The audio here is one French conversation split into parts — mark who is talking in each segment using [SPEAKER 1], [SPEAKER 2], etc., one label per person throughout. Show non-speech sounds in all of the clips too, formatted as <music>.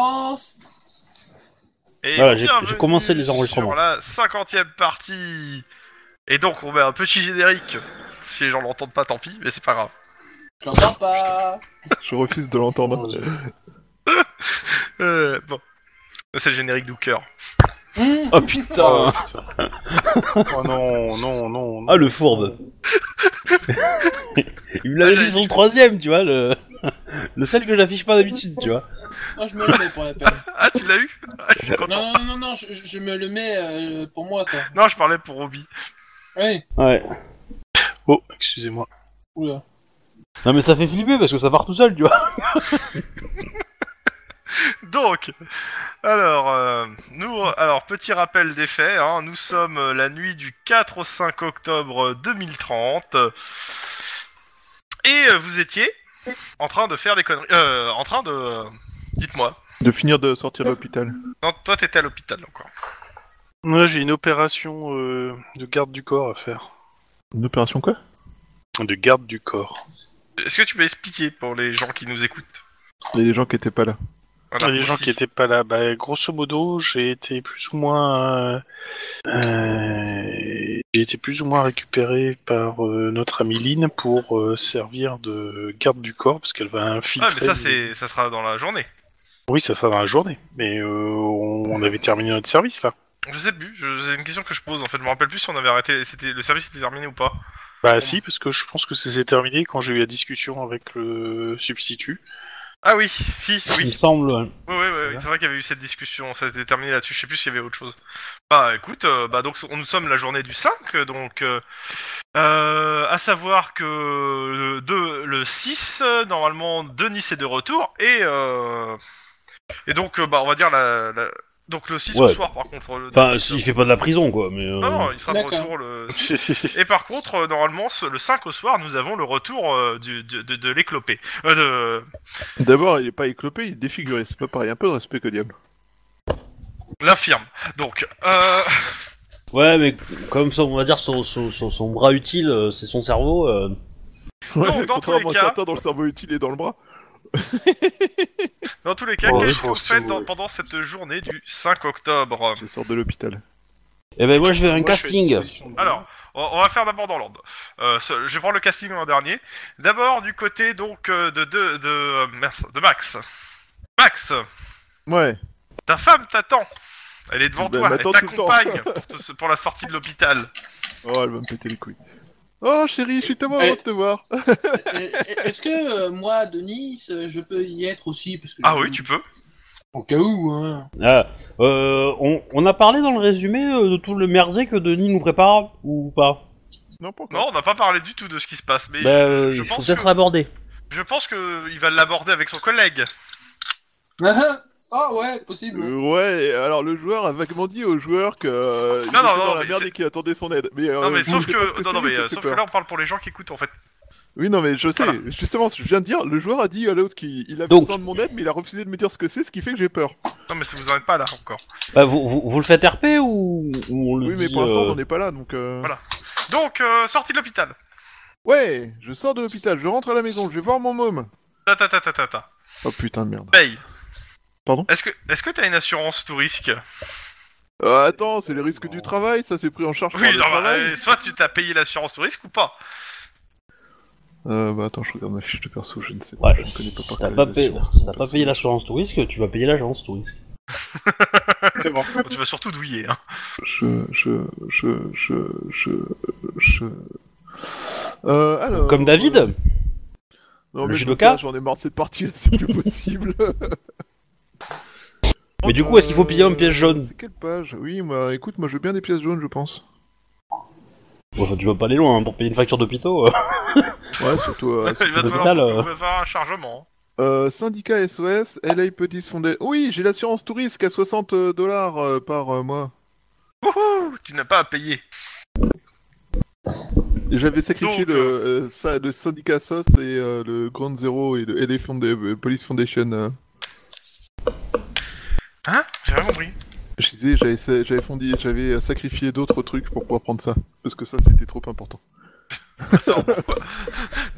[SPEAKER 1] commence
[SPEAKER 2] Et
[SPEAKER 3] Voilà, j'ai-
[SPEAKER 2] bienvenue
[SPEAKER 3] j'ai commencé les enregistrements.
[SPEAKER 2] Sur la cinquantième partie. Et donc, on met un petit générique. Si les gens l'entendent pas, tant pis, mais c'est pas grave.
[SPEAKER 1] Je l'entends pas
[SPEAKER 4] Je refuse de l'entendre.
[SPEAKER 2] Euh, bon. C'est le générique d'Hooker.
[SPEAKER 1] Mmh.
[SPEAKER 3] Oh putain
[SPEAKER 5] Oh non, non, non.
[SPEAKER 3] Ah le <laughs> fourbe Il me l'avait dit son troisième, tu vois, le, <laughs> le seul que j'affiche pas d'habitude, tu vois.
[SPEAKER 1] Moi je me le mets pour la
[SPEAKER 2] <laughs>
[SPEAKER 1] peine.
[SPEAKER 2] Ah, tu l'as eu Ah, je suis content.
[SPEAKER 1] Non, non, non, non, je, je me le mets euh, pour moi quoi.
[SPEAKER 2] Non, je parlais pour Roby.
[SPEAKER 1] Oui,
[SPEAKER 3] Ouais.
[SPEAKER 5] Oh, excusez-moi.
[SPEAKER 1] oula.
[SPEAKER 3] Non mais ça fait flipper parce que ça part tout seul, tu vois.
[SPEAKER 2] Donc, alors, euh, nous, alors petit rappel des faits. hein, nous sommes euh, la nuit du 4 au 5 octobre 2030, euh, et euh, vous étiez en train de faire des conneries, euh, en train de, dites-moi.
[SPEAKER 4] De finir de sortir de l'hôpital.
[SPEAKER 2] Non, toi t'étais à l'hôpital encore.
[SPEAKER 5] Là, j'ai une opération euh, de garde du corps à faire.
[SPEAKER 4] Une opération quoi
[SPEAKER 5] De garde du corps.
[SPEAKER 2] Est-ce que tu peux expliquer pour les gens qui nous écoutent
[SPEAKER 4] Il y a des gens qui étaient
[SPEAKER 2] <laughs>
[SPEAKER 4] pas là.
[SPEAKER 2] Voilà,
[SPEAKER 5] les gens
[SPEAKER 2] Ah, aussi.
[SPEAKER 5] qui étaient pas là, bah, grosso modo, j'ai été plus ou moins. euh, euh, j'ai été plus ou moins récupéré par euh, notre amie Lynn pour euh, servir de garde du corps, parce qu'elle va
[SPEAKER 2] Ah,
[SPEAKER 5] infiltrer.
[SPEAKER 2] mais ça c'est, ça sera dans la journée.
[SPEAKER 5] Oui, ça sera dans la journée. Mais euh, on, on avait terminé notre service là.
[SPEAKER 2] Je sais plus. je- C'est une question que je pose. En fait, je me rappelle plus si on avait arrêté. C'était le service était terminé ou pas.
[SPEAKER 5] Bah, si, parce que je pense que c'est terminé quand j'ai eu la discussion avec le substitut.
[SPEAKER 2] Ah oui, si,
[SPEAKER 3] Il me
[SPEAKER 2] oui.
[SPEAKER 3] semble. ouais.
[SPEAKER 2] Oui, oui, oui, c'est vrai qu'il y avait eu cette discussion, ça a été terminé là-dessus, je sais plus s'il y avait autre chose. Bah écoute, euh, bah donc on- nous sommes la journée du 5, donc euh, euh, à savoir que le, deux- le 6, euh, normalement, Denis est de retour, et euh, et donc euh, bah on va dire la, la- donc le 6
[SPEAKER 3] Ouais.
[SPEAKER 2] au soir par contre. le-
[SPEAKER 3] Enfin, il fait pas de la prison, quoi, mais... euh,
[SPEAKER 2] Non, non, il sera de
[SPEAKER 1] D'accord.
[SPEAKER 2] retour le et par contre, euh, normalement, ce- le 5 au soir, nous avons le retour euh, du, de, de, de l'éclopé. Euh, de...
[SPEAKER 4] D'abord, il est pas éclopé, il est défiguré. C'est pas pareil. Un peu de respect que diable.
[SPEAKER 2] L'infirme. Donc, euh...
[SPEAKER 3] Ouais, mais comme ça, on va dire, son, son, son, son bras utile, euh, c'est son cerveau. euh.
[SPEAKER 2] Non, dans tous les
[SPEAKER 4] contrairement à
[SPEAKER 2] cas-
[SPEAKER 4] certains dont le cerveau utile est dans le bras.
[SPEAKER 2] Dans tous les cas,
[SPEAKER 5] Oh, oui,
[SPEAKER 2] qu'est-ce que vous
[SPEAKER 5] forcément,
[SPEAKER 2] faites dans-
[SPEAKER 5] oui.
[SPEAKER 2] pendant cette journée du 5 octobre
[SPEAKER 4] Je sors de l'hôpital.
[SPEAKER 3] Eh ben moi, je fais un casting.
[SPEAKER 2] Alors, on, on va faire d'abord dans l'ordre. Euh, ce- je vais prendre le casting en dernier. D'abord du côté donc euh, de de de, euh, mince, de Max. Max,
[SPEAKER 4] Ouais.
[SPEAKER 2] ta femme t'attend. Elle est devant
[SPEAKER 4] Ben,
[SPEAKER 2] toi,
[SPEAKER 4] elle
[SPEAKER 2] elle
[SPEAKER 4] m'attend tout le temps.
[SPEAKER 2] t'accompagne pour, te- pour la sortie de l'hôpital.
[SPEAKER 4] Oh, elle va me péter les couilles. Oh chérie, je suis tellement
[SPEAKER 1] Eh.
[SPEAKER 4] heureux de te voir. Ah,
[SPEAKER 1] Euh, Est-ce que euh, moi, Denis, euh, je peux y être aussi parce que
[SPEAKER 2] Ah oui, tu peux.
[SPEAKER 1] Au cas où, hein. <laughs>
[SPEAKER 3] Ah, euh, on, on a parlé dans le résumé euh, de tout le merdier que Denis nous prépare, ou pas
[SPEAKER 4] Non, pourquoi
[SPEAKER 2] Non, on n'a pas parlé du tout de ce qui se passe, mais
[SPEAKER 3] Bah, euh,
[SPEAKER 2] je
[SPEAKER 3] il faut
[SPEAKER 2] pense
[SPEAKER 3] peut-être
[SPEAKER 2] que-
[SPEAKER 3] aborder.
[SPEAKER 2] je pense que il va l'aborder avec son collègue.
[SPEAKER 1] Ah ah, ouais, possible.
[SPEAKER 4] Euh, ouais, et alors le joueur a vaguement dit au joueur que euh, il
[SPEAKER 2] Non, non,
[SPEAKER 4] était
[SPEAKER 2] non,
[SPEAKER 4] dans la
[SPEAKER 2] mais
[SPEAKER 4] merde
[SPEAKER 2] c'est-
[SPEAKER 4] et qu'il attendait son aide. Mais, euh,
[SPEAKER 2] non mais
[SPEAKER 4] je
[SPEAKER 2] sauf
[SPEAKER 4] sais pas
[SPEAKER 2] que
[SPEAKER 4] ce
[SPEAKER 2] non,
[SPEAKER 4] <laughs> c'est,
[SPEAKER 2] non mais euh,
[SPEAKER 4] ça fait
[SPEAKER 2] sauf que
[SPEAKER 4] peur.
[SPEAKER 2] là on parle pour les gens qui écoutent en fait.
[SPEAKER 4] Oui, non, mais je sais,
[SPEAKER 2] Voilà.
[SPEAKER 4] justement, je viens de dire, le joueur a dit à l'autre qu'il il avait
[SPEAKER 3] Donc.
[SPEAKER 4] besoin de mon aide, mais il a refusé de me dire ce que c'est, ce qui fait que j'ai peur.
[SPEAKER 2] Non mais ça vous en êtes pas là encore.
[SPEAKER 3] Bah, vous, vous, vous le faites RP ou, ou on le
[SPEAKER 4] Oui,
[SPEAKER 3] dit
[SPEAKER 4] mais pour l'instant,
[SPEAKER 3] euh,
[SPEAKER 4] on n'est pas là, donc. euh,
[SPEAKER 2] Voilà. Donc euh, sortie de l'hôpital.
[SPEAKER 4] Ouais, je sors de l'hôpital, je rentre à la maison, je vais voir mon môme.
[SPEAKER 2] Ta ta ta ta ta ta.
[SPEAKER 4] Oh putain de merde.
[SPEAKER 2] Paye.
[SPEAKER 4] Pardon
[SPEAKER 2] Est-ce que est-ce que t'as une assurance tout risque
[SPEAKER 4] Euh, attends, c'est les risques du travail, ça c'est pris en charge par
[SPEAKER 2] Oui,
[SPEAKER 4] le
[SPEAKER 2] non, bah,
[SPEAKER 4] travail.
[SPEAKER 2] euh, soit tu t'as payé l'assurance tout risque ou pas.
[SPEAKER 4] Euh, bah attends, je regarde ma fiche de perso, je ne sais pas.
[SPEAKER 3] Ouais,
[SPEAKER 4] je ne connais pas
[SPEAKER 3] si
[SPEAKER 4] par
[SPEAKER 3] t'as
[SPEAKER 4] cœur
[SPEAKER 3] pas,
[SPEAKER 4] les
[SPEAKER 3] payé-
[SPEAKER 4] assurances,
[SPEAKER 3] si t'as pas
[SPEAKER 4] perso.
[SPEAKER 3] payé l'assurance tout risque, tu vas payer l'agence tout risque.
[SPEAKER 2] tu vas surtout douiller. Hein.
[SPEAKER 4] Je. Je. Je. Je. Je. je... Euh, alors,
[SPEAKER 3] Comme David
[SPEAKER 4] euh, non,
[SPEAKER 3] le
[SPEAKER 4] mais
[SPEAKER 3] judoka
[SPEAKER 4] J'en ai marre de cette partie, <laughs> c'est plus possible.
[SPEAKER 3] <laughs> Mais du coup, est-ce qu'il faut payer en
[SPEAKER 4] Euh,
[SPEAKER 3] pièce jaune
[SPEAKER 4] C'est quelle page Oui, moi, écoute, moi je veux bien des pièces jaunes, je pense.
[SPEAKER 3] Enfin, tu vas pas aller loin hein, pour payer une facture d'hôpitaux. euh. <laughs>
[SPEAKER 4] Ouais, surtout. euh, surtout-
[SPEAKER 2] <laughs> il, va te falloir,
[SPEAKER 3] l'hôpital, euh.
[SPEAKER 2] il va te falloir un chargement. hein.
[SPEAKER 4] Euh, syndicat SOS, LA Police Foundation. Oui, j'ai l'assurance tout risque à 60 euh, dollars euh, par euh, mois.
[SPEAKER 2] Wouhou, tu n'as pas à payer.
[SPEAKER 4] Et J'avais sacrifié
[SPEAKER 2] Donc,
[SPEAKER 4] le, euh, ça- le syndicat SOS et euh, le Grand Zero et le LA Fonda- euh, Police Foundation. euh.
[SPEAKER 2] Hein J'ai rien compris.
[SPEAKER 4] Je disais, j'avais sa- j'avais fondi- j'avais euh, sacrifié d'autres trucs pour pouvoir prendre ça. Parce que ça, c'était trop important.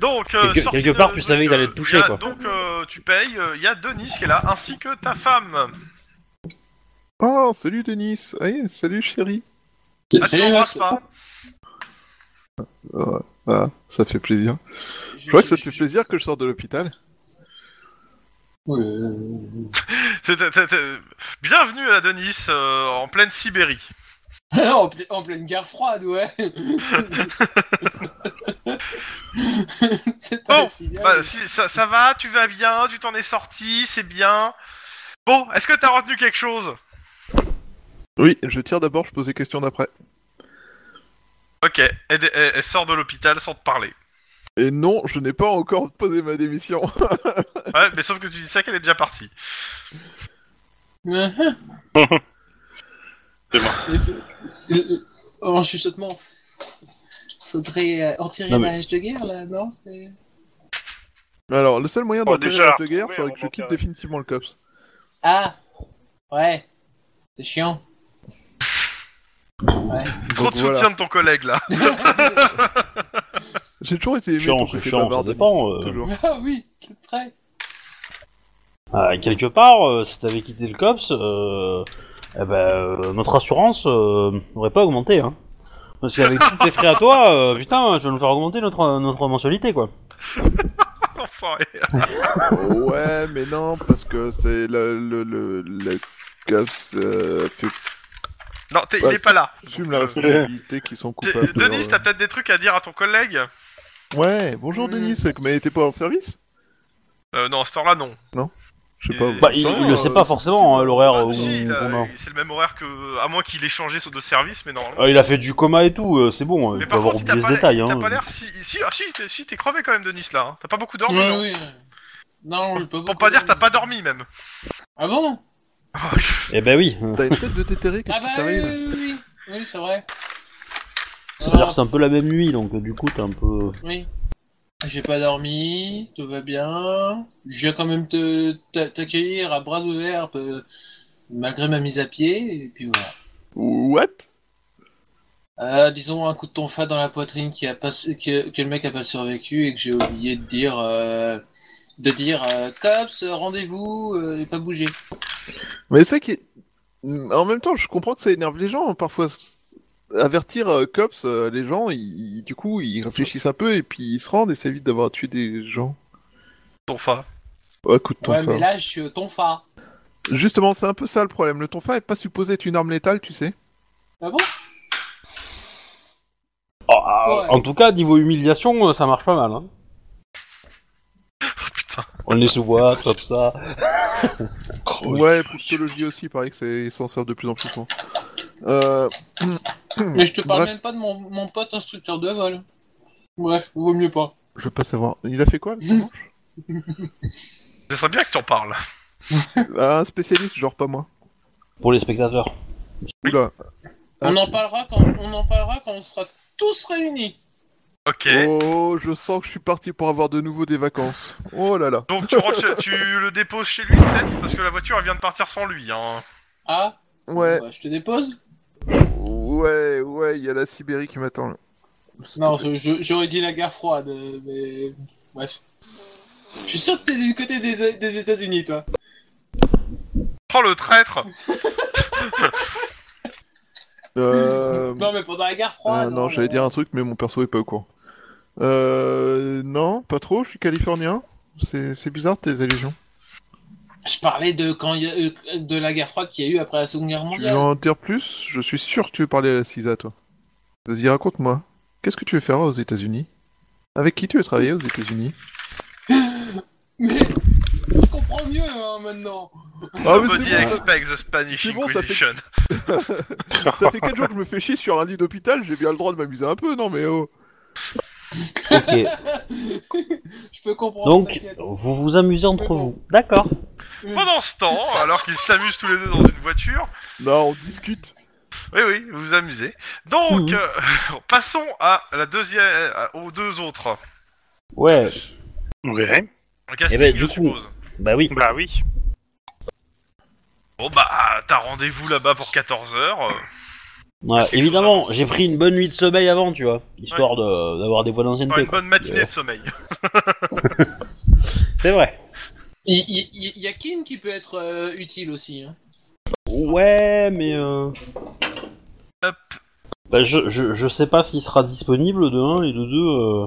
[SPEAKER 2] Donc, euh,
[SPEAKER 3] Quelque-
[SPEAKER 2] sortie
[SPEAKER 3] quelque
[SPEAKER 2] de-
[SPEAKER 3] part, tu savais qu'il allait te toucher,
[SPEAKER 2] il y a-
[SPEAKER 3] quoi.
[SPEAKER 2] Donc, euh, tu payes, euh, il y a Denis qui est là, ainsi que ta femme.
[SPEAKER 4] Oh, salut Denis. Ah, yeah, salut chérie.
[SPEAKER 2] Ah, tu l'embrasses pas.
[SPEAKER 4] Ah, ça fait plaisir. Je vois que ça te fait plaisir que je sors de l'hôpital.
[SPEAKER 2] C'est- c'est- c'est- c'est- Bienvenue à Denis, euh, en pleine Sibérie.
[SPEAKER 1] <laughs> en, ple- en pleine guerre froide, ouais.
[SPEAKER 2] <laughs>
[SPEAKER 1] <laughs> c'est pas
[SPEAKER 2] Bon,
[SPEAKER 1] si bien.
[SPEAKER 2] Bah, si- ça, ça va, tu vas bien, tu t'en es sorti, c'est bien. Bon, est-ce que t'as retenu quelque chose
[SPEAKER 4] Oui, je tire d'abord, je pose les questions d'après.
[SPEAKER 2] Ok, elle, elle- elle sort de l'hôpital sans te
[SPEAKER 4] <laughs>
[SPEAKER 2] parler.
[SPEAKER 4] Et non, je n'ai pas encore <laughs> posé ma démission.
[SPEAKER 2] Ouais, mais sauf que tu dis ça qu'elle est déjà partie. <laughs>
[SPEAKER 5] C'est
[SPEAKER 1] bon. En chuchotement. oh, Faudrait euh, en tirer
[SPEAKER 4] Non,
[SPEAKER 1] un
[SPEAKER 4] mais-
[SPEAKER 1] âge de guerre, là, non c'est...
[SPEAKER 4] Alors, le seul moyen
[SPEAKER 5] Bon,
[SPEAKER 4] d'enterrer
[SPEAKER 5] déjà,
[SPEAKER 4] l'âge de guerre,
[SPEAKER 5] retrouver,
[SPEAKER 4] c'est
[SPEAKER 5] on
[SPEAKER 4] que je quitte
[SPEAKER 5] enterre.
[SPEAKER 4] définitivement le COPS.
[SPEAKER 1] Ah Ouais. C'est chiant.
[SPEAKER 2] <laughs> Trop de
[SPEAKER 4] voilà.
[SPEAKER 2] soutien de ton collègue là. <laughs>
[SPEAKER 1] Ah
[SPEAKER 4] J'ai toujours été aimé.
[SPEAKER 3] Chiant,
[SPEAKER 4] ton
[SPEAKER 3] c'est
[SPEAKER 4] côté
[SPEAKER 3] chiant, ça
[SPEAKER 4] bavard, Denis.
[SPEAKER 3] dépend, euh.
[SPEAKER 4] Toujours.
[SPEAKER 1] ah oui, c'est prêt.
[SPEAKER 3] Euh, quelque part, euh, si t'avais quitté le COPS, euh, eh ben, euh, notre assurance euh, n'aurait pas augmenté. Hein. Parce qu'avec tous tes frais à toi, euh, putain, tu vas nous faire augmenter notre, notre mensualité, quoi.
[SPEAKER 2] Enfoiré.
[SPEAKER 4] ouais, mais non, parce que c'est le, le, le, le COPS euh, fait-
[SPEAKER 2] Non, t'es- il
[SPEAKER 4] Ouais,
[SPEAKER 2] est pas là.
[SPEAKER 4] assume la
[SPEAKER 2] Euh,
[SPEAKER 4] responsabilité qu'ils sont
[SPEAKER 2] T'es-
[SPEAKER 4] coupables. de
[SPEAKER 2] Denis,
[SPEAKER 4] leur-
[SPEAKER 2] t'as peut-être des trucs à dire à ton collègue
[SPEAKER 4] Ouais, bonjour
[SPEAKER 1] Hmm.
[SPEAKER 4] Denis, c'est que- mais t'es pas en service
[SPEAKER 2] euh, Non, à ce temps-là, non.
[SPEAKER 4] Je sais
[SPEAKER 2] Et-
[SPEAKER 4] pas.
[SPEAKER 3] Bah, il,
[SPEAKER 4] Ça,
[SPEAKER 3] il le sait
[SPEAKER 4] euh,
[SPEAKER 3] pas forcément, hein, l'horaire
[SPEAKER 2] Ah,
[SPEAKER 3] où-
[SPEAKER 2] si, il a-
[SPEAKER 3] qu'on a.
[SPEAKER 2] C'est le même horaire que. À moins qu'il ait changé de service, mais normalement.
[SPEAKER 3] Ah, il a fait du coma et tout, euh, c'est bon,
[SPEAKER 2] mais
[SPEAKER 3] il peut avoir
[SPEAKER 2] il t'a
[SPEAKER 3] oublié ce
[SPEAKER 2] pas l'air-
[SPEAKER 3] détail.
[SPEAKER 2] il t'a
[SPEAKER 3] hein.
[SPEAKER 2] pas l'air si. Si, ah, si, t'es si, t'es crevé quand même, Denis, là. hein. T'as pas beaucoup dormi.
[SPEAKER 1] Ouais,
[SPEAKER 2] non
[SPEAKER 1] oui. Non, je peux
[SPEAKER 2] Pour pas
[SPEAKER 4] Euh,
[SPEAKER 2] dire, t'as pas dormi même.
[SPEAKER 1] Ah bon
[SPEAKER 3] Eh ben oui, euh,
[SPEAKER 4] T'as une tête de déterré, qu'est-ce
[SPEAKER 1] Ah
[SPEAKER 4] qui
[SPEAKER 1] bah oui,
[SPEAKER 4] t'arrive
[SPEAKER 1] oui, oui, oui. Oui, c'est vrai.
[SPEAKER 3] c'est-à-dire
[SPEAKER 1] Ah,
[SPEAKER 3] que c'est un peu la même nuit, donc euh, du coup, t'es un peu.
[SPEAKER 1] oui. J'ai pas dormi, tout va bien. Je viens quand même te t'a- t'accueillir à bras ouverts euh, malgré ma mise à pied, et puis voilà.
[SPEAKER 4] What
[SPEAKER 1] Euh, disons un coup de tonfa dans la poitrine qui a pas, que, que le mec a pas survécu et que j'ai oublié de dire, euh, de dire euh, cops, rendez-vous euh, et pas bouger.
[SPEAKER 4] Mais c'est qui. En même temps, je comprends que ça énerve les gens. hein, Parfois, s- avertir euh, cops, euh, les gens, ils- ils- du coup, ils réfléchissent un peu et puis ils se rendent et ça évite d'avoir tué des gens.
[SPEAKER 2] Enfin. <laughs>
[SPEAKER 4] Oh, coup de tonfa.
[SPEAKER 1] Ouais, mais là je suis au tonfa.
[SPEAKER 4] Justement, c'est un peu ça le problème. Le tonfa est pas supposé être une arme létale, tu sais.
[SPEAKER 1] Ah bon
[SPEAKER 3] Oh, ah,
[SPEAKER 1] Ouais.
[SPEAKER 3] En tout cas, niveau humiliation, euh, ça marche pas mal. Hein.
[SPEAKER 2] Oh, putain.
[SPEAKER 3] On les sous-voit, tout ça.
[SPEAKER 4] Ouais, proctologie aussi, pareil que c'est ils s'en servent de plus en plus souvent. Euh...
[SPEAKER 1] Mais je te parle
[SPEAKER 4] Mm. Bref.
[SPEAKER 1] même pas de mon, mon pote instructeur de vol. Bref, vaut mieux pas.
[SPEAKER 4] Je veux pas savoir. Il a fait quoi avec son manche
[SPEAKER 1] <laughs>
[SPEAKER 2] Ça serait bien que t'en parles.
[SPEAKER 4] Un spécialiste, genre pas moi.
[SPEAKER 3] Pour les spectateurs.
[SPEAKER 4] Oula.
[SPEAKER 1] On
[SPEAKER 4] Ah,
[SPEAKER 1] en parlera quand on en parlera quand on sera tous réunis.
[SPEAKER 2] Ok.
[SPEAKER 4] Oh, je sens que je suis parti pour avoir de nouveau des vacances. Oh là là.
[SPEAKER 2] Donc tu, rentres chez- tu le déposes chez lui peut-être parce que la voiture elle vient de partir sans lui. Hein.
[SPEAKER 1] Ah
[SPEAKER 4] Ouais,
[SPEAKER 1] bah, je te dépose
[SPEAKER 4] ouais, ouais, il y a la Sibérie qui m'attend. là.
[SPEAKER 1] Non, je- je- j'aurais dit la guerre froide, euh, mais bref. Je suis sûr que t'es du côté des, des États-Unis, toi.
[SPEAKER 2] Oh le traître
[SPEAKER 4] Euh...
[SPEAKER 1] Non, mais pendant la guerre
[SPEAKER 4] euh,
[SPEAKER 1] froide.
[SPEAKER 4] non, j'allais dire un truc, mais mon perso est pas au courant. Euh... Non, pas trop, je suis californien. C'est c'est bizarre tes allusions.
[SPEAKER 1] Je parlais de quand il y a eu- de la guerre froide qu'il y a eu après la Seconde Guerre
[SPEAKER 4] Tu
[SPEAKER 1] mondiale.
[SPEAKER 4] veux en dire plus Je suis sûr que tu veux parler à la CISA, toi. Vas-y, raconte-moi. Qu'est-ce que tu veux faire aux États-Unis Avec qui tu veux travailler aux États-Unis
[SPEAKER 1] <laughs> Mais je comprends mieux hein, maintenant.
[SPEAKER 4] Ah, mais
[SPEAKER 2] Nobody
[SPEAKER 4] c'est bon,
[SPEAKER 2] expects the Spanish
[SPEAKER 4] C'est bon, ça fait-
[SPEAKER 2] Inquisition.
[SPEAKER 4] ça fait 4 jours que je me fais chier sur un lit d'hôpital, j'ai bien le droit de m'amuser un peu, non mais oh
[SPEAKER 3] Ok, <laughs>
[SPEAKER 1] Je peux comprendre.
[SPEAKER 3] donc
[SPEAKER 1] t'inquiète.
[SPEAKER 3] vous vous amusez entre vous. D'accord.
[SPEAKER 2] Pendant ce
[SPEAKER 4] <laughs>
[SPEAKER 2] temps, alors qu'ils s'amusent tous les deux dans une voiture,
[SPEAKER 4] Non, on discute
[SPEAKER 2] oui oui, vous vous amusez. Donc
[SPEAKER 3] Mhm.
[SPEAKER 2] euh, <laughs> passons à la deuxième, à- aux deux autres.
[SPEAKER 3] Ouais,
[SPEAKER 5] Ouais.
[SPEAKER 2] Un casting,
[SPEAKER 3] Eh ben,
[SPEAKER 2] je
[SPEAKER 3] du coup.
[SPEAKER 2] suppose.
[SPEAKER 3] bah oui.
[SPEAKER 5] Bah oui.
[SPEAKER 2] Bon bah t'as rendez-vous là-bas pour 14 heures. euh.
[SPEAKER 3] Ouais, évidemment, j'ai pris une bonne nuit de sommeil avant, tu vois, histoire de- d'avoir des points
[SPEAKER 2] Enfin,
[SPEAKER 3] d'ancienneté.
[SPEAKER 2] une
[SPEAKER 3] quoi.
[SPEAKER 2] bonne matinée
[SPEAKER 3] Mais,
[SPEAKER 2] de sommeil.
[SPEAKER 3] euh, C'est vrai.
[SPEAKER 1] Il il- il- il y, a Kim qui peut être euh, utile aussi. hein.
[SPEAKER 3] Ouais, mais euh...
[SPEAKER 2] Hop.
[SPEAKER 3] Bah, je, je, je sais pas s'il sera disponible de 1 et de 2. euh,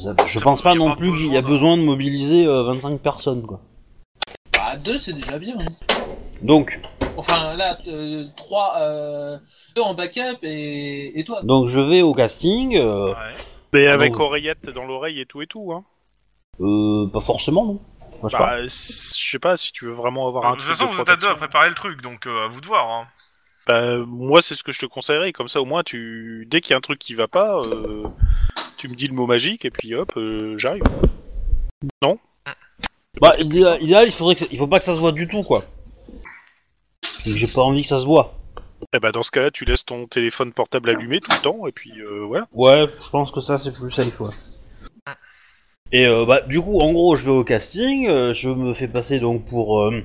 [SPEAKER 3] ça- Je
[SPEAKER 2] C'est
[SPEAKER 3] pense
[SPEAKER 2] bon,
[SPEAKER 3] pas
[SPEAKER 2] y a
[SPEAKER 3] non
[SPEAKER 2] pas
[SPEAKER 3] plus
[SPEAKER 2] besoin
[SPEAKER 3] qu'il y a
[SPEAKER 2] d'un-
[SPEAKER 3] besoin de mobiliser euh, 25 personnes, quoi.
[SPEAKER 1] Bah, deux, c'est déjà bien. hein.
[SPEAKER 3] Donc,
[SPEAKER 1] Enfin, là, euh, trois, euh, deux en backup et, et toi.
[SPEAKER 3] donc je vais au casting. euh,
[SPEAKER 2] Ouais.
[SPEAKER 5] Mais
[SPEAKER 3] Ah
[SPEAKER 5] avec
[SPEAKER 3] non.
[SPEAKER 5] oreillette dans l'oreille et tout et tout, hein.
[SPEAKER 3] euh, pas forcément, non. Moi, je sais pas.
[SPEAKER 5] Bah, s- je sais pas si tu veux vraiment avoir un
[SPEAKER 2] de toute
[SPEAKER 5] truc
[SPEAKER 2] façon,
[SPEAKER 5] de
[SPEAKER 2] vous êtes à deux à
[SPEAKER 5] protection.
[SPEAKER 2] préparer le truc, donc euh, à vous de voir. Hein.
[SPEAKER 5] Bah, moi, c'est ce que je te conseillerais. Comme ça, au moins, tu dès qu'il y a un truc qui va pas, euh, tu me dis le mot magique et puis hop, euh, j'arrive. Non
[SPEAKER 3] Bah, idéal, idéal, il faudrait que ça- il faut pas que ça se voit du tout, quoi. Donc, J'ai pas envie que ça se voit.
[SPEAKER 5] Eh bah, dans ce cas-là, tu laisses ton téléphone portable allumé tout le temps et puis euh, voilà.
[SPEAKER 3] Ouais, je pense que ça c'est plus safe, ouais. Et euh, bah du coup, en gros, je vais au casting, euh, je me fais passer donc pour euh,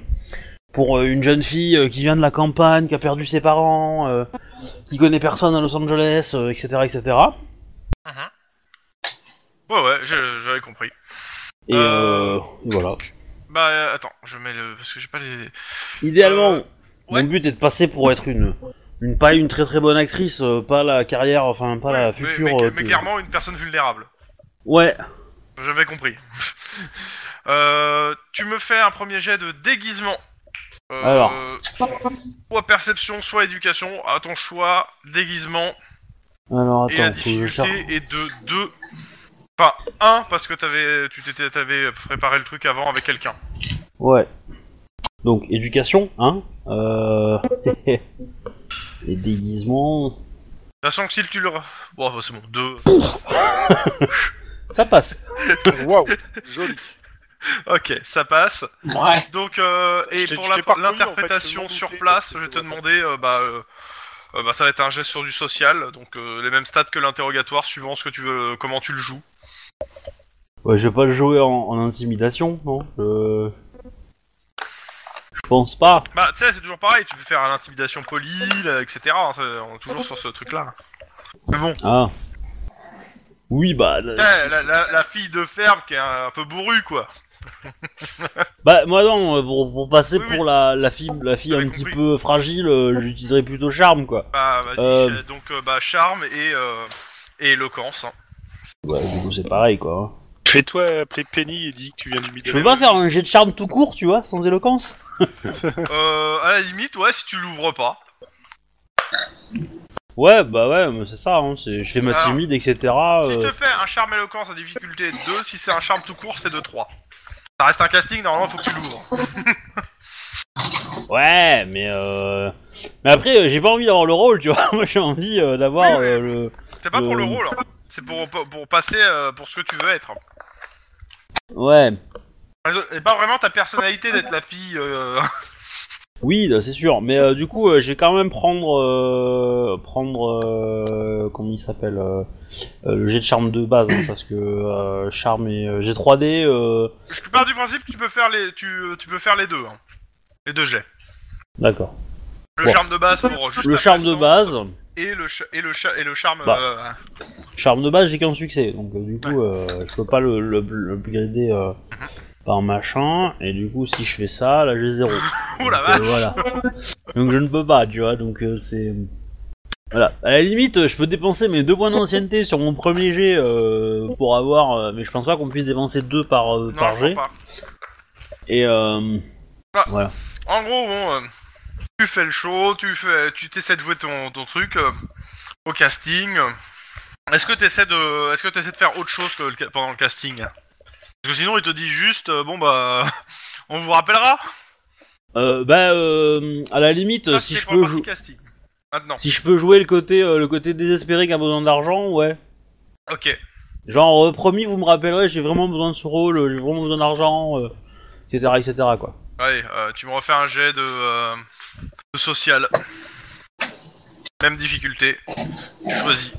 [SPEAKER 3] pour euh, une jeune fille euh, qui vient de la campagne, qui a perdu ses parents, euh, qui connaît personne à Los Angeles, euh, etc., etc.
[SPEAKER 2] Ouais, ouais, je- j'avais compris.
[SPEAKER 3] Et, euh, et voilà.
[SPEAKER 2] Bah, euh, attends, je mets le. Parce que j'ai pas les.
[SPEAKER 3] Idéalement,
[SPEAKER 2] Euh, ouais.
[SPEAKER 3] mon but est de passer pour être une une pas une très très bonne actrice, euh, pas la carrière, enfin pas
[SPEAKER 2] Ouais,
[SPEAKER 3] la
[SPEAKER 2] mais-
[SPEAKER 3] future.
[SPEAKER 2] mais-
[SPEAKER 3] euh,
[SPEAKER 2] mais
[SPEAKER 3] que-
[SPEAKER 2] clairement, une personne vulnérable.
[SPEAKER 3] Ouais.
[SPEAKER 2] J'avais compris. <laughs> Euh, tu me fais un premier jet de déguisement. Euh,
[SPEAKER 3] Alors.
[SPEAKER 2] Soit perception, soit éducation, à ton choix, déguisement,
[SPEAKER 3] Alors
[SPEAKER 2] et la
[SPEAKER 3] attends, faut que je cherche.
[SPEAKER 2] difficulté est de 2. Enfin, 1 parce que t'avais, tu t'étais, t'avais préparé le truc avant avec quelqu'un.
[SPEAKER 3] Ouais. Donc, éducation, hein euh... <laughs> Les déguisements...
[SPEAKER 2] Sachant que si tu le. Bon, bah, c'est bon, 2.
[SPEAKER 3] Ça passe
[SPEAKER 5] <laughs> Waouh, joli.
[SPEAKER 2] Ok, ça passe.
[SPEAKER 1] Ouais.
[SPEAKER 2] Donc, euh, et
[SPEAKER 5] Je t'ai-
[SPEAKER 2] pour
[SPEAKER 5] je
[SPEAKER 2] la-
[SPEAKER 5] t'ai pas reconnu,
[SPEAKER 2] l'interprétation
[SPEAKER 5] en fait, je me
[SPEAKER 2] sur
[SPEAKER 5] doutais
[SPEAKER 2] place,
[SPEAKER 5] parce
[SPEAKER 2] je
[SPEAKER 5] que
[SPEAKER 2] vais
[SPEAKER 5] je
[SPEAKER 2] te
[SPEAKER 5] vois pas.
[SPEAKER 2] demander, euh, bah, euh, euh, bah, ça va être un geste sur du social, donc euh, les mêmes stats que l'interrogatoire, suivant ce que tu veux, comment tu le joues.
[SPEAKER 3] Ouais, je vais pas le jouer en, en intimidation, non euh... Je pense pas.
[SPEAKER 2] Bah, tu sais, c'est toujours pareil, tu peux faire l'intimidation polie, là, etc. hein, c'est- on est toujours sur ce truc-là. Mais bon,
[SPEAKER 3] Ah. Oui, bah... là,
[SPEAKER 2] eh,
[SPEAKER 3] c'est-
[SPEAKER 2] la,
[SPEAKER 3] c'est-
[SPEAKER 2] la- la fille de ferme qui est un, un peu bourrue, quoi.
[SPEAKER 3] Bah, moi non, euh, pour, pour passer
[SPEAKER 2] Oui,
[SPEAKER 3] pour La, la fille, la fille
[SPEAKER 2] J'avais
[SPEAKER 3] un petit
[SPEAKER 2] compris.
[SPEAKER 3] peu fragile, euh, j'utiliserais plutôt charme, quoi.
[SPEAKER 2] Bah, vas-y,
[SPEAKER 3] Euh.
[SPEAKER 2] donc, euh, bah, charme et, euh, et éloquence. hein.
[SPEAKER 3] Ouais, du coup, c'est pareil, quoi.
[SPEAKER 5] Fais-toi appeler Penny et dis que tu viens du milieu.
[SPEAKER 3] Je peux pas faire un jet de charme tout court, tu vois, sans éloquence
[SPEAKER 2] Euh, à la limite, ouais, si tu l'ouvres pas.
[SPEAKER 3] Ouais, bah ouais, mais c'est ça, hein, c'est- je fais ma
[SPEAKER 2] Alors,
[SPEAKER 3] timide, etc.
[SPEAKER 2] Si je te
[SPEAKER 3] euh.
[SPEAKER 2] fais un charme éloquence à difficulté 2, si c'est un charme tout court, c'est de 3. Ça reste un casting, normalement, faut que tu l'ouvres.
[SPEAKER 3] Ouais, mais euh... mais après euh, j'ai pas envie d'avoir le rôle, tu vois. <laughs> Moi j'ai envie euh, d'avoir euh, le.
[SPEAKER 2] C'est pas pour le
[SPEAKER 3] Euh.
[SPEAKER 2] rôle, hein. c'est pour, pour, pour passer euh, pour ce que tu veux être.
[SPEAKER 3] Ouais.
[SPEAKER 2] Et pas vraiment ta personnalité d'être la fille. euh, <laughs>
[SPEAKER 3] Oui, là, c'est sûr. Mais euh, du coup euh, je vais quand même prendre euh, prendre euh, comment il s'appelle euh, euh, le jet de charme de base hein, parce que euh, charme et euh, jet 3D. euh,
[SPEAKER 2] Je pars du principe que tu peux faire les, tu, tu peux faire les deux. hein. Les deux jets.
[SPEAKER 3] D'accord.
[SPEAKER 2] Le
[SPEAKER 3] Bon.
[SPEAKER 2] charme de base pour euh, juste
[SPEAKER 3] Le
[SPEAKER 2] la
[SPEAKER 3] charme de
[SPEAKER 2] prestance
[SPEAKER 3] base.
[SPEAKER 2] Et le, cha- et le, cha- et le charme.
[SPEAKER 3] Bah.
[SPEAKER 2] euh, <laughs>
[SPEAKER 3] Charme de base j'ai qu'un succès, donc euh, du coup euh, je peux pas le le, le upgrader, euh, par machin. Et du coup si je fais ça là j'ai zéro.
[SPEAKER 2] Oh la
[SPEAKER 3] Donc,
[SPEAKER 2] vache
[SPEAKER 3] euh, voilà. Donc je ne peux pas, tu vois. Donc euh, c'est voilà. À la limite, euh, je peux dépenser mes deux points d'ancienneté sur mon premier jet euh, pour avoir, euh, mais je pense pas qu'on puisse dépenser deux par euh,
[SPEAKER 2] Non,
[SPEAKER 3] par
[SPEAKER 2] je
[SPEAKER 3] jet.
[SPEAKER 2] crois pas.
[SPEAKER 3] Et euh,
[SPEAKER 2] En gros, bon, euh, tu fais le show, tu fais, tu t'essaies de jouer ton, ton truc euh, au casting. Est-ce que t'essaies de, est-ce que t'essaies de faire autre chose que le ca- pendant le casting Parce que sinon, il te dit juste, euh, bon bah, <laughs> on vous rappellera.
[SPEAKER 3] euh, bah euh, à la limite,
[SPEAKER 2] Ça,
[SPEAKER 3] si
[SPEAKER 2] c'était
[SPEAKER 3] je
[SPEAKER 2] pour la
[SPEAKER 3] peux
[SPEAKER 2] partie
[SPEAKER 3] jouer,
[SPEAKER 2] casting. Maintenant.
[SPEAKER 3] si je peux jouer le côté euh, le côté désespéré qui a besoin d'argent, ouais.
[SPEAKER 2] Ok.
[SPEAKER 3] Genre euh, promis, vous me rappellerez, j'ai vraiment besoin de ce rôle, euh, j'ai vraiment besoin d'argent, euh, etc., etc. Quoi.
[SPEAKER 2] Allez, euh, tu me refais un jet de, euh, de social. Même difficulté. Tu choisis.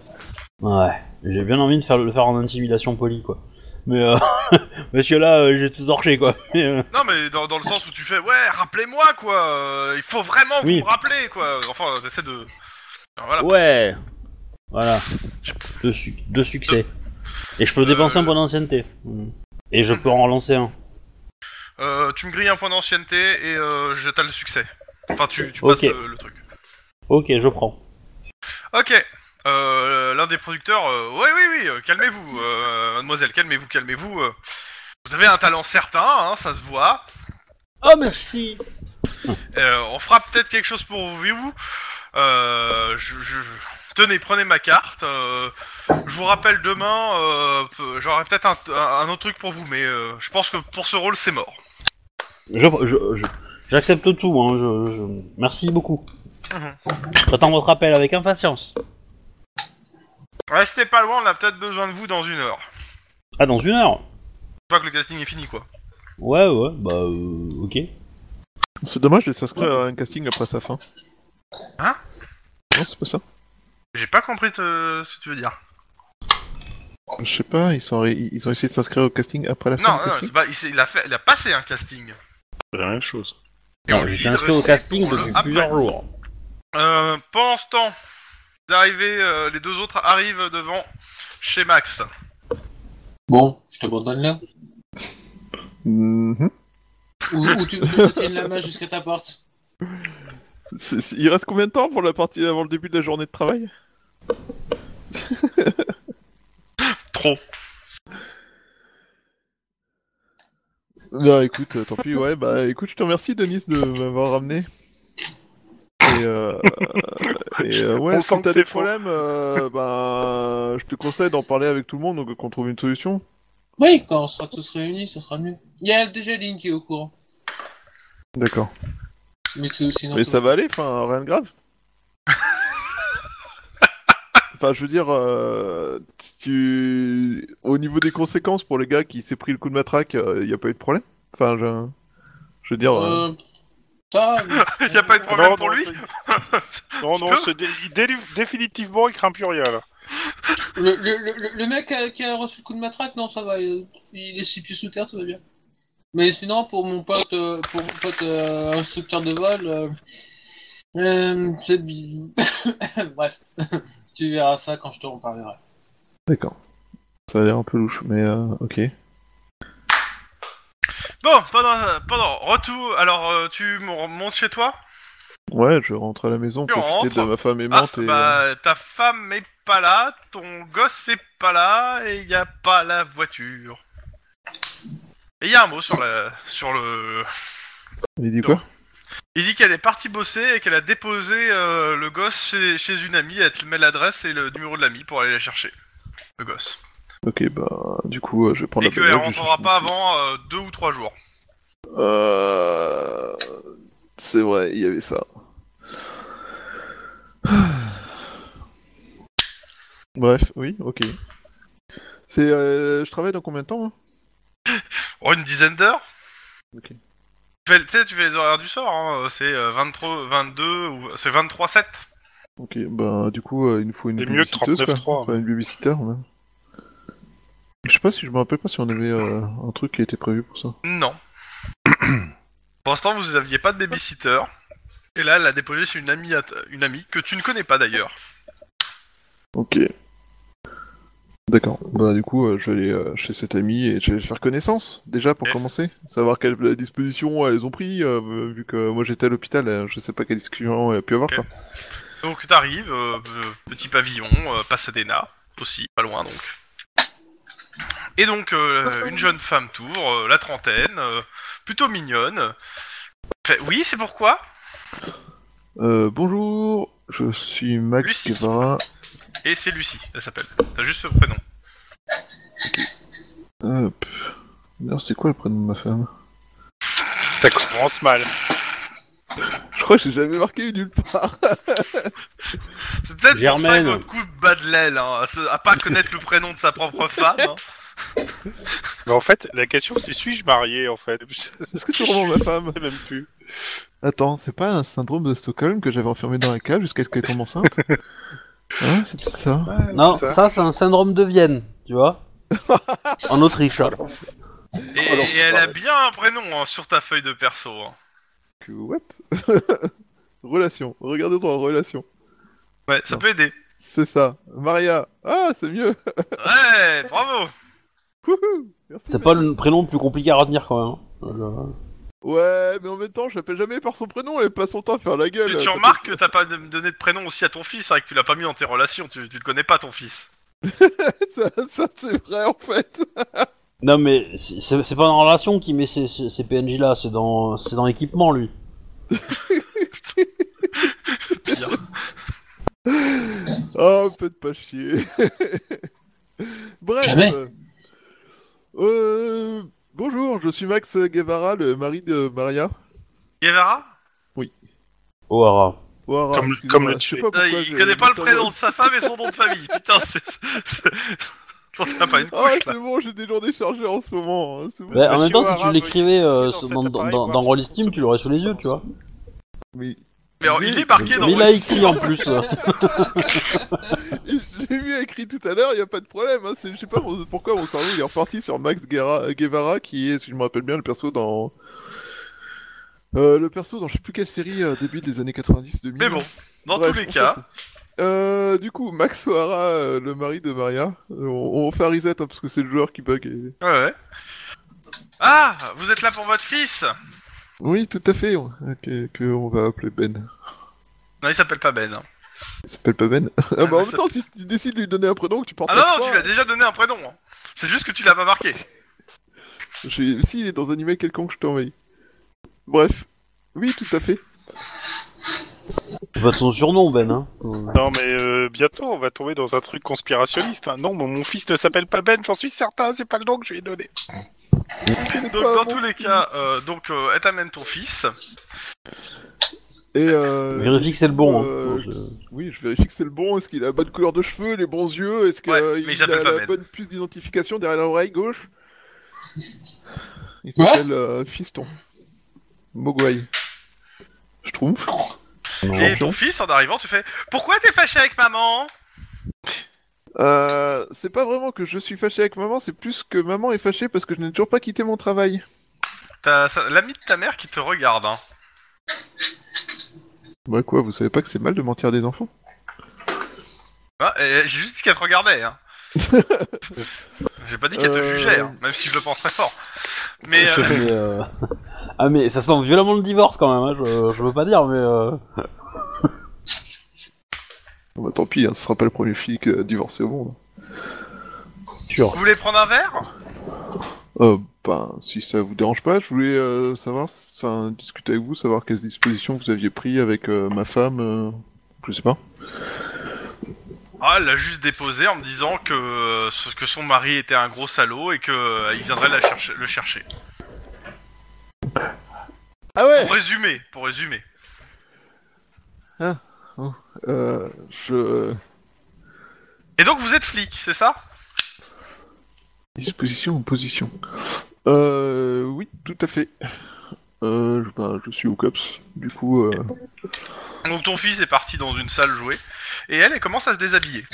[SPEAKER 3] Ouais, j'ai bien envie de faire le faire en intimidation polie, quoi. Mais euh, <laughs> monsieur là, euh, j'ai tout torché, quoi. <laughs> Mais, euh,
[SPEAKER 2] Non, mais dans, dans le sens où tu fais, ouais, rappelez-moi quoi. euh, il faut vraiment que
[SPEAKER 3] Oui. Oh.
[SPEAKER 2] vous me rappelez quoi. Enfin, t'essaies de Alors voilà.
[SPEAKER 3] Ouais. Voilà. Deux, suc- deux succès. Et je peux dépenser un point d'ancienneté. Mm. Et je peux en relancer un.
[SPEAKER 2] Euh, tu me grilles un point d'ancienneté et euh, je- t'as le succès. Enfin, tu, tu passes
[SPEAKER 3] Ok.
[SPEAKER 2] le, le truc.
[SPEAKER 3] Ok, je prends.
[SPEAKER 2] Ok. Euh, L'un des producteurs, euh, oui, oui, oui, euh, calmez-vous, euh, mademoiselle, calmez-vous, calmez-vous. euh. Vous avez un talent certain, hein, ça se voit.
[SPEAKER 3] Oh merci
[SPEAKER 2] Euh, on fera peut-être quelque chose pour vous. Euh, je, je- Tenez, prenez ma carte. euh, je vous rappelle demain, euh, peu- j'aurai peut-être un, un- un autre truc pour vous, mais euh, je pense que pour ce rôle, c'est mort.
[SPEAKER 3] Je, je- je- j'accepte tout, hein, je, je- merci beaucoup.
[SPEAKER 2] Mhm.
[SPEAKER 3] J'attends votre appel avec impatience.
[SPEAKER 2] Restez pas loin, on a peut-être besoin de vous dans une heure.
[SPEAKER 3] Ah, dans une heure
[SPEAKER 2] Une fois que le casting est fini, quoi.
[SPEAKER 3] Ouais, ouais, bah, euh, ok.
[SPEAKER 4] C'est dommage de s'inscrire à un casting après sa fin.
[SPEAKER 2] Hein
[SPEAKER 4] Non, c'est pas ça.
[SPEAKER 2] J'ai pas compris te- ce que tu veux dire.
[SPEAKER 4] Je sais pas, ils, sont... ils ont essayé de s'inscrire au casting après la fin
[SPEAKER 2] Non,
[SPEAKER 4] du
[SPEAKER 2] non,
[SPEAKER 4] casting.
[SPEAKER 2] c'est pas- il, s'est- il a fait- il a passé un casting.
[SPEAKER 5] C'est la même chose.
[SPEAKER 2] Et on
[SPEAKER 3] Non,
[SPEAKER 2] lui
[SPEAKER 3] je
[SPEAKER 2] dit
[SPEAKER 3] suis
[SPEAKER 2] de
[SPEAKER 3] inscrit au
[SPEAKER 2] rester
[SPEAKER 3] casting
[SPEAKER 2] pour le
[SPEAKER 3] depuis
[SPEAKER 2] après.
[SPEAKER 3] plusieurs jours.
[SPEAKER 2] Euh, pendant ce temps, vous arrivez, euh, les deux autres arrivent devant chez Max. <laughs>
[SPEAKER 1] Bon, je t'abandonne là.
[SPEAKER 4] Mhm.
[SPEAKER 1] Ou, ou tu ou je te tienne la main jusqu'à ta porte.
[SPEAKER 4] C'est- c'est- Il reste combien de temps pour la partie avant le début de la journée de
[SPEAKER 5] <laughs>
[SPEAKER 4] travail
[SPEAKER 2] Trop.
[SPEAKER 4] Bah écoute, euh, tant pis, ouais, bah écoute, je te remercie Denis de m'avoir ramené. Et,
[SPEAKER 5] <laughs>
[SPEAKER 4] euh, et euh, ouais,
[SPEAKER 5] On sent
[SPEAKER 4] si
[SPEAKER 5] que
[SPEAKER 4] t'as
[SPEAKER 5] c'est
[SPEAKER 4] des
[SPEAKER 5] faux.
[SPEAKER 4] problèmes, euh, bah, je te conseille d'en parler avec tout le monde, donc qu'on trouve une solution.
[SPEAKER 1] Oui, quand on sera tous réunis, ça sera mieux. Il y a déjà Lynn qui est au courant.
[SPEAKER 4] D'accord.
[SPEAKER 1] Mais tout- sinon.
[SPEAKER 4] Mais
[SPEAKER 1] tout-
[SPEAKER 4] ça va aller, enfin, rien de grave. Enfin, je veux dire, euh, tu... au niveau des conséquences pour le gars qui s'est pris le coup de matraque, il n'y a pas eu de problème. Enfin, je, je veux dire, euh,
[SPEAKER 1] Euh, ça. mais-
[SPEAKER 2] Y a pas de problème. pour lui
[SPEAKER 5] c'est- Non, non,
[SPEAKER 2] peux
[SPEAKER 5] c'est dé- il délivre- définitivement, il craint plus rien là.
[SPEAKER 1] Le, le, le, le mec euh, qui a reçu le coup de matraque, non, ça va. Il, il est six pieds sous terre, tout va bien. Mais sinon, pour mon pote, euh, pour mon pote euh, instructeur de vol, euh, euh, c'est bi- <coughs> Bref, <coughs> tu verras ça quand je te reparlerai.
[SPEAKER 4] d'accord. Ça a l'air un peu louche, mais euh, ok.
[SPEAKER 2] Bon, pendant, pendant retour, alors euh, tu m- montes chez toi
[SPEAKER 4] Ouais, je rentre à la maison,
[SPEAKER 2] Tu
[SPEAKER 4] profiter de
[SPEAKER 2] rentres
[SPEAKER 4] ma femme
[SPEAKER 2] Ah,
[SPEAKER 4] aimante et... euh,
[SPEAKER 2] bah, ta femme est pas là, ton gosse est pas là, et y a pas la voiture. Et y a un mot sur la, sur le,
[SPEAKER 4] Il dit quoi
[SPEAKER 2] Il dit qu'elle est partie bosser et qu'elle a déposé euh, le gosse chez, chez une amie. Elle te met l'adresse et le numéro de l'ami pour aller la chercher. Le gosse.
[SPEAKER 4] Ok, bah, du coup, euh, je vais prendre
[SPEAKER 2] et
[SPEAKER 4] la bagnole,
[SPEAKER 2] qu'elle
[SPEAKER 4] je-
[SPEAKER 2] rentrera pas avant euh, deux ou trois jours.
[SPEAKER 4] Euh... C'est vrai, il y avait ça. <sighs> Bref, oui, ok. C'est... euh, Je travaille dans combien de temps, moi
[SPEAKER 2] Oh, une dizaine d'heures.
[SPEAKER 4] Ok.
[SPEAKER 2] Tu fais- tu sais, tu fais les horaires du sort. Hein. C'est euh, 23, 22 ou c'est 23-7.
[SPEAKER 4] Ok, bah, du coup, euh, il nous faut une
[SPEAKER 5] C'est mieux que
[SPEAKER 4] babysitteuse, quoi.
[SPEAKER 5] 39.3.
[SPEAKER 4] Enfin, une babysitter, même. Je sais pas si je me rappelle pas si on avait euh, un truc qui était prévu pour ça.
[SPEAKER 2] Non. pour l'instant, vous aviez pas de babysitter. Et là, elle l'a déposé chez une amie, à t- une amie que tu ne connais pas d'ailleurs.
[SPEAKER 4] Ok. D'accord. Bah du coup, euh, je vais aller euh, chez cette amie et je vais faire connaissance déjà pour
[SPEAKER 2] Ok.
[SPEAKER 4] commencer, savoir quelles euh, dispositions elles ont pris euh, vu que moi j'étais à l'hôpital, euh, je sais pas quelle discussion elle a pu avoir.
[SPEAKER 2] Ok.
[SPEAKER 4] Quoi.
[SPEAKER 2] Donc t'arrives, euh, euh, petit pavillon, euh, Pasadena, aussi, pas loin donc. Et donc euh, une jeune femme tour, euh, la trentaine, euh, plutôt mignonne. Fait- oui, c'est pourquoi
[SPEAKER 4] Euh, bonjour, je suis Max
[SPEAKER 2] Lucie.
[SPEAKER 4] Guevara.
[SPEAKER 2] Et c'est Lucie, elle s'appelle. T'as juste ce prénom.
[SPEAKER 4] Hop. D'ailleurs, c'est quoi le prénom de ma femme <laughs>
[SPEAKER 5] Ça commence mal.
[SPEAKER 4] Je crois que j'ai jamais marqué nulle part. <laughs>
[SPEAKER 2] C'est peut-être pour ça
[SPEAKER 3] Germaine.
[SPEAKER 2] que votre couple bat de l'aile, hein, à, se- à pas connaître le prénom de sa propre femme. hein.
[SPEAKER 5] Mais en fait, la question c'est suis-je marié en fait <laughs>
[SPEAKER 4] Est-ce que c'est vraiment ma femme
[SPEAKER 5] Je sais même plus.
[SPEAKER 4] Attends, c'est pas un syndrome de Stockholm que j'avais enfermé dans la cave jusqu'à ce qu'elle tombe enceinte Hein, c'est peut-être ça.
[SPEAKER 3] Non, ça, c'est un syndrome de Vienne, tu vois En Autriche. hein.
[SPEAKER 2] Et,
[SPEAKER 5] Oh non,
[SPEAKER 2] et elle a
[SPEAKER 5] ouais.
[SPEAKER 2] bien un prénom hein, sur ta feuille de perso. hein.
[SPEAKER 4] <laughs> Que what Relation. Regardez-toi en relation.
[SPEAKER 2] Ouais, ça peut aider.
[SPEAKER 4] C'est ça. Maria. Ah, c'est mieux. <laughs>
[SPEAKER 2] Ouais, bravo
[SPEAKER 4] Wouhou. Merci,
[SPEAKER 3] C'est
[SPEAKER 4] Maria.
[SPEAKER 3] pas le prénom le plus compliqué à retenir quand même. hein.
[SPEAKER 4] Ouais, mais en même temps, je l'appelle jamais par son prénom et passe son temps à faire la gueule.
[SPEAKER 2] Tu, tu remarques que t'as pas de- donné de prénom aussi à ton fils, hein, que tu l'as pas mis dans tes relations, tu, tu le connais pas ton fils.
[SPEAKER 4] ça, <laughs> ça, c'est vrai en fait. <laughs>
[SPEAKER 3] Non mais c'est- c'est c'est pas dans la relation qui met ces, ces- ces PNJ là, c'est dans c'est dans l'équipement lui.
[SPEAKER 2] Pire.
[SPEAKER 4] Oh, peut pas chier. <laughs> Bref.
[SPEAKER 1] Jamais.
[SPEAKER 4] Euh, bonjour, je suis Max Guevara, le mari de Maria.
[SPEAKER 2] Guevara
[SPEAKER 3] O'Hara.
[SPEAKER 4] Ouara,
[SPEAKER 5] Comme-
[SPEAKER 4] excusez-moi,
[SPEAKER 5] comme le
[SPEAKER 4] je sais
[SPEAKER 5] tuer.
[SPEAKER 4] pas
[SPEAKER 2] Ah,
[SPEAKER 4] Oh, pourquoi
[SPEAKER 2] Il
[SPEAKER 4] j'ai-
[SPEAKER 2] connaît pas le
[SPEAKER 4] j'ai-
[SPEAKER 2] prénom de sa femme et son nom de famille. Putain, c'est. c'est- <laughs> T'en serais pas une
[SPEAKER 4] Ah,
[SPEAKER 2] couche là.
[SPEAKER 4] c'est bon, j'ai des journées chargées en ce moment. hein, c'est bon.
[SPEAKER 3] Bah, en
[SPEAKER 6] Monsieur
[SPEAKER 3] même temps, si
[SPEAKER 6] O'Hara
[SPEAKER 3] tu l'écrivais
[SPEAKER 6] veut
[SPEAKER 3] euh,
[SPEAKER 6] se
[SPEAKER 3] sur-
[SPEAKER 6] filer
[SPEAKER 3] dans,
[SPEAKER 6] dans cet
[SPEAKER 3] dans,
[SPEAKER 6] appareil,
[SPEAKER 3] dans,
[SPEAKER 6] voir
[SPEAKER 3] dans
[SPEAKER 6] si
[SPEAKER 3] Roll
[SPEAKER 6] on peut
[SPEAKER 3] Steam,
[SPEAKER 6] se
[SPEAKER 3] tu l'aurais sous les yeux, tu vois.
[SPEAKER 4] Oui.
[SPEAKER 2] Mais alors, il est marqué dans
[SPEAKER 3] Mais il a
[SPEAKER 2] Wall-
[SPEAKER 3] écrit en
[SPEAKER 1] <laughs>
[SPEAKER 3] plus. euh.
[SPEAKER 4] Je l'ai vu écrit tout à l'heure, il a pas de problème. Hein. c'est- Je sais pas mon- pourquoi mon cerveau il est reparti sur Max Guerra- Guevara, qui est, si je me rappelle bien, le perso dans. Euh, le perso dans je sais plus quelle série, euh, début des années 90, 2000.
[SPEAKER 2] Mais bon, dans
[SPEAKER 4] Bref,
[SPEAKER 2] tous les
[SPEAKER 4] on s'en
[SPEAKER 2] cas.
[SPEAKER 4] fout. Euh, du coup, Max O'Hara, euh, le mari de Maria, euh, on, on fait un reset hein, parce que c'est le joueur qui bug. et-
[SPEAKER 2] Ouais, ouais. Ah, vous êtes là pour votre fils
[SPEAKER 4] Oui, tout à fait, on, que, que on va appeler Ben.
[SPEAKER 2] Non, il s'appelle pas Ben. hein.
[SPEAKER 4] Il s'appelle pas Ben. <laughs> Ah, bah,
[SPEAKER 2] Ah,
[SPEAKER 4] en
[SPEAKER 2] mais
[SPEAKER 4] même
[SPEAKER 2] ça-
[SPEAKER 4] temps, si tu décides de lui donner un prénom que tu portes
[SPEAKER 2] Ah
[SPEAKER 4] pas,
[SPEAKER 2] non, tu lui as déjà donné un prénom. hein. C'est juste que tu l'as pas marqué.
[SPEAKER 4] J'ai- Si, il est dans un email quelconque, je t'envoie. Bref. Oui, tout à fait.
[SPEAKER 3] C'est pas de son surnom Ben. Hein.
[SPEAKER 5] Non, mais euh, bientôt, on va tomber dans un truc conspirationniste. hein. Non, mon, mon fils ne s'appelle pas Ben, j'en suis certain, c'est pas le nom que je lui ai donné.
[SPEAKER 2] <laughs> Donc, dans
[SPEAKER 4] Ah,
[SPEAKER 2] tous les cas, euh, donc, euh, elle t'amène ton fils.
[SPEAKER 4] Et euh,
[SPEAKER 3] Vérifie que c'est le bon.
[SPEAKER 4] euh,
[SPEAKER 3] hein. Non, je-
[SPEAKER 4] oui, je vérifie que c'est le bon. Est-ce qu'il a la bonne couleur de cheveux, les bons yeux Est-ce qu'il
[SPEAKER 2] Ouais, mais il
[SPEAKER 4] il
[SPEAKER 2] s'appelle
[SPEAKER 4] a
[SPEAKER 2] pas
[SPEAKER 4] la
[SPEAKER 2] Ben.
[SPEAKER 4] bonne puce d'identification derrière l'oreille gauche Il
[SPEAKER 1] What
[SPEAKER 4] s'appelle euh, Fiston. Mogwai. Je trompe.
[SPEAKER 3] non.
[SPEAKER 2] Et ton fils, en arrivant, tu fais Pourquoi t'es fâché avec maman
[SPEAKER 4] Euh, c'est pas vraiment que je suis fâché avec maman, c'est plus que maman est fâchée parce que je n'ai toujours pas quitté mon travail.
[SPEAKER 2] T'as ça- l'ami de ta mère qui te regarde. Hein.
[SPEAKER 4] Bah quoi, vous savez pas que c'est mal de mentir à des enfants
[SPEAKER 2] Ah, et J'ai juste dit qu'elle te regardait. Hein. J'ai pas dit qu'elle te
[SPEAKER 4] Euh.
[SPEAKER 2] jugeait, hein, même si je le pense très fort. Mais euh,
[SPEAKER 3] Mais, euh, <laughs> ah mais ça sent violemment le divorce quand même. Hein. Je, je veux pas dire mais. euh,
[SPEAKER 4] Bon, bah, tant pis, hein, ce sera pas le premier flic euh, divorcé au monde.
[SPEAKER 3] Sûr.
[SPEAKER 2] vous voulez prendre un verre
[SPEAKER 4] Euh, ben, si ça vous dérange pas, je voulais euh, savoir, enfin, discuter avec vous, savoir quelles dispositions vous aviez pris avec euh, ma femme, euh, je sais pas.
[SPEAKER 2] Ah, elle l'a juste déposé en me disant que, euh, ce- que son mari était un gros salaud et que euh, il viendrait la chercher, le chercher.
[SPEAKER 4] Ah
[SPEAKER 2] Pour résumer, pour résumer.
[SPEAKER 4] euh, Je...
[SPEAKER 2] Et donc vous êtes flic, c'est ça
[SPEAKER 4] Disposition ou position Euh, oui, tout à fait. Euh, je- ben, je suis au COPS, du coup... Euh...
[SPEAKER 2] Donc ton fils est parti dans une salle jouer et elle, elle commence à se déshabiller.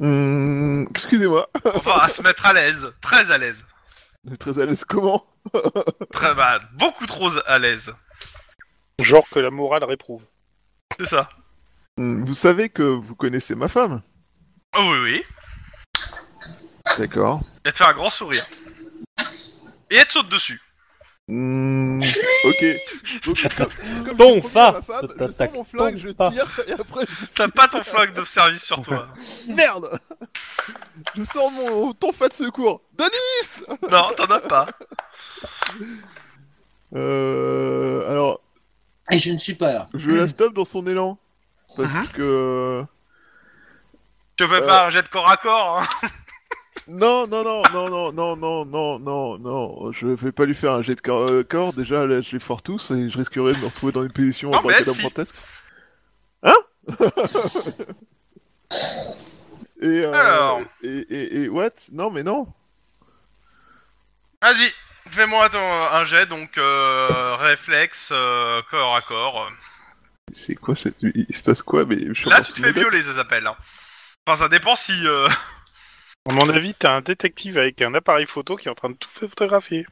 [SPEAKER 4] hmm, excusez-moi, <laughs>
[SPEAKER 2] Enfin, à se mettre à l'aise, très à l'aise.
[SPEAKER 4] je suis très à l'aise, comment
[SPEAKER 2] Très, bah, beaucoup trop à l'aise.
[SPEAKER 5] Genre que la morale réprouve.
[SPEAKER 2] C'est ça.
[SPEAKER 4] Hmm, Vous savez que vous connaissez ma femme,
[SPEAKER 2] Oh oui, oui.
[SPEAKER 4] d'accord
[SPEAKER 2] Elle te fait un grand sourire. Et elle te saute dessus.
[SPEAKER 4] Hmm, ok. Donc, comme- comme
[SPEAKER 3] Ton
[SPEAKER 4] j'ai promis à
[SPEAKER 3] fa-
[SPEAKER 4] ma femme, Je sors
[SPEAKER 3] t'attaque
[SPEAKER 4] mon flingue,
[SPEAKER 3] ton
[SPEAKER 4] je
[SPEAKER 3] fa-
[SPEAKER 4] tire, et après je
[SPEAKER 2] T'as pas ton flingue de service sur toi.
[SPEAKER 4] Merde <laughs> Je sors mon tonfa de secours. Denis
[SPEAKER 2] Non, t'en as pas.
[SPEAKER 4] Euh... Alors,
[SPEAKER 1] Et je ne suis pas là.
[SPEAKER 4] je la stoppe dans son élan. Parce
[SPEAKER 2] Mhm.
[SPEAKER 4] que...
[SPEAKER 2] Je peux pas un jet de corps à corps. Hein.
[SPEAKER 4] Non, non, non, non, non, non, non, non, non, non. Je vais pas lui faire un jet de cor- euh, corps. Déjà, là, je les foire tous et je risquerais de me retrouver dans une position
[SPEAKER 2] Non, mais
[SPEAKER 4] abracadabra
[SPEAKER 2] si.
[SPEAKER 4] dantesque. Hein <laughs> Et, euh,
[SPEAKER 2] Alors.
[SPEAKER 4] et, et, et what Non, mais non.
[SPEAKER 2] Vas-y, fais-moi ton- un jet, donc euh, réflexe, euh, corps à corps.
[SPEAKER 4] C'est quoi cette... Il se passe quoi Mais je suis
[SPEAKER 2] Là,
[SPEAKER 4] encore
[SPEAKER 2] tu te
[SPEAKER 4] sous
[SPEAKER 2] fais
[SPEAKER 4] mon dé-
[SPEAKER 2] violer, ça s'appelle. hein. Enfin, ça dépend si. euh, <laughs>
[SPEAKER 5] À mon avis, t'as un détective avec un appareil photo qui est en train de tout photographier.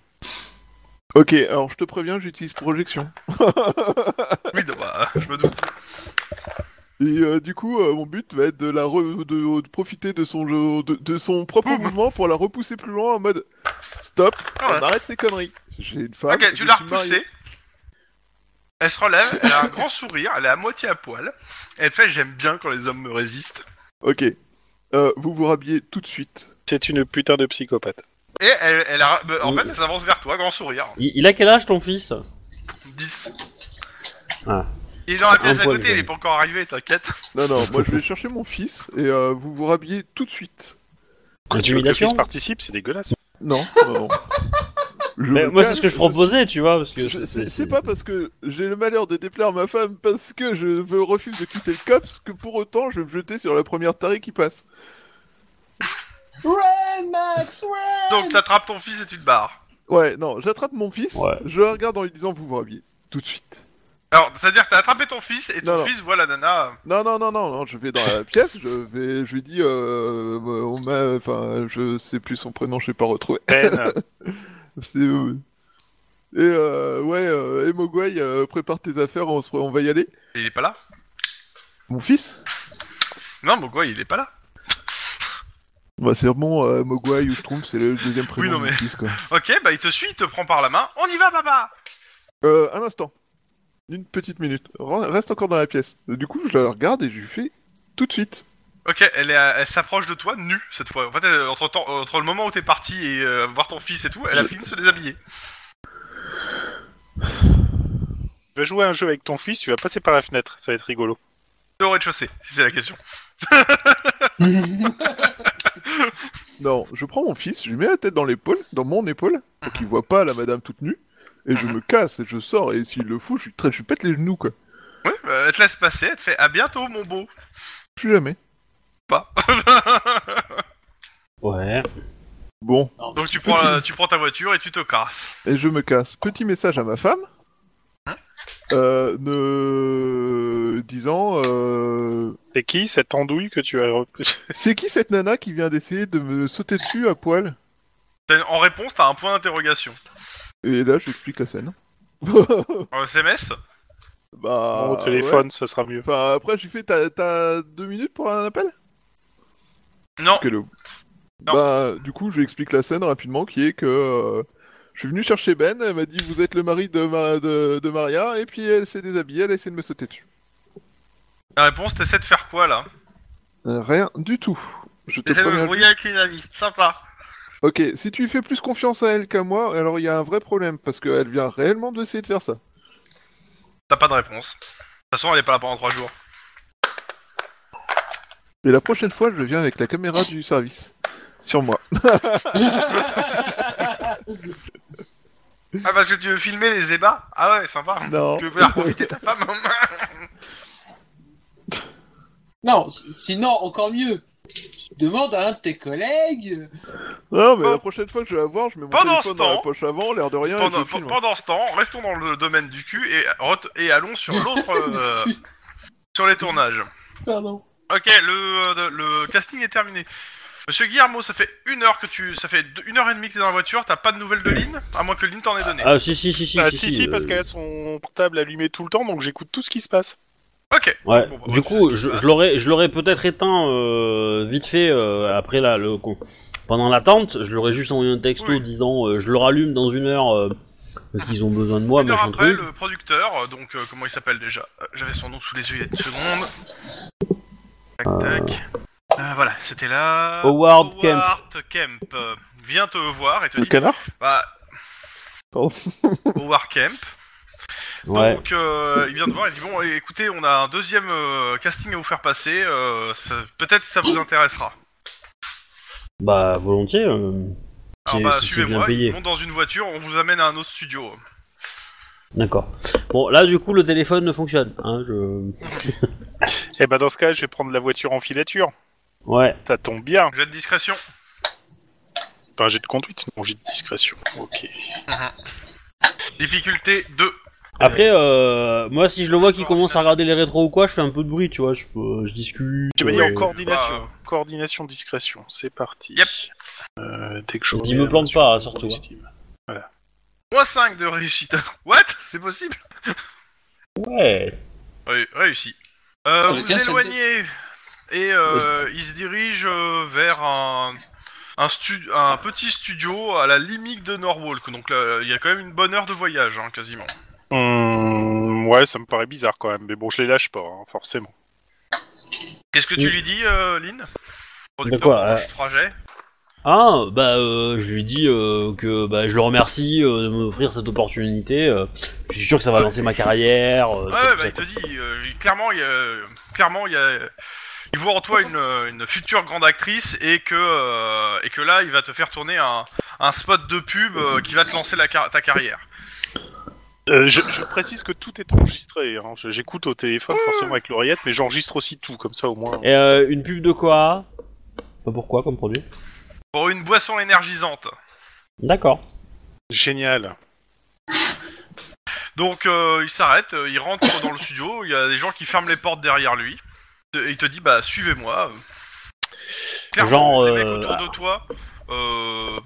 [SPEAKER 4] Ok, alors je te préviens, j'utilise projection.
[SPEAKER 2] Oui, non, bah, je me doute.
[SPEAKER 4] Et euh, du coup, euh, mon but va être de la re- de, de profiter de son jeu- de, de son propre
[SPEAKER 2] Boum.
[SPEAKER 4] mouvement pour la repousser plus loin en mode stop,
[SPEAKER 2] Ah
[SPEAKER 4] on arrête ces conneries. J'ai une femme.
[SPEAKER 2] Ok,
[SPEAKER 4] je
[SPEAKER 2] tu l'as
[SPEAKER 4] suis marié.
[SPEAKER 2] repoussée. Elle se relève, elle a un grand sourire, elle est à moitié à poil. Elle fait J'aime bien quand les hommes me résistent.
[SPEAKER 4] Ok. Euh, vous vous rhabillez tout de suite.
[SPEAKER 5] C'est une putain de psychopathe.
[SPEAKER 2] Et elle, elle a- bah, en
[SPEAKER 3] Oui.
[SPEAKER 2] fait, elle s'avance vers toi, grand sourire.
[SPEAKER 3] Il, il a quel âge ton fils
[SPEAKER 2] 10.
[SPEAKER 3] Ah.
[SPEAKER 2] Il est dans la pièce à
[SPEAKER 3] poil,
[SPEAKER 2] côté, il est
[SPEAKER 3] j'aime.
[SPEAKER 2] pas encore arrivé, t'inquiète.
[SPEAKER 4] Non, non, moi je vais chercher mon fils et euh, vous vous rhabillez tout de suite.
[SPEAKER 5] Quand tu veux que le
[SPEAKER 3] Intimidation
[SPEAKER 5] fils participe, c'est dégueulasse.
[SPEAKER 4] Non, non. Je
[SPEAKER 3] Mais
[SPEAKER 4] me
[SPEAKER 3] Moi, c'est
[SPEAKER 4] cache,
[SPEAKER 3] ce que je proposais, tu vois, parce que
[SPEAKER 4] Je-
[SPEAKER 3] c'est-
[SPEAKER 4] C'est c'est pas parce que j'ai le malheur de déplaire à ma femme parce que je veux- refuse de quitter le COPS que pour autant je vais me jeter sur la première tarée qui passe.
[SPEAKER 1] Ren, Max, <laughs> Ren
[SPEAKER 2] Donc t'attrapes ton fils et tu te barres.
[SPEAKER 4] Ouais, non, j'attrape mon fils,
[SPEAKER 3] Ouais.
[SPEAKER 4] je le regarde en lui disant vous vous rhabillez tout de suite.
[SPEAKER 2] Alors, c'est-à-dire que t'as attrapé ton fils et ton
[SPEAKER 4] Non, non.
[SPEAKER 2] fils voit la nana. euh,
[SPEAKER 4] Non, non, non, non, non, je vais dans la pièce, je vais, je lui dis, euh, on m'a, enfin, je sais plus son prénom, je sais pas retrouvé.
[SPEAKER 5] Peine.
[SPEAKER 4] C'est, euh, Et euh, ouais, euh, et Mogwai, euh, prépare tes affaires, on, se, on va y aller.
[SPEAKER 2] Il est pas là
[SPEAKER 4] Mon fils
[SPEAKER 2] Non, mais quoi, il est pas là.
[SPEAKER 4] Bah c'est bon, euh, Mogwai ou Schtroumpf, c'est le deuxième prénom
[SPEAKER 2] non,
[SPEAKER 4] de
[SPEAKER 2] mais-
[SPEAKER 4] mon fils quoi.
[SPEAKER 2] Ok, bah il te suit, il te prend par la main. On y va, papa
[SPEAKER 4] Euh, un instant. Une petite minute. Ren- Reste encore dans la pièce. Du coup, je la regarde et je lui fais tout de suite.
[SPEAKER 2] Ok, elle, est à- elle s'approche de toi nue cette fois. En fait, elle- entre, temps- entre le moment où t'es parti et euh, voir ton fils et tout, elle a fini de se déshabiller.
[SPEAKER 5] Tu vas jouer à un jeu avec ton fils, tu vas passer par la fenêtre, ça va être rigolo.
[SPEAKER 2] T'es au rez-de-chaussée, si c'est la question.
[SPEAKER 4] Non, je prends mon fils, je lui mets la tête dans l'épaule, dans mon épaule, pour qu'il voit pas la madame toute nue, et je me casse et je sors, et s'il le fout, je lui, tra- je lui pète les genoux, quoi.
[SPEAKER 2] Oui, bah, elle te laisse passer, elle te fait à bientôt, mon beau. <laughs>
[SPEAKER 4] Plus jamais.
[SPEAKER 2] Pas.
[SPEAKER 3] Ouais.
[SPEAKER 4] Bon,
[SPEAKER 2] Donc tu prends, la- tu prends ta voiture et tu te casses.
[SPEAKER 4] et je me casse. Petit message à ma femme. Euh, ne... disant euh,
[SPEAKER 5] C'est qui cette andouille que tu as <laughs> repoussée
[SPEAKER 4] c'est qui cette nana qui vient d'essayer de me sauter dessus à poil
[SPEAKER 2] T'as- En réponse, t'as un point d'interrogation.
[SPEAKER 4] et là j'explique la scène
[SPEAKER 2] En SMS
[SPEAKER 4] bah
[SPEAKER 3] Ah,
[SPEAKER 5] Au
[SPEAKER 4] ouais.
[SPEAKER 5] téléphone, ça sera mieux.
[SPEAKER 4] Enfin, après, j'ai fait, t'as, t'as deux minutes pour un appel
[SPEAKER 2] Non.
[SPEAKER 4] Quel homme. Bah, du coup, je lui explique la scène rapidement, qui est que euh, je suis venu chercher Ben, elle m'a dit, vous êtes le mari de, Ma- de, de Maria, et puis elle s'est déshabillée, elle a essayé de me sauter dessus.
[SPEAKER 2] La réponse, t'essaies de faire quoi là
[SPEAKER 4] Euh, rien du tout. Je te
[SPEAKER 2] T'essaies de me
[SPEAKER 4] préviens.
[SPEAKER 2] brouiller avec les amis. Sympa.
[SPEAKER 4] Ok, si tu fais plus confiance à elle qu'à moi, alors il y a un vrai problème, parce qu'elle vient réellement d'essayer de faire ça.
[SPEAKER 2] T'as pas de réponse. De toute façon, elle est pas là pendant 3 jours.
[SPEAKER 4] Et la prochaine fois, je viens avec la caméra du service. Sur moi.
[SPEAKER 2] Ah, parce que tu veux filmer les ébats Ah ouais, sympa. <laughs>
[SPEAKER 4] Non.
[SPEAKER 2] Tu veux faire profiter ta femme
[SPEAKER 1] Non, si- sinon, encore mieux. Tu demandes à un de tes collègues.
[SPEAKER 4] <laughs>
[SPEAKER 1] euh,
[SPEAKER 4] Non, mais
[SPEAKER 2] Bon.
[SPEAKER 4] la prochaine fois que je vais la voir, je mets mon
[SPEAKER 2] Pendant
[SPEAKER 4] téléphone
[SPEAKER 2] ce
[SPEAKER 4] dans la
[SPEAKER 2] temps-
[SPEAKER 4] poche avant, l'air de rien, et je
[SPEAKER 2] pendant,
[SPEAKER 4] le hein. filme.
[SPEAKER 2] pendant ce temps, restons dans le domaine du cul et, ret- et allons sur l'autre. euh, sur les tournages.
[SPEAKER 1] Pardon.
[SPEAKER 2] Ok, le, euh, le casting est terminé. Monsieur Guillermo, ça fait une heure que tu, ça fait deux- une heure et demie que t'es dans la voiture, t'as pas de nouvelles de Lynn, à moins que Lynn t'en ait donné.
[SPEAKER 3] Ah, si, si, si, si.
[SPEAKER 5] Ah si si,
[SPEAKER 3] euh,
[SPEAKER 5] parce qu'elle a son portable allumé tout le temps, donc j'écoute tout ce qui se passe.
[SPEAKER 2] Ok.
[SPEAKER 3] Ouais.
[SPEAKER 2] Bon, bah,
[SPEAKER 3] du
[SPEAKER 2] bah,
[SPEAKER 3] coup,
[SPEAKER 2] c'est-
[SPEAKER 3] je, je l'aurais, je l'aurais peut-être éteint euh, vite fait euh, après la, le con- pendant l'attente. Je l'aurais juste envoyé un texto
[SPEAKER 2] Oui.
[SPEAKER 3] disant euh, je le rallume dans une heure euh, parce qu'ils ont besoin de moi,
[SPEAKER 2] Une heure
[SPEAKER 3] machin
[SPEAKER 2] après,
[SPEAKER 3] truc.
[SPEAKER 2] le producteur, euh, donc euh, comment il s'appelle déjà Euh, J'avais son nom sous les yeux il y a une seconde. Tac tac. Euh, voilà, c'était là.
[SPEAKER 3] Howard Kemp.
[SPEAKER 2] Howard Kemp euh, vient te voir et te
[SPEAKER 4] Le
[SPEAKER 2] dit
[SPEAKER 4] canard
[SPEAKER 2] bah,
[SPEAKER 4] Pardon.
[SPEAKER 2] Howard Kemp.
[SPEAKER 3] <laughs> Ouais.
[SPEAKER 2] Donc euh, il vient de voir, il dit bon écoutez on a un deuxième euh, casting à vous faire passer, euh, ça- peut-être ça vous intéressera.
[SPEAKER 3] Bah volontiers. euh,
[SPEAKER 2] Alors
[SPEAKER 3] C'est-
[SPEAKER 2] bah
[SPEAKER 3] c'est- c'est bien
[SPEAKER 2] suivez-moi,
[SPEAKER 3] payé.
[SPEAKER 2] il monte dans une voiture, on vous amène à un autre studio.
[SPEAKER 3] D'accord. Bon, là du coup le téléphone ne fonctionne. Hein, je...
[SPEAKER 5] Et ben dans ce cas, je vais prendre la voiture en filature.
[SPEAKER 3] Ouais.
[SPEAKER 5] Ça tombe bien.
[SPEAKER 2] J'ai de discrétion.
[SPEAKER 5] Pas un jet de conduite, mon jet de discrétion. Ok.
[SPEAKER 2] Difficulté 2.
[SPEAKER 3] Après, euh, moi si je le vois qu'il commence à regarder les rétros ou quoi, je fais un peu de bruit, tu vois. Je, peux- je discute.
[SPEAKER 5] Tu vas dire en
[SPEAKER 3] euh,
[SPEAKER 5] coordination.
[SPEAKER 2] bah,
[SPEAKER 5] Coordination, discrétion. C'est parti.
[SPEAKER 2] Yep.
[SPEAKER 5] Euh, dès que je
[SPEAKER 3] Il
[SPEAKER 5] reviens,
[SPEAKER 3] me plante
[SPEAKER 5] je-
[SPEAKER 3] pas, surtout, hein.
[SPEAKER 5] estime.
[SPEAKER 2] Moins 5 de <laughs> réussite. What C'est possible
[SPEAKER 3] Ouais.
[SPEAKER 2] Oui, réussi. Euh,
[SPEAKER 1] Avec
[SPEAKER 2] vous
[SPEAKER 1] un seul
[SPEAKER 2] éloignez et euh, il se dirige euh, vers un, un, stu- un petit studio à la limite de Norwalk. Donc là, il y a quand même une bonne heure de voyage, hein, quasiment.
[SPEAKER 5] Hum, ouais, ça me paraît bizarre quand même, mais bon, je les lâche pas, hein, forcément.
[SPEAKER 2] Qu'est-ce que tu
[SPEAKER 3] Oui.
[SPEAKER 2] lui dis, euh, Lynn
[SPEAKER 3] De quoi,
[SPEAKER 2] Producteur,
[SPEAKER 3] euh,
[SPEAKER 2] proche trajet.
[SPEAKER 3] Ah, bah, euh, je lui dis euh, que bah, je le remercie euh, de m'offrir cette opportunité. euh, je suis sûr que ça va lancer ma carrière. euh,
[SPEAKER 2] Ouais,
[SPEAKER 3] tout
[SPEAKER 2] ouais,
[SPEAKER 3] ça,
[SPEAKER 2] bah, il te
[SPEAKER 3] quoi.
[SPEAKER 2] dit, euh, il- clairement, il y a, clairement, il y a, il voit en toi une, euh, une future grande actrice et que, euh, et que là, il va te faire tourner un, un spot de pub euh, qui va te lancer la car- ta carrière.
[SPEAKER 5] Euh, je, je précise que tout est enregistré, hein. Je- j'écoute au téléphone forcément avec l'oreillette, mais j'enregistre aussi tout, comme ça au moins.
[SPEAKER 3] Et euh, une pub de quoi Enfin, pourquoi comme produit
[SPEAKER 2] Pour une boisson énergisante.
[SPEAKER 3] D'accord.
[SPEAKER 5] Génial.
[SPEAKER 2] Donc euh, il s'arrête, euh, il rentre dans le studio, il y a des gens qui ferment les portes derrière lui. Et il te dit bah suivez-moi.
[SPEAKER 3] Genre,
[SPEAKER 2] les mecs
[SPEAKER 3] euh,
[SPEAKER 2] autour de toi. Euh...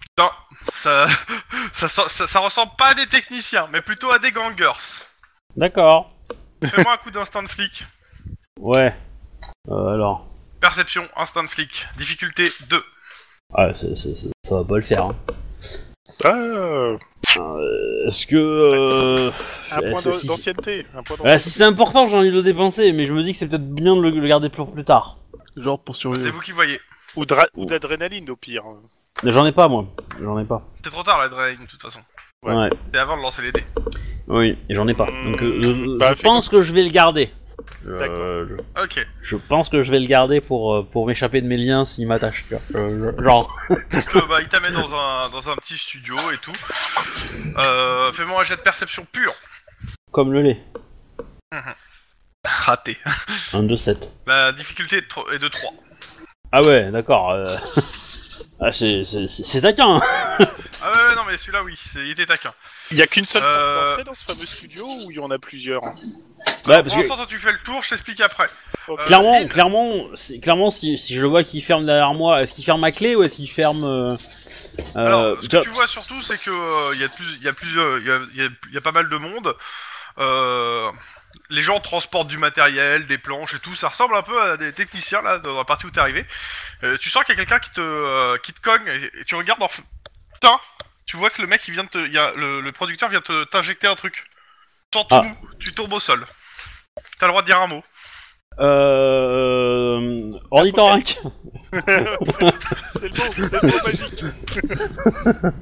[SPEAKER 2] Putain, ça... <laughs> Ça, sent- ça ça ressemble pas à des techniciens, mais plutôt à des gangers.
[SPEAKER 3] D'accord.
[SPEAKER 2] Fais-moi un coup d'instinct de flic.
[SPEAKER 3] Ouais. Euh, alors.
[SPEAKER 2] Perception, instinct de flic. Difficulté 2.
[SPEAKER 3] Ah, c'est- c'est- c'est- ça va pas le faire. hein.
[SPEAKER 5] Ah,
[SPEAKER 3] Euh, Est-ce que. euh,
[SPEAKER 5] un point
[SPEAKER 3] est-ce-
[SPEAKER 5] d'an-
[SPEAKER 3] si-
[SPEAKER 5] d'ancienneté. un point
[SPEAKER 3] Ouais,
[SPEAKER 5] d'ancienneté.
[SPEAKER 3] si c'est important, j'ai envie de le dépenser, mais je me dis que c'est peut-être bien de le, le garder pour plus tard.
[SPEAKER 4] Genre pour
[SPEAKER 2] C'est
[SPEAKER 4] survivre.
[SPEAKER 2] vous qui voyez.
[SPEAKER 5] Ou de ra- ou d'adrénaline au pire.
[SPEAKER 3] Mais J'en ai pas, moi. J'en ai pas.
[SPEAKER 2] C'est trop tard l'adrénaline de toute façon.
[SPEAKER 5] Ouais.
[SPEAKER 3] ouais.
[SPEAKER 2] C'est avant de lancer les dés.
[SPEAKER 3] Oui, j'en ai pas.
[SPEAKER 2] Hmm.
[SPEAKER 3] Donc euh, je,
[SPEAKER 5] Bah,
[SPEAKER 3] je
[SPEAKER 5] fais
[SPEAKER 3] pense que je vais le garder.
[SPEAKER 5] D'accord.
[SPEAKER 3] Euh, je,
[SPEAKER 2] Ok.
[SPEAKER 3] je pense que je vais le garder pour, euh, pour m'échapper de mes liens s'il m'attache. tu vois. Euh, je- Genre.
[SPEAKER 2] Euh, bah, il t'amène dans un, dans un petit studio et tout. Euh, Fais-moi un jet de perception pure.
[SPEAKER 3] Comme le lait.
[SPEAKER 2] Raté.
[SPEAKER 3] 1, 2, 7.
[SPEAKER 2] <laughs> La difficulté est de tro- est de 3.
[SPEAKER 3] Ah ouais, d'accord. euh. <laughs> Ah, c'est- c'est c'est- c'est taquin. hein.
[SPEAKER 2] Ah ouais, ouais, non, mais celui-là, oui, c'est- il était taquin.
[SPEAKER 5] Il y a qu'une seule
[SPEAKER 2] Euh,
[SPEAKER 5] porte d'entrée dans ce fameux studio ou il y en a plusieurs
[SPEAKER 3] Ouais,
[SPEAKER 5] hein
[SPEAKER 3] Bah, parce
[SPEAKER 2] Pour
[SPEAKER 3] que
[SPEAKER 2] l'instant, quand tu fais le tour, je t'explique après.
[SPEAKER 5] Ok.
[SPEAKER 2] Euh,
[SPEAKER 3] clairement,
[SPEAKER 2] Lynn,
[SPEAKER 3] clairement, c'est- clairement si, si je le vois qu'il ferme derrière moi, est-ce qu'il ferme ma clé ou est-ce qu'il ferme. euh, euh,
[SPEAKER 2] alors, ce
[SPEAKER 3] tu vois-
[SPEAKER 2] que tu vois surtout, c'est que euh, il y a de plus, il y a plus, euh, il y a- il y, a- il y a pas mal de monde. Euh, les gens transportent du matériel, des planches et tout. Ça ressemble un peu à des techniciens là dans la partie où t'es arrivé. Euh, tu sens qu'il y a quelqu'un qui te, euh, qui te cogne et, et tu regardes en f- putain. Tu vois que le mec, il vient de te, il y a, le, le producteur vient te t'injecter un truc. Sans tout,
[SPEAKER 3] Ah.
[SPEAKER 2] mou, tu tombes au sol. T'as le droit de dire un mot.
[SPEAKER 3] Euh. Ornithorynque.
[SPEAKER 5] C'est le mot, c'est le mot magique.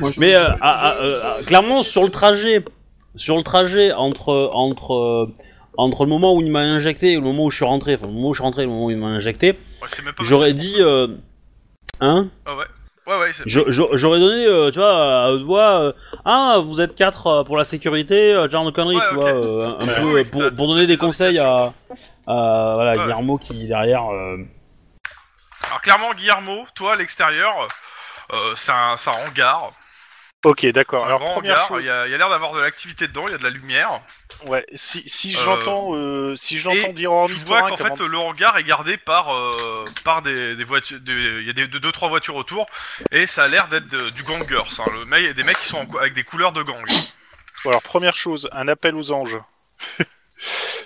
[SPEAKER 1] Moi, je-
[SPEAKER 3] Mais euh, ah, ah, euh, ah, clairement sur le trajet, sur le trajet entre entre euh, entre le moment où il m'a injecté et le moment où je suis rentré, enfin le moment où je suis rentré et le moment où il m'a injecté,
[SPEAKER 2] Ouais, c'est même pas
[SPEAKER 3] j'aurais dit euh, hein,
[SPEAKER 2] Ah ouais. Ouais, ouais, c'est-
[SPEAKER 3] Je- je- j'aurais donné euh, tu vois à haute voix euh, ah vous êtes quatre euh, pour la sécurité, euh, genre de conneries
[SPEAKER 2] Ouais,
[SPEAKER 3] tu
[SPEAKER 2] ok.
[SPEAKER 3] vois, euh, un, un
[SPEAKER 2] Ouais,
[SPEAKER 3] peu
[SPEAKER 2] oui,
[SPEAKER 3] euh, pour,
[SPEAKER 2] t'as-
[SPEAKER 3] pour donner des
[SPEAKER 2] t'as des
[SPEAKER 3] conseils à, à voilà
[SPEAKER 2] Ouais.
[SPEAKER 3] Guillermo qui derrière euh,
[SPEAKER 2] Alors clairement, Guillermo, toi à l'extérieur, euh, c'est un, c'est un hangar.
[SPEAKER 5] Ok,
[SPEAKER 2] C'est
[SPEAKER 5] d'accord.
[SPEAKER 2] un
[SPEAKER 5] Alors,
[SPEAKER 2] grand
[SPEAKER 5] première
[SPEAKER 2] hangar,
[SPEAKER 5] chose,
[SPEAKER 2] il y a, il y a l'air d'avoir de l'activité dedans, il y a de la lumière.
[SPEAKER 5] ouais, si, si
[SPEAKER 2] Euh,
[SPEAKER 5] je l'entends euh, si je l'entends
[SPEAKER 2] et
[SPEAKER 5] dire en
[SPEAKER 2] tu vois qu'en fait, euh, le hangar est gardé par, euh, par des, des voitures, des- il y a des, deux, deux, trois voitures autour, et ça a l'air d'être de- du gangers, hein, le mec, des mecs qui sont en cou- avec des couleurs de gang.
[SPEAKER 5] Alors, première chose, un appel aux anges. <laughs>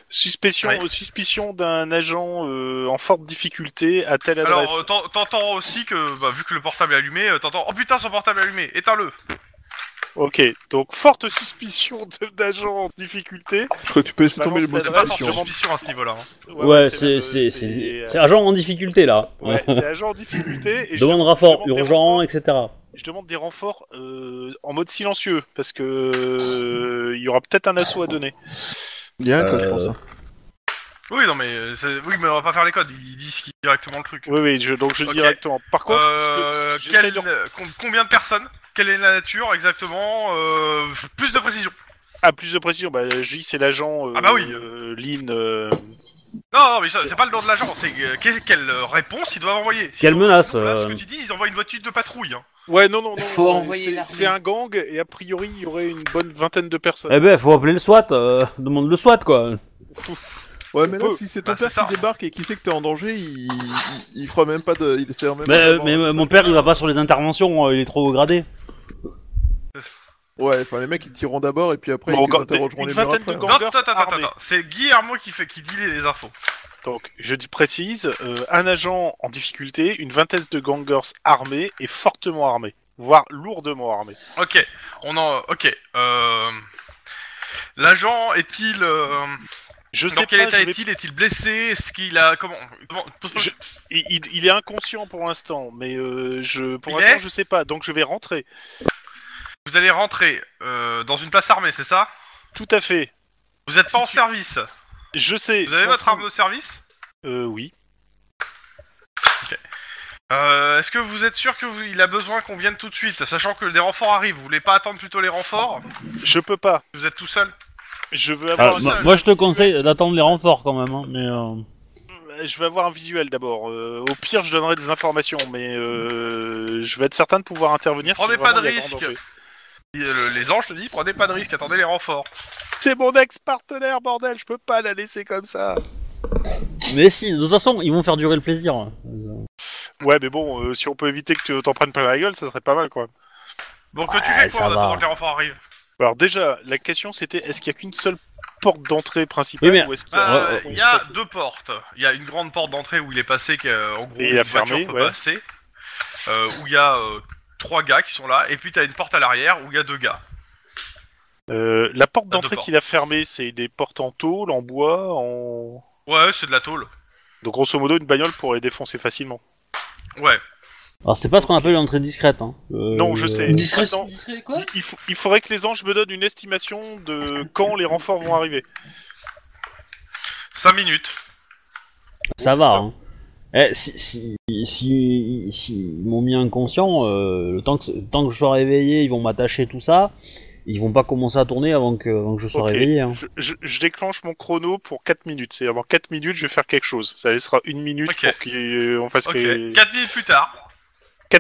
[SPEAKER 5] suspicion
[SPEAKER 2] Ouais.
[SPEAKER 5] euh, suspicion d'un agent euh, en forte difficulté à telle adresse.
[SPEAKER 2] Alors, euh, t'en- t'entends aussi que, bah, vu que le portable est allumé, euh, t'entends, oh putain, son portable est allumé, éteins-le.
[SPEAKER 5] ok, donc forte suspicion de- d'agent en difficulté.
[SPEAKER 4] Je crois que tu peux laisser tomber
[SPEAKER 5] Balance
[SPEAKER 4] le mot
[SPEAKER 5] la
[SPEAKER 2] Bah C'est pas
[SPEAKER 5] vache,
[SPEAKER 2] sorti
[SPEAKER 5] je
[SPEAKER 2] de
[SPEAKER 4] suspicion.
[SPEAKER 5] demande-
[SPEAKER 2] suspicion à ce niveau-là. hein.
[SPEAKER 3] ouais, c'est
[SPEAKER 5] même,
[SPEAKER 3] c'est
[SPEAKER 5] euh,
[SPEAKER 3] c'est
[SPEAKER 5] euh,
[SPEAKER 3] c'est agent en difficulté là.
[SPEAKER 5] Ouais, c'est agent
[SPEAKER 3] <laughs>
[SPEAKER 5] en difficulté. Et
[SPEAKER 3] Demande
[SPEAKER 5] je,
[SPEAKER 3] rapport
[SPEAKER 5] je demande des
[SPEAKER 3] urgent
[SPEAKER 5] renforts-
[SPEAKER 3] etc.
[SPEAKER 5] Je demande des renforts euh, en mode silencieux, parce que euh, il y aura peut-être un assaut à donner.
[SPEAKER 4] Il y a un code
[SPEAKER 3] Euh,
[SPEAKER 4] pour ça.
[SPEAKER 2] Oui, non, mais, euh, c'est- oui, mais on va pas faire les codes, ils disent qui- directement le truc.
[SPEAKER 5] Oui, oui, je, donc je dis
[SPEAKER 2] Ok.
[SPEAKER 5] directement. Par contre,
[SPEAKER 2] Euh,
[SPEAKER 5] ce que- ce que j'essaie
[SPEAKER 2] quelle-
[SPEAKER 5] de-
[SPEAKER 2] com- combien de personnes Quelle est la nature exactement Euh, Plus de précision.
[SPEAKER 5] ah, plus de précision, bah, J, c'est l'agent euh,
[SPEAKER 2] Ah bah oui.
[SPEAKER 5] euh, Lynn. euh,
[SPEAKER 2] Non, non mais ça, c'est pas le nom de l'agent, c'est euh, que- quelle euh, réponse ils doivent envoyer. Si
[SPEAKER 3] Quelle
[SPEAKER 2] ils envoient
[SPEAKER 3] menace,
[SPEAKER 2] une menace,
[SPEAKER 3] euh.
[SPEAKER 2] Ce que tu dis, ils envoient une voiture de patrouille. Hein.
[SPEAKER 5] Ouais, non, non, non.
[SPEAKER 1] Faut
[SPEAKER 5] non,
[SPEAKER 1] envoyer
[SPEAKER 5] c'est-
[SPEAKER 1] l'armée.
[SPEAKER 5] C'est un gang, et a priori, il y aurait une bonne vingtaine de personnes.
[SPEAKER 3] Eh ben faut appeler le SWAT, euh, demande le SWAT quoi.
[SPEAKER 4] Ouais, mais là,
[SPEAKER 5] peut-
[SPEAKER 4] si c'est
[SPEAKER 2] bah,
[SPEAKER 4] ton
[SPEAKER 2] c'est ça.
[SPEAKER 4] père qui débarque et qui sait que t'es en danger, il, il- il fera même pas de. Il essaiera même
[SPEAKER 3] Mais,
[SPEAKER 4] pas
[SPEAKER 3] euh,
[SPEAKER 4] d'avoir-
[SPEAKER 3] mais euh, mon père il va pas sur les interventions, euh, il est trop gradé.
[SPEAKER 4] Ouais, enfin les mecs ils tireront d'abord et puis après
[SPEAKER 5] Bon,
[SPEAKER 4] ils
[SPEAKER 5] quand-
[SPEAKER 4] interrogeront
[SPEAKER 5] une
[SPEAKER 4] les murs
[SPEAKER 5] vingtaine
[SPEAKER 4] après.
[SPEAKER 5] de
[SPEAKER 4] hein.
[SPEAKER 2] Non,
[SPEAKER 5] Gangers
[SPEAKER 2] attends, attends, attends,
[SPEAKER 5] armés.
[SPEAKER 2] attends. C'est Guillermo qui fait qui dit les, les infos.
[SPEAKER 5] Donc, je dis- précise, euh, un agent en difficulté, une vingtaine de gangers armés et fortement armés, voire lourdement armés.
[SPEAKER 2] Ok, on en. Ok. Euh... L'agent est-il. euh,
[SPEAKER 5] Je
[SPEAKER 2] Dans
[SPEAKER 5] sais
[SPEAKER 2] quel
[SPEAKER 5] pas,
[SPEAKER 2] état
[SPEAKER 5] je vais-
[SPEAKER 2] est-il Est-il blessé Est-ce qu'il a. Comment, comment... pose-moi-
[SPEAKER 5] Je- il, il- il est inconscient pour l'instant, mais euh, je, pour
[SPEAKER 2] Il
[SPEAKER 5] l'instant,
[SPEAKER 2] est
[SPEAKER 5] je sais pas, donc je vais rentrer.
[SPEAKER 2] Vous allez rentrer euh, dans une place armée, c'est ça
[SPEAKER 5] Tout à fait.
[SPEAKER 2] Vous êtes pas en service
[SPEAKER 5] Je sais.
[SPEAKER 2] Vous avez
[SPEAKER 5] je m'en
[SPEAKER 2] votre
[SPEAKER 5] fous.
[SPEAKER 2] arme de service
[SPEAKER 5] Euh, oui.
[SPEAKER 2] Euh, Est-ce que vous êtes sûr que vous- il a besoin qu'on vienne tout de suite, sachant que des renforts arrivent Vous voulez pas attendre plutôt les renforts
[SPEAKER 5] Je peux pas.
[SPEAKER 2] Vous êtes tout seul
[SPEAKER 5] Je veux
[SPEAKER 3] Ah,
[SPEAKER 5] avoir,
[SPEAKER 2] bon,
[SPEAKER 3] moi-
[SPEAKER 2] ça,
[SPEAKER 3] moi, je te conseille d'attendre les renforts quand même, hein, mais. euh,
[SPEAKER 5] un- je veux avoir un visuel d'abord. Euh, au pire, je donnerai des informations, mais euh, je vais être certain de pouvoir intervenir.
[SPEAKER 2] Prenez
[SPEAKER 5] vraiment
[SPEAKER 2] pas de
[SPEAKER 5] il y a grand
[SPEAKER 2] risque.
[SPEAKER 5] danger.
[SPEAKER 2] Et euh, le- Les anges te disent prenez pas de risque, attendez les renforts.
[SPEAKER 5] C'est mon ex-partenaire, bordel. Je peux pas la laisser comme ça.
[SPEAKER 3] Mais si, de toute façon, ils vont faire durer le plaisir. hein. Euh,
[SPEAKER 5] Ouais, mais bon, euh, si on peut éviter que tu t'en prennes plein la gueule, ça serait pas mal, quoi.
[SPEAKER 2] Donc tu
[SPEAKER 3] Ouais,
[SPEAKER 2] fais quoi
[SPEAKER 3] ça
[SPEAKER 2] en attendant
[SPEAKER 3] va.
[SPEAKER 2] que les renforts arrivent
[SPEAKER 5] Alors déjà, la question c'était est-ce qu'il y a qu'une seule porte d'entrée principale
[SPEAKER 3] Oui, mais-
[SPEAKER 5] ou est-ce qu'il y a-
[SPEAKER 2] Euh,
[SPEAKER 3] ouais,
[SPEAKER 2] Il
[SPEAKER 5] ouais.
[SPEAKER 2] y a deux portes. Il y a une grande porte d'entrée où il est passé, qu'en gros
[SPEAKER 5] Et il a
[SPEAKER 2] une voiture
[SPEAKER 5] fermé,
[SPEAKER 2] peut
[SPEAKER 5] ouais.
[SPEAKER 2] passer, euh, où il y a euh, trois gars qui sont là, et puis t'as une porte à l'arrière où il y a deux gars.
[SPEAKER 5] Euh, la porte
[SPEAKER 2] Pas de
[SPEAKER 5] d'entrée
[SPEAKER 2] porte.
[SPEAKER 5] qu'il a fermée, c'est des portes en tôle, en bois, en.
[SPEAKER 2] Ouais, c'est de la tôle.
[SPEAKER 5] Donc grosso modo, une bagnole pourrait les défoncer facilement.
[SPEAKER 2] Ouais.
[SPEAKER 3] Alors, c'est pas ce qu'on appelle une entrée discrète. Hein. Euh,
[SPEAKER 5] Non, je sais.
[SPEAKER 1] Discret,
[SPEAKER 5] Attends.
[SPEAKER 1] discret quoi
[SPEAKER 5] Il- Il, faut- il faudrait que les anges me donnent une estimation de quand les renforts vont arriver.
[SPEAKER 2] Cinq minutes.
[SPEAKER 3] Ça va. Hein. Eh, si, si, si, si, ils m'ont mis inconscient, euh, le temps que, le temps que je sois réveillé, ils vont m'attacher tout ça. Ils vont pas commencer à tourner avant que, avant que je sois
[SPEAKER 5] Ok.
[SPEAKER 3] réveillé.
[SPEAKER 5] <laughs>
[SPEAKER 3] Hein.
[SPEAKER 5] Je, je- je déclenche mon chrono pour 4 minutes. C'est-à-dire dans 4 minutes, je vais faire quelque chose. Ça laissera une minute
[SPEAKER 2] Ok.
[SPEAKER 5] pour qu'on fasse
[SPEAKER 2] Ok.
[SPEAKER 5] que... 4...
[SPEAKER 2] Quatre minutes plus tard.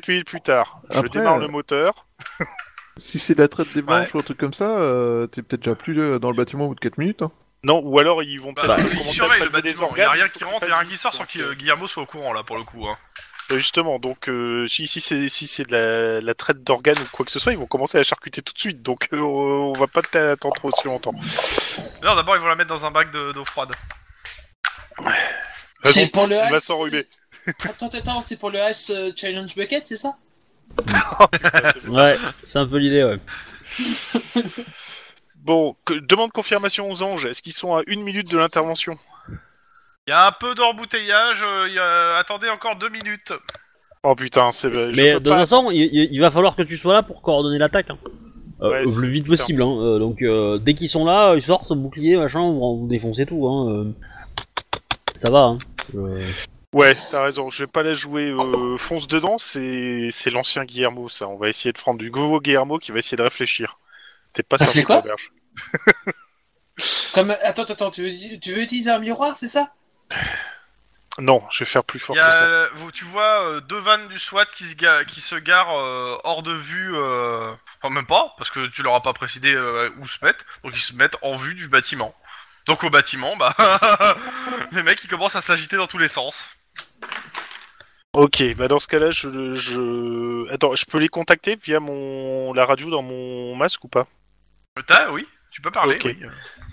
[SPEAKER 5] minutes plus tard.
[SPEAKER 4] Après,
[SPEAKER 5] je démarre
[SPEAKER 4] euh,
[SPEAKER 5] le moteur.
[SPEAKER 4] Si c'est de la traite des blanches ou un truc comme ça, euh, t'es peut-être déjà plus euh, dans le bâtiment au bout de 4 minutes. hein.
[SPEAKER 5] Non, ou alors ils vont
[SPEAKER 2] Bah,
[SPEAKER 5] peut-être
[SPEAKER 3] Bah,
[SPEAKER 2] ils
[SPEAKER 5] commencer à
[SPEAKER 2] surveillent le
[SPEAKER 5] palper des
[SPEAKER 2] bâtiment. Il y a
[SPEAKER 5] organes,
[SPEAKER 2] rien
[SPEAKER 5] faut
[SPEAKER 2] qui
[SPEAKER 5] qu'on
[SPEAKER 2] rentre, il y
[SPEAKER 5] fasse
[SPEAKER 2] a rien qui
[SPEAKER 5] vite.
[SPEAKER 2] sort sans que
[SPEAKER 5] Donc,
[SPEAKER 2] euh,
[SPEAKER 5] euh,
[SPEAKER 2] Guillermo soit au courant là pour le coup. hein.
[SPEAKER 5] Euh, Justement, donc euh, si, si c'est si c'est de la, la traite d'organes ou quoi que ce soit, ils vont commencer à la charcuter tout de suite. Donc euh, on va pas attendre trop si longtemps.
[SPEAKER 2] Non, d'abord ils vont la mettre dans un bac de- d'eau froide.
[SPEAKER 1] C'est
[SPEAKER 5] Raison de
[SPEAKER 1] pour
[SPEAKER 5] plus,
[SPEAKER 1] le
[SPEAKER 5] il va
[SPEAKER 1] Ice.
[SPEAKER 5] s'enrhumer.
[SPEAKER 1] Attends, attends, c'est pour le Ice euh, Challenge Bucket, c'est ça
[SPEAKER 3] Ouais, c'est un peu l'idée, ouais.
[SPEAKER 5] Bon, que- demande confirmation aux anges. Est-ce qu'ils sont à une minute de l'intervention
[SPEAKER 2] Il y a un peu d'embouteillage. euh, il y a- Attendez encore deux minutes.
[SPEAKER 5] Oh putain, c'est. je
[SPEAKER 3] Mais
[SPEAKER 5] peux
[SPEAKER 3] de toute
[SPEAKER 5] pas-
[SPEAKER 3] façon, il, il- il va falloir que tu sois là pour coordonner l'attaque. Hein. Euh,
[SPEAKER 5] Ouais, c'est-
[SPEAKER 3] le plus vite
[SPEAKER 5] putain.
[SPEAKER 3] possible. Hein. Euh, donc, euh, dès qu'ils sont là, ils sortent, bouclier, machin, vous, vous défoncez tout. Hein. Euh, Ça va. Hein. Euh,
[SPEAKER 5] Ouais, t'as raison. Je vais pas la jouer. euh, fonce dedans. C'est c'est l'ancien Guillermo, ça. On va essayer de prendre du nouveau Guillermo qui va essayer de réfléchir. T'es pas
[SPEAKER 3] Ah,
[SPEAKER 1] Ça fait
[SPEAKER 5] sorti de
[SPEAKER 1] quoi
[SPEAKER 5] l'auberge.
[SPEAKER 1] Comme... Attends, attends, tu veux, tu veux utiliser un miroir, c'est ça
[SPEAKER 5] Non, je vais faire plus fort
[SPEAKER 2] Il y a,
[SPEAKER 5] que ça.
[SPEAKER 2] euh, vous- tu vois euh, deux vannes du SWAT qui se, ga- qui se garent euh, hors de vue. euh, Enfin, même pas, parce que tu leur as pas précisé euh, où se mettre. Donc ils se mettent en vue du bâtiment. Donc au bâtiment, bah. <laughs> les mecs ils commencent à s'agiter dans tous les sens.
[SPEAKER 5] Ok, bah dans ce cas-là, je, je. Attends, je peux les contacter via mon la radio dans mon masque ou pas
[SPEAKER 2] Euh, T'as, oui, tu peux parler.
[SPEAKER 5] Ok.
[SPEAKER 2] oui.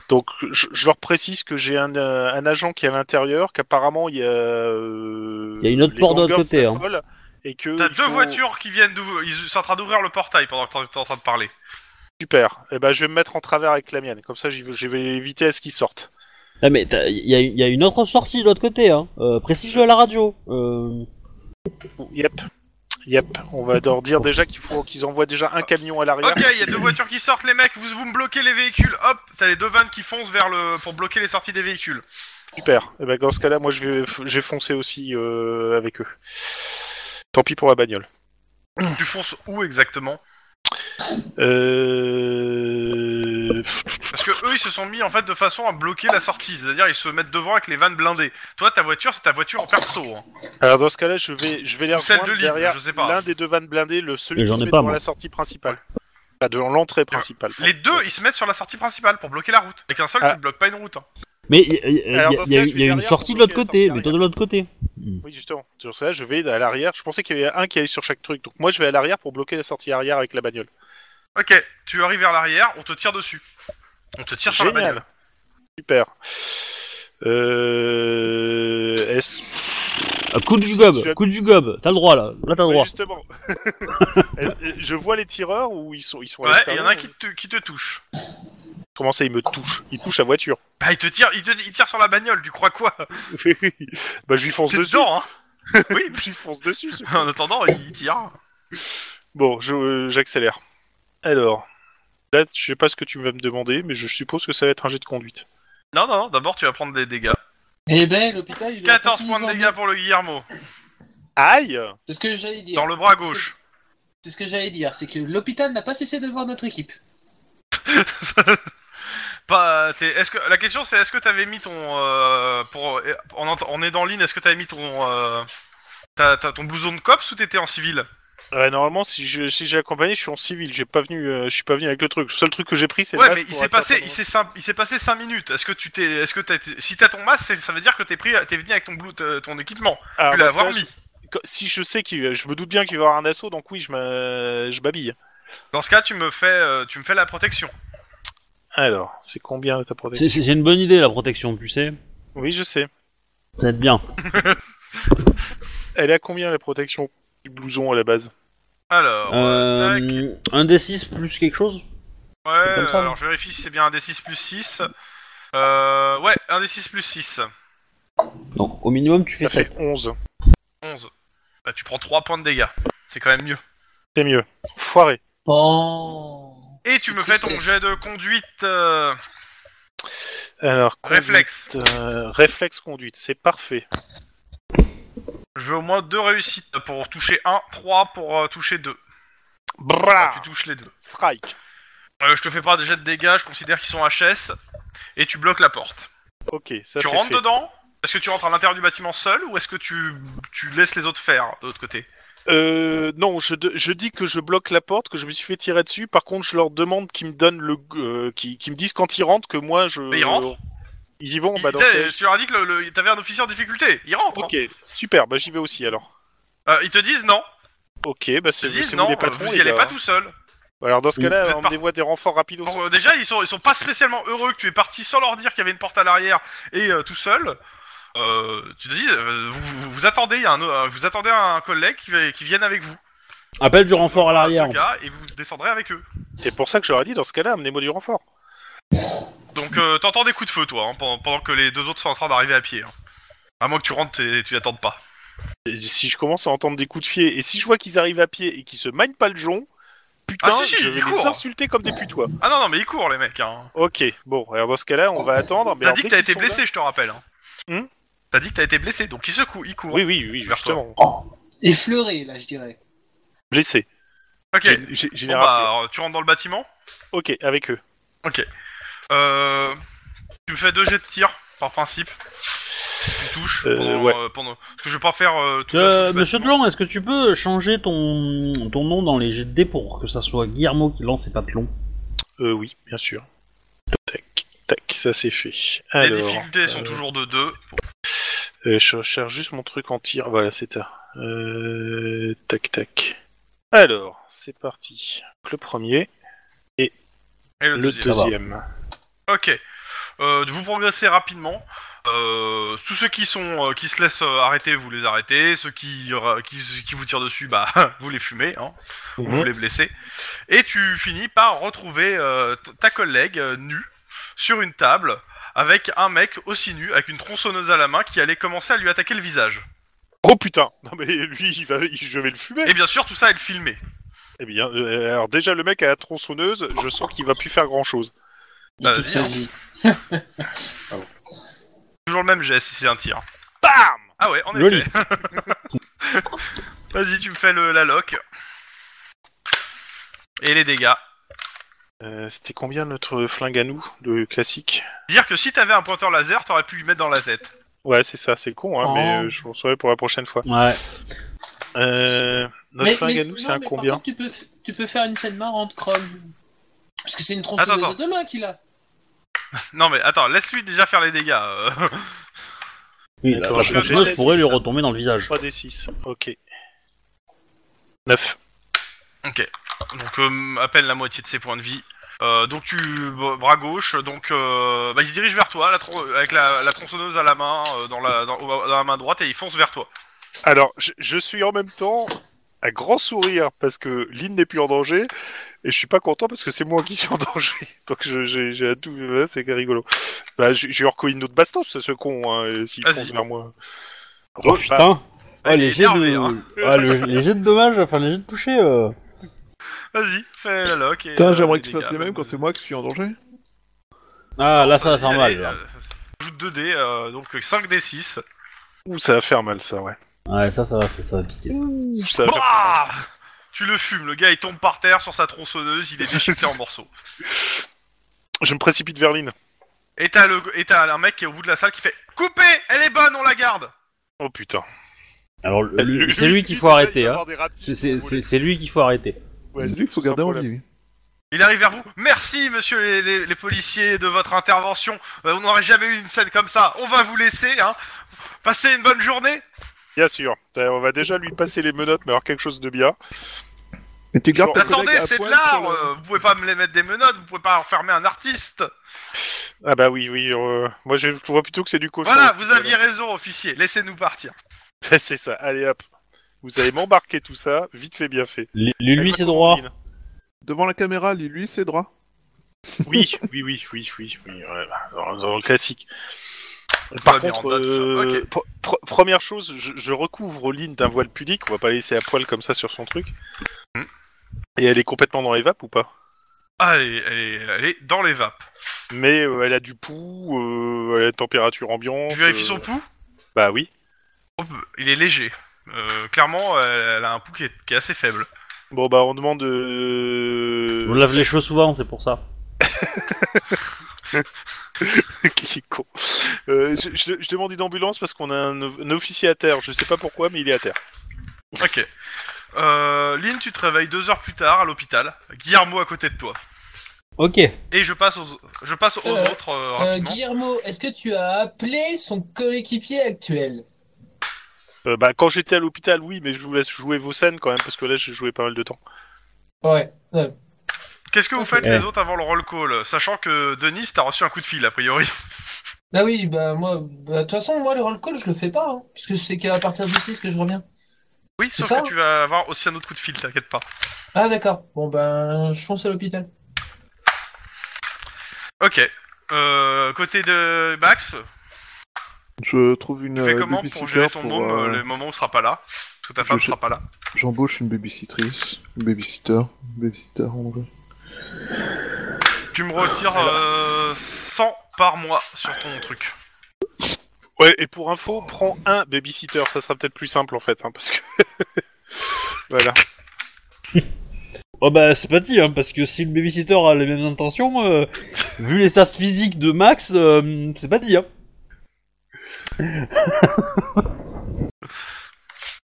[SPEAKER 5] Donc, je, je leur précise que j'ai un, euh, un agent qui est à l'intérieur, qu'apparemment il y a. euh,
[SPEAKER 3] Il y a une autre
[SPEAKER 5] les
[SPEAKER 3] porte de l'autre
[SPEAKER 5] gangers
[SPEAKER 3] côté, hein.
[SPEAKER 5] s'affolent, Et que.
[SPEAKER 2] T'as
[SPEAKER 5] il
[SPEAKER 2] deux
[SPEAKER 5] faut-
[SPEAKER 2] voitures qui viennent d'ouvrir. Ils sont en train d'ouvrir le portail pendant que t'es en- t'es en train de parler.
[SPEAKER 5] Super. Et ben, je vais me mettre en travers avec la mienne. Comme ça, j'y vais- je vais éviter à ce qu'ils sortent.
[SPEAKER 3] Ah, mais t'as- il y, a- il y a une autre sortie de l'autre côté. Hein. Euh, Précise-le à la radio. Euh,
[SPEAKER 5] Yep. Yep. On va leur dire déjà qu'il faut qu'ils envoient déjà un camion à l'arrière.
[SPEAKER 2] Ok, il y a deux voitures qui sortent, les mecs, vous, vous me bloquez les véhicules, hop, t'as les deux vannes qui foncent vers le. pour bloquer les sorties des véhicules.
[SPEAKER 5] Super. Et ben, dans ce cas-là, moi, je vais, f- j'ai foncé aussi euh, avec eux. Tant pis pour la bagnole. Hmm.
[SPEAKER 2] Tu fonces où exactement
[SPEAKER 5] Euh...
[SPEAKER 2] Parce que eux, ils se sont mis en fait de façon à bloquer la sortie, c'est-à-dire ils se mettent devant avec les vannes blindées. Toi, ta voiture, c'est ta voiture en perso. hein.
[SPEAKER 5] Alors dans ce cas-là, je vais, je vais les
[SPEAKER 2] Ou celle
[SPEAKER 5] rejoindre
[SPEAKER 2] de Lille,
[SPEAKER 5] derrière
[SPEAKER 2] je sais pas.
[SPEAKER 5] l'un des deux vannes blindées, le celui
[SPEAKER 3] Mais
[SPEAKER 5] qui
[SPEAKER 3] j'en
[SPEAKER 5] se
[SPEAKER 3] ai
[SPEAKER 5] met
[SPEAKER 3] pas,
[SPEAKER 5] devant
[SPEAKER 3] moi.
[SPEAKER 5] la sortie principale. Enfin, de l'entrée principale.
[SPEAKER 2] Les deux, ils se mettent sur la sortie principale pour bloquer la route. Avec un seul,
[SPEAKER 5] Ah.
[SPEAKER 2] tu ne bloques pas une route. hein.
[SPEAKER 3] Mais il y, a- il y a-
[SPEAKER 5] Alors, dans ce
[SPEAKER 3] il y a-
[SPEAKER 5] cas, je
[SPEAKER 3] il y a
[SPEAKER 5] vais
[SPEAKER 3] une
[SPEAKER 5] derrière
[SPEAKER 3] sortie de
[SPEAKER 5] pour
[SPEAKER 3] l'autre
[SPEAKER 5] bloquer
[SPEAKER 3] côté.
[SPEAKER 5] la
[SPEAKER 3] Mais toi de l'autre côté.
[SPEAKER 5] Oui, justement. Sur ça, je vais à l'arrière. Je pensais qu'il y avait un qui allait sur chaque truc. Donc moi, je vais à l'arrière pour bloquer la sortie arrière avec la bagnole.
[SPEAKER 2] Ok, tu arrives vers l'arrière, on te tire dessus. On te tire sur la
[SPEAKER 5] Génial.
[SPEAKER 2] bagnole.
[SPEAKER 5] Super. Euh... Est-ce...
[SPEAKER 3] Ah, coup du gob, coup du gob, t'as le droit là, là t'as le
[SPEAKER 5] Ouais,
[SPEAKER 3] droit.
[SPEAKER 5] Bah, justement. <laughs> Est-ce- Je vois les tireurs ou ils sont, ils sont à
[SPEAKER 2] Ouais, il y en a
[SPEAKER 5] l'extérieur
[SPEAKER 2] un qui te, qui te touche.
[SPEAKER 5] Comment ça, ils me touchent Ils touchent la voiture. <laughs>
[SPEAKER 2] Bah, il te tire, il te il tire sur la bagnole, tu crois quoi
[SPEAKER 5] bah, je lui fonce
[SPEAKER 2] C'est
[SPEAKER 5] dessus.
[SPEAKER 2] dedans, hein Oui,
[SPEAKER 5] <laughs> Je lui fonce dessus. ce-
[SPEAKER 2] <laughs> en attendant, il tire.
[SPEAKER 5] Bon, je- euh, j'accélère. Alors, là, je sais pas ce que tu vas me demander, mais je suppose que ça va être un jet de conduite.
[SPEAKER 2] Non, non, non, d'abord tu vas prendre des dégâts.
[SPEAKER 1] Eh ben, l'hôpital, il a
[SPEAKER 2] 14
[SPEAKER 1] pas
[SPEAKER 2] points de
[SPEAKER 1] fini
[SPEAKER 2] dégâts pour le Guillermo,
[SPEAKER 5] Aïe
[SPEAKER 1] C'est ce que j'allais dire.
[SPEAKER 2] dans le bras gauche.
[SPEAKER 1] C'est ce que j'allais dire, c'est que l'hôpital n'a pas cessé de voir notre équipe.
[SPEAKER 2] Pas, t'es- est-ce que la question c'est est-ce que t'avais mis ton euh, pour euh, en, ent- en aidant Lynn, est-ce que t'avais mis ton euh, t'as, t'as ton blouson de cops ou t'étais en civil
[SPEAKER 5] Ouais, Euh, normalement, si je- si j'ai accompagné, je suis en civil. J'ai pas venu, euh, je suis pas venu avec le truc. Le seul truc que j'ai pris, c'est le
[SPEAKER 2] Ouais,
[SPEAKER 5] masque
[SPEAKER 2] mais il
[SPEAKER 5] pour
[SPEAKER 2] s'est
[SPEAKER 5] être
[SPEAKER 2] passé
[SPEAKER 5] certain
[SPEAKER 2] il s'est cin- il s'est passé 5 minutes. Est-ce que tu t'es est-ce que t'as été- si t'as ton masque, c'est- ça veut dire que t'es pris t'es venu avec ton blou, t- ton équipement.
[SPEAKER 5] de- Ah,
[SPEAKER 2] tu
[SPEAKER 5] parce
[SPEAKER 2] l'as
[SPEAKER 5] que
[SPEAKER 2] avoir
[SPEAKER 5] là,
[SPEAKER 2] mis.
[SPEAKER 5] je- quand- Si je sais qu'il, je me doute bien qu'il va y avoir un assaut, donc oui, je m'a- je m'habille.
[SPEAKER 2] Dans ce cas, tu me fais euh, tu me fais la protection.
[SPEAKER 5] Alors, c'est combien ta protection
[SPEAKER 3] C'est- C'est c'est une bonne idée la protection, tu sais.
[SPEAKER 5] Oui, je sais.
[SPEAKER 3] Ça va être bien.
[SPEAKER 5] Elle est à combien la protection du blouson à la base bah,
[SPEAKER 2] Alors, euh, tac.
[SPEAKER 3] Euh, un D6 plus quelque chose
[SPEAKER 2] Ouais,
[SPEAKER 3] comme
[SPEAKER 2] euh,
[SPEAKER 3] ça, non
[SPEAKER 2] alors je vérifie si c'est bien un D6 plus 6. Euh, ouais, un D6 plus 6.
[SPEAKER 3] Donc au minimum tu fais
[SPEAKER 5] Ça
[SPEAKER 3] 7.
[SPEAKER 5] fait 11.
[SPEAKER 2] 11. Bah, tu prends 3 points de dégâts. C'est quand même mieux.
[SPEAKER 5] C'est mieux. Foiré.
[SPEAKER 1] Oh.
[SPEAKER 2] Et tu me fais ton jet de conduite euh,
[SPEAKER 5] Alors, conduite,
[SPEAKER 2] réflexe.
[SPEAKER 5] euh, réflexe conduite, c'est parfait.
[SPEAKER 2] Je veux au moins 2 réussites pour toucher 1, 3 pour euh, toucher 2.
[SPEAKER 5] Bra
[SPEAKER 2] tu touches les deux.
[SPEAKER 5] Ah, Strike.
[SPEAKER 2] Euh, je te fais pas des jets de dégâts, je considère qu'ils sont HS. Et tu bloques la porte.
[SPEAKER 5] Ok, ça
[SPEAKER 2] tu
[SPEAKER 5] c'est
[SPEAKER 2] rentres
[SPEAKER 5] fait.
[SPEAKER 2] dedans Est-ce que tu rentres à l'intérieur du bâtiment seul ou est-ce que tu, tu laisses les autres faire de l'autre côté
[SPEAKER 5] Euh, non, je, de- je dis que je bloque la porte, que je me suis fait tirer dessus. Par contre, je leur demande qu'ils me donnent le, euh, qu'ils, qu'ils me disent quand ils rentrent que moi je.
[SPEAKER 2] Mais ils rentrent
[SPEAKER 5] Ils y vont.
[SPEAKER 2] Il-
[SPEAKER 5] Bah, dans ce
[SPEAKER 2] t'sais,
[SPEAKER 5] cas,
[SPEAKER 2] Tu leur as dit que le- le- t'avais un officier en difficulté, il rentre. hein.
[SPEAKER 5] Ok, super. Bah j'y vais aussi alors.
[SPEAKER 2] Euh, ils te disent non,
[SPEAKER 5] Ok, bah
[SPEAKER 2] ils te
[SPEAKER 5] c'est,
[SPEAKER 2] disent
[SPEAKER 5] c'est
[SPEAKER 2] non,
[SPEAKER 5] vous les
[SPEAKER 2] euh,
[SPEAKER 5] patrons.
[SPEAKER 2] vous y
[SPEAKER 5] les
[SPEAKER 2] allez
[SPEAKER 5] gars,
[SPEAKER 2] pas
[SPEAKER 5] hein.
[SPEAKER 2] tout seul.
[SPEAKER 5] Alors dans ce
[SPEAKER 2] Vous êtes
[SPEAKER 5] cas-là, on
[SPEAKER 2] par-
[SPEAKER 5] me voit des renforts rapides.
[SPEAKER 2] Bon, euh, déjà, ils sont, ils sont pas spécialement heureux que tu aies parti sans leur dire qu'il y avait une porte à l'arrière et euh, tout seul. Euh, tu te dis, euh, vous, vous- vous attendez, il y a un, euh, vous attendez un collègue qui, va- qui vienne avec vous,
[SPEAKER 3] Appel du
[SPEAKER 5] Ah,
[SPEAKER 3] renfort à l'arrière.
[SPEAKER 2] le gars, et vous descendrez avec eux.
[SPEAKER 5] C'est pour ça que j'aurais dit dans ce cas-là, amenez-moi du renfort.
[SPEAKER 2] Donc, euh, t'entends des coups de feu, toi, hein, pendant, pendant que les deux autres sont en train d'arriver à pied. hein. À moins que tu rentres et tu n'attendes pas.
[SPEAKER 5] Et Si je commence à entendre des coups de pied et si je vois qu'ils arrivent à pied et qu'ils se magnent pas le jonc, putain,
[SPEAKER 2] Ah, si, si,
[SPEAKER 5] je
[SPEAKER 2] ils
[SPEAKER 5] vais les
[SPEAKER 2] courent.
[SPEAKER 5] insulter comme des putois.
[SPEAKER 2] Ah non, non, mais ils courent, les mecs. Hein.
[SPEAKER 5] Ok, bon, alors dans ce cas-là, on va attendre. mais
[SPEAKER 2] T'as
[SPEAKER 5] alors,
[SPEAKER 2] dit que
[SPEAKER 5] dès
[SPEAKER 2] t'as
[SPEAKER 5] qu'ils
[SPEAKER 2] été
[SPEAKER 5] sont
[SPEAKER 2] blessé, je te rappelle. Hein.
[SPEAKER 5] Hmm
[SPEAKER 2] t'as dit que t'as été blessé, donc ils secouent, ils
[SPEAKER 5] là-
[SPEAKER 2] courent.
[SPEAKER 5] Oui, oui, oui,
[SPEAKER 2] Vers toi.
[SPEAKER 5] justement.
[SPEAKER 1] Effleuré, là, je dirais.
[SPEAKER 5] Blessé.
[SPEAKER 2] Ok,
[SPEAKER 5] J'ai- j'ai- j'ai
[SPEAKER 2] bon,
[SPEAKER 5] les
[SPEAKER 2] bah,
[SPEAKER 5] rappelés.
[SPEAKER 2] alors, tu rentres dans le bâtiment.
[SPEAKER 5] Ok, avec eux.
[SPEAKER 2] Euh, tu me fais deux jets de tir par principe. Si tu touches
[SPEAKER 5] Euh,
[SPEAKER 2] pendant,
[SPEAKER 5] ouais.
[SPEAKER 2] euh, pendant- Parce que je vais pas faire euh, tout la
[SPEAKER 3] Euh,
[SPEAKER 2] suite,
[SPEAKER 3] Monsieur
[SPEAKER 2] bah,
[SPEAKER 3] Tlon, est-ce que tu peux changer ton, ton nom dans les jets de dés pour que ça soit Guillermo qui lance et pas Tlon
[SPEAKER 5] Euh, oui, bien sûr. Tac, tac, ça c'est fait.
[SPEAKER 2] Les
[SPEAKER 5] Alors,
[SPEAKER 2] difficultés sont
[SPEAKER 5] euh,
[SPEAKER 2] toujours de 2.
[SPEAKER 5] euh, je cherche juste mon truc en tir. Voilà, c'est ça. Euh, tac, tac. Alors, c'est parti. Donc, Le premier et
[SPEAKER 2] Et le,
[SPEAKER 5] le,
[SPEAKER 2] deuxième.
[SPEAKER 5] deuxième.
[SPEAKER 2] Ok. Euh, vous progressez rapidement. Euh, tous ceux qui sont euh, qui se laissent euh, arrêter, vous les arrêtez. Ceux qui, euh, qui qui vous tirent dessus, bah <laughs> vous les fumez, hein, ou
[SPEAKER 5] Mhm.
[SPEAKER 2] vous les blessez. Et tu finis par retrouver euh, t- ta collègue euh, nue sur une table avec un mec aussi nu avec une tronçonneuse à la main qui allait commencer à lui attaquer le visage.
[SPEAKER 5] Oh putain Non mais lui, il va, il- je vais le fumer
[SPEAKER 2] Et bien sûr, tout ça est filmé.
[SPEAKER 5] Eh bien, euh, alors déjà, le mec à la tronçonneuse, je sens qu'il va plus faire grand-chose.
[SPEAKER 1] Il
[SPEAKER 2] Bah, Vas-y, hein.
[SPEAKER 1] toute sa vie.
[SPEAKER 2] Toujours le même geste si c'est un tir.
[SPEAKER 5] BAM
[SPEAKER 2] Ah ouais, en
[SPEAKER 3] Joli.
[SPEAKER 2] effet. <laughs> Vas-y, tu me fais le, la lock. Et les dégâts.
[SPEAKER 5] Euh, C'était combien notre flingue à nous, le classique
[SPEAKER 2] Dire que si t'avais un pointeur laser, t'aurais pu lui mettre dans la tête.
[SPEAKER 5] Ouais, c'est ça, c'est con, hein,
[SPEAKER 1] Oh.
[SPEAKER 5] mais euh, je m'en saurai pour la prochaine fois.
[SPEAKER 3] Ouais.
[SPEAKER 5] Euh, notre flingue à nous, c'est
[SPEAKER 1] non, mais
[SPEAKER 5] un
[SPEAKER 1] par
[SPEAKER 5] combien
[SPEAKER 1] contre, tu, peux, tu peux faire une scène marrante, Chrome. Parce que c'est une
[SPEAKER 2] Attends,
[SPEAKER 1] tronçonneuse
[SPEAKER 2] attends.
[SPEAKER 1] à deux mains qu'il a.
[SPEAKER 2] Non mais attends, laisse-lui déjà faire les dégâts. euh. <laughs>
[SPEAKER 3] Oui, la,
[SPEAKER 5] Attends,
[SPEAKER 3] la
[SPEAKER 5] je
[SPEAKER 3] tronçonneuse
[SPEAKER 5] vais-
[SPEAKER 3] pourrait lui
[SPEAKER 5] Oh,
[SPEAKER 3] retomber dans le visage.
[SPEAKER 5] 3 des 6, ok. 9.
[SPEAKER 2] ok. donc euh, à peine la moitié de ses points de vie. Euh, donc tu bras gauche, donc euh, bah, il se dirige vers toi la tron- avec la, la tronçonneuse à la main euh, dans, la, dans, dans la main droite et il fonce vers toi.
[SPEAKER 5] Alors, je, je suis en même temps un grand sourire parce que Lynn n'est plus en danger et je suis pas content parce que c'est moi qui suis en <laughs> danger. Donc je- j'ai j'ai un tout, ouais, c'est rigolo. Bah, je, je lui recolle une autre baston, ce, ce con, hein, et s'il
[SPEAKER 2] Vas-y.
[SPEAKER 5] fonce vers moi.
[SPEAKER 3] Oh
[SPEAKER 5] bah,
[SPEAKER 3] putain
[SPEAKER 2] Ah,
[SPEAKER 3] Ah,
[SPEAKER 2] il est
[SPEAKER 3] les, jets de...
[SPEAKER 2] énervé, hein.
[SPEAKER 3] ah, le- les jets de dommages, enfin les jets de toucher. Euh...
[SPEAKER 2] Vas-y, fais la lock. Et,
[SPEAKER 4] Putain,
[SPEAKER 2] euh,
[SPEAKER 4] j'aimerais
[SPEAKER 2] les
[SPEAKER 4] que tu fasses
[SPEAKER 2] dégâts,
[SPEAKER 4] les mêmes quand
[SPEAKER 2] bonne-
[SPEAKER 4] c'est moi qui suis en danger.
[SPEAKER 3] Ah là ça va faire mal.
[SPEAKER 2] Allez,
[SPEAKER 3] là.
[SPEAKER 2] euh, Ajoute 2 dés, euh, donc 5 d 6.
[SPEAKER 5] Ouh, ça va faire mal, ça, ouais.
[SPEAKER 3] Ouais ça ça va, ça va piquer. ça.
[SPEAKER 5] Ouh, ça va faire
[SPEAKER 2] Bah
[SPEAKER 5] mal.
[SPEAKER 2] tu le fumes, le gars il tombe par terre sur sa tronçonneuse, il est déchiqueté en morceaux.
[SPEAKER 5] Je me précipite vers Lynn.
[SPEAKER 2] Et t'as le- et t'as un mec qui est au bout de la salle qui fait Coupez Elle est bonne, on la garde
[SPEAKER 5] Oh putain.
[SPEAKER 3] Alors le- le-
[SPEAKER 5] Lui-
[SPEAKER 3] c'est lui qu'il faut
[SPEAKER 5] il va y
[SPEAKER 3] arrêter hein.
[SPEAKER 5] avoir des rapides
[SPEAKER 3] C'est- C'est
[SPEAKER 5] pour voler.
[SPEAKER 3] c'est- c'est lui qu'il faut arrêter.
[SPEAKER 5] Ouais,
[SPEAKER 4] c'est lui qu'il faut
[SPEAKER 5] sans
[SPEAKER 4] garder en
[SPEAKER 5] problème.
[SPEAKER 4] vie.
[SPEAKER 2] Il arrive vers vous. Merci, monsieur les, les- les policiers, de votre intervention. Euh, on n'aurait jamais eu une scène comme ça. On va vous laisser, hein. Passez une bonne journée.
[SPEAKER 5] Bien sûr. D'ailleurs, On va déjà lui passer les menottes, mais alors quelque chose de bien.
[SPEAKER 4] Mais tu gardes
[SPEAKER 5] Genre,
[SPEAKER 4] ta collègue
[SPEAKER 2] Attendez,
[SPEAKER 4] à
[SPEAKER 2] c'est de
[SPEAKER 4] poil
[SPEAKER 2] l'art.
[SPEAKER 4] sur le-
[SPEAKER 2] euh, vous pouvez pas me les mettre des menottes. Vous pouvez pas enfermer un artiste.
[SPEAKER 5] Ah bah oui, oui. euh, Moi, je vois plutôt que c'est du cochon.
[SPEAKER 2] Voilà, vous aviez raison, officier. Laissez-nous partir.
[SPEAKER 5] <laughs> C'est ça. Allez hop. Vous allez m'embarquer tout ça, vite fait, bien fait.
[SPEAKER 3] Lui- Lui
[SPEAKER 5] Avec
[SPEAKER 3] c'est
[SPEAKER 5] ma
[SPEAKER 3] droit.
[SPEAKER 5] combine.
[SPEAKER 4] Devant la caméra, lui, lui, c'est droit.
[SPEAKER 2] <laughs>
[SPEAKER 5] Oui, oui, oui, oui, oui, oui, voilà, dans, dans le classique.
[SPEAKER 2] va
[SPEAKER 5] Par
[SPEAKER 2] bien
[SPEAKER 5] contre,
[SPEAKER 2] en date, ça.
[SPEAKER 5] euh, pr- pr- première chose, je, je recouvre Lynn d'un voile pudique, on va pas la laisser à poil comme ça sur son truc.
[SPEAKER 2] Hmm.
[SPEAKER 5] Et elle est complètement dans les vapes ou pas
[SPEAKER 2] Allez, allez, allez, dans les vapes.
[SPEAKER 5] Mais euh, elle a du pouls, euh, elle a une température ambiante.
[SPEAKER 2] Tu vérifies
[SPEAKER 5] euh,
[SPEAKER 2] son pouls
[SPEAKER 5] Bah oui.
[SPEAKER 2] Hop, Il est léger. Euh, clairement, elle, elle a un pouls qui est, qui est assez faible.
[SPEAKER 5] Bon bah on demande...
[SPEAKER 3] On
[SPEAKER 5] Euh...
[SPEAKER 3] lave les cheveux souvent c'est pour ça.
[SPEAKER 5] <laughs> qui est con. Euh, je, je- je demande une ambulance parce qu'on a un, un officier à terre, je sais pas pourquoi mais il est à terre.
[SPEAKER 2] Ok. Euh, Lynn, tu te réveilles deux heures plus tard à l'hôpital. Guillermo à côté de toi.
[SPEAKER 3] Ok.
[SPEAKER 2] Et je passe aux, je passe aux
[SPEAKER 1] Euh,
[SPEAKER 2] autres euh,
[SPEAKER 1] Euh,
[SPEAKER 2] rapidement.
[SPEAKER 1] Guillermo, est-ce que tu as appelé son coéquipier actuel
[SPEAKER 5] Euh, bah quand j'étais à l'hôpital oui mais je vous laisse jouer vos scènes quand même parce que là j'ai joué pas mal de temps.
[SPEAKER 1] Ouais.
[SPEAKER 2] Qu'est-ce que vous
[SPEAKER 1] Ok.
[SPEAKER 2] faites
[SPEAKER 3] Eh.
[SPEAKER 2] les autres avant le roll call Sachant que Denis, t'as reçu un coup de fil a priori. <laughs>
[SPEAKER 1] Ah oui, bah moi, bah, de toute façon, moi, le roll call, je le fais pas, hein, puisque je sais qu'à partir du 6 que je reviens.
[SPEAKER 2] Oui,
[SPEAKER 1] C'est
[SPEAKER 2] sauf
[SPEAKER 1] ça
[SPEAKER 2] que tu vas avoir aussi un autre coup de fil, t'inquiète pas.
[SPEAKER 1] Ah d'accord, bon ben, je fonce à l'hôpital.
[SPEAKER 2] Ok. Euh, côté de Max,
[SPEAKER 4] Je trouve une
[SPEAKER 2] tu fais
[SPEAKER 4] euh,
[SPEAKER 2] comment
[SPEAKER 4] babysitter
[SPEAKER 2] pour gérer ton môme
[SPEAKER 4] euh,
[SPEAKER 2] euh, les moments où il sera pas là Parce que ta
[SPEAKER 4] je
[SPEAKER 2] femme
[SPEAKER 4] sais-
[SPEAKER 2] sera pas là.
[SPEAKER 4] J'embauche une babysitrice, une babysitter, une babysitter en anglais.
[SPEAKER 2] Tu me retires euh, 100 par mois sur ton truc.
[SPEAKER 5] Ouais, et pour info, prends un babysitter, ça sera peut-être plus simple en fait, hein, parce que. <laughs> voilà.
[SPEAKER 3] Oh bah c'est pas dit, hein, parce que si le babysitter a les mêmes intentions,
[SPEAKER 5] <laughs>
[SPEAKER 3] euh, vu les stats physiques de Max, euh, c'est pas dit. Hein.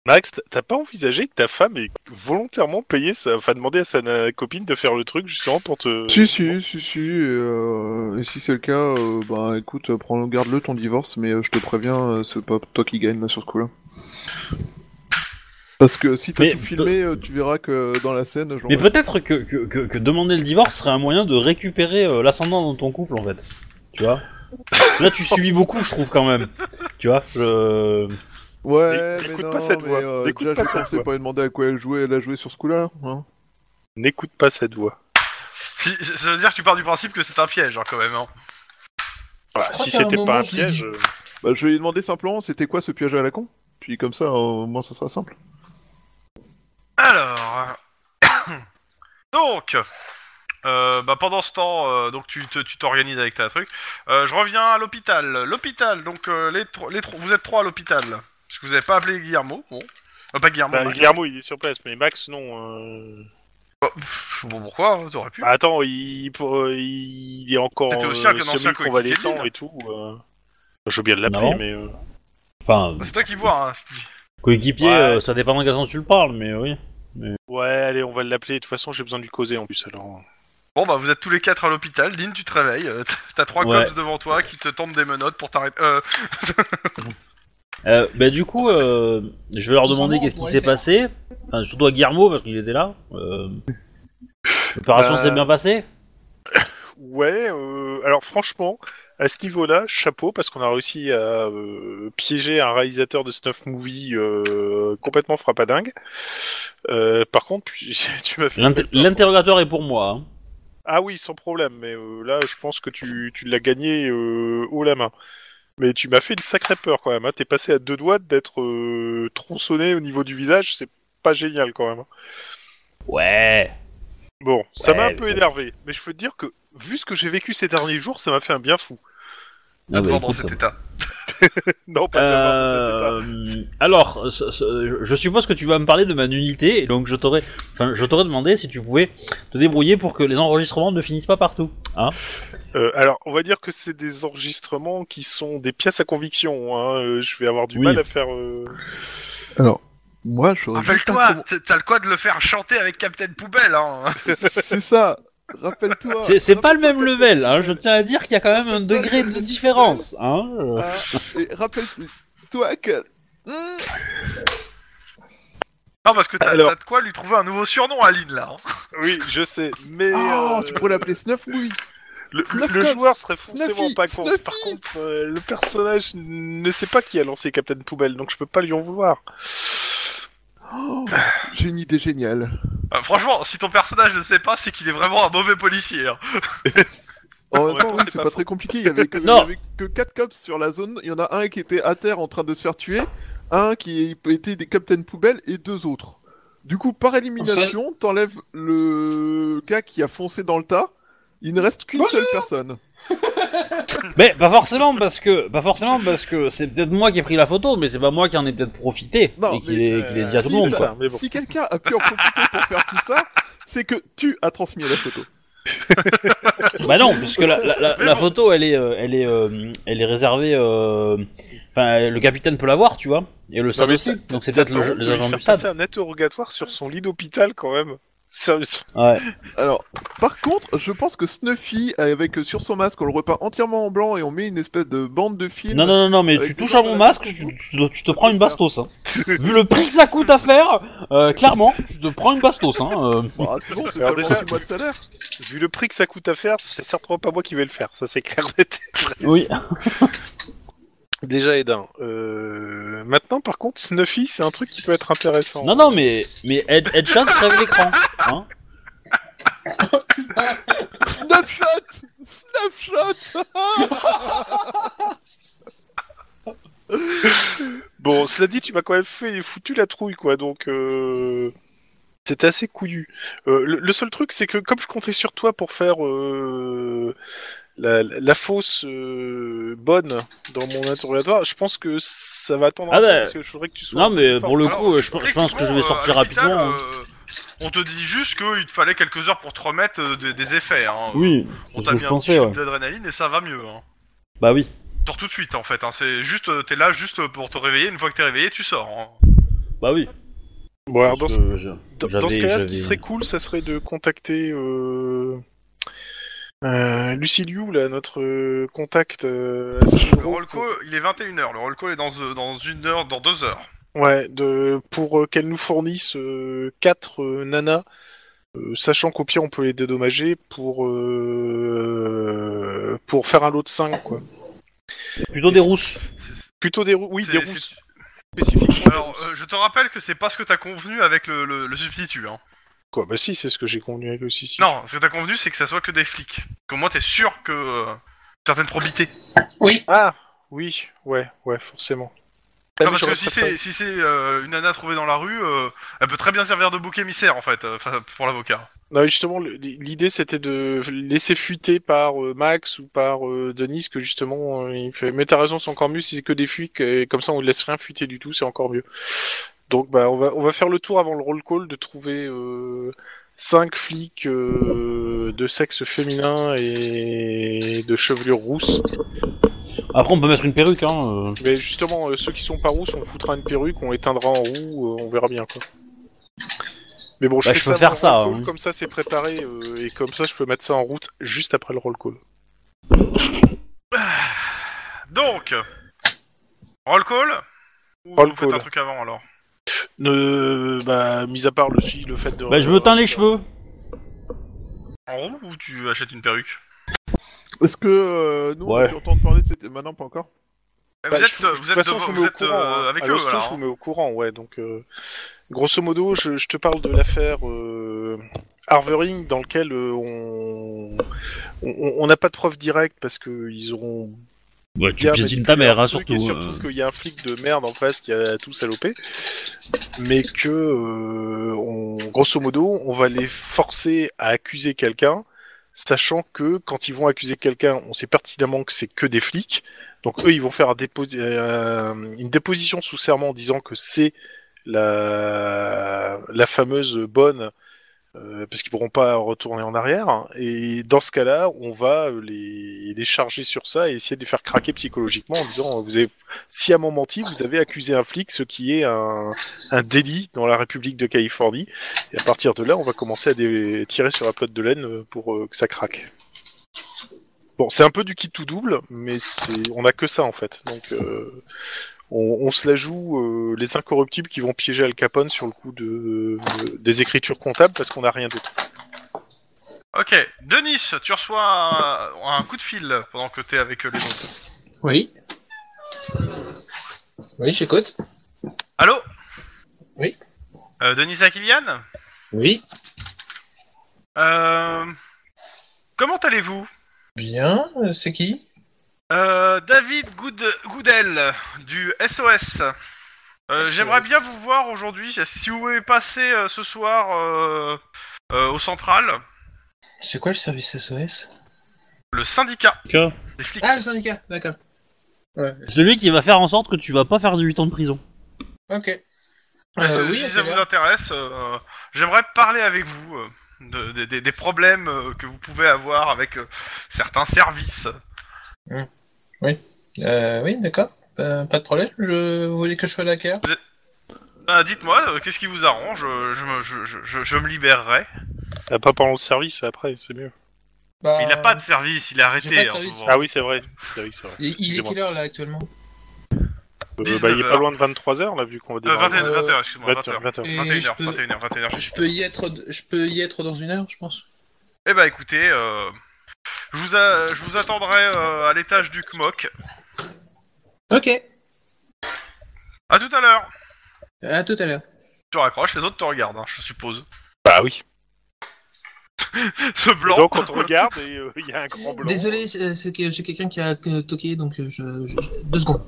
[SPEAKER 5] Max, t- t'as pas envisagé que ta femme ait volontairement payé, sa... enfin demandé à sa na- copine de faire le truc justement pour te.
[SPEAKER 4] Si, si, si, si, et, euh, et si c'est le cas, euh, bah écoute, euh, prends, garde-le ton divorce, mais euh, je te préviens, euh, c'est pas toi qui gagne là sur ce coup-là. Parce que si t'as
[SPEAKER 3] Mais
[SPEAKER 4] tout filmé, euh, tu verras que dans la scène, je
[SPEAKER 3] Mais peut-être que, que, que, que demander le divorce serait un moyen de récupérer euh, l'ascendant dans ton couple en fait. Tu
[SPEAKER 5] <laughs>
[SPEAKER 3] vois Là tu subis beaucoup, je trouve quand même. Tu vois je...
[SPEAKER 4] Ouais, mais,
[SPEAKER 5] N'écoute
[SPEAKER 4] non,
[SPEAKER 5] pas cette
[SPEAKER 4] mais,
[SPEAKER 5] voix,
[SPEAKER 4] euh,
[SPEAKER 5] n'écoute
[SPEAKER 4] déjà,
[SPEAKER 5] pas
[SPEAKER 4] je
[SPEAKER 5] cette
[SPEAKER 4] pensais
[SPEAKER 5] voix.
[SPEAKER 4] pas lui demander à quoi elle jouait, elle a joué sur ce coup-là, hein.
[SPEAKER 5] N'écoute pas cette voix.
[SPEAKER 2] Si, ça veut dire que tu pars du principe que c'est un piège hein, quand même. hein.
[SPEAKER 5] Voilà,
[SPEAKER 1] crois
[SPEAKER 5] Bah, si
[SPEAKER 1] qu'à un
[SPEAKER 5] c'était
[SPEAKER 1] moment,
[SPEAKER 5] pas un
[SPEAKER 1] je l'ai
[SPEAKER 5] piège.
[SPEAKER 1] dit.
[SPEAKER 5] euh,
[SPEAKER 4] Bah, je vais lui demander simplement, c'était quoi ce piège à la con Puis comme ça, euh, au moins, ça sera simple.
[SPEAKER 2] Alors, <coughs> donc, euh, bah pendant ce temps, euh, donc tu te- tu t'organises avec ta truc. Euh, je reviens à l'hôpital. L'hôpital, donc euh, les tro- les tro- vous êtes trois à l'hôpital. Parce que vous n'avez pas appelé Guillermo. Bon, Euh, pas Guillermo.
[SPEAKER 5] bah,
[SPEAKER 2] Max.
[SPEAKER 5] Guillermo, il est sur place, mais Max, non. euh.
[SPEAKER 2] Je sais pas pourquoi. hein, T'aurais pu.
[SPEAKER 5] Bah, attends, il, pour, euh, il est encore
[SPEAKER 2] T'étais
[SPEAKER 5] euh,
[SPEAKER 2] aussi avec un ancien coéquipier de
[SPEAKER 5] semi-convalescent
[SPEAKER 2] Lille.
[SPEAKER 5] et tout. euh. Je veux bien l'appeler,
[SPEAKER 3] Non.
[SPEAKER 5] mais. euh,
[SPEAKER 3] Enfin,
[SPEAKER 2] Bah, c'est toi qui vois. Hein.
[SPEAKER 3] coéquipier,
[SPEAKER 5] Ouais.
[SPEAKER 3] euh, ça dépend de quel sens tu le parles, mais oui.
[SPEAKER 5] Ouais, allez, on va l'appeler. De toute façon, j'ai besoin de lui causer en plus, alors.
[SPEAKER 2] Bon bah vous êtes tous les quatre à l'hôpital. Lynn, tu te réveilles. euh, T'as trois
[SPEAKER 3] Ouais.
[SPEAKER 2] cops devant toi qui te tendent des menottes pour t'arrêter. Euh,
[SPEAKER 3] Euh, bah du coup, euh, je vais leur
[SPEAKER 1] Tout
[SPEAKER 3] demander
[SPEAKER 1] simplement,
[SPEAKER 3] qu'est-ce
[SPEAKER 1] on
[SPEAKER 3] qui
[SPEAKER 1] pourrait
[SPEAKER 3] s'est
[SPEAKER 1] le faire.
[SPEAKER 3] passé. Enfin, surtout à Guillermo parce qu'il était là. Euh, L'opération
[SPEAKER 5] Bah.
[SPEAKER 3] s'est bien passée
[SPEAKER 5] Ouais, euh, alors franchement, à ce niveau-là, chapeau, parce qu'on a réussi à euh, piéger un réalisateur de snuff movie euh, complètement frappadingue. Euh, par contre, puis- <laughs> tu m'as fait...
[SPEAKER 3] L'inter- L'interrogatoire est pour moi. hein.
[SPEAKER 5] Ah oui, sans problème, mais euh, là, je pense que tu, tu l'as gagné euh, haut la main. Mais tu m'as fait une sacrée peur quand même, hein. t'es passé à deux doigts d'être euh, tronçonné au niveau du visage, c'est pas génial quand même. hein.
[SPEAKER 3] Ouais.
[SPEAKER 5] Bon, ça
[SPEAKER 3] Ouais,
[SPEAKER 5] m'a un
[SPEAKER 3] mais
[SPEAKER 5] peu
[SPEAKER 3] bon.
[SPEAKER 5] énervé, mais je peux te dire que, vu ce que j'ai vécu ces derniers jours, ça m'a fait un bien fou. <laughs>
[SPEAKER 3] Ah bah,
[SPEAKER 2] D'être dans
[SPEAKER 3] écoute.
[SPEAKER 2] cet état.
[SPEAKER 5] Non, pas de l'avoir, mais c'était pas-
[SPEAKER 3] Euh, alors, ce- ce- je suppose que tu vas me parler de ma nullité, et donc je t'aurais, enfin, je t'aurais demandé si tu pouvais te débrouiller pour que les enregistrements ne finissent pas partout.
[SPEAKER 5] Euh, alors, on va dire que c'est des enregistrements qui sont des pièces à conviction. Hein. Euh, je vais avoir du
[SPEAKER 3] Oui.
[SPEAKER 5] mal à faire. euh,
[SPEAKER 4] Alors, moi, je
[SPEAKER 2] Rappelle-toi, t'as- t'as le quoi de le faire chanter avec Captain Poubelle, hein
[SPEAKER 4] C'est ça Rappelle-toi
[SPEAKER 3] C'est c'est pas le même level, hein, je tiens à dire qu'il y a quand même un degré de différence. Hein, euh.
[SPEAKER 4] Ah, et Rappelle-toi que... Hmm,
[SPEAKER 2] Non, parce que t'as
[SPEAKER 5] Alors.
[SPEAKER 2] t'as de quoi lui trouver un nouveau surnom à Lynn, là. hein.
[SPEAKER 5] Oui, je sais, mais
[SPEAKER 4] Oh,
[SPEAKER 5] euh,
[SPEAKER 4] tu pourrais l'appeler Snuff Movie
[SPEAKER 5] le,
[SPEAKER 4] Snuff
[SPEAKER 5] le
[SPEAKER 4] Cops,
[SPEAKER 5] joueur serait forcément
[SPEAKER 4] Snuffy,
[SPEAKER 5] pas con.
[SPEAKER 4] Snuffy.
[SPEAKER 5] Par contre, euh, le personnage ne sait pas qui a lancé Captain Poubelle, donc je peux pas lui en vouloir.
[SPEAKER 4] Oh, J'ai une idée géniale.
[SPEAKER 2] Euh, franchement, si ton personnage ne sait pas, c'est qu'il est vraiment un mauvais policier. hein.
[SPEAKER 4] En
[SPEAKER 3] Oh,
[SPEAKER 5] Ouais,
[SPEAKER 4] même temps,
[SPEAKER 5] non,
[SPEAKER 4] oui,
[SPEAKER 5] c'est
[SPEAKER 4] c'est
[SPEAKER 5] pas
[SPEAKER 4] pas très compliqué. Il y
[SPEAKER 5] <laughs>
[SPEAKER 4] avait que, il y
[SPEAKER 3] Non.
[SPEAKER 4] avait que 4 cops sur la zone. Il y en a un qui était à terre en train de se faire tuer, un qui était des Captain Poubelle et deux autres. Du coup, par élimination, t'enlèves le gars qui a foncé dans le tas. Il ne reste qu'une seule personne.
[SPEAKER 3] Mais pas forcément parce que, pas forcément parce que c'est peut-être moi qui ai pris la photo, mais c'est pas moi qui en ai peut-être profité
[SPEAKER 4] Non,
[SPEAKER 3] et qui
[SPEAKER 4] mais,
[SPEAKER 3] l'ai
[SPEAKER 5] euh,
[SPEAKER 3] qui l'ai dit à tout le
[SPEAKER 4] si,
[SPEAKER 3] monde.
[SPEAKER 4] ça-
[SPEAKER 3] quoi.
[SPEAKER 5] mais bon.
[SPEAKER 4] Si quelqu'un a pu en profiter pour faire tout ça, c'est que tu as transmis la photo.
[SPEAKER 3] Bah non, puisque la, la, la,
[SPEAKER 2] Mais
[SPEAKER 3] la
[SPEAKER 2] bon.
[SPEAKER 3] photo, elle est, euh, elle est, euh, elle est réservée. euh, Enfin, le capitaine peut l'avoir, tu vois. Et le SAD
[SPEAKER 5] mais
[SPEAKER 3] aussi.
[SPEAKER 5] c'est-
[SPEAKER 3] Donc c'est peut-être le-
[SPEAKER 5] Attends,
[SPEAKER 3] les
[SPEAKER 5] de lui
[SPEAKER 3] agents
[SPEAKER 5] faire
[SPEAKER 3] du SAD.
[SPEAKER 5] passer un interrogatoire sur son lit d'hôpital quand même. Sérieusement.
[SPEAKER 3] Ouais.
[SPEAKER 4] Alors, par contre, je pense que Snuffy, avec euh, sur son masque, on le repeint entièrement en blanc et on met une espèce de bande de fil.
[SPEAKER 3] Non, non, non, non, mais
[SPEAKER 4] Avec
[SPEAKER 3] tu
[SPEAKER 4] des
[SPEAKER 3] touches à mon
[SPEAKER 4] gens
[SPEAKER 3] masque, tu, tu- tu te prends une bastos. Hein. Vu le prix que ça coûte à faire, euh, clairement, tu te prends une bastos. Hein, euh.
[SPEAKER 4] Bah, c'est bon, c'est
[SPEAKER 5] Alors
[SPEAKER 4] seulement
[SPEAKER 5] déjà-
[SPEAKER 4] six mois de salaire.
[SPEAKER 5] Vu le prix que ça coûte à faire, c'est certainement pas moi qui vais le faire. Ça c'est clair. net.
[SPEAKER 3] Oui.
[SPEAKER 5] Déjà Edin. Euh... Maintenant, par contre, Snuffy, c'est un truc qui peut être intéressant.
[SPEAKER 3] Non, non, mais, mais Ed, Headshot crève l'écran. Hein.
[SPEAKER 4] Snapshot Snapshot
[SPEAKER 5] Bon, cela dit, tu m'as quand même fait foutu la trouille, quoi. Donc, euh... c'était assez couillu. Euh, le, le seul truc, c'est que comme je comptais sur toi pour faire euh, la, la, la fausse euh, bonne dans mon interrogatoire, je pense que ça va attendre.
[SPEAKER 3] Ah
[SPEAKER 5] un peu,
[SPEAKER 3] bah.
[SPEAKER 5] parce que je voudrais que tu sois.
[SPEAKER 3] Non, mais pour le
[SPEAKER 2] Alors,
[SPEAKER 3] coup, euh, je, je pense que je vais
[SPEAKER 2] techniquement,
[SPEAKER 3] sortir
[SPEAKER 2] euh, à l'hôpital,
[SPEAKER 3] rapidement. hein.
[SPEAKER 2] euh, on te dit juste qu'il te fallait quelques heures pour te remettre euh, des, des effets. Hein.
[SPEAKER 3] Oui,
[SPEAKER 2] on
[SPEAKER 3] c'est ce
[SPEAKER 2] t'a
[SPEAKER 3] que
[SPEAKER 2] mis
[SPEAKER 3] je
[SPEAKER 2] un
[SPEAKER 3] pensais,
[SPEAKER 2] petit shoot
[SPEAKER 3] ouais.
[SPEAKER 2] d'adrénaline et ça va mieux. Hein.
[SPEAKER 3] Bah oui.
[SPEAKER 2] Sors tout de suite en fait. Hein. C'est juste, euh, t'es là juste pour te réveiller. Une fois que t'es réveillé, tu sors. hein.
[SPEAKER 3] Bah oui.
[SPEAKER 5] Bon, alors, dans,
[SPEAKER 3] Parce
[SPEAKER 5] ce-
[SPEAKER 3] que je-
[SPEAKER 5] dans-
[SPEAKER 3] j'avais-
[SPEAKER 5] dans ce cas-là, ce qui
[SPEAKER 3] j'avais-
[SPEAKER 5] serait cool, ça serait de contacter euh, euh, Lucy Liu, là, notre euh, contact. Euh, à ce
[SPEAKER 2] Le
[SPEAKER 5] bureau
[SPEAKER 2] roll call, il est 21h. Le roll call est dans, euh, dans une heure, dans deux heures.
[SPEAKER 5] Ouais, de, pour euh, qu'elles nous fournissent euh, quatre euh, nanas, euh, sachant qu'au pire on peut les dédommager pour euh, pour faire un lot de 5 quoi.
[SPEAKER 3] Plutôt des rousses.
[SPEAKER 5] Plutôt des rou- oui
[SPEAKER 2] C'est-
[SPEAKER 5] des
[SPEAKER 2] c'est-
[SPEAKER 5] rousses spécifiquement. des
[SPEAKER 2] Alors,
[SPEAKER 5] rousses.
[SPEAKER 2] euh, je te rappelle que c'est pas ce que t'as convenu avec le, le- le substitut. Hein.
[SPEAKER 5] Quoi bah si c'est ce que j'ai convenu avec le si, si.
[SPEAKER 2] Non, ce que t'as convenu, c'est que ça soit que des flics. Qu'au moins, t'es sûr que. euh, certaines probités.
[SPEAKER 5] Ah oui ouais ouais forcément. Ah,
[SPEAKER 2] Non,
[SPEAKER 5] mais
[SPEAKER 2] parce que
[SPEAKER 5] j'aurais
[SPEAKER 2] si
[SPEAKER 5] préféré.
[SPEAKER 2] c'est si c'est euh, une nana trouvée dans la rue, euh, elle peut très bien servir de bouc émissaire en fait euh, fa- pour l'avocat.
[SPEAKER 5] Non, mais justement, le- l'idée c'était de laisser fuiter par euh, Max ou par euh, Denis que justement euh, il fait. Mais t'as raison, c'est encore mieux si c'est que des fuites, et comme ça on ne laisse rien fuiter du tout, c'est encore mieux. Donc bah on va on va faire le tour avant le roll call de trouver euh, cinq flics euh, de sexe féminin et de chevelure rousse.
[SPEAKER 3] Après, on peut mettre une perruque, hein. euh.
[SPEAKER 5] Mais justement, euh, ceux qui sont pas rousses, on foutra une perruque, on éteindra en roue, euh, on verra bien quoi. Mais bon, je,
[SPEAKER 3] Bah,
[SPEAKER 5] fais
[SPEAKER 3] je peux
[SPEAKER 5] ça
[SPEAKER 3] faire
[SPEAKER 5] avant le
[SPEAKER 3] ça,
[SPEAKER 5] roll call,
[SPEAKER 3] hein.
[SPEAKER 5] Comme ça, c'est préparé euh, et comme ça, je peux mettre ça en route juste après le roll call.
[SPEAKER 2] Donc, roll call Ou
[SPEAKER 5] Roll
[SPEAKER 2] vous faites
[SPEAKER 5] call.
[SPEAKER 2] un truc avant alors
[SPEAKER 5] Euh, bah, mis à part le, le fait de.
[SPEAKER 3] Bah, je me teins les cheveux.
[SPEAKER 2] en rond ou tu achètes une perruque
[SPEAKER 4] Est-ce que euh, nous, on a
[SPEAKER 3] Ouais.
[SPEAKER 4] pu entendre parler de cette... Maintenant, pas encore
[SPEAKER 2] Eh,
[SPEAKER 5] Bah,
[SPEAKER 2] Vous êtes,
[SPEAKER 5] je- de
[SPEAKER 2] vous
[SPEAKER 5] toute
[SPEAKER 2] êtes,
[SPEAKER 5] façon,
[SPEAKER 2] devant-
[SPEAKER 5] je vous
[SPEAKER 2] vous
[SPEAKER 5] mets au
[SPEAKER 2] êtes,
[SPEAKER 5] courant,
[SPEAKER 2] euh,
[SPEAKER 5] hein.
[SPEAKER 2] avec
[SPEAKER 5] À
[SPEAKER 2] eux
[SPEAKER 5] Losto,
[SPEAKER 2] alors,
[SPEAKER 5] je vous
[SPEAKER 2] hein.
[SPEAKER 5] mets au courant, ouais. Donc, euh, grosso modo, je, je te parle de l'affaire euh, Harvering, dans lequel euh, on on- on on n'a pas de preuves directes parce que ils auront
[SPEAKER 3] Ouais, tu
[SPEAKER 5] bien
[SPEAKER 3] piétines
[SPEAKER 5] manipulé
[SPEAKER 3] ta mère,
[SPEAKER 5] un
[SPEAKER 3] hein,
[SPEAKER 5] truc,
[SPEAKER 3] surtout.
[SPEAKER 5] et
[SPEAKER 3] euh.
[SPEAKER 5] qu'il y a un flic de merde en face qui a tout salopé, mais que euh, on, grosso modo, on va les forcer à accuser quelqu'un, sachant que quand ils vont accuser quelqu'un, on sait pertinemment que c'est que des flics. Donc eux, ils vont faire un déposi- euh, une déposition sous serment en disant que c'est la, la fameuse bonne, euh, parce qu'ils pourront pas retourner en arrière. Et dans ce cas-là, on va les, les charger sur ça et essayer de les faire craquer psychologiquement en disant, euh, vous avez sciemment menti, vous avez accusé un flic, ce qui est un, un délit dans la République de Californie. Et à partir de là, on va commencer à dé- tirer sur la pelote de laine euh, pour euh, que ça craque. Bon, c'est un peu du kit tout double, mais c'est- on a que ça en fait. Donc, euh, on, on se la joue euh, les incorruptibles qui vont piéger Al Capone sur le coup de, des écritures comptables parce qu'on n'a rien d'autre.
[SPEAKER 2] Ok, Denis, tu reçois un, un coup de fil pendant que t'es avec euh, les autres.
[SPEAKER 1] Oui. Oui, j'écoute.
[SPEAKER 2] Allô
[SPEAKER 1] Oui.
[SPEAKER 2] Euh, Denis Akilian
[SPEAKER 1] Oui.
[SPEAKER 2] euh, Comment allez-vous
[SPEAKER 1] Bien, euh, c'est qui
[SPEAKER 2] Euh, David Good- Goodell du SOS. Euh,
[SPEAKER 1] SOS.
[SPEAKER 2] J'aimerais bien vous voir aujourd'hui. Si vous voulez passer euh, ce soir euh, euh, au central,
[SPEAKER 1] C'est quoi le service SOS
[SPEAKER 2] le syndicat
[SPEAKER 3] Que-
[SPEAKER 2] des flics.
[SPEAKER 1] Ah, le syndicat, d'accord. Ouais,
[SPEAKER 3] Celui qui va faire en sorte que tu vas pas faire de 8 ans de prison.
[SPEAKER 1] ok.
[SPEAKER 2] Euh,
[SPEAKER 1] Euh,
[SPEAKER 2] si
[SPEAKER 1] oui, à
[SPEAKER 2] ça
[SPEAKER 1] quelle
[SPEAKER 2] vous
[SPEAKER 1] heure
[SPEAKER 2] intéresse, euh, j'aimerais parler avec vous euh, de- des- des- des problèmes euh, que vous pouvez avoir avec euh, certains services.
[SPEAKER 1] Euh, oui, d'accord. Euh, pas de problème, je vous voulez que je sois là à quelle heure
[SPEAKER 2] Euh, Dites-moi, euh, qu'est-ce qui vous arrange Euh, je, me- je- je- je- je me libérerai.
[SPEAKER 5] Ah, pas pendant le service, après, c'est mieux.
[SPEAKER 1] Bah,
[SPEAKER 2] Il n'a pas de service, il
[SPEAKER 1] j'ai
[SPEAKER 2] est
[SPEAKER 1] pas de
[SPEAKER 2] arrêté. en
[SPEAKER 1] service.
[SPEAKER 2] ce moment.
[SPEAKER 5] Ah oui, c'est vrai. C'est vrai, c'est vrai.
[SPEAKER 1] Il, il est
[SPEAKER 5] Excusez-moi.
[SPEAKER 1] quelle heure là actuellement
[SPEAKER 5] Euh, bah, il est
[SPEAKER 2] 19
[SPEAKER 5] pas loin de 23h, là, vu qu'on va
[SPEAKER 2] Euh,
[SPEAKER 5] démarrer.
[SPEAKER 2] 21,
[SPEAKER 1] Euh,
[SPEAKER 2] 21, excuse-moi, 21.
[SPEAKER 5] 20h.
[SPEAKER 1] Et
[SPEAKER 2] 21h,
[SPEAKER 1] je peux-
[SPEAKER 2] 21h, 21h.
[SPEAKER 1] Je peux y être, je peux y être dans une heure, je pense.
[SPEAKER 2] Eh bah écoutez, euh, je, vous a- je vous attendrai euh, à l'étage du CMOC.
[SPEAKER 1] Ok.
[SPEAKER 2] À tout à l'heure
[SPEAKER 1] À tout à l'heure.
[SPEAKER 2] Tu raccroches, les autres te regardent, hein, je suppose. <laughs>
[SPEAKER 5] Bah oui.
[SPEAKER 2] Ce blanc
[SPEAKER 5] Donc, on te regarde et euh, il y a un grand blanc.
[SPEAKER 1] Désolé, c'est c'est que j'ai quelqu'un qui a euh, toqué, donc euh, je, je- je- deux secondes.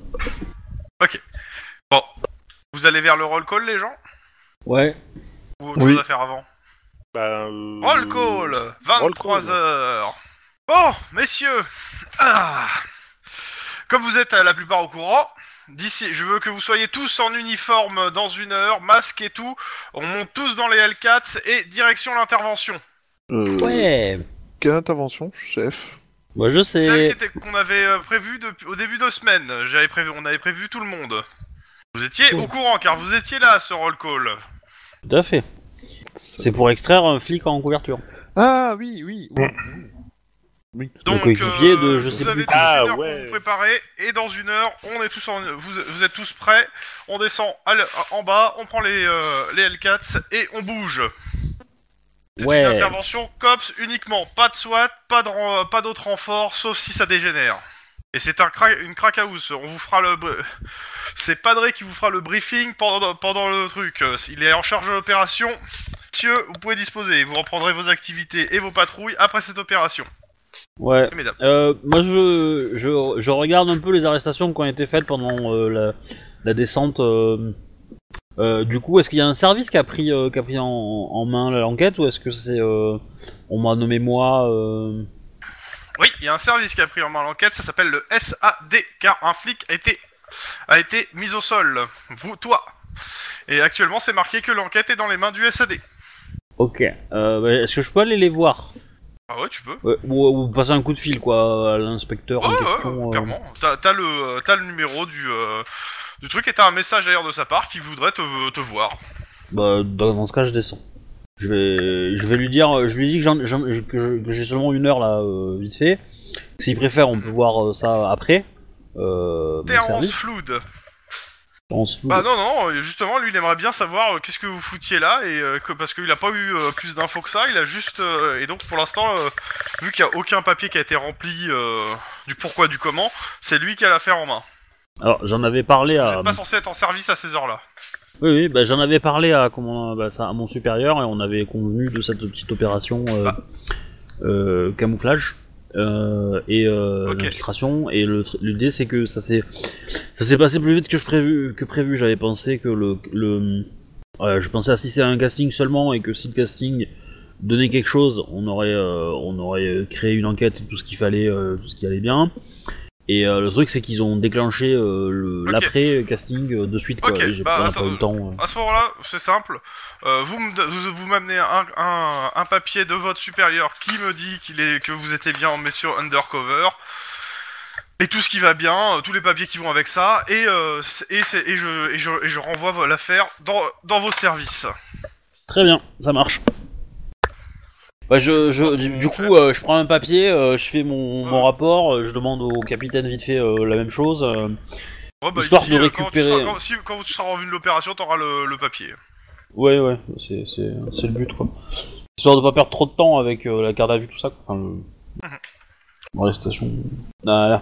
[SPEAKER 2] Bon, vous allez vers le roll call, les gens
[SPEAKER 3] Ouais.
[SPEAKER 2] Ou autre
[SPEAKER 4] Oui.
[SPEAKER 2] chose à faire avant
[SPEAKER 5] Bah, euh,
[SPEAKER 2] Roll call
[SPEAKER 5] roll
[SPEAKER 2] 23 heures. Bon, messieurs, ah, comme vous êtes euh, la plupart au courant, d'ici, je veux que vous soyez tous en uniforme dans une heure, masque et tout. On monte tous dans les L4 et direction l'intervention.
[SPEAKER 4] Euh,
[SPEAKER 3] Ouais.
[SPEAKER 4] Quelle intervention, chef
[SPEAKER 3] Moi je
[SPEAKER 2] Celle
[SPEAKER 3] sais.
[SPEAKER 2] qui était- qu'on avait euh, prévue depuis- au début de semaine. J'avais prévu, on avait prévu tout le monde. Vous étiez
[SPEAKER 1] Oui.
[SPEAKER 2] au courant car vous étiez là à ce roll call.
[SPEAKER 3] Tout à fait. C'est pour extraire un flic en couverture.
[SPEAKER 4] Ah oui, oui. oui. Oui.
[SPEAKER 2] Donc,
[SPEAKER 3] coéquipier
[SPEAKER 2] euh,
[SPEAKER 3] de je sais
[SPEAKER 2] vous avez
[SPEAKER 3] plus
[SPEAKER 2] tous
[SPEAKER 3] qui.
[SPEAKER 5] Ah,
[SPEAKER 2] une heure
[SPEAKER 5] ouais.
[SPEAKER 2] pour vous préparer et dans une heure, on est tous en, vous, vous êtes tous prêts. On descend à l- en bas, on prend les, euh, les L4 et on bouge. C'est
[SPEAKER 3] Ouais.
[SPEAKER 2] une intervention cops uniquement, pas de SWAT, pas de ren- pas d'autres renforts, sauf si ça dégénère. Et c'est un cra- une crack house. On vous fera le br- c'est Padré qui vous fera le briefing pendant, pendant le truc. Euh, Il est en charge de l'opération. Monsieur, vous pouvez disposer. Vous reprendrez vos activités et vos patrouilles après cette opération.
[SPEAKER 3] Ouais.
[SPEAKER 2] Mesdames.
[SPEAKER 3] Euh, moi je, je, je regarde un peu les arrestations qui ont été faites pendant euh, la, la descente. euh, euh, du coup, est-ce qu'il y a un service qui a pris, euh, qui a pris en, en main l'enquête ou est-ce que c'est. euh, on m'a nommé moi. euh,
[SPEAKER 2] Oui, il y a un service qui a pris en main l'enquête, ça s'appelle le SAD, car un flic a été, a été mis au sol. Vous, toi. Et actuellement, c'est marqué que l'enquête est dans les mains du SAD.
[SPEAKER 3] Ok. Euh, bah, est-ce que je peux aller les voir
[SPEAKER 2] Ah ouais, tu peux.
[SPEAKER 3] Ouais, ou, euh, ou passer un coup de fil quoi à l'inspecteur en
[SPEAKER 2] ouais,
[SPEAKER 3] question.
[SPEAKER 2] ouais,
[SPEAKER 3] euh.
[SPEAKER 2] clairement. T'as t'as le, euh, t'as le numéro du, euh, du truc et t'as un message d'ailleurs de sa part qui voudrait te, te voir.
[SPEAKER 3] Bah, dans dans ce cas, je descends. Je vais, je vais lui dire, euh, je lui dis que j'en- j'en- que je- que j'ai seulement une heure là, euh, vite fait.
[SPEAKER 2] Mhm.
[SPEAKER 3] S'il préfère, on peut voir euh, ça après. Euh, mon
[SPEAKER 2] Terence
[SPEAKER 3] service.
[SPEAKER 2] Flood.
[SPEAKER 3] On se fout.
[SPEAKER 2] Bah non, non, euh, justement, lui, il aimerait bien savoir euh, qu'est-ce que vous foutiez là, et euh, que, parce qu'il a pas eu euh, plus d'infos que ça, il a juste... euh, et donc, pour l'instant, euh, vu qu'il y a aucun papier qui a été rempli euh, du pourquoi, du comment, c'est lui qui a l'affaire en main.
[SPEAKER 3] Alors, j'en avais parlé
[SPEAKER 2] Vous
[SPEAKER 3] à.
[SPEAKER 2] n'êtes pas censé être en service à ces heures-là.
[SPEAKER 3] Oui, oui, bah, j'en avais parlé à, comment, bah, ça, à mon supérieur et on avait convenu de cette petite opération euh,
[SPEAKER 2] Bah.
[SPEAKER 3] euh, camouflage euh, et euh,
[SPEAKER 2] Ok.
[SPEAKER 3] infiltration. Et le tr- l'idée, c'est que ça s'est ça s'est passé plus vite que je prévu. Que prévu. J'avais pensé que le, le euh, je pensais assister à un casting seulement et que si le casting donnait quelque chose, on aurait euh, on aurait créé une enquête et tout ce qu'il fallait, euh, tout ce qui allait bien. Et euh, le truc, c'est qu'ils ont déclenché euh, le-
[SPEAKER 2] Ok.
[SPEAKER 3] l'après-casting euh, de suite. Quoi.
[SPEAKER 2] Ok,
[SPEAKER 3] Et j'ai
[SPEAKER 2] bah,
[SPEAKER 3] pas-
[SPEAKER 2] attends,
[SPEAKER 3] pas eu le temps. euh.
[SPEAKER 2] À ce moment-là, c'est simple. Euh, vous me- vous, vous m'amenez un, un, un papier de votre supérieur qui me dit qu'il est que vous étiez bien en mission undercover et tout ce qui va bien, euh, tous les papiers qui vont avec ça et euh, c'est- et, c'est- et je, et je et je renvoie l'affaire dans dans vos services.
[SPEAKER 3] Très bien, ça marche. Bah je, je, du, du coup, euh, je prends un papier, euh, je fais mon, mon
[SPEAKER 2] Ouais.
[SPEAKER 3] rapport, euh, je demande au capitaine vite fait euh, la même chose. euh.
[SPEAKER 2] Ouais, bah,
[SPEAKER 3] Histoire
[SPEAKER 2] il
[SPEAKER 3] de
[SPEAKER 2] dit, euh, quand tu
[SPEAKER 3] récupérer- hein.
[SPEAKER 2] seras- quand- si- quand tu seras revenu de l'opération, t'auras le, le papier.
[SPEAKER 3] Ouais, ouais, c'est c'est- c'est le but, quoi. Histoire de pas perdre trop de temps avec euh, la garde à vue, tout ça. quoi. Enfin, le... L'arrestation. Voilà.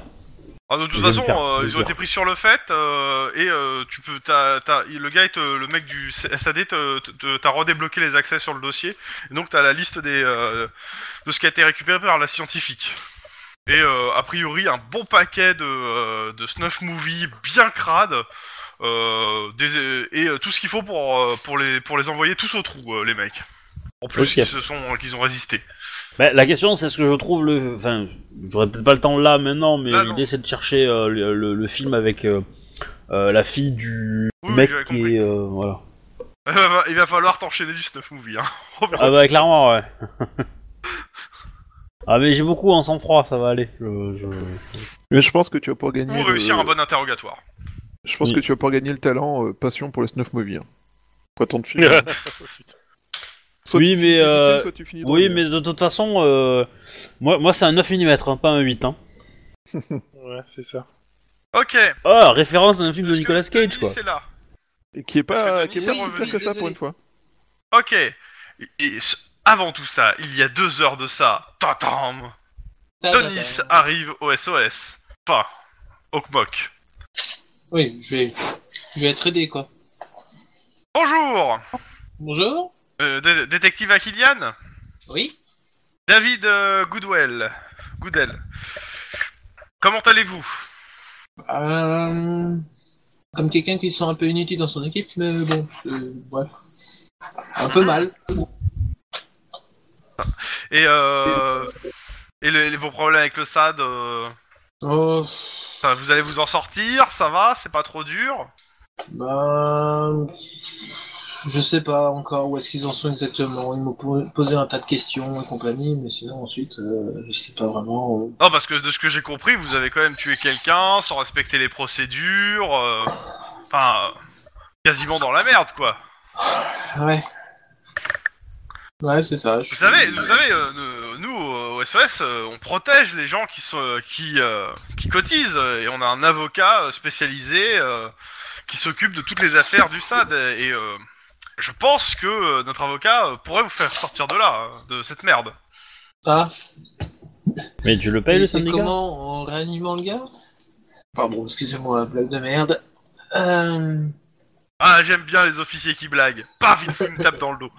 [SPEAKER 2] Ah, de toute
[SPEAKER 3] Je vais me
[SPEAKER 2] façon,
[SPEAKER 3] faire
[SPEAKER 2] euh, ils
[SPEAKER 3] plaisir.
[SPEAKER 2] ont été pris sur le fait euh, et euh, tu peux, t'as, t'as- le gars, il te- le mec du SAD, te- te- te- t'as redébloqué les accès sur le dossier. Donc t'as la liste des euh, de ce qui a été récupéré par la scientifique. Et euh, a priori, un bon paquet de, euh, de snuff movies bien crades euh, des- et euh, tout ce qu'il faut pour euh, pour les pour les envoyer tous au trou, euh, les mecs. En plus,
[SPEAKER 3] Ok.
[SPEAKER 2] ils se sont, qu'ils ont résisté.
[SPEAKER 3] Bah, la question, c'est ce que je trouve le. Enfin, j'aurais peut-être pas le temps là maintenant, mais
[SPEAKER 2] Là, Ah non.
[SPEAKER 3] l'idée c'est de chercher euh, le, le- le film avec euh, euh, la fille du
[SPEAKER 2] Oui, oui,
[SPEAKER 3] mec
[SPEAKER 2] j'avais
[SPEAKER 3] qui
[SPEAKER 2] compris.
[SPEAKER 3] est. euh, voilà.
[SPEAKER 2] <laughs> il va falloir t'enchaîner du snuff movie. Hein.
[SPEAKER 3] Ah bah clairement ouais. <laughs> ah mais j'ai beaucoup en sang-froid, ça va aller. Je, je-
[SPEAKER 4] Mais je pense que tu vas pouvoir gagner.
[SPEAKER 2] Pour
[SPEAKER 4] le-
[SPEAKER 2] réussir un bon interrogatoire.
[SPEAKER 4] Je pense
[SPEAKER 3] Oui.
[SPEAKER 4] que tu vas pouvoir gagner le talent euh, passion pour le snuff movie. Hein. Quoi tant de film. Soit
[SPEAKER 3] Oui
[SPEAKER 4] tu
[SPEAKER 3] mais
[SPEAKER 4] finis
[SPEAKER 3] euh,
[SPEAKER 4] d'écouter, soit tu finis dans
[SPEAKER 3] oui
[SPEAKER 4] le-
[SPEAKER 3] mais de toute façon euh, moi moi c'est un 9 mm hein, pas un 8 hein.
[SPEAKER 5] Ouais, c'est ça.
[SPEAKER 2] Ok.
[SPEAKER 3] Ah, référence à un film de
[SPEAKER 2] Parce que
[SPEAKER 3] Nicolas Cage
[SPEAKER 2] Denis,
[SPEAKER 3] quoi.
[SPEAKER 2] c'est là.
[SPEAKER 4] Et qui est pas,
[SPEAKER 2] Parce que
[SPEAKER 4] qui est pas
[SPEAKER 1] Denis,
[SPEAKER 4] si
[SPEAKER 1] c'est
[SPEAKER 4] pire que
[SPEAKER 1] revenu,
[SPEAKER 4] ça pour
[SPEAKER 1] désolé.
[SPEAKER 4] une fois.
[SPEAKER 2] Ok. Et ce- avant tout ça, il y a deux heures de ça, tatam,
[SPEAKER 1] Ta- ta- ta-
[SPEAKER 2] Denis arrive au SOS. Pas au CMOC.
[SPEAKER 1] Oui, je vais... je vais être aidé, quoi.
[SPEAKER 2] Bonjour
[SPEAKER 1] Bonjour
[SPEAKER 2] Euh, dé- Détective Akilian
[SPEAKER 1] Oui
[SPEAKER 2] David euh, Goodwell. Goodell. Comment allez-vous
[SPEAKER 1] Euh, Comme quelqu'un qui se sent un peu inutile dans son équipe, mais bon, euh, ouais. Un peu mal.
[SPEAKER 2] Et, euh, et le- les- vos problèmes avec le SAD euh,
[SPEAKER 1] Oh,
[SPEAKER 2] ça- Vous allez vous en sortir Ça va C'est pas trop dur
[SPEAKER 1] Ben, je sais pas encore où est-ce qu'ils en sont exactement. Ils m'ont po- posé un tas de questions et compagnie, mais sinon ensuite, euh, je sais pas vraiment. euh.
[SPEAKER 2] Non, parce que de ce que j'ai compris, vous avez quand même tué quelqu'un sans respecter les procédures. euh, Enfin, euh, quasiment dans la merde, quoi.
[SPEAKER 1] Ah Ouais. Ouais, c'est ça. je suis-
[SPEAKER 2] Vous savez, vous savez, euh, ne- nous euh, au SOS, euh, on protège les gens qui sont euh, qui euh, qui cotisent euh, et on a un avocat euh, spécialisé euh, qui s'occupe de toutes les affaires du SAD et euh, je pense que euh, notre avocat euh, pourrait vous faire sortir de là, euh, de cette merde.
[SPEAKER 1] Ah,
[SPEAKER 3] Mais tu le payes
[SPEAKER 1] et-
[SPEAKER 3] le
[SPEAKER 1] et
[SPEAKER 3] syndicat
[SPEAKER 1] comment En réanimant le gars Pardon, excusez-moi, blague de merde. Euh...
[SPEAKER 2] Ah, j'aime bien les officiers qui blaguent. Paf, il fout une tape dans le dos.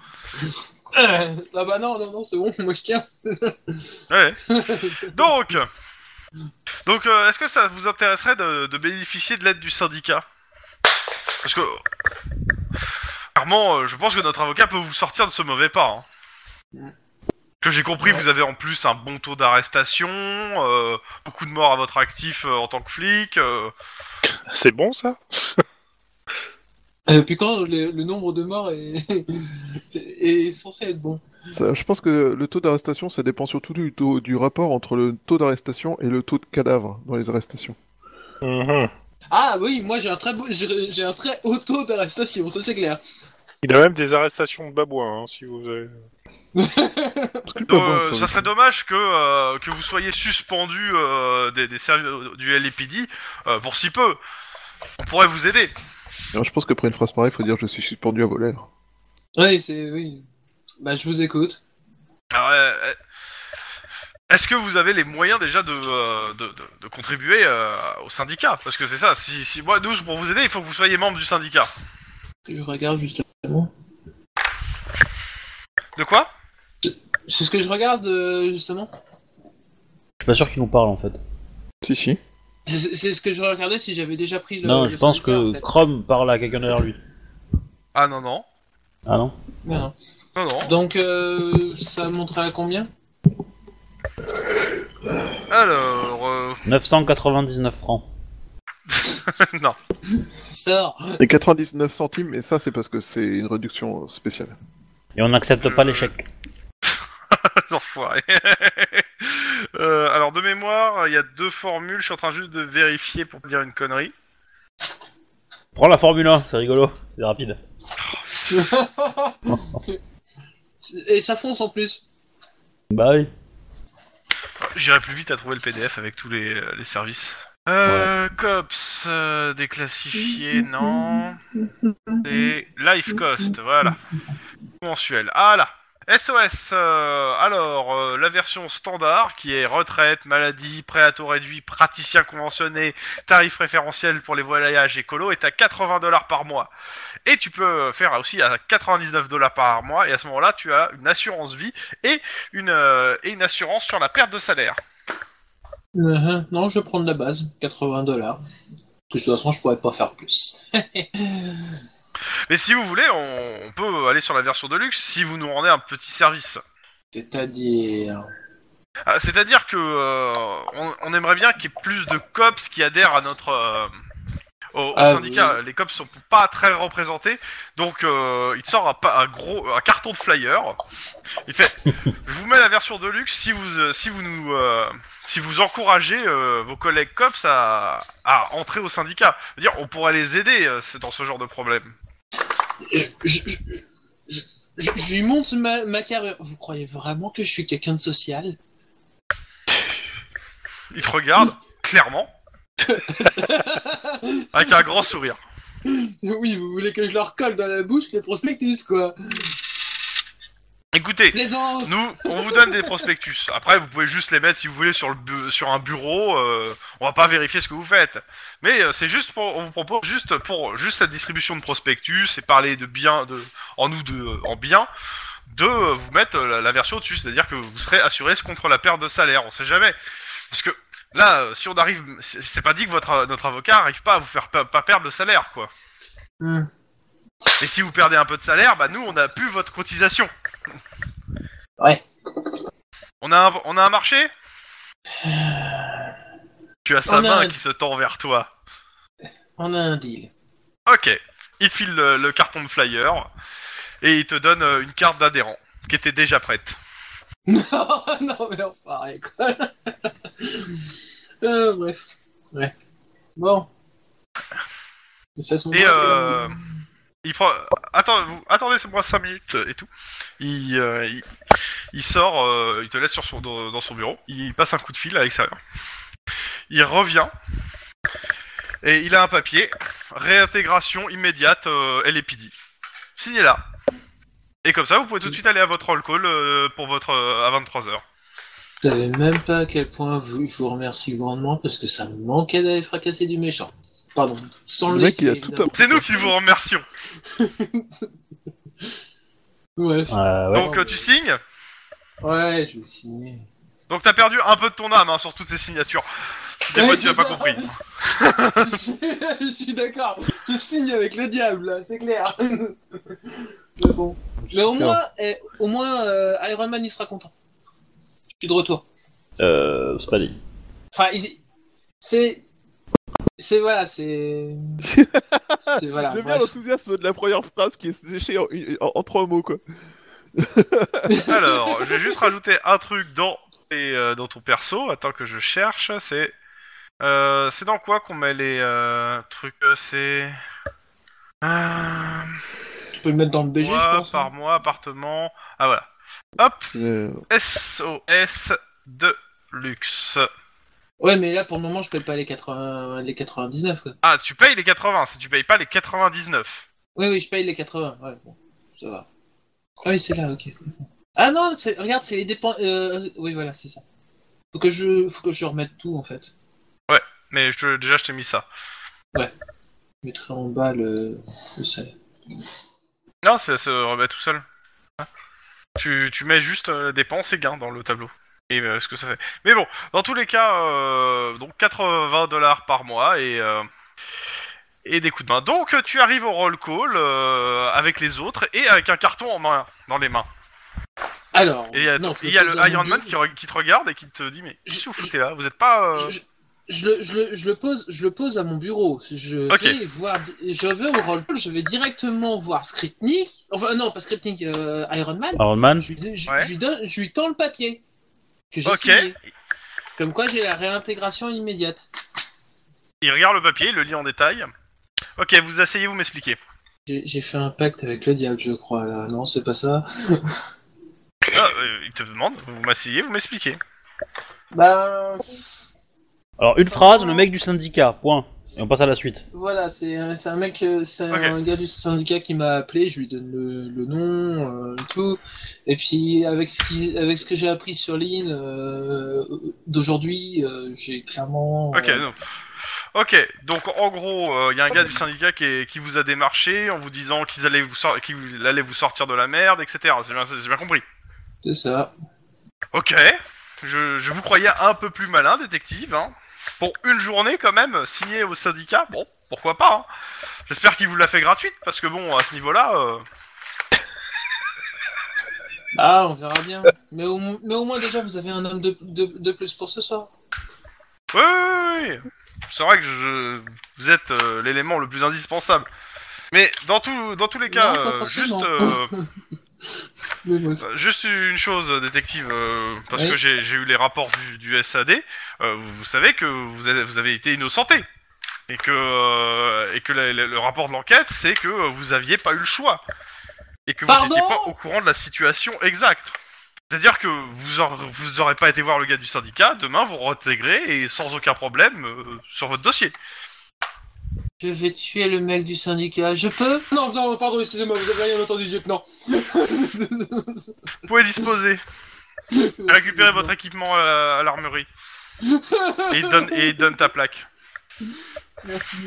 [SPEAKER 1] Ah bah non, non, non, c'est bon, <laughs> moi je tiens.
[SPEAKER 2] Ouais. Donc, donc euh, est-ce que ça vous intéresserait de, de bénéficier de l'aide du syndicat Parce que clairement, euh, je pense que notre avocat peut vous sortir de ce mauvais pas. hein. Que j'ai compris, vous avez en plus un bon taux d'arrestation, euh, beaucoup de morts à votre actif euh, en tant que flic. euh.
[SPEAKER 5] C'est bon, ça
[SPEAKER 1] Euh, Depuis quand le, le nombre de morts est... <laughs> est censé être bon
[SPEAKER 4] Ça, je pense que le taux d'arrestation, ça dépend surtout du, taux, du rapport entre le taux d'arrestation et le taux de cadavres dans les arrestations.
[SPEAKER 5] Mhm.
[SPEAKER 1] Ah oui, moi j'ai un très beau, j'ai j'ai un très haut taux d'arrestation, ça c'est clair.
[SPEAKER 5] Il a même des arrestations de babouins, hein, si vous avez...
[SPEAKER 4] Parce que le
[SPEAKER 2] Donc,
[SPEAKER 4] bavard,
[SPEAKER 2] euh, ça serait dommage que, euh, que vous soyez suspendu euh, des, des services du LAPD euh, pour si peu. On pourrait vous aider.
[SPEAKER 4] Alors, je pense que pour une phrase pareille, faut dire je suis suspendu à vos lèvres.
[SPEAKER 1] Oui, c'est. Oui. Bah, je vous écoute.
[SPEAKER 2] Alors, euh, euh, est-ce que vous avez les moyens déjà de, euh, de, de- de contribuer euh, au syndicat Parce que c'est ça, si, si moi, nous, pour vous aider, il faut que vous soyez membre du syndicat.
[SPEAKER 1] Je regarde justement.
[SPEAKER 2] De quoi
[SPEAKER 1] C'est ce que je regarde euh, justement.
[SPEAKER 3] Je suis pas sûr qu'ils nous parlent en fait.
[SPEAKER 4] Si, si.
[SPEAKER 1] C'est c'est ce que je regardais si j'avais déjà pris le.
[SPEAKER 3] non,
[SPEAKER 1] le
[SPEAKER 3] je pense
[SPEAKER 1] syndicat,
[SPEAKER 3] que
[SPEAKER 1] en fait.
[SPEAKER 3] Chrome parle à quelqu'un derrière lui.
[SPEAKER 2] Ah non, non.
[SPEAKER 3] Ah non
[SPEAKER 1] Non, non.
[SPEAKER 2] Non, non.
[SPEAKER 1] Donc, euh, ça monterait à combien
[SPEAKER 2] Alors, euh, <laughs>
[SPEAKER 3] 999 francs.
[SPEAKER 2] non.
[SPEAKER 1] Sors
[SPEAKER 4] Et 99 centimes, et ça c'est parce que c'est une réduction euh, spéciale.
[SPEAKER 3] Et on n'accepte
[SPEAKER 2] Je-
[SPEAKER 1] Euh.
[SPEAKER 3] pas l'échec.
[SPEAKER 2] Les enfoirés. Euh, alors, de mémoire, il y a deux formules. Je suis en train juste de vérifier pour pas dire une connerie.
[SPEAKER 3] Prends la Formule 1, c'est rigolo, c'est rapide.
[SPEAKER 1] <laughs> Et ça fonce en plus.
[SPEAKER 3] Bah oui.
[SPEAKER 2] J'irai plus vite à trouver le PDF avec tous les, les services. Euh, Cops, euh, déclassifié, non. C'est Life Cost, voilà. Mensuel. Ah là SOS, euh, alors, euh, la version standard qui est retraite, maladie, prêt à taux réduit, praticien conventionné, tarif référentiel pour les voyages écolo est à 80 dollars par mois. Et tu peux faire aussi à 99 dollars par mois et à ce moment-là, tu as une assurance vie une, euh, et une assurance sur la perte de salaire.
[SPEAKER 1] Euh, non, je vais prendre la base, 80 dollars. De toute façon, je pourrais pas faire plus.
[SPEAKER 2] Mais si vous voulez, on, on peut aller sur la version de luxe si vous nous rendez un petit service.
[SPEAKER 1] C'est-à-dire.
[SPEAKER 2] Ah, C'est-à-dire que euh, on, on aimerait bien qu'il y ait plus de cops qui adhèrent à notre euh, au, au
[SPEAKER 1] Ah,
[SPEAKER 2] syndicat. Les cops sont pas très représentés, donc euh, il te sort un, pa- un gros un carton de flyer. Il fait, je vous mets la version de luxe si vous euh, si vous nous euh, si vous encouragez euh, vos collègues cops à, à entrer au syndicat. Dire, on pourrait les aider. euh, C'est dans ce genre de problème.
[SPEAKER 1] Je, je- je- je- je- je lui montre ma, ma carrure. Vous croyez vraiment que je suis quelqu'un de social
[SPEAKER 2] Il te regarde, clairement. avec un grand sourire.
[SPEAKER 1] Oui, vous voulez que je leur colle dans la bouche les prospectus, quoi.
[SPEAKER 2] Écoutez,
[SPEAKER 1] Plaisante
[SPEAKER 2] nous, on vous donne des prospectus. Après, vous pouvez juste les mettre, si vous voulez, sur, le bu- sur un bureau. euh, on va pas vérifier ce que vous faites. Mais euh, c'est juste pour, on vous propose juste pour juste cette distribution de prospectus et parler de bien, de, en nous, de, en bien, de euh, vous mettre euh, la, la version dessus. C'est-à-dire que vous serez assuré contre la perte de salaire. On sait jamais. Parce que là, euh, si on arrive, c'est c'est pas dit que votre, euh, notre avocat arrive pas à vous faire pa- pas perdre le salaire, quoi.
[SPEAKER 1] Hmm.
[SPEAKER 2] Et si vous perdez un peu de salaire, bah nous, on a plus votre cotisation.
[SPEAKER 1] Ouais.
[SPEAKER 2] On a un, on a un marché Tu as sa
[SPEAKER 1] On a
[SPEAKER 2] main
[SPEAKER 1] un-
[SPEAKER 2] qui se tend vers toi.
[SPEAKER 1] On a un deal.
[SPEAKER 2] Ok. Il te file le, le carton de flyer et il te donne euh, une carte d'adhérent qui était déjà prête.
[SPEAKER 1] non, <laughs> non, mais enfoiré, quoi. <laughs> Euh, bref. Ouais. Bon. Mais ça se
[SPEAKER 2] Et euh, il prend... Attends, vous- attendez, c'est moi 5 minutes euh, et tout. Il, euh, il, il sort, euh, il te laisse sur son, dans, dans son bureau, il passe un coup de fil à l'extérieur. Il revient et il a un papier, réintégration immédiate euh, LAPD. Signez là. Et comme ça, vous pouvez tout de suite aller à votre roll call euh, pour votre euh, à 23h.
[SPEAKER 1] Vous savez même pas à quel point vous, je vous remercie grandement parce que ça me manquait d'aller fracasser du méchant. Pardon. Sans
[SPEAKER 4] Le mec, il a
[SPEAKER 1] lécher,
[SPEAKER 4] tout
[SPEAKER 1] évidemment.
[SPEAKER 2] C'est nous qui vous remercions.
[SPEAKER 1] Ouais.
[SPEAKER 3] Euh, ouais.
[SPEAKER 2] Donc euh, tu signes.
[SPEAKER 1] Ouais, je vais signer.
[SPEAKER 2] Donc t'as perdu un peu de ton âme hein, sur toutes ces signatures. Si t'es
[SPEAKER 1] Ouais,
[SPEAKER 2] pas- tu
[SPEAKER 1] c'est
[SPEAKER 2] as pas
[SPEAKER 1] ça.
[SPEAKER 2] compris.
[SPEAKER 1] <laughs> je suis d'accord. Je signe avec le diable, là, c'est clair. <laughs> Mais bon. Mais au moins, eh, au moins euh, Iron Man, il sera content. Je suis de retour.
[SPEAKER 3] Euh, c'est pas dit.
[SPEAKER 1] Enfin, il- c'est. C'est voilà, c'est. C'est voilà.
[SPEAKER 4] J'aime bien
[SPEAKER 1] Bah, bref.
[SPEAKER 4] l'enthousiasme de la première phrase qui est séchée en, en- en trois mots quoi.
[SPEAKER 2] Alors, je vais juste rajouter un truc dans, tes, euh, dans ton perso. Attends que je cherche. C'est euh, c'est dans quoi qu'on met les euh, trucs euh, C'est euh,
[SPEAKER 1] Tu peux le mettre dans le BG, je
[SPEAKER 2] mois
[SPEAKER 1] pense. hein.
[SPEAKER 2] par mois, appartement. Ah voilà. Hop,
[SPEAKER 4] C'est-
[SPEAKER 2] SOS de luxe.
[SPEAKER 1] Ouais, mais là, pour le moment, je paye pas les 80, les 99, quoi.
[SPEAKER 2] Ah, tu payes les 80, si tu payes pas les 99.
[SPEAKER 1] Oui, oui, je paye les 80, ouais, bon, ça va. Ah oui, c'est là, ok. Ah non, c'est- regarde, c'est les dépenses... euh, oui, voilà, c'est ça. Faut que je, faut que je remette tout, en fait.
[SPEAKER 2] Mais je, te- déjà, je t'ai mis ça.
[SPEAKER 1] Je mettrai en bas le, le salaire.
[SPEAKER 2] Non, ça se remet tout seul. Hein Tu, tu mets juste euh, dépenses et gains dans le tableau. Et euh, ce que ça fait. Mais bon, dans tous les cas, euh, donc 80 dollars par mois et, euh, et des coups de main. Donc euh, tu arrives au roll call euh, avec les autres et avec un carton en main, dans les mains.
[SPEAKER 1] Alors...
[SPEAKER 2] Et il y a,
[SPEAKER 1] non, je
[SPEAKER 2] et il y a
[SPEAKER 1] pose
[SPEAKER 2] le
[SPEAKER 1] en
[SPEAKER 2] Iron Man
[SPEAKER 1] deux.
[SPEAKER 2] qui, re- qui te regarde et qui te dit Mais qu'est-ce que vous foutez là Vous êtes pas. euh,
[SPEAKER 1] Je- je- Je le, je, le, je le pose, je le pose à mon bureau. Je
[SPEAKER 2] Ok.
[SPEAKER 1] vais voir, je vais au roll je vais directement voir Skripnik. Enfin non, pas Skripnik, euh, Iron Man.
[SPEAKER 3] Iron Man
[SPEAKER 1] Je, lui- je-
[SPEAKER 2] Ouais.
[SPEAKER 1] je lui donne, je lui tends le papier que j'ai
[SPEAKER 2] Ok.
[SPEAKER 1] signé. Comme quoi, j'ai la réintégration immédiate.
[SPEAKER 2] Il regarde le papier, il le lit en détail. Ok, vous asseyez, vous m'expliquez.
[SPEAKER 1] J'ai j'ai fait un pacte avec le diable, je crois. Là. Non, c'est pas ça.
[SPEAKER 2] Ah, euh, il te demande Vous m'asseyez, vous m'expliquez.
[SPEAKER 1] Ben
[SPEAKER 3] Alors, une phrase, le mec du syndicat, point. Et on passe à la suite.
[SPEAKER 1] voilà, c'est un- c'est un mec, euh, c'est
[SPEAKER 2] Ok.
[SPEAKER 1] un gars du syndicat qui m'a appelé. Je lui donne le, le nom, euh, et tout. Et puis avec ce qui, avec ce que j'ai appris sur Lynn euh, d'aujourd'hui, euh, j'ai clairement.
[SPEAKER 2] Ok,
[SPEAKER 1] euh,
[SPEAKER 2] donc. Ok, donc en gros, euh, il y a un gars du syndicat qui, est- qui vous a démarché en vous disant qu'ils allaient vous, sor- qu'il allait vous sortir de la merde, etc. C'est bien, c'est bien compris.
[SPEAKER 1] c'est ça.
[SPEAKER 2] Ok, je, je vous croyais un peu plus malin, détective. Hein. Pour une journée quand même, signé au syndicat, bon, pourquoi pas. hein. J'espère qu'il vous l'a fait gratuite, parce que bon, à ce niveau-là... euh,
[SPEAKER 1] Ah, on verra bien. Mais au, moins- mais au moins déjà, vous avez un homme de, de, de plus pour ce soir.
[SPEAKER 2] Oui, oui, oui, oui. c'est vrai que je... vous êtes euh, l'élément le plus indispensable. Mais dans, tout, dans tous les cas,
[SPEAKER 1] Non, pas
[SPEAKER 2] euh, juste,
[SPEAKER 1] forcément.
[SPEAKER 2] euh,
[SPEAKER 1] Mais bref.
[SPEAKER 2] juste une chose, euh, détective, euh, parce
[SPEAKER 1] Oui.
[SPEAKER 2] que j'ai j'ai eu les rapports du, du SAD, euh, vous, vous savez que vous avez, vous avez été innocenté. Et que, euh, et que la- la- le rapport de l'enquête, c'est que euh, vous aviez pas eu le choix. Et que vous
[SPEAKER 1] Pardon
[SPEAKER 2] n'étiez pas au courant de la situation exacte. C'est-à-dire que vous, aur- vous aurez pas été voir le gars du syndicat, demain vous reintégrez et sans aucun problème euh, sur votre dossier.
[SPEAKER 1] Je vais tuer le mec du syndicat. Je peux Non, non, pardon, excusez-moi, vous avez rien entendu, lieutenant.
[SPEAKER 2] Vous pouvez disposer, récupérer votre équipement à la- à l'armurerie. et il donne, et il donne ta plaque.
[SPEAKER 1] Merci.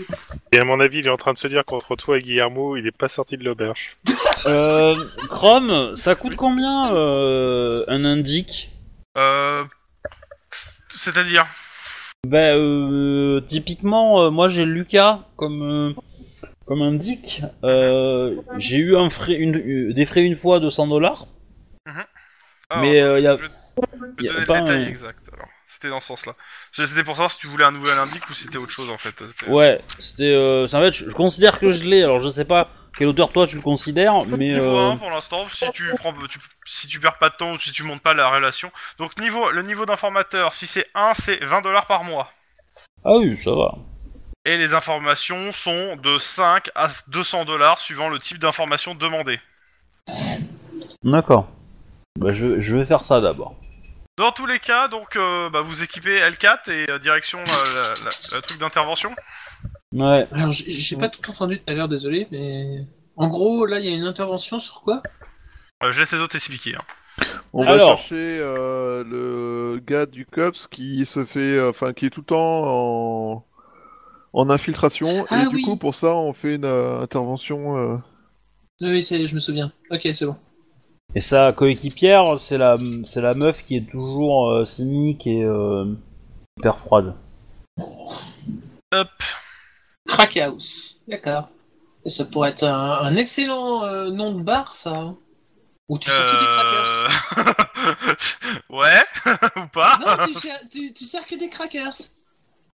[SPEAKER 5] Et à mon avis, il est en train de se dire qu'entre toi et Guillermo, il est pas sorti de l'auberge.
[SPEAKER 3] Euh, Chrome, ça coûte combien euh, un indique
[SPEAKER 2] Euh, C'est-à-dire
[SPEAKER 3] Bah, euh, typiquement, euh, moi j'ai Lucas comme euh, comme indique. Euh, j'ai eu un frais, une, euh, des frais une fois de 100 dollars,
[SPEAKER 2] Ah,
[SPEAKER 3] mais euh, y a-
[SPEAKER 2] je- Je
[SPEAKER 3] y a
[SPEAKER 2] vais te donner le
[SPEAKER 3] pas
[SPEAKER 2] détail
[SPEAKER 3] un-
[SPEAKER 2] exact. Alors, c'était dans ce sens-là. C'était pour savoir si tu voulais un nouvel indique ou si c'était autre chose en fait. C'était-
[SPEAKER 3] ouais, c'était. euh, c'est- en fait, je, je considère que je l'ai. Alors, je sais pas quelle hauteur toi tu le considères, mais
[SPEAKER 2] Niveau
[SPEAKER 3] euh,
[SPEAKER 2] 1 pour l'instant, si tu prends, tu- si tu perds pas de temps ou si tu montes pas la relation. Donc niveau, le niveau d'informateur, si c'est 1, c'est 20 dollars par mois.
[SPEAKER 3] ah oui, ça va.
[SPEAKER 2] Et les informations sont de 5 à 200 dollars suivant le type d'information demandée.
[SPEAKER 3] D'accord. Bah, je, je vais faire ça d'abord.
[SPEAKER 2] Dans tous les cas, donc euh, bah, vous équipez L4 et euh, direction euh, la- la- le truc d'intervention.
[SPEAKER 3] Ouais.
[SPEAKER 1] Alors, j'ai j'ai pas tout entendu tout à l'heure, désolé, mais. En gros, là, il y a une intervention sur quoi
[SPEAKER 2] Euh, je laisse les autres expliquer. hein.
[SPEAKER 4] On va
[SPEAKER 3] Alors.
[SPEAKER 4] chercher euh, le gars du cops qui se fait, euh, enfin qui est tout le temps en, en infiltration
[SPEAKER 1] Ah
[SPEAKER 4] et
[SPEAKER 1] oui.
[SPEAKER 4] du coup pour ça on fait une euh, intervention. euh,
[SPEAKER 1] Oui, c'est- je me souviens. Ok, c'est bon.
[SPEAKER 3] Et sa coéquipière, c'est la, c'est la meuf qui est toujours euh, cynique et euh, hyper froide.
[SPEAKER 2] Hop.
[SPEAKER 1] Crack House. D'accord. Et Ça pourrait être un, un excellent euh, nom de bar, ça. hein. Ou tu fais que des crackers.
[SPEAKER 2] Euh, <laughs> ouais, ou pas
[SPEAKER 1] Non, tu, fais- tu, tu sers que des crackers.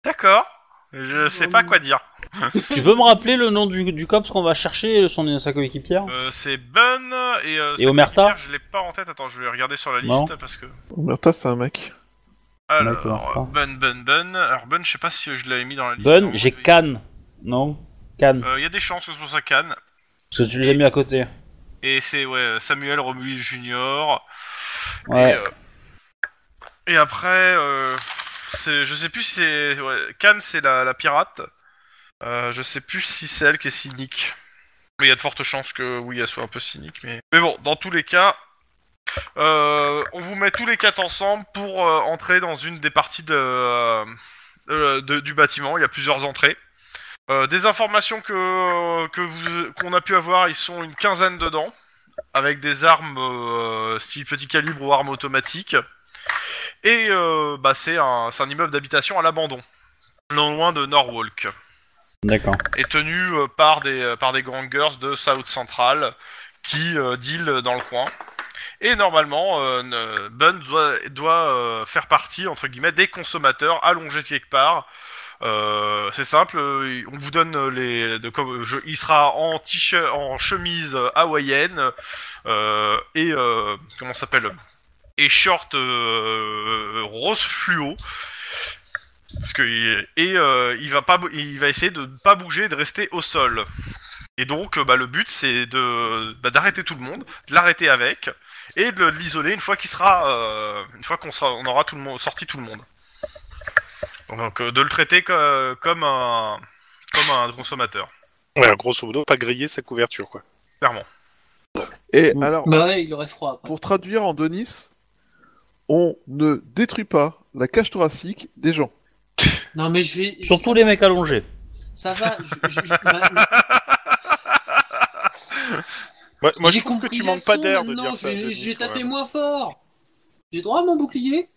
[SPEAKER 2] D'accord. Je sais
[SPEAKER 1] Euh,
[SPEAKER 2] pas quoi dire.
[SPEAKER 3] tu peux me rappeler le nom du, du cops qu'on va chercher, son, sa coéquipière
[SPEAKER 2] Euh, c'est Bun et. Euh,
[SPEAKER 3] Et Omerta
[SPEAKER 2] Je l'ai pas en tête. Attends, je vais regarder sur la liste
[SPEAKER 3] Non.
[SPEAKER 2] parce que.
[SPEAKER 4] Omerta c'est un mec.
[SPEAKER 2] Alors,
[SPEAKER 3] D'accord,
[SPEAKER 2] euh,
[SPEAKER 3] pas.
[SPEAKER 2] Bun, Bun, Bun. Alors, Bun, je sais pas si je l'avais mis dans la liste.
[SPEAKER 3] Bonne,
[SPEAKER 2] Normalement,
[SPEAKER 3] j'ai
[SPEAKER 2] je vais-
[SPEAKER 3] Cannes. Non Cannes.
[SPEAKER 2] Euh, Il y a des chances que ce soit sa canne.
[SPEAKER 3] Parce que tu l'as mis à côté.
[SPEAKER 2] Et c'est ouais, Samuel Romulus Junior. Et,
[SPEAKER 3] Ouais.
[SPEAKER 2] euh, et après, euh, c'est, je sais plus si c'est. ouais, Cannes, c'est la, la pirate. Euh, je sais plus si c'est elle qui est cynique. Mais il y a de fortes chances que oui, elle soit un peu cynique. Mais, mais bon, dans tous les cas, euh, on vous met tous les quatre ensemble pour euh, entrer dans une des parties de, euh, de- du bâtiment. Il y a plusieurs entrées. Euh, des informations que, que vous- qu'on a pu avoir, ils sont une quinzaine dedans, avec des armes euh, style petit calibre ou armes automatiques. Et euh, bah, c'est un, c'est un immeuble d'habitation à l'abandon, non loin de Norwalk
[SPEAKER 3] D'accord.
[SPEAKER 2] est tenu euh, par des euh, par des gangers de South Central qui euh, deal dans le coin. Et normalement, euh, ne- Bun doit, doit euh, faire partie entre guillemets des consommateurs allongés quelque part. Euh, c'est simple, euh, il- on vous donne les. De, comme, je- il sera en t-shirt, en chemise euh, hawaïenne euh, et euh, comment ça s'appelle et short euh, rose fluo. Parce que il- et euh, il va pas, bou- il va essayer de ne pas bouger, et de rester au sol. Et donc, euh, bah, le but c'est de bah, d'arrêter tout le monde, de l'arrêter avec, et de l'isoler une fois qu'il sera, euh, une fois qu'on sera, on aura tout le monde sorti tout le monde. Donc, euh, de le traiter co- comme un comme un consommateur,
[SPEAKER 5] Ouais, grosso modo, pas griller sa couverture, quoi.
[SPEAKER 2] clairement.
[SPEAKER 4] Et
[SPEAKER 3] Mm.
[SPEAKER 4] alors,
[SPEAKER 1] Bah ouais, il aurait froid après.
[SPEAKER 4] pour traduire en Denis, on ne détruit pas la cage thoracique des gens.
[SPEAKER 1] Non mais je vais.
[SPEAKER 3] Surtout les mecs allongés.
[SPEAKER 1] Ça va. je- je-
[SPEAKER 5] <laughs>
[SPEAKER 1] je- bah,
[SPEAKER 5] Moi, moi, je
[SPEAKER 1] j'ai
[SPEAKER 5] trouve que
[SPEAKER 1] compris
[SPEAKER 5] tu
[SPEAKER 1] la
[SPEAKER 5] manques pas
[SPEAKER 1] leçon
[SPEAKER 5] d'air de
[SPEAKER 1] maintenant,
[SPEAKER 5] dire ça.
[SPEAKER 1] J'ai
[SPEAKER 5] Denis,
[SPEAKER 1] j'ai
[SPEAKER 5] quand
[SPEAKER 1] tapé
[SPEAKER 5] même.
[SPEAKER 1] moins fort. J'ai droit à mon bouclier.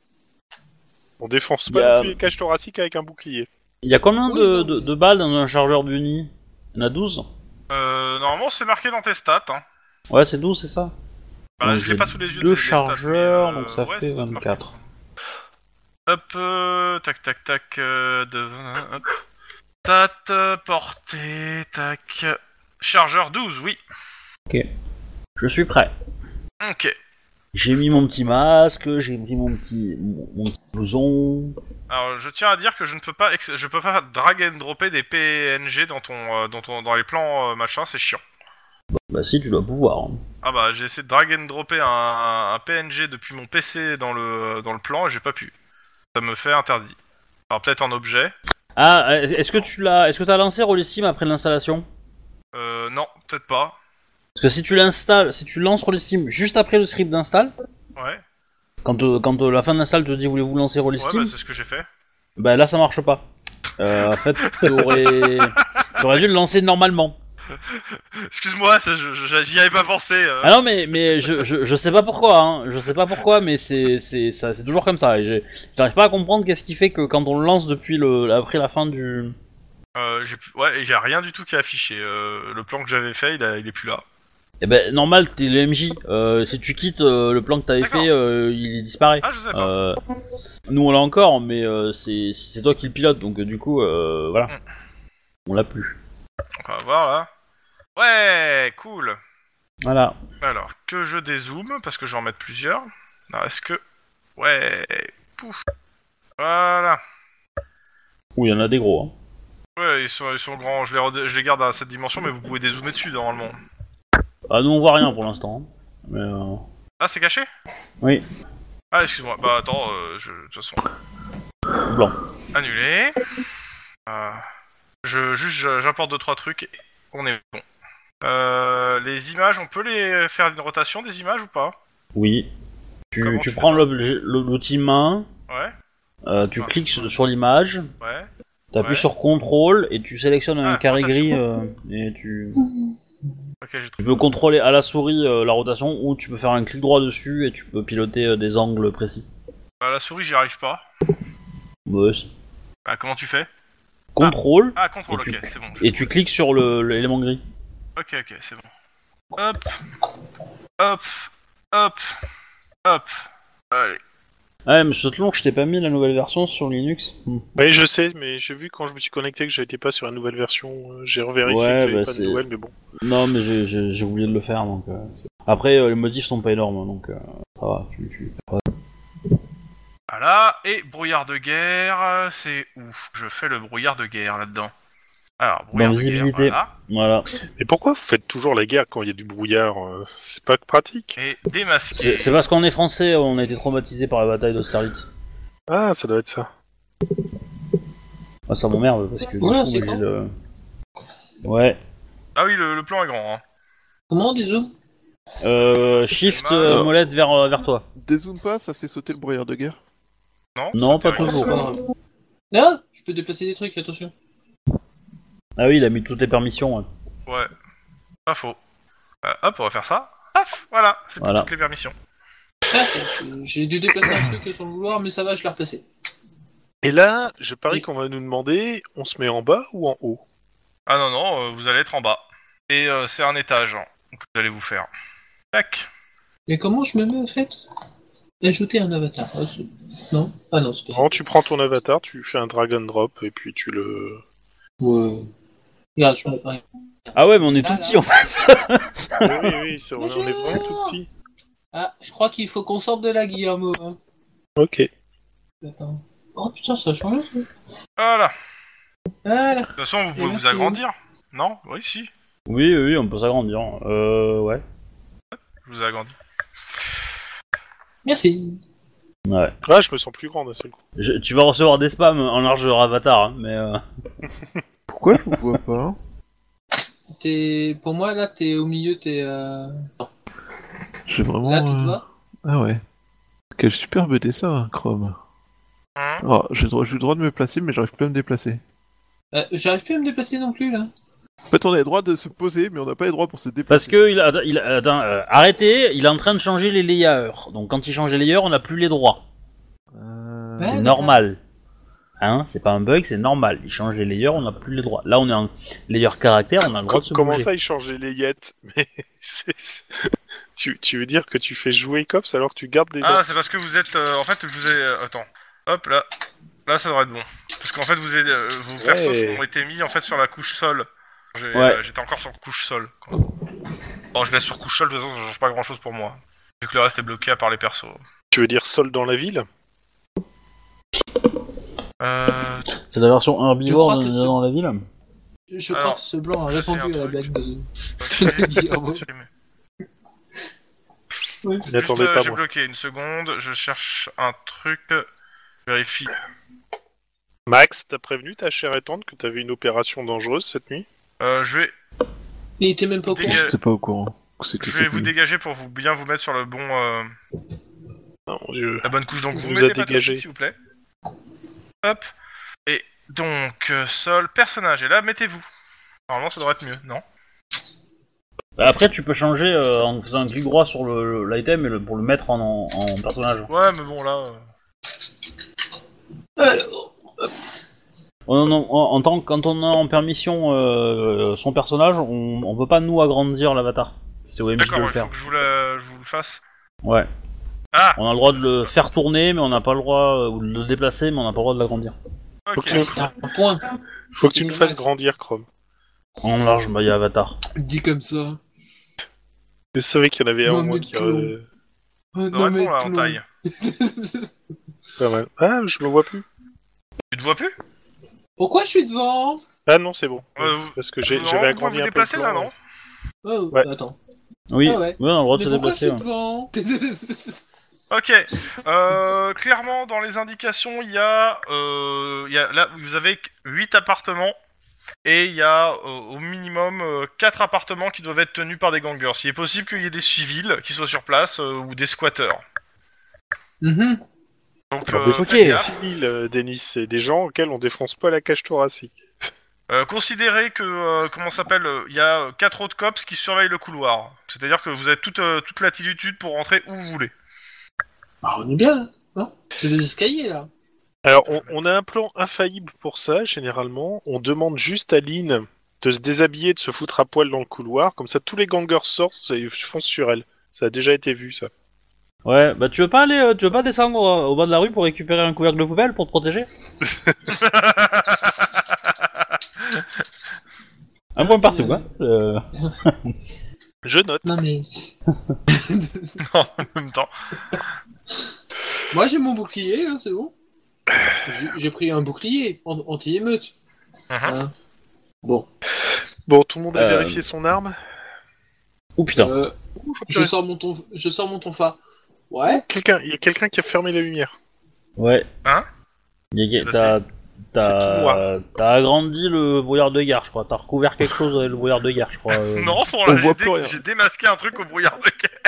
[SPEAKER 5] On défonce
[SPEAKER 3] Il y a-
[SPEAKER 5] pas non plus les cages thoraciques avec un bouclier.
[SPEAKER 3] Il y a combien
[SPEAKER 1] Oui,
[SPEAKER 3] de,
[SPEAKER 1] non.
[SPEAKER 3] de- de balles dans un chargeur de nid Il y en a 12
[SPEAKER 2] Euh, normalement, c'est marqué dans tes stats. Hein.
[SPEAKER 3] Ouais, c'est 12, c'est ça
[SPEAKER 2] Bah,
[SPEAKER 3] Donc,
[SPEAKER 2] je l'ai
[SPEAKER 3] j'ai
[SPEAKER 2] pas sous les yeux.
[SPEAKER 3] Deux
[SPEAKER 2] tes- tes stats, mais,
[SPEAKER 3] chargeurs,
[SPEAKER 2] euh,
[SPEAKER 3] donc ça
[SPEAKER 2] ouais,
[SPEAKER 3] fait
[SPEAKER 2] c'est marqué.
[SPEAKER 3] 24.
[SPEAKER 2] Hop, euh, tac, tac, tac, euh, de, euh, hop. Tat, euh, portée, tac. Chargeur 12, oui.
[SPEAKER 3] Je suis prêt.
[SPEAKER 2] Ok.
[SPEAKER 3] J'ai mis mon petit masque, j'ai pris mon petit, mon, mon petit blouson.
[SPEAKER 2] Alors, je tiens à dire que je ne peux pas, ex- je peux pas drag and dropper des PNG dans ton, euh, dans ton, dans les plans euh, machin, c'est chiant.
[SPEAKER 3] Bah si, tu dois pouvoir. hein.
[SPEAKER 2] Ah bah, j'ai essayé de drag and dropper un, un PNG depuis mon PC dans le, dans le plan et j'ai pas pu. Ça me fait interdit. Alors peut-être en objet.
[SPEAKER 3] Ah, euh, est-ce que tu l'as, est-ce que t'as lancé Rollissime après l'installation
[SPEAKER 2] Euh, non, peut-être pas.
[SPEAKER 3] Parce que si tu l'installes, si tu lances Rollissime juste après le script d'install,
[SPEAKER 2] Ouais.
[SPEAKER 3] quand, euh, quand euh, la fin d'install te dit voulez-vous lancer
[SPEAKER 2] Ouais,
[SPEAKER 3] Rollissime
[SPEAKER 2] bah, c'est ce que j'ai fait.
[SPEAKER 3] Bah là, ça marche pas. Euh, en fait,
[SPEAKER 2] <laughs>
[SPEAKER 3] t'aurais... t'aurais dû le lancer normalement.
[SPEAKER 2] Excuse-moi, ça, je- je- j'y avais pas pensé. euh.
[SPEAKER 3] Ah non, mais, mais je, je, je sais pas pourquoi, hein. je sais pas pourquoi, mais c'est c'est ça- c'est toujours comme ça. Et j'ai- J'arrive pas à comprendre qu'est-ce qui fait que quand on le lance depuis le après la fin du.
[SPEAKER 2] Euh, j'ai plus- ouais, et il y a rien du tout qui est affiché. Euh, le plan que j'avais fait, il, a- il est plus là.
[SPEAKER 3] Eh ben normal, t'es le MJ. Euh, si tu quittes euh, le plan que t'avais
[SPEAKER 2] D'accord.
[SPEAKER 3] fait, euh, il disparaît.
[SPEAKER 2] Ah, je sais pas.
[SPEAKER 3] Euh, nous on l'a encore, mais euh, c'est c'est toi qui le pilote, donc euh, du coup euh, voilà,
[SPEAKER 2] Mm.
[SPEAKER 3] on l'a plus.
[SPEAKER 2] On va voir là. Ouais, cool.
[SPEAKER 3] Voilà.
[SPEAKER 2] Alors, que je dézoome, parce que je vais en mettre plusieurs. Non, Est-ce que. Ouais, pouf. Voilà.
[SPEAKER 3] Ouh, il y en a des gros. Hein.
[SPEAKER 2] Ouais, ils sont, ils sont grands. Je les, rede- je les garde à cette dimension, mais vous pouvez dézoomer dessus normalement.
[SPEAKER 3] Ah nous on voit rien pour l'instant. hein. Mais, euh,
[SPEAKER 2] Ah, c'est caché
[SPEAKER 3] Oui.
[SPEAKER 2] Ah, excuse-moi. Bah, attends, euh, je, de toute façon.
[SPEAKER 3] Blanc.
[SPEAKER 2] Annulé. Euh, je juste, je- j'apporte deux trois trucs. On est bon. Euh, les images, on peut les faire une rotation des images ou pas
[SPEAKER 3] Oui. Tu,
[SPEAKER 2] Comment
[SPEAKER 3] tu
[SPEAKER 2] tu
[SPEAKER 3] prends l'objet- le- l'outil main,
[SPEAKER 2] Ouais,
[SPEAKER 3] euh, tu
[SPEAKER 2] Ah.
[SPEAKER 3] cliques sur sur l'image,
[SPEAKER 2] ouais.
[SPEAKER 3] t'appuies
[SPEAKER 2] Ouais.
[SPEAKER 3] sur CTRL et tu sélectionnes un
[SPEAKER 2] Ah,
[SPEAKER 3] carré
[SPEAKER 2] rotation.
[SPEAKER 3] gris euh, et tu,
[SPEAKER 2] Ok, j'ai
[SPEAKER 3] tu
[SPEAKER 2] trouvé.
[SPEAKER 3] peux contrôler à la souris euh, la rotation ou tu peux faire un clic droit dessus et tu peux piloter euh, des angles précis. Bah,
[SPEAKER 2] Ah, la souris, j'y arrive pas.
[SPEAKER 3] Ouais, c'est-
[SPEAKER 2] Ah, comment tu fais
[SPEAKER 3] CTRL
[SPEAKER 2] Ah, contrôle,
[SPEAKER 3] Et
[SPEAKER 2] ok,
[SPEAKER 3] tu-
[SPEAKER 2] c'est bon.
[SPEAKER 3] et tu cliques sur le- l'élément gris.
[SPEAKER 2] Ok, ok, c'est bon. Hop, hop, hop, hop. Allez.
[SPEAKER 3] Ah ouais, mais ce long, je t'ai pas mis la nouvelle version sur Linux. Hmm.
[SPEAKER 5] Oui, je sais, mais j'ai vu quand je me suis connecté que j'étais pas sur la nouvelle version. euh, J'ai revérifié
[SPEAKER 3] Ouais,
[SPEAKER 5] que
[SPEAKER 3] bah,
[SPEAKER 5] j'avais pas
[SPEAKER 3] c'est-
[SPEAKER 5] de nouvelles, mais bon.
[SPEAKER 3] Non, mais j'ai- j'ai j'ai oublié de le faire. Donc, euh, c'est- Après, euh, les motifs sont pas énormes, hein, donc euh, ça va. Tu, tu...
[SPEAKER 2] Voilà, et brouillard de guerre, euh, c'est où Je fais le brouillard de guerre là-dedans. Alors, brouillard de guerre,
[SPEAKER 3] visibilité.
[SPEAKER 2] voilà.
[SPEAKER 3] Voilà.
[SPEAKER 5] Mais pourquoi vous faites toujours la guerre quand il y a du brouillard euh, C'est pas pratique.
[SPEAKER 2] Et
[SPEAKER 3] C'est
[SPEAKER 2] démasqué.
[SPEAKER 3] c'est parce qu'on est français, on a été traumatisé par la bataille d'Austerlitz.
[SPEAKER 5] Ah, ça doit être ça.
[SPEAKER 3] Ah, ça m'emmerde parce que. du
[SPEAKER 1] Oula,
[SPEAKER 3] coup,
[SPEAKER 1] c'est
[SPEAKER 3] j'ai
[SPEAKER 1] grand.
[SPEAKER 3] le- Ouais.
[SPEAKER 2] Ah oui, le, le plan est grand. Hein.
[SPEAKER 1] Comment, désolé
[SPEAKER 3] Euh, shift
[SPEAKER 2] mal.
[SPEAKER 3] euh, molette vers, euh, vers toi.
[SPEAKER 4] Dézoome pas, ça fait sauter le broyeur de guerre.
[SPEAKER 2] Non
[SPEAKER 3] Non,
[SPEAKER 2] ça
[SPEAKER 3] pas
[SPEAKER 2] t'arrive.
[SPEAKER 1] C'est
[SPEAKER 3] toujours.
[SPEAKER 1] pas grave. Ah, je peux déplacer des trucs, attention.
[SPEAKER 3] Ah oui, il a mis toutes les permissions. ouais.
[SPEAKER 2] Ouais, pas faux. Euh, hop, on va faire ça. Paf, voilà, c'est pour
[SPEAKER 3] Voilà.
[SPEAKER 2] toutes les permissions.
[SPEAKER 1] Ah, c'est- euh, j'ai dû déplacer un truc sur le vouloir, mais ça va, je l'ai replacé.
[SPEAKER 5] Et là, je parie
[SPEAKER 1] Et-
[SPEAKER 5] qu'on va nous demander, on se met en bas ou en haut
[SPEAKER 2] Ah non, non, euh, vous allez être en bas. Et euh, c'est un étage hein, que vous allez vous faire. Tac.
[SPEAKER 1] Mais comment je me mets, en fait Ajouter un avatar. Ah, c'est- non Ah non, c'est pas ça.
[SPEAKER 5] Non, tu prends ton avatar, tu fais un drag and drop et puis tu le.
[SPEAKER 1] Ouais. Regarde, je me- ouais.
[SPEAKER 3] Ah ouais, mais on est tout
[SPEAKER 1] Ah,
[SPEAKER 3] petit
[SPEAKER 1] là.
[SPEAKER 3] en face.
[SPEAKER 5] oui, oui, oui, c'est- on est- on est
[SPEAKER 1] Bonjour.
[SPEAKER 5] vraiment tout petit.
[SPEAKER 1] Ah, je crois qu'il faut qu'on sorte de là, Guillermo. hein.
[SPEAKER 5] Ok.
[SPEAKER 1] Attends. Oh putain, ça a changé, ça.
[SPEAKER 2] Voilà.
[SPEAKER 1] Voilà.
[SPEAKER 2] De toute façon, vous pouvez vous
[SPEAKER 1] merci.
[SPEAKER 2] agrandir. Non Oui, si.
[SPEAKER 3] <laughs> oui, oui, oui, on peut s'agrandir. Euh, ouais.
[SPEAKER 2] Je vous ai agrandi.
[SPEAKER 1] Merci.
[SPEAKER 3] Ouais.
[SPEAKER 5] Là, Ah, je me sens plus grand d'un seul coup.
[SPEAKER 3] Je- tu vas recevoir des spams en largeur avatar, hein, mais. euh,
[SPEAKER 4] Pourquoi je vous vois pas hein <laughs>
[SPEAKER 1] T'es... Pour moi, là, t'es au milieu, t'es... Euh...
[SPEAKER 4] J'ai vraiment.
[SPEAKER 1] Là, tu
[SPEAKER 4] euh,
[SPEAKER 1] te vois
[SPEAKER 4] Ah ouais. Quel superbe dessin, hein, Chrome.
[SPEAKER 2] Hein
[SPEAKER 4] Oh, j'ai le, droit- j'ai le droit de me placer, mais j'arrive plus à me déplacer.
[SPEAKER 1] Euh, J'arrive plus à me déplacer non plus, là.
[SPEAKER 4] En fait, on a le droit de se poser, mais on n'a pas le droit pour se
[SPEAKER 3] Parce
[SPEAKER 4] déplacer.
[SPEAKER 3] que il a, il a- attends, euh, arrêtez, il est en train de changer les layers. Donc quand il change les layers, on n'a plus les droits.
[SPEAKER 4] Euh,
[SPEAKER 1] Ouais,
[SPEAKER 3] C'est
[SPEAKER 1] d'accord.
[SPEAKER 3] normal. Hein, c'est pas un bug, c'est normal. Il change les layers, on n'a plus les droits. Là, on est en layer caractère, on a le droit de se
[SPEAKER 5] Comment
[SPEAKER 3] bouger.
[SPEAKER 5] ça, ils changent les layettes <laughs> Mais c'est- tu, tu veux dire que tu fais jouer Cops alors que tu gardes des.
[SPEAKER 2] Ah, c'est parce que vous êtes. euh, en fait, je vous ai. euh, attends. Hop, là. Là, ça devrait être bon. Parce qu'en fait, vous avez, euh, vos persos
[SPEAKER 5] Ouais.
[SPEAKER 2] ont été mis en fait sur la couche sol. J'ai,
[SPEAKER 3] Ouais.
[SPEAKER 2] euh, J'étais encore sur couche sol. quoi. Bon, je laisse sur couche sol, de toute façon, ça change pas grand chose pour moi. Vu que le reste est bloqué à part les persos.
[SPEAKER 5] Tu veux dire sol dans la ville <laughs>
[SPEAKER 2] Euh.
[SPEAKER 3] C'est la version
[SPEAKER 1] herbivore Je crois que de- c'est- dans
[SPEAKER 3] la ville
[SPEAKER 1] Je
[SPEAKER 2] Alors,
[SPEAKER 1] crois que ce blanc a
[SPEAKER 2] je sais
[SPEAKER 1] répondu à
[SPEAKER 2] un
[SPEAKER 1] la
[SPEAKER 2] truc.
[SPEAKER 1] blague de...
[SPEAKER 2] euh,
[SPEAKER 1] Guillermo.
[SPEAKER 2] Juste,
[SPEAKER 5] N'attendez
[SPEAKER 2] euh,
[SPEAKER 5] pas
[SPEAKER 2] j'ai
[SPEAKER 5] moi.
[SPEAKER 2] bloqué une seconde, je cherche un truc. Je Vérifie.
[SPEAKER 5] Max, t'as prévenu ta chère et tante que t'avais une opération dangereuse cette nuit
[SPEAKER 2] Euh, je vais,
[SPEAKER 1] Il était même pas au courant.
[SPEAKER 2] Dégage.
[SPEAKER 4] J'étais pas au courant. que c'était
[SPEAKER 2] je vais
[SPEAKER 4] cette
[SPEAKER 2] vous
[SPEAKER 4] nuit.
[SPEAKER 2] dégager pour vous bien vous mettre sur le bon, euh, Ah,
[SPEAKER 5] Non, mon dieu.
[SPEAKER 2] la bonne couche. Donc
[SPEAKER 5] Il
[SPEAKER 2] vous
[SPEAKER 5] nous
[SPEAKER 2] mettez
[SPEAKER 5] a
[SPEAKER 2] pas de
[SPEAKER 5] dégagé.
[SPEAKER 2] soucis, s'il vous plaît. Hop. Et donc euh, sol personnage. Et là mettez-vous. Normalement ça devrait être mieux, non
[SPEAKER 3] Bah, Après, tu peux changer euh, en faisant un clic droit sur le- le- l'item et le- pour le mettre en, en- en personnage.
[SPEAKER 2] Ouais, mais bon là. euh,
[SPEAKER 1] Alors,
[SPEAKER 3] On- on- en, en tant que- quand on a en permission euh, son personnage, on, on peut pas nous agrandir l'avatar. C'est OMG de
[SPEAKER 2] D'accord,
[SPEAKER 3] le
[SPEAKER 2] il faut
[SPEAKER 3] faire.
[SPEAKER 2] que je vous, la- je vous le fasse.
[SPEAKER 3] Ouais.
[SPEAKER 2] Ah.
[SPEAKER 3] On a le droit de le faire tourner, mais on n'a pas le droit euh, ou de le déplacer, mais on n'a pas le droit de l'agrandir.
[SPEAKER 2] Ok.
[SPEAKER 5] Ok.
[SPEAKER 1] c'est un point.
[SPEAKER 5] Faut que tu
[SPEAKER 1] C'est
[SPEAKER 5] nous fasses
[SPEAKER 1] Max.
[SPEAKER 5] grandir, Chrome.
[SPEAKER 3] En large, bah, il y a Avatar.
[SPEAKER 1] Dit comme ça.
[SPEAKER 5] Je savais qu'il y en avait un
[SPEAKER 1] Non,
[SPEAKER 5] au moins
[SPEAKER 1] mais
[SPEAKER 5] qui.
[SPEAKER 1] tout le long.
[SPEAKER 5] euh,
[SPEAKER 1] Ah,
[SPEAKER 2] Ça devrait être bon, là,
[SPEAKER 1] tout
[SPEAKER 2] en
[SPEAKER 1] le
[SPEAKER 2] taille.
[SPEAKER 1] <laughs> monde.
[SPEAKER 5] Pas mal. Ah, je me vois plus.
[SPEAKER 2] Tu te vois plus
[SPEAKER 1] Pourquoi je suis devant
[SPEAKER 5] Ah non, c'est bon.
[SPEAKER 2] Euh, vous-
[SPEAKER 5] Parce que j'ai-
[SPEAKER 2] vous-
[SPEAKER 5] j'avais
[SPEAKER 2] vous pouvez
[SPEAKER 5] agrandi
[SPEAKER 2] vous
[SPEAKER 5] un peu.
[SPEAKER 2] déplacer,
[SPEAKER 5] le
[SPEAKER 2] là,
[SPEAKER 5] plan.
[SPEAKER 2] non
[SPEAKER 1] Oh,
[SPEAKER 5] Ouais.
[SPEAKER 1] attends.
[SPEAKER 3] Oui,
[SPEAKER 1] Ah ouais.
[SPEAKER 3] oui, on a le droit de
[SPEAKER 1] Mais
[SPEAKER 3] se
[SPEAKER 1] pourquoi je suis
[SPEAKER 3] déplacer. ouais.
[SPEAKER 1] devant
[SPEAKER 2] Ok. Euh, clairement, dans les indications, il y a, euh, il y a- là, vous avez 8 appartements et il y a euh, au minimum 4 appartements qui doivent être tenus par des gangers. Il est possible qu'il y ait des civils qui soient sur place euh, ou des squatteurs.
[SPEAKER 1] Mhm.
[SPEAKER 4] Ah,
[SPEAKER 2] Donc,
[SPEAKER 3] Alors,
[SPEAKER 2] euh,
[SPEAKER 4] bah,
[SPEAKER 3] des foquets.
[SPEAKER 2] faites
[SPEAKER 5] C'est
[SPEAKER 2] gaffe.
[SPEAKER 5] civil, euh, Denis, c'est des gens auxquels on défonce pas la cage thoracique.
[SPEAKER 2] Euh, considérez que euh, comment ça s'appelle euh, Il y a 4 autres cops qui surveillent le couloir. C'est-à-dire que vous avez toute euh, toute latitude pour rentrer où vous voulez.
[SPEAKER 1] Bah, on est bien, là. Non C'est des escaliers, là.
[SPEAKER 5] Alors, on, on a un plan infaillible pour ça, généralement. On demande juste à Lynn de se déshabiller, de se foutre à poil dans le couloir. Comme ça, tous les gangers sortent et foncent sur elle. Ça a déjà été vu, ça.
[SPEAKER 3] Ouais, bah tu veux pas aller, euh, tu veux pas descendre euh, au bas de la rue pour récupérer un couvercle de poubelle pour te protéger
[SPEAKER 2] <laughs>
[SPEAKER 3] Un point partout, hein euh,
[SPEAKER 5] Je note.
[SPEAKER 1] Non, mais...
[SPEAKER 2] en même temps.
[SPEAKER 1] Moi, j'ai mon bouclier, là, c'est bon. J'ai- J'ai pris un bouclier an- anti-émeute.
[SPEAKER 2] Mhm.
[SPEAKER 1] Hein. Bon.
[SPEAKER 5] Bon, tout le monde a
[SPEAKER 3] Euh,
[SPEAKER 5] vérifié son arme.
[SPEAKER 3] Oh putain.
[SPEAKER 1] euh, je sors mon ton... Je sors mon tonfa. Ouais.
[SPEAKER 5] Quelqu'un, il y a quelqu'un qui a fermé la lumière.
[SPEAKER 3] Ouais.
[SPEAKER 2] Hein
[SPEAKER 3] Y a-
[SPEAKER 2] Ça,
[SPEAKER 3] T'as
[SPEAKER 5] c'est tout
[SPEAKER 3] t'as-
[SPEAKER 5] moi.
[SPEAKER 3] t'as agrandi le brouillard de guerre, je crois. T'as recouvert quelque chose avec le brouillard de guerre, je crois. euh.
[SPEAKER 2] <laughs> Non, pour
[SPEAKER 4] On
[SPEAKER 2] la-
[SPEAKER 4] voit
[SPEAKER 2] j'ai
[SPEAKER 4] plus
[SPEAKER 2] dé-
[SPEAKER 4] rien.
[SPEAKER 2] j'ai démasqué un truc au brouillard de guerre.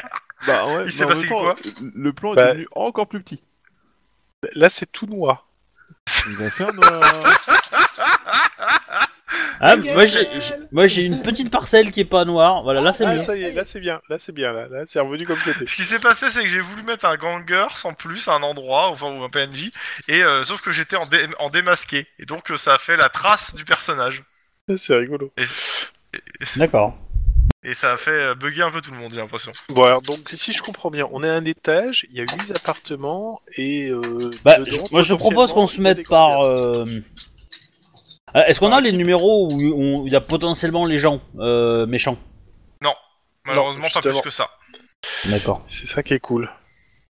[SPEAKER 4] Bah ouais,
[SPEAKER 2] Il s'est
[SPEAKER 4] mais en
[SPEAKER 2] passé
[SPEAKER 4] même temps,
[SPEAKER 2] quoi
[SPEAKER 4] Le plan est
[SPEAKER 5] Bah-
[SPEAKER 4] devenu encore plus
[SPEAKER 5] <laughs>
[SPEAKER 4] petit.
[SPEAKER 5] Là, c'est tout noir.
[SPEAKER 4] Ils ont fait un
[SPEAKER 5] euh,
[SPEAKER 4] noir.
[SPEAKER 3] Ah,
[SPEAKER 1] Ta gueule
[SPEAKER 3] moi j'ai j'ai- moi, j'ai une petite parcelle qui est pas noire. Voilà, là c'est
[SPEAKER 5] Ah,
[SPEAKER 3] mieux.
[SPEAKER 5] ça y est, là, c'est bien. Là, c'est bien. Là, là c'est revenu comme
[SPEAKER 3] <laughs>
[SPEAKER 5] c'était.
[SPEAKER 2] Ce qui s'est passé, c'est que j'ai voulu mettre un ganger sans plus à un endroit, enfin ou un PNJ, et euh, sauf que j'étais en, dé- en démasqué, et donc euh, ça a fait la trace du personnage.
[SPEAKER 5] Ça, C'est rigolo.
[SPEAKER 2] bah,
[SPEAKER 3] D'accord.
[SPEAKER 2] Et ça a fait euh, bugger un peu tout le monde, j'ai l'impression.
[SPEAKER 5] Bon, alors, donc, si je comprends bien, on est à un étage, il y a huit appartements, et... Euh,
[SPEAKER 3] Bah,
[SPEAKER 5] dedans,
[SPEAKER 3] je- moi je propose qu'on se
[SPEAKER 5] potentiellement,
[SPEAKER 3] mette par. euh, euh, Est-ce qu'on a les numéros où on- où il y a potentiellement les gens euh, méchants
[SPEAKER 2] Malheureusement, pas plus
[SPEAKER 5] justement.
[SPEAKER 2] que
[SPEAKER 4] Ah,
[SPEAKER 2] ça.
[SPEAKER 3] D'accord.
[SPEAKER 5] C'est ça qui est cool.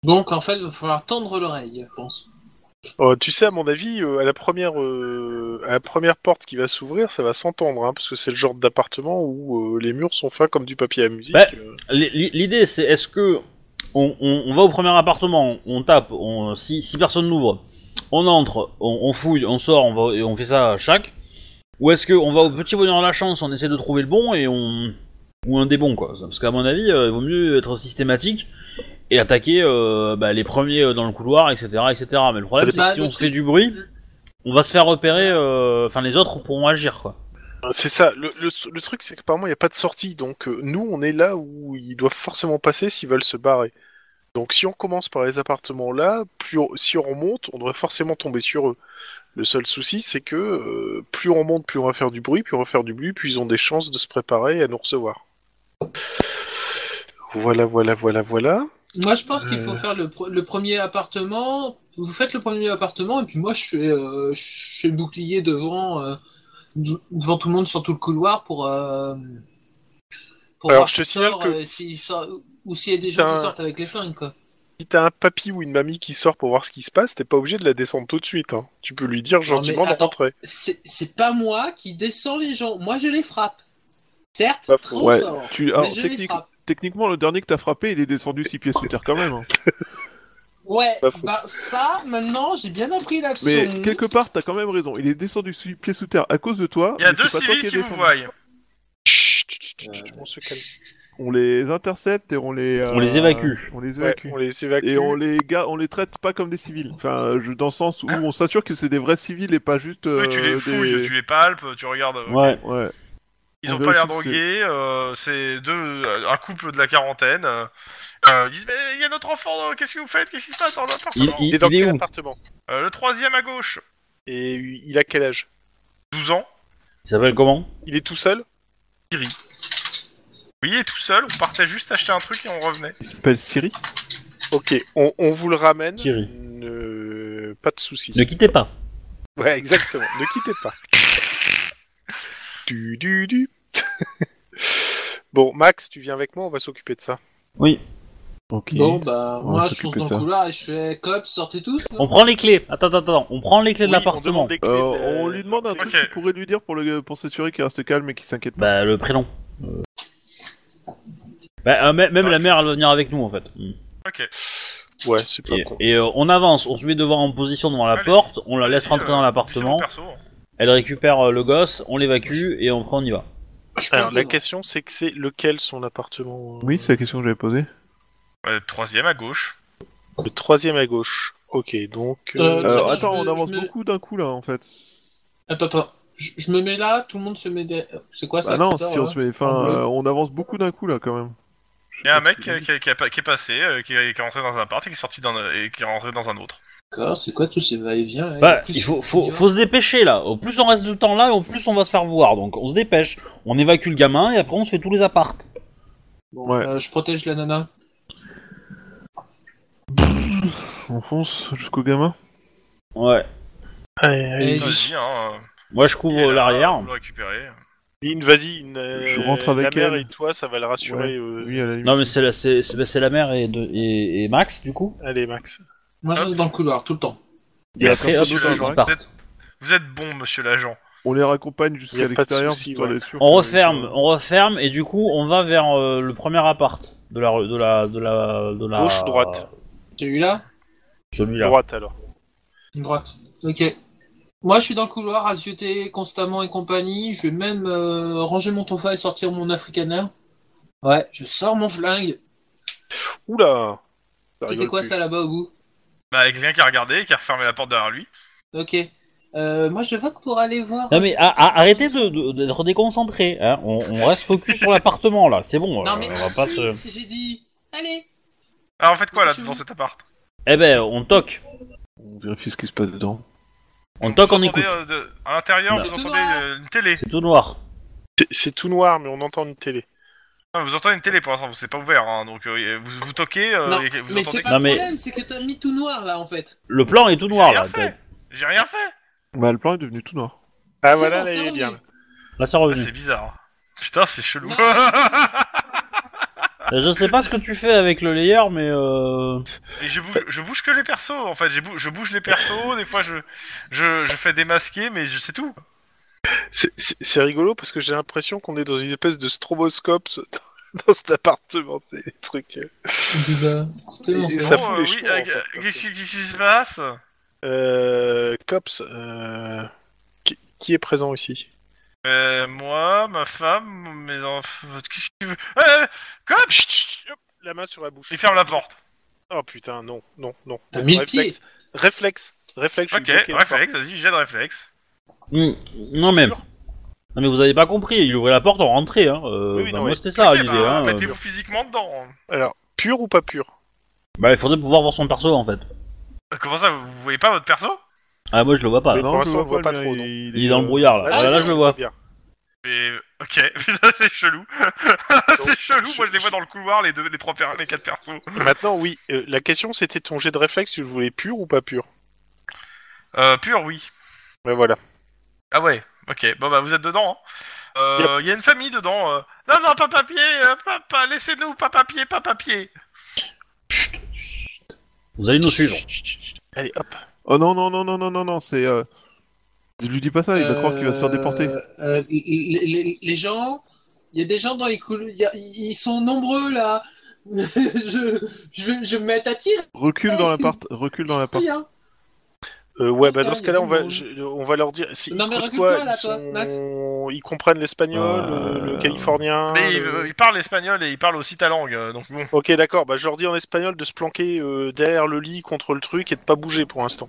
[SPEAKER 1] Donc en fait, il va falloir tendre l'oreille, je pense.
[SPEAKER 5] Oh, tu sais, à mon avis, euh, à, la première, euh, à la première porte qui va s'ouvrir, ça va s'entendre, hein, parce que c'est le genre d'appartement où euh, les murs sont fins comme du papier à musique.
[SPEAKER 3] Bah,
[SPEAKER 5] euh.
[SPEAKER 3] L- l- L'idée, c'est est-ce que on, on- on va au premier appartement, on tape, on, si, si personne n'ouvre, on entre, on, on fouille, on sort, on, va, et on fait ça à chaque, ou est-ce qu'on va au petit bonheur de la chance, on essaie de trouver le bon et on ou un des bons quoi, parce qu'à mon avis, euh, il vaut mieux être systématique et attaquer euh, bah, les premiers euh, dans le couloir, etc., etc. Mais le problème, c'est
[SPEAKER 1] Bah,
[SPEAKER 3] que si
[SPEAKER 1] le
[SPEAKER 3] on
[SPEAKER 1] truc-
[SPEAKER 3] fait du bruit, on va se faire repérer, euh, enfin les autres pourront agir quoi.
[SPEAKER 5] C'est ça. Le, le- le truc, c'est qu'apparemment, il n'y a pas de sortie. Donc, euh, nous, on est là où ils doivent forcément passer s'ils veulent se barrer. Donc, si on commence par les appartements là, plus on- si on remonte, on devrait forcément tomber sur eux. Le seul souci, c'est que euh, plus on remonte, plus on va faire du bruit, plus on va faire du bruit, plus ils ont des chances de se préparer à nous recevoir. Voilà, voilà, voilà, voilà.
[SPEAKER 1] Moi, je pense qu'il faut
[SPEAKER 5] Euh.
[SPEAKER 1] faire le, pr- le premier appartement. Vous faites le premier appartement, et puis moi, je fais, euh, je fais le bouclier devant, euh, d- devant tout le monde sur tout le couloir pour. euh, pour
[SPEAKER 5] Alors,
[SPEAKER 1] voir
[SPEAKER 5] je te
[SPEAKER 1] s'il
[SPEAKER 5] signale
[SPEAKER 1] sort,
[SPEAKER 5] que-
[SPEAKER 1] euh, s'il sort- ou s'il y a des gens
[SPEAKER 5] T'as
[SPEAKER 1] qui
[SPEAKER 5] un-
[SPEAKER 1] sortent avec les flingues, quoi.
[SPEAKER 5] Si t'as un papy ou une mamie qui sort pour voir ce qui se passe, t'es pas obligé de la descendre tout de suite. hein. Tu peux lui dire gentiment de
[SPEAKER 1] attends.
[SPEAKER 5] rentrer.
[SPEAKER 1] C'est c'est pas moi qui descends les gens. Moi, je les frappe. Certes,
[SPEAKER 5] Pas faux.
[SPEAKER 1] trop
[SPEAKER 4] Ouais,
[SPEAKER 1] fort.
[SPEAKER 4] tu...
[SPEAKER 1] mais
[SPEAKER 4] alors,
[SPEAKER 1] je les
[SPEAKER 4] technique-
[SPEAKER 1] frappe.
[SPEAKER 4] techniquement, le dernier que t'as frappé, il est descendu 6 pieds sous terre quand même. hein.
[SPEAKER 1] Ouais,
[SPEAKER 5] Pas faux.
[SPEAKER 1] bah ça, maintenant, j'ai bien appris la leçon.
[SPEAKER 4] Mais quelque part, t'as quand même raison. Il est descendu 6 pieds sous terre à cause de toi.
[SPEAKER 2] Il y a
[SPEAKER 4] mais c'est
[SPEAKER 2] deux
[SPEAKER 4] pas toi
[SPEAKER 2] civils
[SPEAKER 4] qui es
[SPEAKER 2] qui vous
[SPEAKER 4] descendu.
[SPEAKER 2] voient.
[SPEAKER 5] Chut, chut, chut, chut,
[SPEAKER 4] Euh,
[SPEAKER 5] on se calme.
[SPEAKER 4] On les intercepte et on les. euh,
[SPEAKER 3] On les évacue.
[SPEAKER 4] On les
[SPEAKER 5] Ouais,
[SPEAKER 4] évacue.
[SPEAKER 5] on les évacue.
[SPEAKER 4] Et on les ga- on les traite pas comme des civils. Enfin, euh, je- dans le sens où on s'assure que c'est des vrais civils et pas juste. euh,
[SPEAKER 2] Eux, tu les
[SPEAKER 4] des-
[SPEAKER 2] fouilles, tu les palpes, tu regardes. euh,
[SPEAKER 3] Ouais.
[SPEAKER 4] Ouais.
[SPEAKER 2] Ils
[SPEAKER 4] On
[SPEAKER 2] ont pas l'air
[SPEAKER 4] vérifie que
[SPEAKER 2] drogués, euh, c'est deux, euh, un couple de la quarantaine. euh, euh, ils disent mais il y a notre enfant, euh, qu'est-ce que vous faites, qu'est-ce qui se passe dans
[SPEAKER 3] Il,
[SPEAKER 2] l'appartement
[SPEAKER 3] il-
[SPEAKER 5] est dans
[SPEAKER 3] il est
[SPEAKER 5] quel
[SPEAKER 3] où
[SPEAKER 5] appartement
[SPEAKER 2] Euh, Le troisième à gauche,
[SPEAKER 5] Et il a quel âge
[SPEAKER 2] 12 ans.
[SPEAKER 3] Il s'appelle comment
[SPEAKER 5] Il est tout seul
[SPEAKER 2] Oui, il est tout seul, on partait juste acheter un truc et on revenait.
[SPEAKER 4] Il s'appelle Siri.
[SPEAKER 5] Ok, on, on vous le ramène.
[SPEAKER 3] Thierry.
[SPEAKER 5] Ne- Pas de soucis.
[SPEAKER 3] Ne quittez pas.
[SPEAKER 5] Ouais, exactement. ne quittez pas. Du, du, du. <laughs> bon, Max, tu viens avec moi, on va s'occuper de ça.
[SPEAKER 3] Oui.
[SPEAKER 4] Ok.
[SPEAKER 1] Bon, bah,
[SPEAKER 4] On va
[SPEAKER 1] moi, je fonce
[SPEAKER 4] s'occuper de
[SPEAKER 1] dans
[SPEAKER 4] ça.
[SPEAKER 1] le couloir et je fais cops, sortez tous. quoi.
[SPEAKER 3] On prend les clés. Attends, attends, attends. On prend les clés
[SPEAKER 5] Oui,
[SPEAKER 3] de
[SPEAKER 5] on
[SPEAKER 3] l'appartement.
[SPEAKER 5] demande des clés
[SPEAKER 4] Euh,
[SPEAKER 5] de-
[SPEAKER 4] on lui demande un truc
[SPEAKER 2] ok.
[SPEAKER 4] qu'il pourrait lui dire pour, le, pour s'assurer qu'il reste calme et qu'il s'inquiète pas.
[SPEAKER 3] Bah, le prénom. Euh. Bah, euh, mè- même la mère, elle va venir avec nous en fait. Mm.
[SPEAKER 2] Ok.
[SPEAKER 5] Ouais, c'est pas
[SPEAKER 3] Et,
[SPEAKER 5] con.
[SPEAKER 3] et, euh, on avance, on se met devant en position devant la
[SPEAKER 2] Allez.
[SPEAKER 3] porte, on la laisse
[SPEAKER 2] Vas-y,
[SPEAKER 3] rentrer
[SPEAKER 2] euh,
[SPEAKER 3] dans
[SPEAKER 2] dis-le
[SPEAKER 3] l'appartement,
[SPEAKER 2] perso, hein.
[SPEAKER 3] elle récupère euh, le gosse, on l'évacue et on prend, on y va.
[SPEAKER 1] Je
[SPEAKER 5] Alors,
[SPEAKER 1] fonce
[SPEAKER 5] la
[SPEAKER 1] devant.
[SPEAKER 5] question, c'est que c'est lequel son appartement euh,
[SPEAKER 4] Oui, c'est la question que j'avais posée.
[SPEAKER 2] Ouais, le Euh, troisième à gauche.
[SPEAKER 5] Le troisième à gauche. Ok, donc.
[SPEAKER 1] Euh,
[SPEAKER 4] Euh,
[SPEAKER 1] va,
[SPEAKER 4] attends,
[SPEAKER 1] je
[SPEAKER 4] on
[SPEAKER 1] me-
[SPEAKER 4] avance
[SPEAKER 1] je me- Ah,
[SPEAKER 4] beaucoup d'un coup là en fait.
[SPEAKER 1] Attends, attends. Je, je me mets là, tout le monde se met derrière. C'est quoi ça hein
[SPEAKER 4] Bah non,
[SPEAKER 1] qui sort,
[SPEAKER 4] si on
[SPEAKER 1] là
[SPEAKER 4] se met. Enfin,
[SPEAKER 1] En bleu.
[SPEAKER 4] euh, on avance beaucoup d'un coup là quand même.
[SPEAKER 2] Il y a un mec euh, qui, qui a- qui est passé, euh, qui, est qui est rentré dans un appart et qui est sorti d'un et qui est rentré dans un autre.
[SPEAKER 1] D'accord, c'est quoi tous ces va-et-vient hein là
[SPEAKER 3] Bah,
[SPEAKER 1] En Euh, plus,
[SPEAKER 3] il faut,
[SPEAKER 1] on y
[SPEAKER 3] faut,
[SPEAKER 1] va.
[SPEAKER 3] faut se dépêcher là. Au plus on reste du temps là, et au plus on va se faire voir. Donc on se dépêche, on évacue le gamin et après on se fait tous les appartes.
[SPEAKER 1] Bon,
[SPEAKER 4] Ouais.
[SPEAKER 1] euh, je protège la nana.
[SPEAKER 4] On fonce jusqu'au gamin.
[SPEAKER 3] Ouais.
[SPEAKER 1] Et-
[SPEAKER 2] Vas-y, hein. euh,
[SPEAKER 3] Moi je couvre
[SPEAKER 2] il est là,
[SPEAKER 3] l'arrière.
[SPEAKER 2] vous le récupérez.
[SPEAKER 5] Lynn, vas-y, une, euh,
[SPEAKER 4] Je rentre avec
[SPEAKER 5] la mère
[SPEAKER 4] elle.
[SPEAKER 5] et toi, ça va le rassurer. euh,
[SPEAKER 4] Oui, à la limite.
[SPEAKER 3] Non mais c'est la, c'est- c'est- bah, c'est la mère et, de- et, et Max du coup.
[SPEAKER 5] Allez, Max.
[SPEAKER 1] Moi, je
[SPEAKER 3] Hein
[SPEAKER 2] Hop.
[SPEAKER 1] reste dans le couloir tout le temps.
[SPEAKER 3] Et après,
[SPEAKER 4] comme
[SPEAKER 3] hop,
[SPEAKER 4] ça,
[SPEAKER 3] ils
[SPEAKER 4] tu vas
[SPEAKER 3] partent.
[SPEAKER 2] Vous êtes bon, monsieur l'agent.
[SPEAKER 4] On les raccompagne
[SPEAKER 5] Y
[SPEAKER 4] jusqu'à
[SPEAKER 5] a pas de
[SPEAKER 4] l'extérieur.
[SPEAKER 5] souci,
[SPEAKER 4] pour
[SPEAKER 5] ouais.
[SPEAKER 4] être sûr
[SPEAKER 3] On
[SPEAKER 4] que-
[SPEAKER 3] referme, on referme, et du coup, on va vers euh, le premier appart de la, de la, de la, de la
[SPEAKER 5] Gauche, droite.
[SPEAKER 1] Celui-là
[SPEAKER 3] Celui-là.
[SPEAKER 5] Droite alors.
[SPEAKER 1] Une droite. Ok. Moi, je suis dans le couloir à zioter constamment et compagnie. Je vais même euh, ranger mon tonfa et sortir mon africaner. Ouais, je sors mon flingue.
[SPEAKER 5] Oula Ça
[SPEAKER 1] C'était
[SPEAKER 5] rigole
[SPEAKER 1] quoi
[SPEAKER 5] plus.
[SPEAKER 1] ça là-bas au bout
[SPEAKER 2] Bah, avec quelqu'un qui a regardé et qui a refermé la porte derrière lui.
[SPEAKER 1] Ok. Euh, moi, je vote pour aller voir.
[SPEAKER 3] Non mais a- a- arrêtez de- de- d'être déconcentré, hein. on, on reste focus sur l'appartement là, c'est bon,
[SPEAKER 1] non,
[SPEAKER 3] euh,
[SPEAKER 1] mais
[SPEAKER 3] on va pas
[SPEAKER 1] ainsi,
[SPEAKER 3] se...
[SPEAKER 1] si j'ai dit. Allez
[SPEAKER 2] Ah, en fait, quoi, là,
[SPEAKER 1] Monsieur.
[SPEAKER 2] dans cet appart
[SPEAKER 3] Eh ben, on toque,
[SPEAKER 4] On vérifie ce qui se passe dedans.
[SPEAKER 3] on toque, on
[SPEAKER 5] Ah,
[SPEAKER 2] Vous
[SPEAKER 3] écoute,
[SPEAKER 2] entendez, euh, de- À l'intérieur,
[SPEAKER 3] Non.
[SPEAKER 2] vous
[SPEAKER 1] Bah. C'est tout
[SPEAKER 2] entendez
[SPEAKER 1] noir.
[SPEAKER 2] euh, une télé.
[SPEAKER 3] c'est tout noir.
[SPEAKER 5] C'est- C'est tout noir, mais on entend une télé.
[SPEAKER 2] Ah, Vous entendez une télé pour l'instant, vous c'est pas ouvert, hein, donc euh, vous, vous toquez, euh,
[SPEAKER 1] Non,
[SPEAKER 2] et vous
[SPEAKER 1] Mais
[SPEAKER 2] entendez
[SPEAKER 1] c'est
[SPEAKER 2] que-
[SPEAKER 1] pas
[SPEAKER 3] Non,
[SPEAKER 1] le
[SPEAKER 3] mais-
[SPEAKER 1] problème, c'est que t'as mis tout noir là en fait.
[SPEAKER 3] Le plan est tout
[SPEAKER 2] J'ai
[SPEAKER 3] noir
[SPEAKER 2] rien
[SPEAKER 3] là,
[SPEAKER 2] fait. J'ai rien fait
[SPEAKER 4] Bah, le plan est devenu tout noir.
[SPEAKER 5] Ah
[SPEAKER 1] C'est
[SPEAKER 5] voilà,
[SPEAKER 1] bon,
[SPEAKER 5] là,
[SPEAKER 1] c'est
[SPEAKER 5] il est
[SPEAKER 1] revenu.
[SPEAKER 5] bien.
[SPEAKER 3] là c'est
[SPEAKER 2] Ah,
[SPEAKER 3] revenu.
[SPEAKER 2] C'est bizarre. Putain, c'est chelou.
[SPEAKER 1] Non.
[SPEAKER 5] Ah,
[SPEAKER 3] Je sais pas ce que tu fais avec le layer mais euh...
[SPEAKER 2] <laughs> Et je bouge, je bouge que les persos, en fait. Je bouge, je bouge les persos, des fois je, je, je fais démasquer, mais je- c'est tout.
[SPEAKER 5] C'est- C'est c'est rigolo parce que j'ai l'impression qu'on est dans une espèce de stroboscope <laughs> ce- dans cet appartement. C'est des trucs. euh.
[SPEAKER 1] C'est ça. C'était mon
[SPEAKER 5] Et
[SPEAKER 1] c'est
[SPEAKER 5] ça
[SPEAKER 1] bon.
[SPEAKER 5] fout
[SPEAKER 2] euh,
[SPEAKER 5] les
[SPEAKER 2] oui,
[SPEAKER 5] cheveux,
[SPEAKER 2] euh,
[SPEAKER 5] en fait.
[SPEAKER 2] qu'est-ce qui- qu'est-ce qui se passe
[SPEAKER 5] Euh, cops, euh, qui, qui est présent ici
[SPEAKER 2] Euh, Moi, ma femme, mes enfants. Qu'est-ce que tu veux euh, Cop
[SPEAKER 5] Chut, chut, chut, hop, La main sur la bouche.
[SPEAKER 2] Il ferme la porte.
[SPEAKER 5] Oh putain, non, non, non.
[SPEAKER 1] T'as mis le pied
[SPEAKER 5] réflexe, réflexe, réflexe. je suis
[SPEAKER 2] Ok,
[SPEAKER 5] bloqué,
[SPEAKER 2] réflexe, vas-y, j'ai de réflexe.
[SPEAKER 3] hmm, non mais... Non mais vous avez pas compris, il ouvrait la porte, on rentrait, hein. Euh,
[SPEAKER 5] Oui, oui,
[SPEAKER 3] bah,
[SPEAKER 5] non,
[SPEAKER 3] moi
[SPEAKER 5] oui.
[SPEAKER 3] c'était ça
[SPEAKER 2] Ok,
[SPEAKER 3] l'idée,
[SPEAKER 2] bah,
[SPEAKER 3] hein.
[SPEAKER 5] euh.
[SPEAKER 2] Mettez-vous physiquement dedans.
[SPEAKER 5] Alors, pur ou pas pur
[SPEAKER 3] Bah il faudrait pouvoir voir son perso en fait.
[SPEAKER 2] Euh, Comment ça, vous vous voyez pas votre perso
[SPEAKER 3] Ah moi je le vois pas,
[SPEAKER 5] Mais
[SPEAKER 3] là.
[SPEAKER 5] pour
[SPEAKER 4] je
[SPEAKER 5] l'instant,
[SPEAKER 4] le
[SPEAKER 5] on voit pas
[SPEAKER 4] le
[SPEAKER 5] trop,
[SPEAKER 4] mien,
[SPEAKER 5] non. euh,
[SPEAKER 3] il est dans le brouillard là,
[SPEAKER 1] Ah,
[SPEAKER 3] Ouais, là
[SPEAKER 1] c'est
[SPEAKER 3] je le vois.
[SPEAKER 5] Bien.
[SPEAKER 2] Mais ok, <laughs> putain, c'est chelou. <laughs> c'est chelou, moi je les vois dans le couloir, les deux, les trois, per- les quatre persos.
[SPEAKER 5] Maintenant, oui, euh, la question c'était ton jet de réflexe, tu le voulais pur ou pas pur
[SPEAKER 2] Euh, pur, oui.
[SPEAKER 5] Ben voilà.
[SPEAKER 2] Ah ouais, ok, bon bah vous êtes dedans. Il hein. Euh, y a une famille dedans. euh. Non, non, pas papier, euh, papa, laissez-nous, pas papier, pas papier.
[SPEAKER 3] Vous allez nous suivre.
[SPEAKER 5] Allez, hop.
[SPEAKER 4] Oh non, non, non, non, non, non, non, c'est. euh, Je lui dis pas ça, il va
[SPEAKER 1] Euh,
[SPEAKER 4] croire qu'il va se faire déporter.
[SPEAKER 1] euh, les, les- les gens, il y a des gens dans les couloirs, il y a- ils sont nombreux là. <laughs> je, je, vais- je vais me mettre à hein. tir.
[SPEAKER 4] Recule dans l'appart, recule dans l'appart.
[SPEAKER 1] hein.
[SPEAKER 5] Euh, ouais, bah
[SPEAKER 1] Ah,
[SPEAKER 5] dans ce
[SPEAKER 1] il y a
[SPEAKER 5] cas-là,
[SPEAKER 1] du
[SPEAKER 5] on va,
[SPEAKER 1] monde.
[SPEAKER 5] je- on va leur dire. Si,
[SPEAKER 1] Non, mais
[SPEAKER 5] parce
[SPEAKER 1] recule
[SPEAKER 5] quoi,
[SPEAKER 1] pas, là,
[SPEAKER 5] ils
[SPEAKER 1] toi, Max.
[SPEAKER 5] Ils comprennent l'espagnol,
[SPEAKER 4] Euh,
[SPEAKER 5] le, le californien.
[SPEAKER 2] Mais il,
[SPEAKER 5] Ah, le-
[SPEAKER 2] euh, il parle espagnol et il parle aussi ta langue, euh, donc bon.
[SPEAKER 5] Ok, d'accord. Bah, je leur dis en espagnol de se planquer euh, derrière le lit contre le truc et de pas bouger pour l'instant.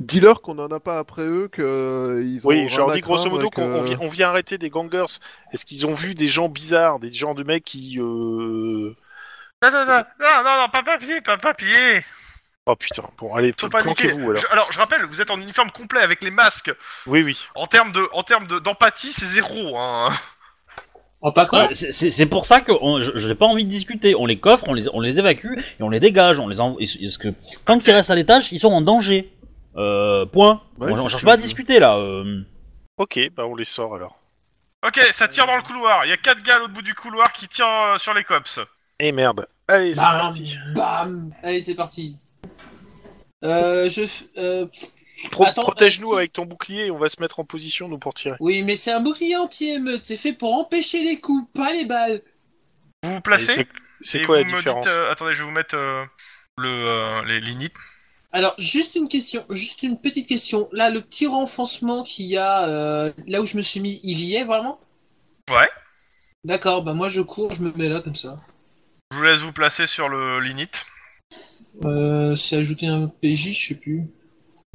[SPEAKER 4] Dis-leur qu'on en a pas après eux, que euh, ils ont.
[SPEAKER 5] Oui, je
[SPEAKER 4] rien
[SPEAKER 5] leur
[SPEAKER 4] à
[SPEAKER 5] dis grosso
[SPEAKER 4] craindre
[SPEAKER 5] modo
[SPEAKER 4] et que-
[SPEAKER 5] qu'on
[SPEAKER 2] euh,
[SPEAKER 5] on vient, on vient arrêter des gangers. Est-ce qu'ils ont vu des gens bizarres, des gens de mecs qui. euh,
[SPEAKER 2] Non, non, non, non, non, non, pas papier, pas papier.
[SPEAKER 5] Oh putain. Bon, allez,
[SPEAKER 2] Faut paniquer.
[SPEAKER 5] planquez-vous alors.
[SPEAKER 2] Je- alors, je rappelle, vous êtes en uniforme complet avec les masques.
[SPEAKER 5] Oui, oui.
[SPEAKER 2] En termes de, en termes de- d'empathie, c'est zéro. Hein.
[SPEAKER 1] Oh, pas quoi
[SPEAKER 3] Ouais, c'est- C'est c'est pour ça que on- je- j'ai pas envie de discuter. On les coffre, on les, on les évacue et on les dégage. On les envoie. Parce que quand ils restent à l'étage, ils sont en danger. Euh, point.
[SPEAKER 4] Ouais,
[SPEAKER 3] on, on
[SPEAKER 4] c'est
[SPEAKER 3] cherche
[SPEAKER 4] sûr
[SPEAKER 3] pas à
[SPEAKER 4] que-
[SPEAKER 3] discuter là. euh.
[SPEAKER 5] Ok, bah on les sort alors.
[SPEAKER 2] Ok, ça tire dans le couloir. Il y a quatre gars à l'autre bout du couloir qui tirent euh, sur les cops.
[SPEAKER 5] Eh merde. Allez, c'est
[SPEAKER 1] Bam,
[SPEAKER 5] parti.
[SPEAKER 1] bam. Allez, c'est parti. Euh, je, f- euh,
[SPEAKER 5] Pro-
[SPEAKER 1] Attends, est-ce
[SPEAKER 5] Protège-nous
[SPEAKER 1] qu'il-
[SPEAKER 5] avec ton bouclier et on va se mettre en position nous pour tirer.
[SPEAKER 1] oui, mais c'est un bouclier anti-émeute. C'est fait pour empêcher les coups, pas les balles.
[SPEAKER 2] Vous vous
[SPEAKER 5] Et
[SPEAKER 2] placez.
[SPEAKER 5] c'est- C'est
[SPEAKER 2] et
[SPEAKER 5] quoi la
[SPEAKER 2] vous me
[SPEAKER 5] différence
[SPEAKER 2] dites, euh, Attendez, je vais vous mettre euh, le, euh, les lignes.
[SPEAKER 1] Alors, juste une question, juste une petite question. Là, le petit renfoncement qu'il y a euh, là où je me suis mis, il y est vraiment
[SPEAKER 2] Ouais.
[SPEAKER 1] D'accord, bah moi je cours, je me mets là comme ça.
[SPEAKER 2] Je vous laisse vous placer sur le l'init.
[SPEAKER 1] Euh, c'est ajouter un PJ, je sais plus.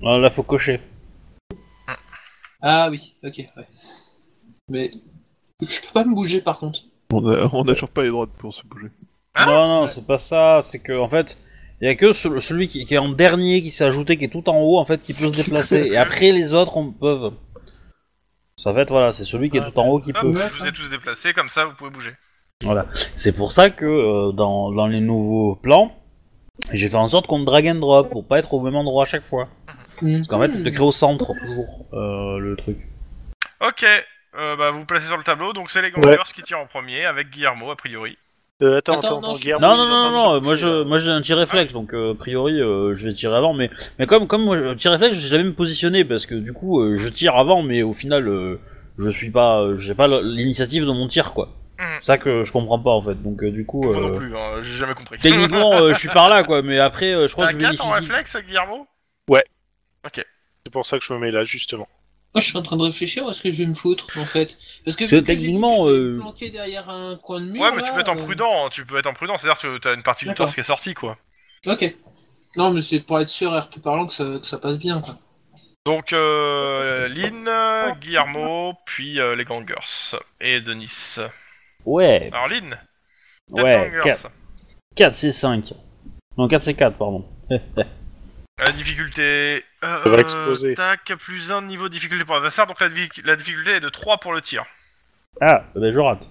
[SPEAKER 3] Ah, là, faut cocher.
[SPEAKER 1] Ah oui, ok, ouais. Mais je peux pas me bouger par contre.
[SPEAKER 4] On a- on n'a toujours pas les droits pour se bouger.
[SPEAKER 3] non, non, c'est pas ça. C'est que en fait, il y a que ce- celui qui, qui est en dernier, qui s'est ajouté, qui est tout en haut, en fait, qui peut se déplacer. et après, les autres, on peuvent. Ça fait, voilà, c'est celui qui est tout en haut qui
[SPEAKER 2] Hop,
[SPEAKER 3] peut.
[SPEAKER 1] Ouais.
[SPEAKER 2] je vous ai tous déplacés, comme ça vous pouvez bouger.
[SPEAKER 3] C'est pour ça que euh, dans, dans les nouveaux plans, j'ai fait en sorte qu'on drag and drop pour pas être au même endroit à chaque fois. Parce qu'en fait,
[SPEAKER 1] Hmm.
[SPEAKER 3] tu te crées au centre toujours euh, le truc.
[SPEAKER 2] Ok, euh, bah vous vous placez sur le tableau, donc c'est les gangers qui tirent en premier, avec Guillermo a priori.
[SPEAKER 5] Euh, attends,
[SPEAKER 1] Attends,
[SPEAKER 5] attends,
[SPEAKER 1] non,
[SPEAKER 5] attends,
[SPEAKER 1] je-
[SPEAKER 2] Ah
[SPEAKER 5] Guillermo,
[SPEAKER 3] Non,
[SPEAKER 5] ils
[SPEAKER 3] non,
[SPEAKER 5] sont
[SPEAKER 3] non,
[SPEAKER 5] en
[SPEAKER 3] non,
[SPEAKER 5] train de
[SPEAKER 3] non,
[SPEAKER 5] se
[SPEAKER 3] moi
[SPEAKER 5] couper,
[SPEAKER 3] je, moi j'ai un tir réflexe, donc euh, a priori euh, je vais tirer avant, mais, mais comme, comme moi, le tir réflexe, j'ai jamais me positionné parce que du coup euh, je tire avant, mais au final euh, je suis pas, euh, j'ai pas l'initiative de mon tir quoi.
[SPEAKER 2] Mhm.
[SPEAKER 3] C'est ça que je comprends pas en fait, donc euh, du coup,
[SPEAKER 2] Moi non
[SPEAKER 3] euh,
[SPEAKER 2] plus, hein, j'ai jamais compris.
[SPEAKER 3] techniquement euh, je suis par là quoi, mais après euh, je
[SPEAKER 2] <laughs>
[SPEAKER 3] crois
[SPEAKER 2] T'as
[SPEAKER 3] que je
[SPEAKER 2] 4 en
[SPEAKER 3] bénéficie.
[SPEAKER 2] réflexe, Guillermo
[SPEAKER 5] Ouais.
[SPEAKER 2] Ok.
[SPEAKER 5] C'est pour ça que je me mets là, justement.
[SPEAKER 1] Moi, je suis en train de réfléchir où est-ce que je vais me foutre, en fait. Parce que,
[SPEAKER 3] Parce que
[SPEAKER 1] vu que j'ai-
[SPEAKER 3] techniquement,
[SPEAKER 1] j'ai
[SPEAKER 3] euh,
[SPEAKER 1] planqué derrière un coin de mur.
[SPEAKER 2] Ouais, mais tu
[SPEAKER 1] là,
[SPEAKER 2] peux être en
[SPEAKER 1] euh,
[SPEAKER 2] prudent, hein, tu peux être en prudent, c'est-à-dire que t'as une partie du
[SPEAKER 1] D'accord.
[SPEAKER 2] torse qui est sortie, quoi.
[SPEAKER 1] Ok. Non, mais c'est pour être sûr, et plus parlant, que ça, que ça passe bien, quoi.
[SPEAKER 2] Donc, euh, Lynn, euh, Guillermo, puis euh, les gangers. Et Denis.
[SPEAKER 3] Ouais,
[SPEAKER 2] Alors, Lynn tête
[SPEAKER 3] ouais,
[SPEAKER 2] gangers.
[SPEAKER 3] 4, 4 c'est 5. Non, 4 c'est 4, pardon.
[SPEAKER 2] La difficulté. Euh,
[SPEAKER 5] Ça va
[SPEAKER 2] euh,
[SPEAKER 5] exploser.
[SPEAKER 2] tac, plus un niveau de difficulté pour l'adversaire, donc la, diffi- la difficulté est de 3 pour le tir.
[SPEAKER 3] Ah, ben je rate.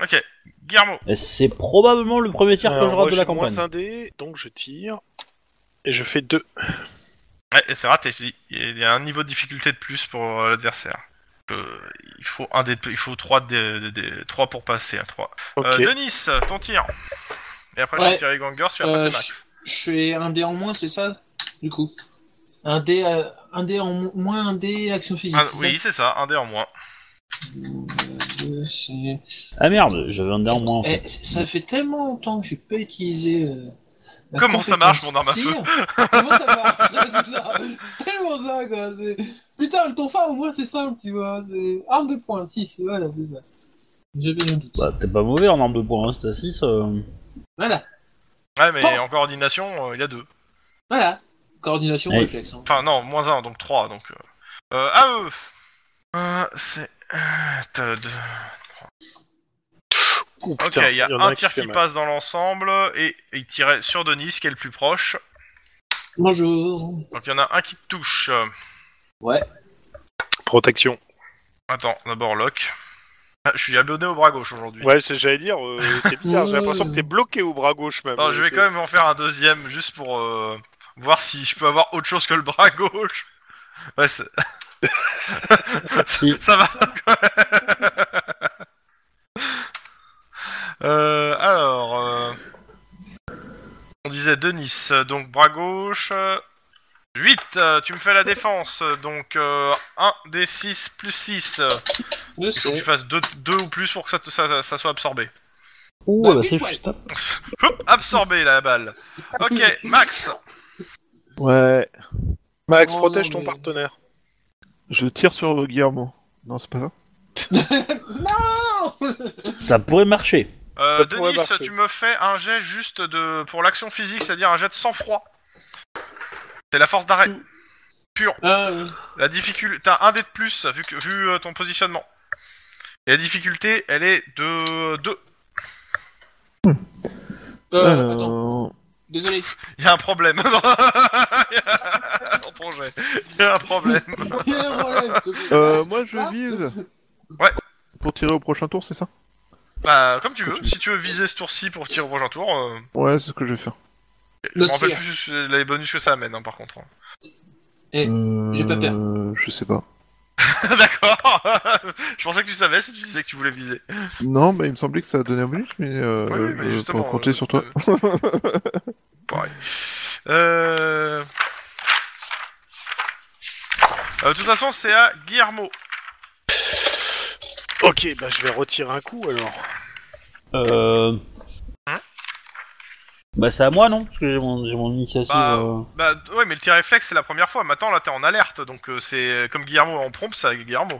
[SPEAKER 2] Ok, Guillermo.
[SPEAKER 3] Et C'est probablement le premier tir que je rate de la campagne.
[SPEAKER 5] moins un dé, donc je tire. Et je fais deux.
[SPEAKER 2] Ouais, et c'est raté, je dis. Il y a un niveau de difficulté de plus pour euh, l'adversaire. Euh, il faut un des, il faut 3 pour passer à 3.
[SPEAKER 5] Ok.
[SPEAKER 2] Denis, ton tir. Et après,
[SPEAKER 1] Ouais.
[SPEAKER 2] tu tires les gangers, tu vas
[SPEAKER 1] Euh,
[SPEAKER 2] passer max.
[SPEAKER 1] je je fais un dé en moins, c'est ça Du coup. Un dé, euh, un dé en mo- moins, un dé action physique.
[SPEAKER 2] Ah,
[SPEAKER 1] c'est
[SPEAKER 2] oui, c'est ça, un dé en moins.
[SPEAKER 1] ça Euh, c'est-
[SPEAKER 3] Ah merde, j'avais un dé en moins. en fait.
[SPEAKER 1] Eh, c- ça fait tellement longtemps que j'ai pas utilisé. euh, la
[SPEAKER 2] Comment ça marche, mon arme à
[SPEAKER 1] compétence
[SPEAKER 2] feu
[SPEAKER 1] tir. <laughs> Comment ça marche Ouais, C'est ça. C'est tellement ça, quoi. c'est- Putain, le tonfa, au moins, c'est simple, tu vois. C'est arme de poing, 6, voilà, c'est ça. J'avais bien doute.
[SPEAKER 3] Bah, t'es pas mauvais en arme de poing, hein, c'est à 6.
[SPEAKER 2] <laughs>
[SPEAKER 1] Voilà,
[SPEAKER 2] Ouais, mais
[SPEAKER 1] Bon.
[SPEAKER 2] en coordination, euh, il y a deux.
[SPEAKER 1] voilà. Coordination,
[SPEAKER 3] Eh.
[SPEAKER 1] réflexe. hein.
[SPEAKER 2] Enfin, non, moins un, donc trois. Donc, euh... Euh, à eux. Euh, c'est. euh, t'as deux.
[SPEAKER 5] Ouh,
[SPEAKER 2] Ok,
[SPEAKER 5] putain,
[SPEAKER 2] il y a
[SPEAKER 5] en
[SPEAKER 2] un
[SPEAKER 5] un
[SPEAKER 2] tir
[SPEAKER 5] fait
[SPEAKER 2] qui
[SPEAKER 5] mal.
[SPEAKER 2] passe dans l'ensemble et et il tirait sur Denis, qui est le plus proche.
[SPEAKER 1] Bonjour.
[SPEAKER 2] Donc il y en a un qui te touche. Euh,
[SPEAKER 1] Ouais.
[SPEAKER 5] Protection.
[SPEAKER 2] Attends, d'abord Locke. Ah, je suis abonné au bras gauche aujourd'hui.
[SPEAKER 5] Ouais, c'est- j'allais dire, euh, c'est bizarre. J'ai l'impression
[SPEAKER 1] Ouais.
[SPEAKER 5] que
[SPEAKER 3] Euh.
[SPEAKER 5] t'es bloqué au bras gauche même.
[SPEAKER 2] Non, Ah, je vais quand même en faire un deuxième juste pour euh, voir si je peux avoir autre chose que le bras gauche. Ouais, c'est-
[SPEAKER 3] Si.
[SPEAKER 2] ça va. <laughs> euh, alors, euh, on disait Denis, euh, donc bras gauche. 8, tu me fais la défense, donc 1 des 6 plus
[SPEAKER 1] Je
[SPEAKER 2] 6. Il faut que
[SPEAKER 1] sais.
[SPEAKER 2] tu fasses 2 ou plus pour que ça, te- ça- ça soit absorbé.
[SPEAKER 3] Ouh,
[SPEAKER 1] Bah,
[SPEAKER 3] bah,
[SPEAKER 1] oui,
[SPEAKER 3] c'est
[SPEAKER 1] ouais.
[SPEAKER 3] juste.
[SPEAKER 2] Hop, absorbé la balle. Ok, Max,
[SPEAKER 4] Ouais.
[SPEAKER 5] Max,
[SPEAKER 1] Oh,
[SPEAKER 5] protège
[SPEAKER 1] non,
[SPEAKER 5] ton
[SPEAKER 1] mais-
[SPEAKER 5] partenaire.
[SPEAKER 4] Je tire sur Guillermo. Non, c'est pas ça.
[SPEAKER 3] Ça pourrait marcher.
[SPEAKER 2] Euh,
[SPEAKER 5] Ça pourrait
[SPEAKER 2] Denis,
[SPEAKER 5] marcher.
[SPEAKER 2] tu me fais un jet juste de pour l'action physique, c'est-à-dire un jet de sang-froid. C'est la force d'arrêt.
[SPEAKER 1] Euh,
[SPEAKER 2] La difficulté, t'as un dé de plus vu que vu euh, ton positionnement. Et la difficulté, elle est de 2.
[SPEAKER 1] euh,
[SPEAKER 4] Euh,
[SPEAKER 1] Attends, désolé.
[SPEAKER 2] Il y a un problème. <laughs> Dans ton jet, il y a un problème.
[SPEAKER 1] <laughs> Il y a un problème, s'il te plaît.
[SPEAKER 4] euh, moi, je
[SPEAKER 1] Ah.
[SPEAKER 4] vise.
[SPEAKER 2] Ouais.
[SPEAKER 4] Pour tirer au prochain tour, c'est ça
[SPEAKER 2] Bah comme tu veux. Si tu veux viser ce tour-ci pour tirer au prochain tour, euh,
[SPEAKER 4] Ouais, c'est ce que je vais faire.
[SPEAKER 2] je me
[SPEAKER 1] Notre
[SPEAKER 2] rappelle
[SPEAKER 1] tir.
[SPEAKER 2] plus les bonus que ça amène hein, <laughs> par contre.
[SPEAKER 4] Euh,
[SPEAKER 1] Eh, j'ai pas peur.
[SPEAKER 4] Je sais pas.
[SPEAKER 2] D'accord. je pensais que tu savais si tu disais que tu voulais viser.
[SPEAKER 4] Non, mais il me semblait que ça donnait un bonus, mais, euh,
[SPEAKER 2] Oui, oui, mais
[SPEAKER 4] euh,
[SPEAKER 2] justement,
[SPEAKER 4] pour compter
[SPEAKER 2] euh,
[SPEAKER 4] sur toi.
[SPEAKER 2] euh, <laughs> Pareil. Euh... euh, de toute façon, c'est à Guillermo.
[SPEAKER 5] Ok, bah je vais retirer un coup alors.
[SPEAKER 3] Euh...
[SPEAKER 2] Hein
[SPEAKER 3] Bah, c'est à moi, non Parce que j'ai mon, j'ai mon initiative.
[SPEAKER 2] Bah,
[SPEAKER 3] euh.
[SPEAKER 2] Bah ouais, mais le tir réflexe, c'est la première fois. Maintenant, là, t'es en alerte, donc euh, c'est comme Guillermo en prompt, c'est à Guillermo.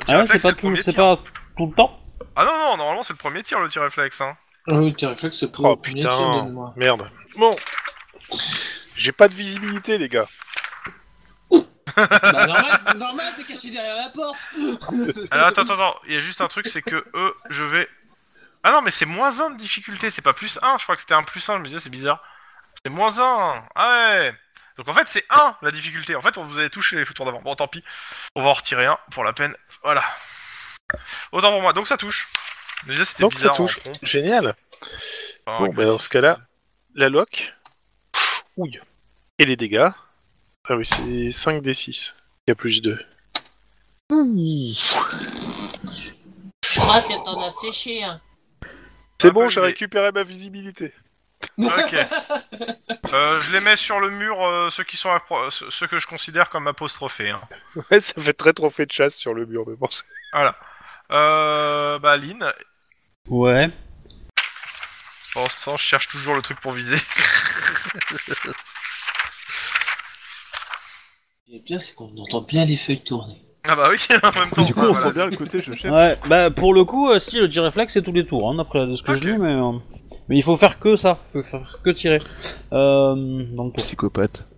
[SPEAKER 2] Le tir
[SPEAKER 3] Ah ouais,
[SPEAKER 2] réflexe,
[SPEAKER 3] c'est pas,
[SPEAKER 2] le
[SPEAKER 3] tout,
[SPEAKER 2] premier
[SPEAKER 3] c'est
[SPEAKER 2] tir.
[SPEAKER 3] pas tout le temps
[SPEAKER 2] Ah non, non, normalement, c'est le premier tir, le tir réflexe. Hein.
[SPEAKER 1] Euh, t'es réflexe, c'est pour
[SPEAKER 5] Oh,
[SPEAKER 1] le premier tir
[SPEAKER 5] putain.
[SPEAKER 1] de moi.
[SPEAKER 5] Merde. Bon. J'ai pas de visibilité, les gars.
[SPEAKER 1] Bah, normal, <laughs> normal, t'es caché derrière la porte. <laughs>
[SPEAKER 2] Alors, Ah, attends, attends, attends. Il y a juste un truc, c'est que eux, je vais. Ah non, mais c'est moins 1 de difficulté, c'est pas plus 1. Je crois que c'était un plus 1, je me disais, c'est bizarre. C'est moins 1. Ah ouais. Donc en fait, c'est 1 la difficulté. En fait, on vous avez touché les tours d'avant. Bon, tant pis. On va en retirer un pour la peine. Voilà. Autant pour moi. Donc ça touche. Je me disais, c'était
[SPEAKER 5] Donc, ça
[SPEAKER 2] bizarre.
[SPEAKER 5] touche.
[SPEAKER 2] en prompt. hein.
[SPEAKER 5] Génial.
[SPEAKER 2] Enfin,
[SPEAKER 5] Bon,
[SPEAKER 2] ouais,
[SPEAKER 5] bah, dans ce cas-là, la lock. Ouille. Et les dégâts. Ah oui, c'est 5 des 6. Il y a plus 2.
[SPEAKER 6] Je crois que t'en as séché un.
[SPEAKER 5] C'est
[SPEAKER 2] Un
[SPEAKER 5] bon,
[SPEAKER 2] peu
[SPEAKER 5] j'ai
[SPEAKER 2] l'idée.
[SPEAKER 5] récupéré ma visibilité. <laughs>
[SPEAKER 2] Ok. Euh, je les mets sur le mur, euh, ceux qui sont appro- ceux ceux que je considère comme apostrophés. hein.
[SPEAKER 5] Ouais, ça fait très trophée de chasse sur le mur, mais bon. c'est-
[SPEAKER 2] Euh, bah, Lynn,
[SPEAKER 3] Ouais.
[SPEAKER 2] Pour l'instant, je cherche toujours le truc pour viser.
[SPEAKER 1] Et Eh bien, c'est qu'on entend bien les feuilles tourner.
[SPEAKER 2] <laughs> Ah bah oui, <laughs> en même temps.
[SPEAKER 4] Du coup,
[SPEAKER 2] ouais,
[SPEAKER 4] on
[SPEAKER 2] voilà.
[SPEAKER 4] sent bien le côté je cherche.
[SPEAKER 3] Ouais, bah pour le coup, euh, si le tir réflexe c'est tous les tours, hein, d'après ce que
[SPEAKER 2] Ok.
[SPEAKER 3] je dis, mais, euh, mais il faut faire que ça, faut faire que tirer euh, dans le tour.
[SPEAKER 4] Psychopathe.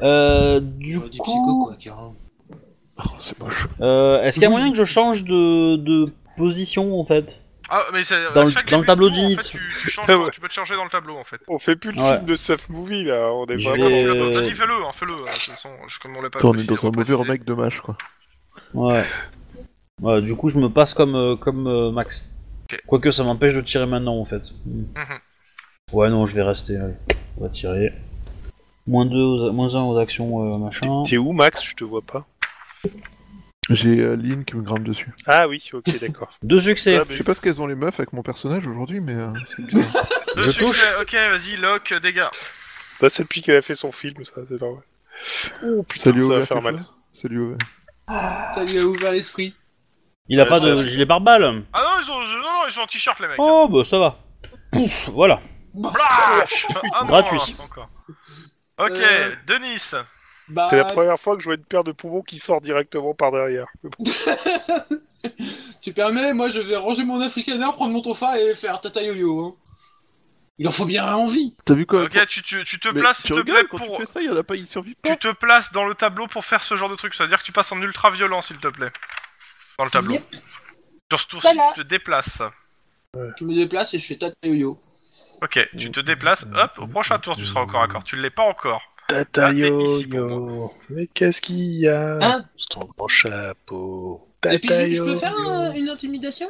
[SPEAKER 3] Euh, du
[SPEAKER 1] Euh, du psycho,
[SPEAKER 3] coup,
[SPEAKER 1] quoi, carrément.
[SPEAKER 4] Oh, c'est moche.
[SPEAKER 3] euh, est-ce qu'il y a moyen que je change de, de position en fait
[SPEAKER 2] Ah, mais c'est-
[SPEAKER 3] Dans
[SPEAKER 2] à
[SPEAKER 3] le-
[SPEAKER 2] chaque
[SPEAKER 3] dans le
[SPEAKER 2] début
[SPEAKER 3] tableau
[SPEAKER 2] de
[SPEAKER 3] de
[SPEAKER 2] tour, en
[SPEAKER 3] Zenith.
[SPEAKER 2] fait, tu, tu changes-
[SPEAKER 5] Ah ouais.
[SPEAKER 2] tu peux te charger dans le tableau en fait.
[SPEAKER 5] On fait plus le
[SPEAKER 3] Ouais.
[SPEAKER 5] film de Saf Movie là, on est
[SPEAKER 3] Je
[SPEAKER 5] vraiment.
[SPEAKER 3] vais-
[SPEAKER 2] Comme tu l'as-
[SPEAKER 3] Euh,
[SPEAKER 2] Vas-y, fais-le, hein, fais-le. hein, de toute façon, je- comme on l'a pas
[SPEAKER 4] Attends, on est
[SPEAKER 2] précisé,
[SPEAKER 4] dans un mauvais
[SPEAKER 2] précisé.
[SPEAKER 4] remake de Mash, quoi.
[SPEAKER 3] Ouais. Ouais, du coup, je me passe comme, euh, comme euh, Max.
[SPEAKER 2] Ok.
[SPEAKER 3] Quoique ça m'empêche de tirer maintenant en fait. Hmm.
[SPEAKER 2] Mhm.
[SPEAKER 3] Ouais, non, je vais rester. allez. On va tirer. Moins 2, moins 1 aux actions, euh, machin.
[SPEAKER 5] T'es où Max Je te vois pas.
[SPEAKER 4] J'ai euh, Lynn qui me grimpe dessus.
[SPEAKER 5] Ah oui, ok, d'accord.
[SPEAKER 3] Deux succès.
[SPEAKER 5] Ah,
[SPEAKER 4] Je
[SPEAKER 5] mais- Oh,
[SPEAKER 4] sais pas ce qu'elles ont les meufs avec mon personnage aujourd'hui, mais euh, c'est bizarre.
[SPEAKER 2] Deux
[SPEAKER 3] Je
[SPEAKER 2] succès, ok, vas-y, lock, dégâts.
[SPEAKER 5] <laughs> bah, c'est depuis qu'elle a fait son film, ça, c'est normal. Oh
[SPEAKER 4] Salut,
[SPEAKER 5] ça
[SPEAKER 4] Ouvert,
[SPEAKER 5] va faire mal.
[SPEAKER 4] Salut, Ouvert.
[SPEAKER 1] Ça lui a ouvert l'esprit.
[SPEAKER 3] Il a
[SPEAKER 5] Ouais,
[SPEAKER 3] pas
[SPEAKER 5] ça
[SPEAKER 3] de
[SPEAKER 5] va.
[SPEAKER 3] gilet pare-balles.
[SPEAKER 2] Ah non, ils ont, non, non, ils sont en t-shirt les mecs. hein.
[SPEAKER 3] Oh, bah ça va. Pouf, voilà.
[SPEAKER 2] Blash ah, non,
[SPEAKER 3] Gratuit.
[SPEAKER 2] pas encore. Ok,
[SPEAKER 1] Euh.
[SPEAKER 2] Denis.
[SPEAKER 1] Bah,
[SPEAKER 5] C'est la première fois que je vois une paire de poumons qui sort directement par derrière.
[SPEAKER 1] tu permets, moi je vais ranger mon africaner, prendre mon tofa et faire tata yo-yo. Hein. Il en faut bien un envie.
[SPEAKER 4] T'as vu quoi
[SPEAKER 2] Ok, tu, tu, tu te
[SPEAKER 4] Mais
[SPEAKER 2] places,
[SPEAKER 4] tu
[SPEAKER 2] s'il te plaît,
[SPEAKER 4] rigoles, quand
[SPEAKER 2] pour.
[SPEAKER 4] tu fais ça, il y en a pas, il survit pas.
[SPEAKER 2] Tu te places dans le tableau pour faire ce genre de truc, c'est-à-dire que tu passes en ultra violent, s'il te plaît. Dans le tableau.
[SPEAKER 1] Yep.
[SPEAKER 2] Sur ce tour,
[SPEAKER 6] Voilà.
[SPEAKER 2] tu te déplaces.
[SPEAKER 1] Je me déplace et je fais tata yo-yo.
[SPEAKER 2] Ok, tu te déplaces, hop, au prochain tour, tu seras encore à corps. Tu ne l'es pas encore.
[SPEAKER 5] Tata
[SPEAKER 2] yo, yo.
[SPEAKER 5] mais qu'est-ce qu'il y a
[SPEAKER 1] Hein
[SPEAKER 5] Ton grand chapeau.
[SPEAKER 1] Et puis je, je peux faire un- une intimidation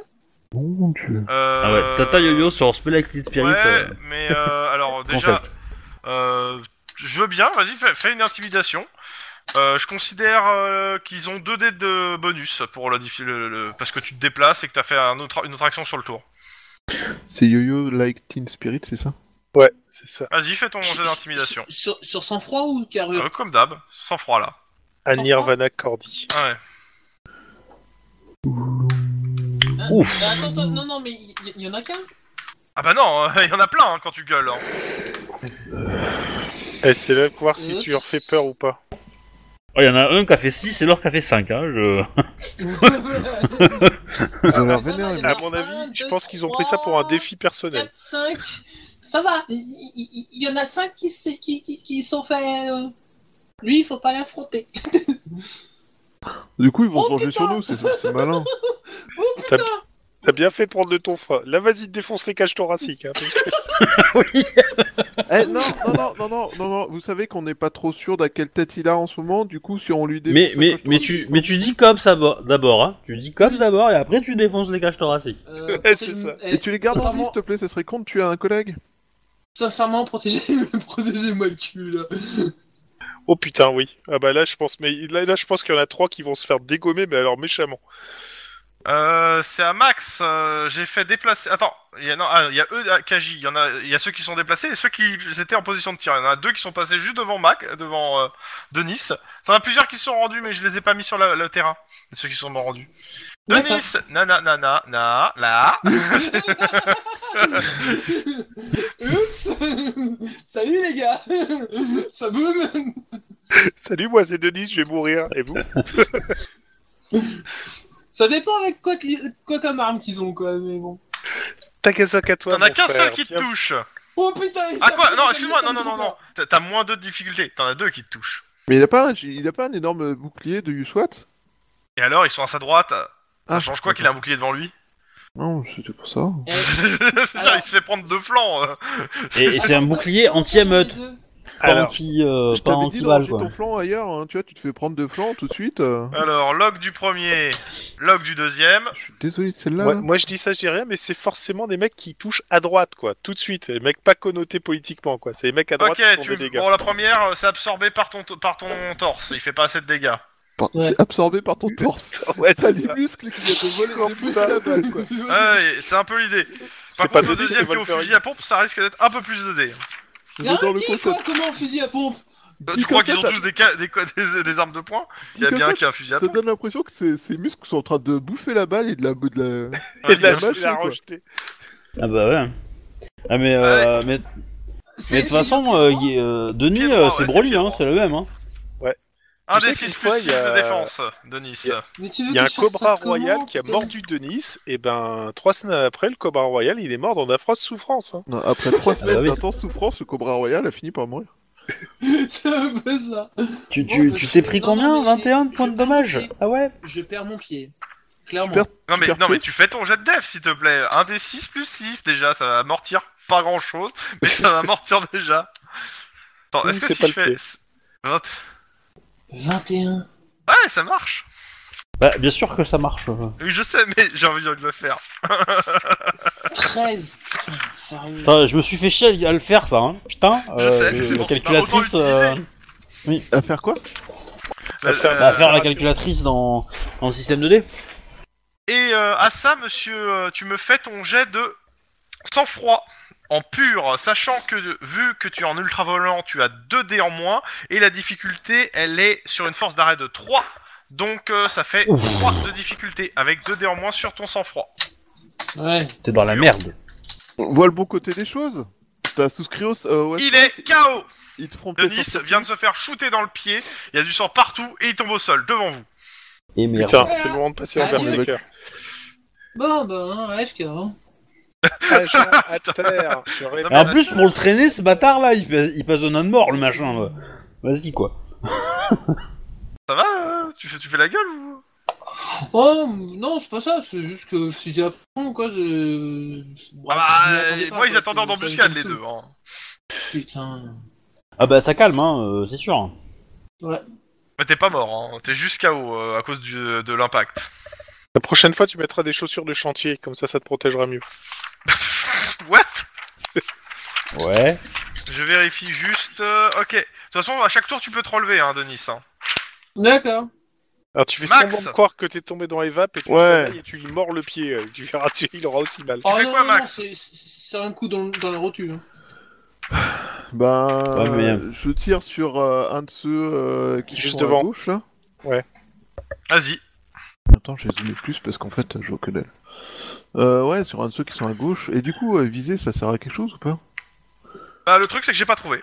[SPEAKER 4] Mon dieu.
[SPEAKER 2] Euh...
[SPEAKER 3] Ah ouais, Tata Yo-Yo sur Spell Like Teen Spirit.
[SPEAKER 2] Ouais,
[SPEAKER 3] euh,
[SPEAKER 2] mais
[SPEAKER 3] <laughs>
[SPEAKER 2] euh, alors déjà,
[SPEAKER 3] concept.
[SPEAKER 2] euh, je veux bien, vas-y, fais, fais une intimidation. Euh, je considère euh, qu'ils ont 2 dés de bonus pour le, défi- le- le- parce que tu te déplaces et que t'as fait un autre, une autre action sur le tour.
[SPEAKER 4] C'est Yo-Yo Like Teen Spirit, c'est ça
[SPEAKER 5] Ouais, c'est ça.
[SPEAKER 2] Vas-y, fais ton jet d'intimidation.
[SPEAKER 1] Sur, sur sang-froid ou carrure
[SPEAKER 2] Euh, comme d'hab, sans froid là.
[SPEAKER 5] Un
[SPEAKER 1] T'entends
[SPEAKER 5] Nirvana Cordy.
[SPEAKER 2] Ah ouais.
[SPEAKER 3] Ouf.
[SPEAKER 1] Ah, Attends, attends, non, non, mais il y, y en a
[SPEAKER 2] <laughs>
[SPEAKER 1] qu'un
[SPEAKER 2] Ah bah non, <laughs> il y en a plein hein, quand tu gueules. hein.
[SPEAKER 5] Et Eh, c'est là de voir si
[SPEAKER 1] Oups.
[SPEAKER 5] tu leur fais peur ou pas.
[SPEAKER 3] Oh, il y en a un qui a fait 6 et l'autre qui a fait 5. Hein, je...
[SPEAKER 2] Ah,
[SPEAKER 3] <laughs>
[SPEAKER 4] Ils ont l'air
[SPEAKER 2] bah,
[SPEAKER 1] ça va,
[SPEAKER 4] vénères,
[SPEAKER 1] il y en a-
[SPEAKER 4] les mecs.
[SPEAKER 5] À mon
[SPEAKER 1] un,
[SPEAKER 5] avis, je
[SPEAKER 1] deux,
[SPEAKER 5] pense qu'ils ont pris ça pour un
[SPEAKER 1] trois,
[SPEAKER 5] défi personnel.
[SPEAKER 1] 4, 5. Ça va, il il- il y, en a 5 qui, se- qui, qui, qui sont fait. euh, Lui, il faut pas l'affronter.
[SPEAKER 4] Du coup, ils vont
[SPEAKER 1] Oh,
[SPEAKER 4] se venger
[SPEAKER 1] putain
[SPEAKER 4] sur nous, c'est-
[SPEAKER 1] <laughs>
[SPEAKER 4] c'est malin.
[SPEAKER 1] Oh putain
[SPEAKER 2] <laughs>
[SPEAKER 5] T'as bien fait de prendre de ton frein. Là, vas-y, défonce les cages thoraciques. hein.
[SPEAKER 3] oui.
[SPEAKER 4] Eh non, non, non, non, non, non, non, vous savez qu'on n'est pas trop sûr d'à quelle tête il a en ce moment, du coup, si on lui défonce
[SPEAKER 3] Mais,
[SPEAKER 4] sa
[SPEAKER 3] mais,
[SPEAKER 4] coche
[SPEAKER 3] mais, tu, mais tu dis cops abo- d'abord. Hein. Tu dis cops d'abord et après tu défonces les cages thoraciques.
[SPEAKER 1] Euh,
[SPEAKER 5] Ouais,
[SPEAKER 1] protéger-
[SPEAKER 5] c'est ça.
[SPEAKER 1] eh,
[SPEAKER 4] Et tu les gardes en vie,
[SPEAKER 1] sincèrement-
[SPEAKER 4] s'il te plaît, ça serait con de tuer un collègue.
[SPEAKER 1] Eh, Sincèrement, protégez- <laughs> protégez-moi le cul là.
[SPEAKER 5] Oh putain, oui. Ah bah là, je pense, mais là, là, je pense qu'il y en a trois qui vont se faire dégommer, mais alors méchamment. <laughs>
[SPEAKER 2] Euh, c'est à Max. euh, J'ai fait déplacer. Attends, il y a, non, ah, il y a eux, ah, Kaji. Il y en a, il y a ceux qui sont déplacés et ceux qui étaient en position de tir. Il y en a deux qui sont passés juste devant Mac, devant euh, Denis. T'en as plusieurs qui se sont rendus, mais je les ai pas mis sur la- le terrain. Ceux qui sont morts rendus. Denis, na na na na na là.
[SPEAKER 1] <laughs> Oups <laughs> Salut les gars Ça boum
[SPEAKER 5] Salut, moi c'est Denis, je vais mourir. Et vous
[SPEAKER 1] Ça dépend avec quoi, qu'ils- quoi comme arme qu'ils ont quoi, mais bon.
[SPEAKER 5] T'as qu'un sac à toi.
[SPEAKER 2] T'en as
[SPEAKER 5] mon
[SPEAKER 2] qu'un seul
[SPEAKER 5] frère.
[SPEAKER 2] qui te
[SPEAKER 5] Viens.
[SPEAKER 2] touche.
[SPEAKER 1] Oh putain il
[SPEAKER 2] Ah
[SPEAKER 1] s'est
[SPEAKER 2] quoi
[SPEAKER 1] appris
[SPEAKER 2] Non,
[SPEAKER 1] comme
[SPEAKER 2] excuse-moi.
[SPEAKER 1] des
[SPEAKER 2] Non non non non. T'as- T'as moins deux de difficulté. T'en as deux qui te touchent.
[SPEAKER 4] Mais il a pas un, il a pas un énorme bouclier de USWAT
[SPEAKER 2] Et alors, ils sont à sa droite. Ça
[SPEAKER 4] Ah,
[SPEAKER 2] change quoi qu'il a un bouclier devant lui <laughs>
[SPEAKER 4] Non, c'était pour ça.
[SPEAKER 1] Eh,
[SPEAKER 2] C'est-à-dire, Il se fait prendre deux flancs. euh.
[SPEAKER 3] Et, et c'est un bouclier anti-émeute. Pas
[SPEAKER 5] Alors,
[SPEAKER 3] anti, euh,
[SPEAKER 4] Je
[SPEAKER 3] pas
[SPEAKER 4] t'avais dit de
[SPEAKER 3] anti-balle
[SPEAKER 4] ranger
[SPEAKER 3] quoi.
[SPEAKER 4] ton flanc ailleurs, hein, tu vois, tu te fais prendre deux flancs tout de suite. euh.
[SPEAKER 2] Alors, log du premier, log du deuxième.
[SPEAKER 4] Je suis désolé de celle-là.
[SPEAKER 5] moi,
[SPEAKER 4] là.
[SPEAKER 5] moi, je dis ça, je dis rien, mais c'est forcément des mecs qui touchent à droite, quoi, tout de suite. Les mecs pas connotés politiquement, quoi. C'est les mecs à droite
[SPEAKER 2] Ok,
[SPEAKER 5] qui font
[SPEAKER 2] tu...
[SPEAKER 5] des dégâts.
[SPEAKER 2] bon, la première, euh, c'est absorbé par ton, par ton torse, il fait pas assez de dégâts.
[SPEAKER 4] Par-
[SPEAKER 1] Ouais.
[SPEAKER 4] C'est absorbé par ton torse.
[SPEAKER 5] <laughs> Ouais,
[SPEAKER 4] T'as
[SPEAKER 5] c'est
[SPEAKER 4] les
[SPEAKER 5] ça.
[SPEAKER 4] muscles qui viennent te voler les muscles à la balle, quoi.
[SPEAKER 2] Ouais, et c'est un peu l'idée. Par
[SPEAKER 5] C'est
[SPEAKER 2] contre,
[SPEAKER 5] pas
[SPEAKER 2] le
[SPEAKER 5] Denis,
[SPEAKER 2] deuxième
[SPEAKER 5] c'est
[SPEAKER 2] qui est au
[SPEAKER 5] Wolverine.
[SPEAKER 2] fusil à pompe, ça risque d'être un peu plus de dés.
[SPEAKER 4] J'adore
[SPEAKER 1] Y'en
[SPEAKER 4] le
[SPEAKER 1] a qui
[SPEAKER 4] concept.
[SPEAKER 1] quoi Comment fusil à pompe
[SPEAKER 2] Euh,
[SPEAKER 4] Dis
[SPEAKER 2] Tu crois
[SPEAKER 4] comme
[SPEAKER 2] qu'ils
[SPEAKER 4] ça,
[SPEAKER 2] ont tous des, ca- des, co- des, des armes de poing Il
[SPEAKER 4] Dis
[SPEAKER 2] y a
[SPEAKER 4] comme
[SPEAKER 2] bien
[SPEAKER 4] ça,
[SPEAKER 2] un qui a un fusil à
[SPEAKER 4] Ça
[SPEAKER 2] pompe.
[SPEAKER 4] donne l'impression que ses, ses muscles sont en train de bouffer la balle et de la. De la...
[SPEAKER 5] Et de la,
[SPEAKER 4] Ouais,
[SPEAKER 5] de la
[SPEAKER 4] quoi.
[SPEAKER 5] rejeter.
[SPEAKER 3] Ah bah ouais. Ah mais, euh, mais, mais
[SPEAKER 1] C'est-
[SPEAKER 3] de toute façon, euh, il y- euh, Denis,
[SPEAKER 2] Pied droit,
[SPEAKER 3] euh, c'est
[SPEAKER 2] ouais, c'est
[SPEAKER 3] Broly,
[SPEAKER 2] pied
[SPEAKER 3] hein,
[SPEAKER 2] droit.
[SPEAKER 3] c'est le même. Hein.
[SPEAKER 2] Un
[SPEAKER 5] Tu sais
[SPEAKER 2] des
[SPEAKER 5] qu'une
[SPEAKER 2] 6
[SPEAKER 5] fois,
[SPEAKER 2] plus 6
[SPEAKER 5] il y a-
[SPEAKER 2] de défense, Denis.
[SPEAKER 5] il y a-
[SPEAKER 1] Mais tu veux
[SPEAKER 5] Il y a
[SPEAKER 1] que
[SPEAKER 5] un
[SPEAKER 1] je fasse
[SPEAKER 5] cobra
[SPEAKER 1] ça
[SPEAKER 5] royal
[SPEAKER 1] comment,
[SPEAKER 5] qui a
[SPEAKER 1] putain
[SPEAKER 5] mordu Denis, et ben trois semaines après, le cobra royal, il est mort dans d'affreuses souffrances. hein.
[SPEAKER 4] Non, après
[SPEAKER 2] Ah
[SPEAKER 4] trois
[SPEAKER 2] bah
[SPEAKER 4] semaines
[SPEAKER 3] oui.
[SPEAKER 4] d'intense souffrance, le Cobra Royal a fini par mourir.
[SPEAKER 1] <laughs> C'est un peu ça.
[SPEAKER 3] Tu
[SPEAKER 1] Bon,
[SPEAKER 3] tu-
[SPEAKER 1] bah,
[SPEAKER 3] tu
[SPEAKER 1] je-
[SPEAKER 3] t'es pris
[SPEAKER 1] non,
[SPEAKER 3] combien
[SPEAKER 1] non, mais-
[SPEAKER 3] 21 de
[SPEAKER 1] je-
[SPEAKER 3] points de dommage
[SPEAKER 1] je-
[SPEAKER 3] Ah ouais
[SPEAKER 1] Je perds mon pied. Clairement.
[SPEAKER 4] Perds-
[SPEAKER 2] Non mais,
[SPEAKER 4] Super
[SPEAKER 2] non mais
[SPEAKER 4] P.
[SPEAKER 2] tu fais ton jet de def s'il te plaît. Un des 6 plus 6 déjà, ça va amortir pas grand chose, <laughs> mais ça va amortir déjà. Attends,
[SPEAKER 5] Ouh,
[SPEAKER 2] est-ce que
[SPEAKER 5] c'est
[SPEAKER 2] si
[SPEAKER 5] pas
[SPEAKER 2] je
[SPEAKER 5] le
[SPEAKER 2] fais...
[SPEAKER 5] P.
[SPEAKER 2] 20...
[SPEAKER 1] 21.
[SPEAKER 2] Ouais, ça marche.
[SPEAKER 3] Bah bien sûr que ça marche. euh.
[SPEAKER 2] Oui, je sais, mais j'ai envie de le faire.
[SPEAKER 1] 13. Putain, sérieux.
[SPEAKER 3] Putain, je me suis fait chier à le faire ça, hein. Putain,
[SPEAKER 2] Je
[SPEAKER 3] euh,
[SPEAKER 2] sais,
[SPEAKER 3] le-
[SPEAKER 2] mais c'est
[SPEAKER 3] la
[SPEAKER 2] bon, c'est pas
[SPEAKER 3] calculatrice...
[SPEAKER 2] autant
[SPEAKER 3] euh,
[SPEAKER 2] utilisé.
[SPEAKER 4] À faire quoi
[SPEAKER 5] À faire-
[SPEAKER 3] bah,
[SPEAKER 5] Euh,
[SPEAKER 3] faire la
[SPEAKER 5] rassure.
[SPEAKER 3] calculatrice dans, dans le système 2D.
[SPEAKER 2] Et euh, à ça, monsieur, euh, tu me fais ton jet de sang-froid en pur, sachant que vu que tu es en ultra-volant, tu as 2 dés en moins, et la difficulté, elle est sur une force d'arrêt de 3. Donc euh, ça fait
[SPEAKER 3] Ouf.
[SPEAKER 2] 3 de difficulté, avec 2 dés en moins sur ton sang-froid.
[SPEAKER 1] Ouais.
[SPEAKER 3] T'es dans la merde.
[SPEAKER 4] On voit le bon côté des choses. T'as souscrit au... euh, ouais,
[SPEAKER 2] Il est KO
[SPEAKER 4] Ils te font
[SPEAKER 2] Denis vient de se faire shooter dans le pied, il y a du sang partout, et il tombe au sol, devant vous.
[SPEAKER 3] Et merde.
[SPEAKER 5] Putain, c'est le moment de passer en
[SPEAKER 1] Adieu.
[SPEAKER 5] berserker.
[SPEAKER 1] Bon, ben, ouais, FK. Hein.
[SPEAKER 5] Agent
[SPEAKER 2] <laughs>
[SPEAKER 5] à terre, je répète.
[SPEAKER 3] Et en plus, pour le traîner, ce bâtard là, il, passe- il passe au nain de mort, le machin. là. Vas-y quoi.
[SPEAKER 2] Ça va euh tu, fais, tu fais la gueule ou...
[SPEAKER 1] Oh, non, c'est pas ça. C'est juste que si j'apprends, quoi, je.
[SPEAKER 2] Ah
[SPEAKER 1] Bref,
[SPEAKER 2] bah,
[SPEAKER 1] je m'y
[SPEAKER 2] euh,
[SPEAKER 1] attendais pas,
[SPEAKER 2] Moi, ils
[SPEAKER 1] quoi,
[SPEAKER 2] attendaient
[SPEAKER 1] c'est-
[SPEAKER 2] en
[SPEAKER 1] ça me
[SPEAKER 2] embuscade, les
[SPEAKER 1] consomme.
[SPEAKER 2] deux. hein.
[SPEAKER 1] Putain.
[SPEAKER 3] Ah bah ça calme, hein, euh, c'est sûr.
[SPEAKER 2] Mais t'es pas mort, hein. t'es juste KO euh, à cause du, de l'impact. <laughs>
[SPEAKER 5] La prochaine fois, tu mettras des chaussures de chantier, comme ça, ça te protégera mieux.
[SPEAKER 2] What
[SPEAKER 3] Ouais.
[SPEAKER 2] Je vérifie juste. euh, ok. De toute façon, à chaque tour, tu peux te relever, hein, Denis. hein.
[SPEAKER 1] D'accord.
[SPEAKER 5] Alors, tu fais
[SPEAKER 2] Max.
[SPEAKER 5] semblant de croire que t'es tombé dans les vapes et tu, te
[SPEAKER 4] Ouais.
[SPEAKER 5] réveilles et tu lui mords le pied. euh, Tu verras, tu- il aura aussi mal.
[SPEAKER 1] Oh
[SPEAKER 2] fais
[SPEAKER 1] non,
[SPEAKER 2] quoi,
[SPEAKER 1] non, non,
[SPEAKER 2] Max
[SPEAKER 1] c'est- c'est c'est un coup dans, le- dans la rotule. hein.
[SPEAKER 4] Ben,
[SPEAKER 3] Ouais, mais, euh,
[SPEAKER 4] je tire sur euh, un de ceux euh, qui
[SPEAKER 5] Juste
[SPEAKER 4] sont
[SPEAKER 5] devant.
[SPEAKER 4] à gauche. Là.
[SPEAKER 2] Vas-y.
[SPEAKER 4] Attends, je vais zoomer plus parce qu'en fait, je vois que dalle. Euh, ouais, sur un de ceux qui sont à gauche. Et du coup, euh, viser, ça sert à quelque chose ou pas
[SPEAKER 2] Bah, le truc, c'est que j'ai pas trouvé.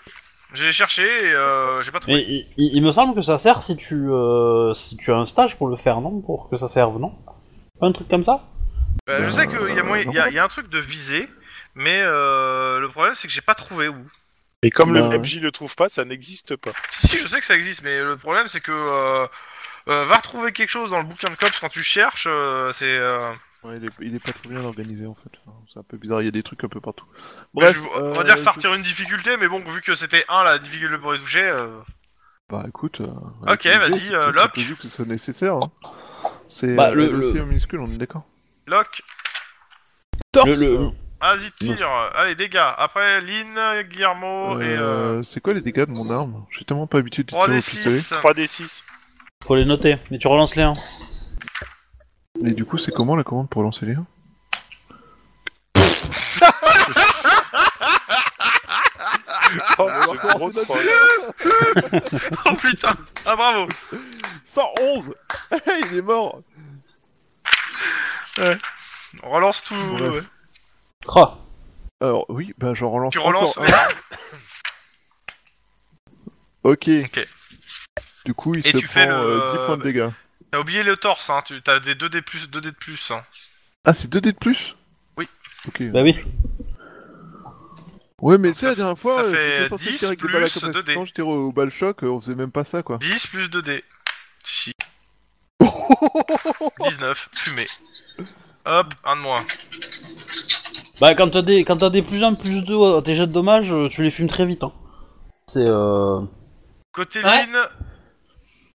[SPEAKER 2] J'ai cherché et euh, j'ai pas trouvé.
[SPEAKER 3] Mais il, il- il me semble que ça sert si tu euh, si tu as un stage pour le faire, non Pour que ça serve, non Pas un truc comme ça
[SPEAKER 2] Euh, je sais qu'il y, a moyen-
[SPEAKER 4] Euh,
[SPEAKER 2] il y a- il y a un truc de visée, mais euh, le problème, c'est que j'ai pas trouvé où.
[SPEAKER 5] Et comme
[SPEAKER 4] Bah,
[SPEAKER 5] le
[SPEAKER 4] ouais.
[SPEAKER 5] MJ le trouve pas, ça n'existe pas.
[SPEAKER 2] Si, si, je sais que ça existe, mais le problème, c'est que. euh, euh, va retrouver quelque chose dans le bouquin de cops quand tu cherches, euh, c'est. euh,
[SPEAKER 4] Ouais, il est, il est pas très bien organisé en fait. C'est un peu bizarre, il y a des trucs un peu partout.
[SPEAKER 2] mais
[SPEAKER 4] Bref,
[SPEAKER 2] je- on va
[SPEAKER 4] euh,
[SPEAKER 2] dire
[SPEAKER 4] je-
[SPEAKER 2] ça retire une difficulté, mais bon, vu que c'était 1 la difficulté pour les toucher, euh,
[SPEAKER 4] Bah écoute. euh,
[SPEAKER 2] Ok,
[SPEAKER 4] avec
[SPEAKER 2] vas-y,
[SPEAKER 4] l'idée,
[SPEAKER 2] euh,
[SPEAKER 4] c'est- c'est
[SPEAKER 2] Locke.
[SPEAKER 4] pas vu que ce soit nécessaire. hein. C'est
[SPEAKER 3] Bah,
[SPEAKER 4] euh,
[SPEAKER 3] le-
[SPEAKER 4] le,
[SPEAKER 3] le-
[SPEAKER 4] C en minuscule, on est d'accord.
[SPEAKER 2] lock,
[SPEAKER 3] Le- le-
[SPEAKER 4] Euh,
[SPEAKER 2] vas-y,
[SPEAKER 3] Non.
[SPEAKER 2] tire, allez, dégâts. Après, Lynn, Guillermo et. euh, Oh,
[SPEAKER 4] euh, C'est quoi les dégâts de mon arme J'ai tellement pas habitué de tirer
[SPEAKER 2] 3
[SPEAKER 4] au
[SPEAKER 2] des
[SPEAKER 4] pistolet.
[SPEAKER 2] 6.
[SPEAKER 5] 3D6.
[SPEAKER 3] Faut les noter, mais tu relances les 1.
[SPEAKER 4] Et du coup, c'est comment la commande pour lancer les 1
[SPEAKER 2] Ah,
[SPEAKER 5] Oh, ce gros troll.
[SPEAKER 2] <laughs> Oh putain Ah bravo
[SPEAKER 4] 111 <laughs> Il est mort
[SPEAKER 2] On relance tout.
[SPEAKER 4] Bref.
[SPEAKER 2] ouais.
[SPEAKER 4] Alors oui, bah j'en relance
[SPEAKER 2] Tu relances.
[SPEAKER 4] encore un. Ok.
[SPEAKER 2] Ok.
[SPEAKER 4] Du coup, il
[SPEAKER 2] Et
[SPEAKER 4] se
[SPEAKER 2] tu
[SPEAKER 4] prend
[SPEAKER 2] fais le-
[SPEAKER 4] euh, 10 points de dégâts.
[SPEAKER 2] T'as oublié le torse, hein. Tu t'as des 2 dés plus, 2 dés de plus. Hein.
[SPEAKER 4] Ah, c'est 2 dés de plus
[SPEAKER 2] Oui.
[SPEAKER 4] Ok.
[SPEAKER 3] Bah oui.
[SPEAKER 4] Ouais, mais
[SPEAKER 2] Donc
[SPEAKER 4] tu sais, la
[SPEAKER 2] ça-
[SPEAKER 4] dernière fois,
[SPEAKER 2] ça
[SPEAKER 4] euh,
[SPEAKER 2] fait
[SPEAKER 4] j'étais censé
[SPEAKER 2] 10
[SPEAKER 4] tirer avec des balles à
[SPEAKER 2] plus 2 dés.
[SPEAKER 4] Quand j'étais au, au bal choc, euh, on faisait même pas ça, <laughs> quoi.
[SPEAKER 2] 10 plus 2 dés. <laughs> Si. 19. Fumé. Hop, un de moins.
[SPEAKER 3] Bah quand t'as des quand t'as des plus 1, plus 2 à tes jets de dommages, euh, tu les fumes très vite. Hein. C'est euh...
[SPEAKER 2] Côté
[SPEAKER 1] Ouais.
[SPEAKER 2] Lynn.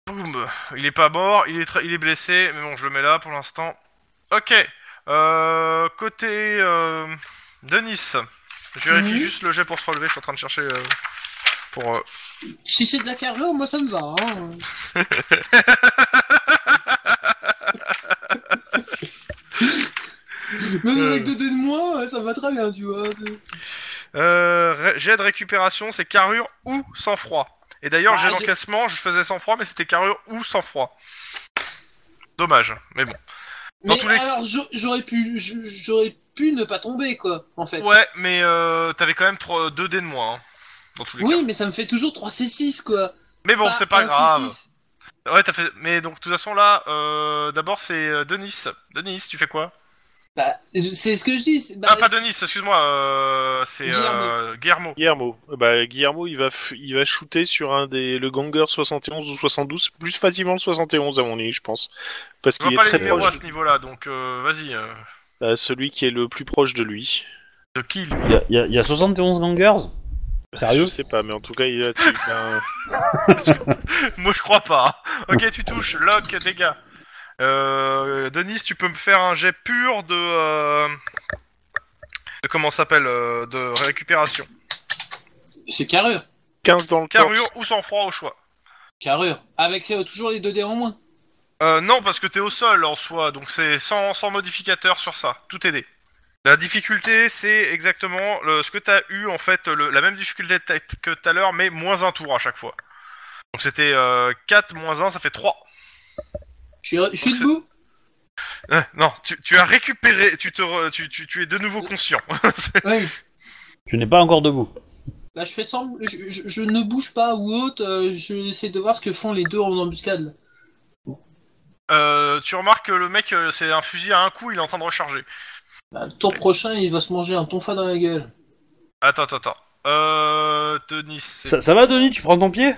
[SPEAKER 2] Boum. Il est pas mort, il est, très- il est blessé, mais bon, je le mets là pour l'instant. Ok. Euh, côté euh, Denis. Je vérifie
[SPEAKER 1] Mhm.
[SPEAKER 2] juste le jet pour se relever, je suis en train de chercher euh, pour. euh,
[SPEAKER 1] Si c'est de la carrure, moi ça me va.
[SPEAKER 2] <laughs>
[SPEAKER 1] Hein. Même avec deux dés de moins, ça me va très bien, tu vois. c'est-
[SPEAKER 2] Euh, ré- jet de récupération, c'est carrure ou sang-froid. Et d'ailleurs,
[SPEAKER 1] Ah,
[SPEAKER 2] jet
[SPEAKER 1] j'ai-
[SPEAKER 2] d'encaissement, je faisais sang-froid, mais c'était carrure ou sang-froid. Dommage, mais bon. Dans
[SPEAKER 1] Mais
[SPEAKER 2] tous les-
[SPEAKER 1] alors, j'a- j'aurais pu, j'- j'aurais pu ne pas tomber, quoi, en fait.
[SPEAKER 2] Ouais, mais euh, t'avais quand même 3, 2 dés de moins, hein, dans tous les cas.
[SPEAKER 1] oui, mais ça me fait toujours 3 C6, quoi.
[SPEAKER 2] Mais bon, c'est pas
[SPEAKER 1] un
[SPEAKER 2] grave.
[SPEAKER 1] C6.
[SPEAKER 2] Ouais, t'as fait. Mais donc, de toute façon, là, euh, d'abord, c'est euh, Denis. Denis, tu fais quoi
[SPEAKER 1] Bah, je- c'est ce que je dis. c'est- bah,
[SPEAKER 2] Ah, pas
[SPEAKER 1] c'est-
[SPEAKER 2] Denis, excuse-moi, euh, c'est euh, Guillermo.
[SPEAKER 5] Guillermo. Euh, Bah, Guillermo, il va, f- il va shooter sur un des, le Ganger 71 ou 72, plus facilement le 71 à mon avis, je pense. Parce
[SPEAKER 2] Je vois
[SPEAKER 5] qu'il est
[SPEAKER 2] pas
[SPEAKER 5] très
[SPEAKER 2] les numéros à
[SPEAKER 5] proche.
[SPEAKER 2] ce niveau-là, donc euh, vas-y. euh,
[SPEAKER 5] euh, celui qui est le plus proche de lui.
[SPEAKER 2] de qui lui
[SPEAKER 3] Il y a- il y, a- il y a 71 gangers Sérieux
[SPEAKER 5] Je sais pas, mais en tout cas, il a. il a-
[SPEAKER 2] <laughs> Moi, je crois
[SPEAKER 5] <laughs>
[SPEAKER 2] pas. Ok, tu touches, lock, dégâts. Euh, Denis, tu peux me faire un jet pur de. euh, de comment ça s'appelle euh, De récupération.
[SPEAKER 1] C'est carrure.
[SPEAKER 5] 15 dans le corps.
[SPEAKER 2] Carrure ou sang-froid au choix.
[SPEAKER 1] Carrure. Avec euh, toujours les deux dés en moins.
[SPEAKER 2] Euh, non, parce que t'es au sol en soi, donc c'est sans, sans modificateur sur ça. Tout est dé. La difficulté, c'est exactement le- ce que t'as eu en fait, le- la même difficulté que t'as- que tout à l'heure, mais moins un tour à chaque fois. Donc c'était 4 moins 1, ça fait 3.
[SPEAKER 1] Je suis, je suis
[SPEAKER 2] Donc,
[SPEAKER 1] debout
[SPEAKER 2] Euh, non, tu, tu as récupéré, tu, te re- tu, tu, tu es de nouveau conscient. <laughs> C'est-
[SPEAKER 1] Oui.
[SPEAKER 3] Tu n'es pas encore debout.
[SPEAKER 1] Bah, je fais semblant. Je, je- je ne bouge pas ou autre. euh, je essaie de voir ce que font les deux en embuscade. là.
[SPEAKER 2] Euh, tu remarques que le mec, euh, c'est un fusil à un coup, il est en train de recharger.
[SPEAKER 1] Bah, le tour prochain, il va se manger un tonfa dans la gueule.
[SPEAKER 2] Attends, attends, attends. Euh, Denis, c'est-
[SPEAKER 3] Ça, ça va, Denis Tu prends ton pied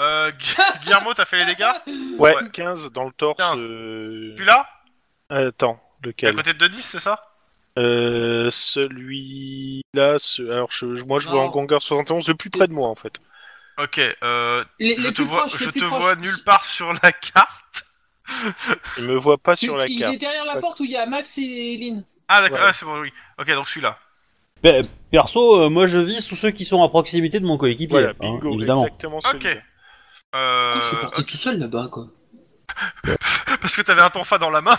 [SPEAKER 2] euh, Gu- Guillermo, t'as fait les dégâts
[SPEAKER 5] Ouais,
[SPEAKER 2] Ouais.
[SPEAKER 5] 15 dans le torse.
[SPEAKER 2] 15.
[SPEAKER 5] euh,
[SPEAKER 2] Tu là
[SPEAKER 5] Attends,
[SPEAKER 2] T'es à
[SPEAKER 5] lequel
[SPEAKER 2] côté de Denis, c'est ça
[SPEAKER 5] Euh, celui-là, ce... alors je, je- moi je vois
[SPEAKER 1] Non.
[SPEAKER 5] un Ganger 71 le plus près de moi en fait.
[SPEAKER 2] Ok, euh,
[SPEAKER 1] Les,
[SPEAKER 2] je
[SPEAKER 1] les
[SPEAKER 2] te
[SPEAKER 1] plus
[SPEAKER 2] vois,
[SPEAKER 1] proches, les
[SPEAKER 2] je
[SPEAKER 1] plus
[SPEAKER 2] te
[SPEAKER 1] proches.
[SPEAKER 2] vois nulle part sur la carte.
[SPEAKER 5] Il me voit pas
[SPEAKER 1] Tu-
[SPEAKER 5] sur la
[SPEAKER 1] il
[SPEAKER 5] carte.
[SPEAKER 1] est derrière la
[SPEAKER 5] Ouais.
[SPEAKER 1] porte où il y a Max et Lynn.
[SPEAKER 2] Ah d'accord,
[SPEAKER 5] Ouais.
[SPEAKER 2] ah, c'est bon, oui. Ok, donc celui-là.
[SPEAKER 3] Pe- Perso, euh, moi je vise tous ceux qui sont à proximité de mon coéquipier.
[SPEAKER 5] Voilà,
[SPEAKER 3] hein,
[SPEAKER 5] bingo,
[SPEAKER 3] évidemment.
[SPEAKER 5] exactement
[SPEAKER 2] Ok.
[SPEAKER 5] celui-là.
[SPEAKER 2] Euh,
[SPEAKER 1] Je suis parti tout seul là-bas, quoi.
[SPEAKER 2] <laughs> parce que t'avais un tonfa dans la main.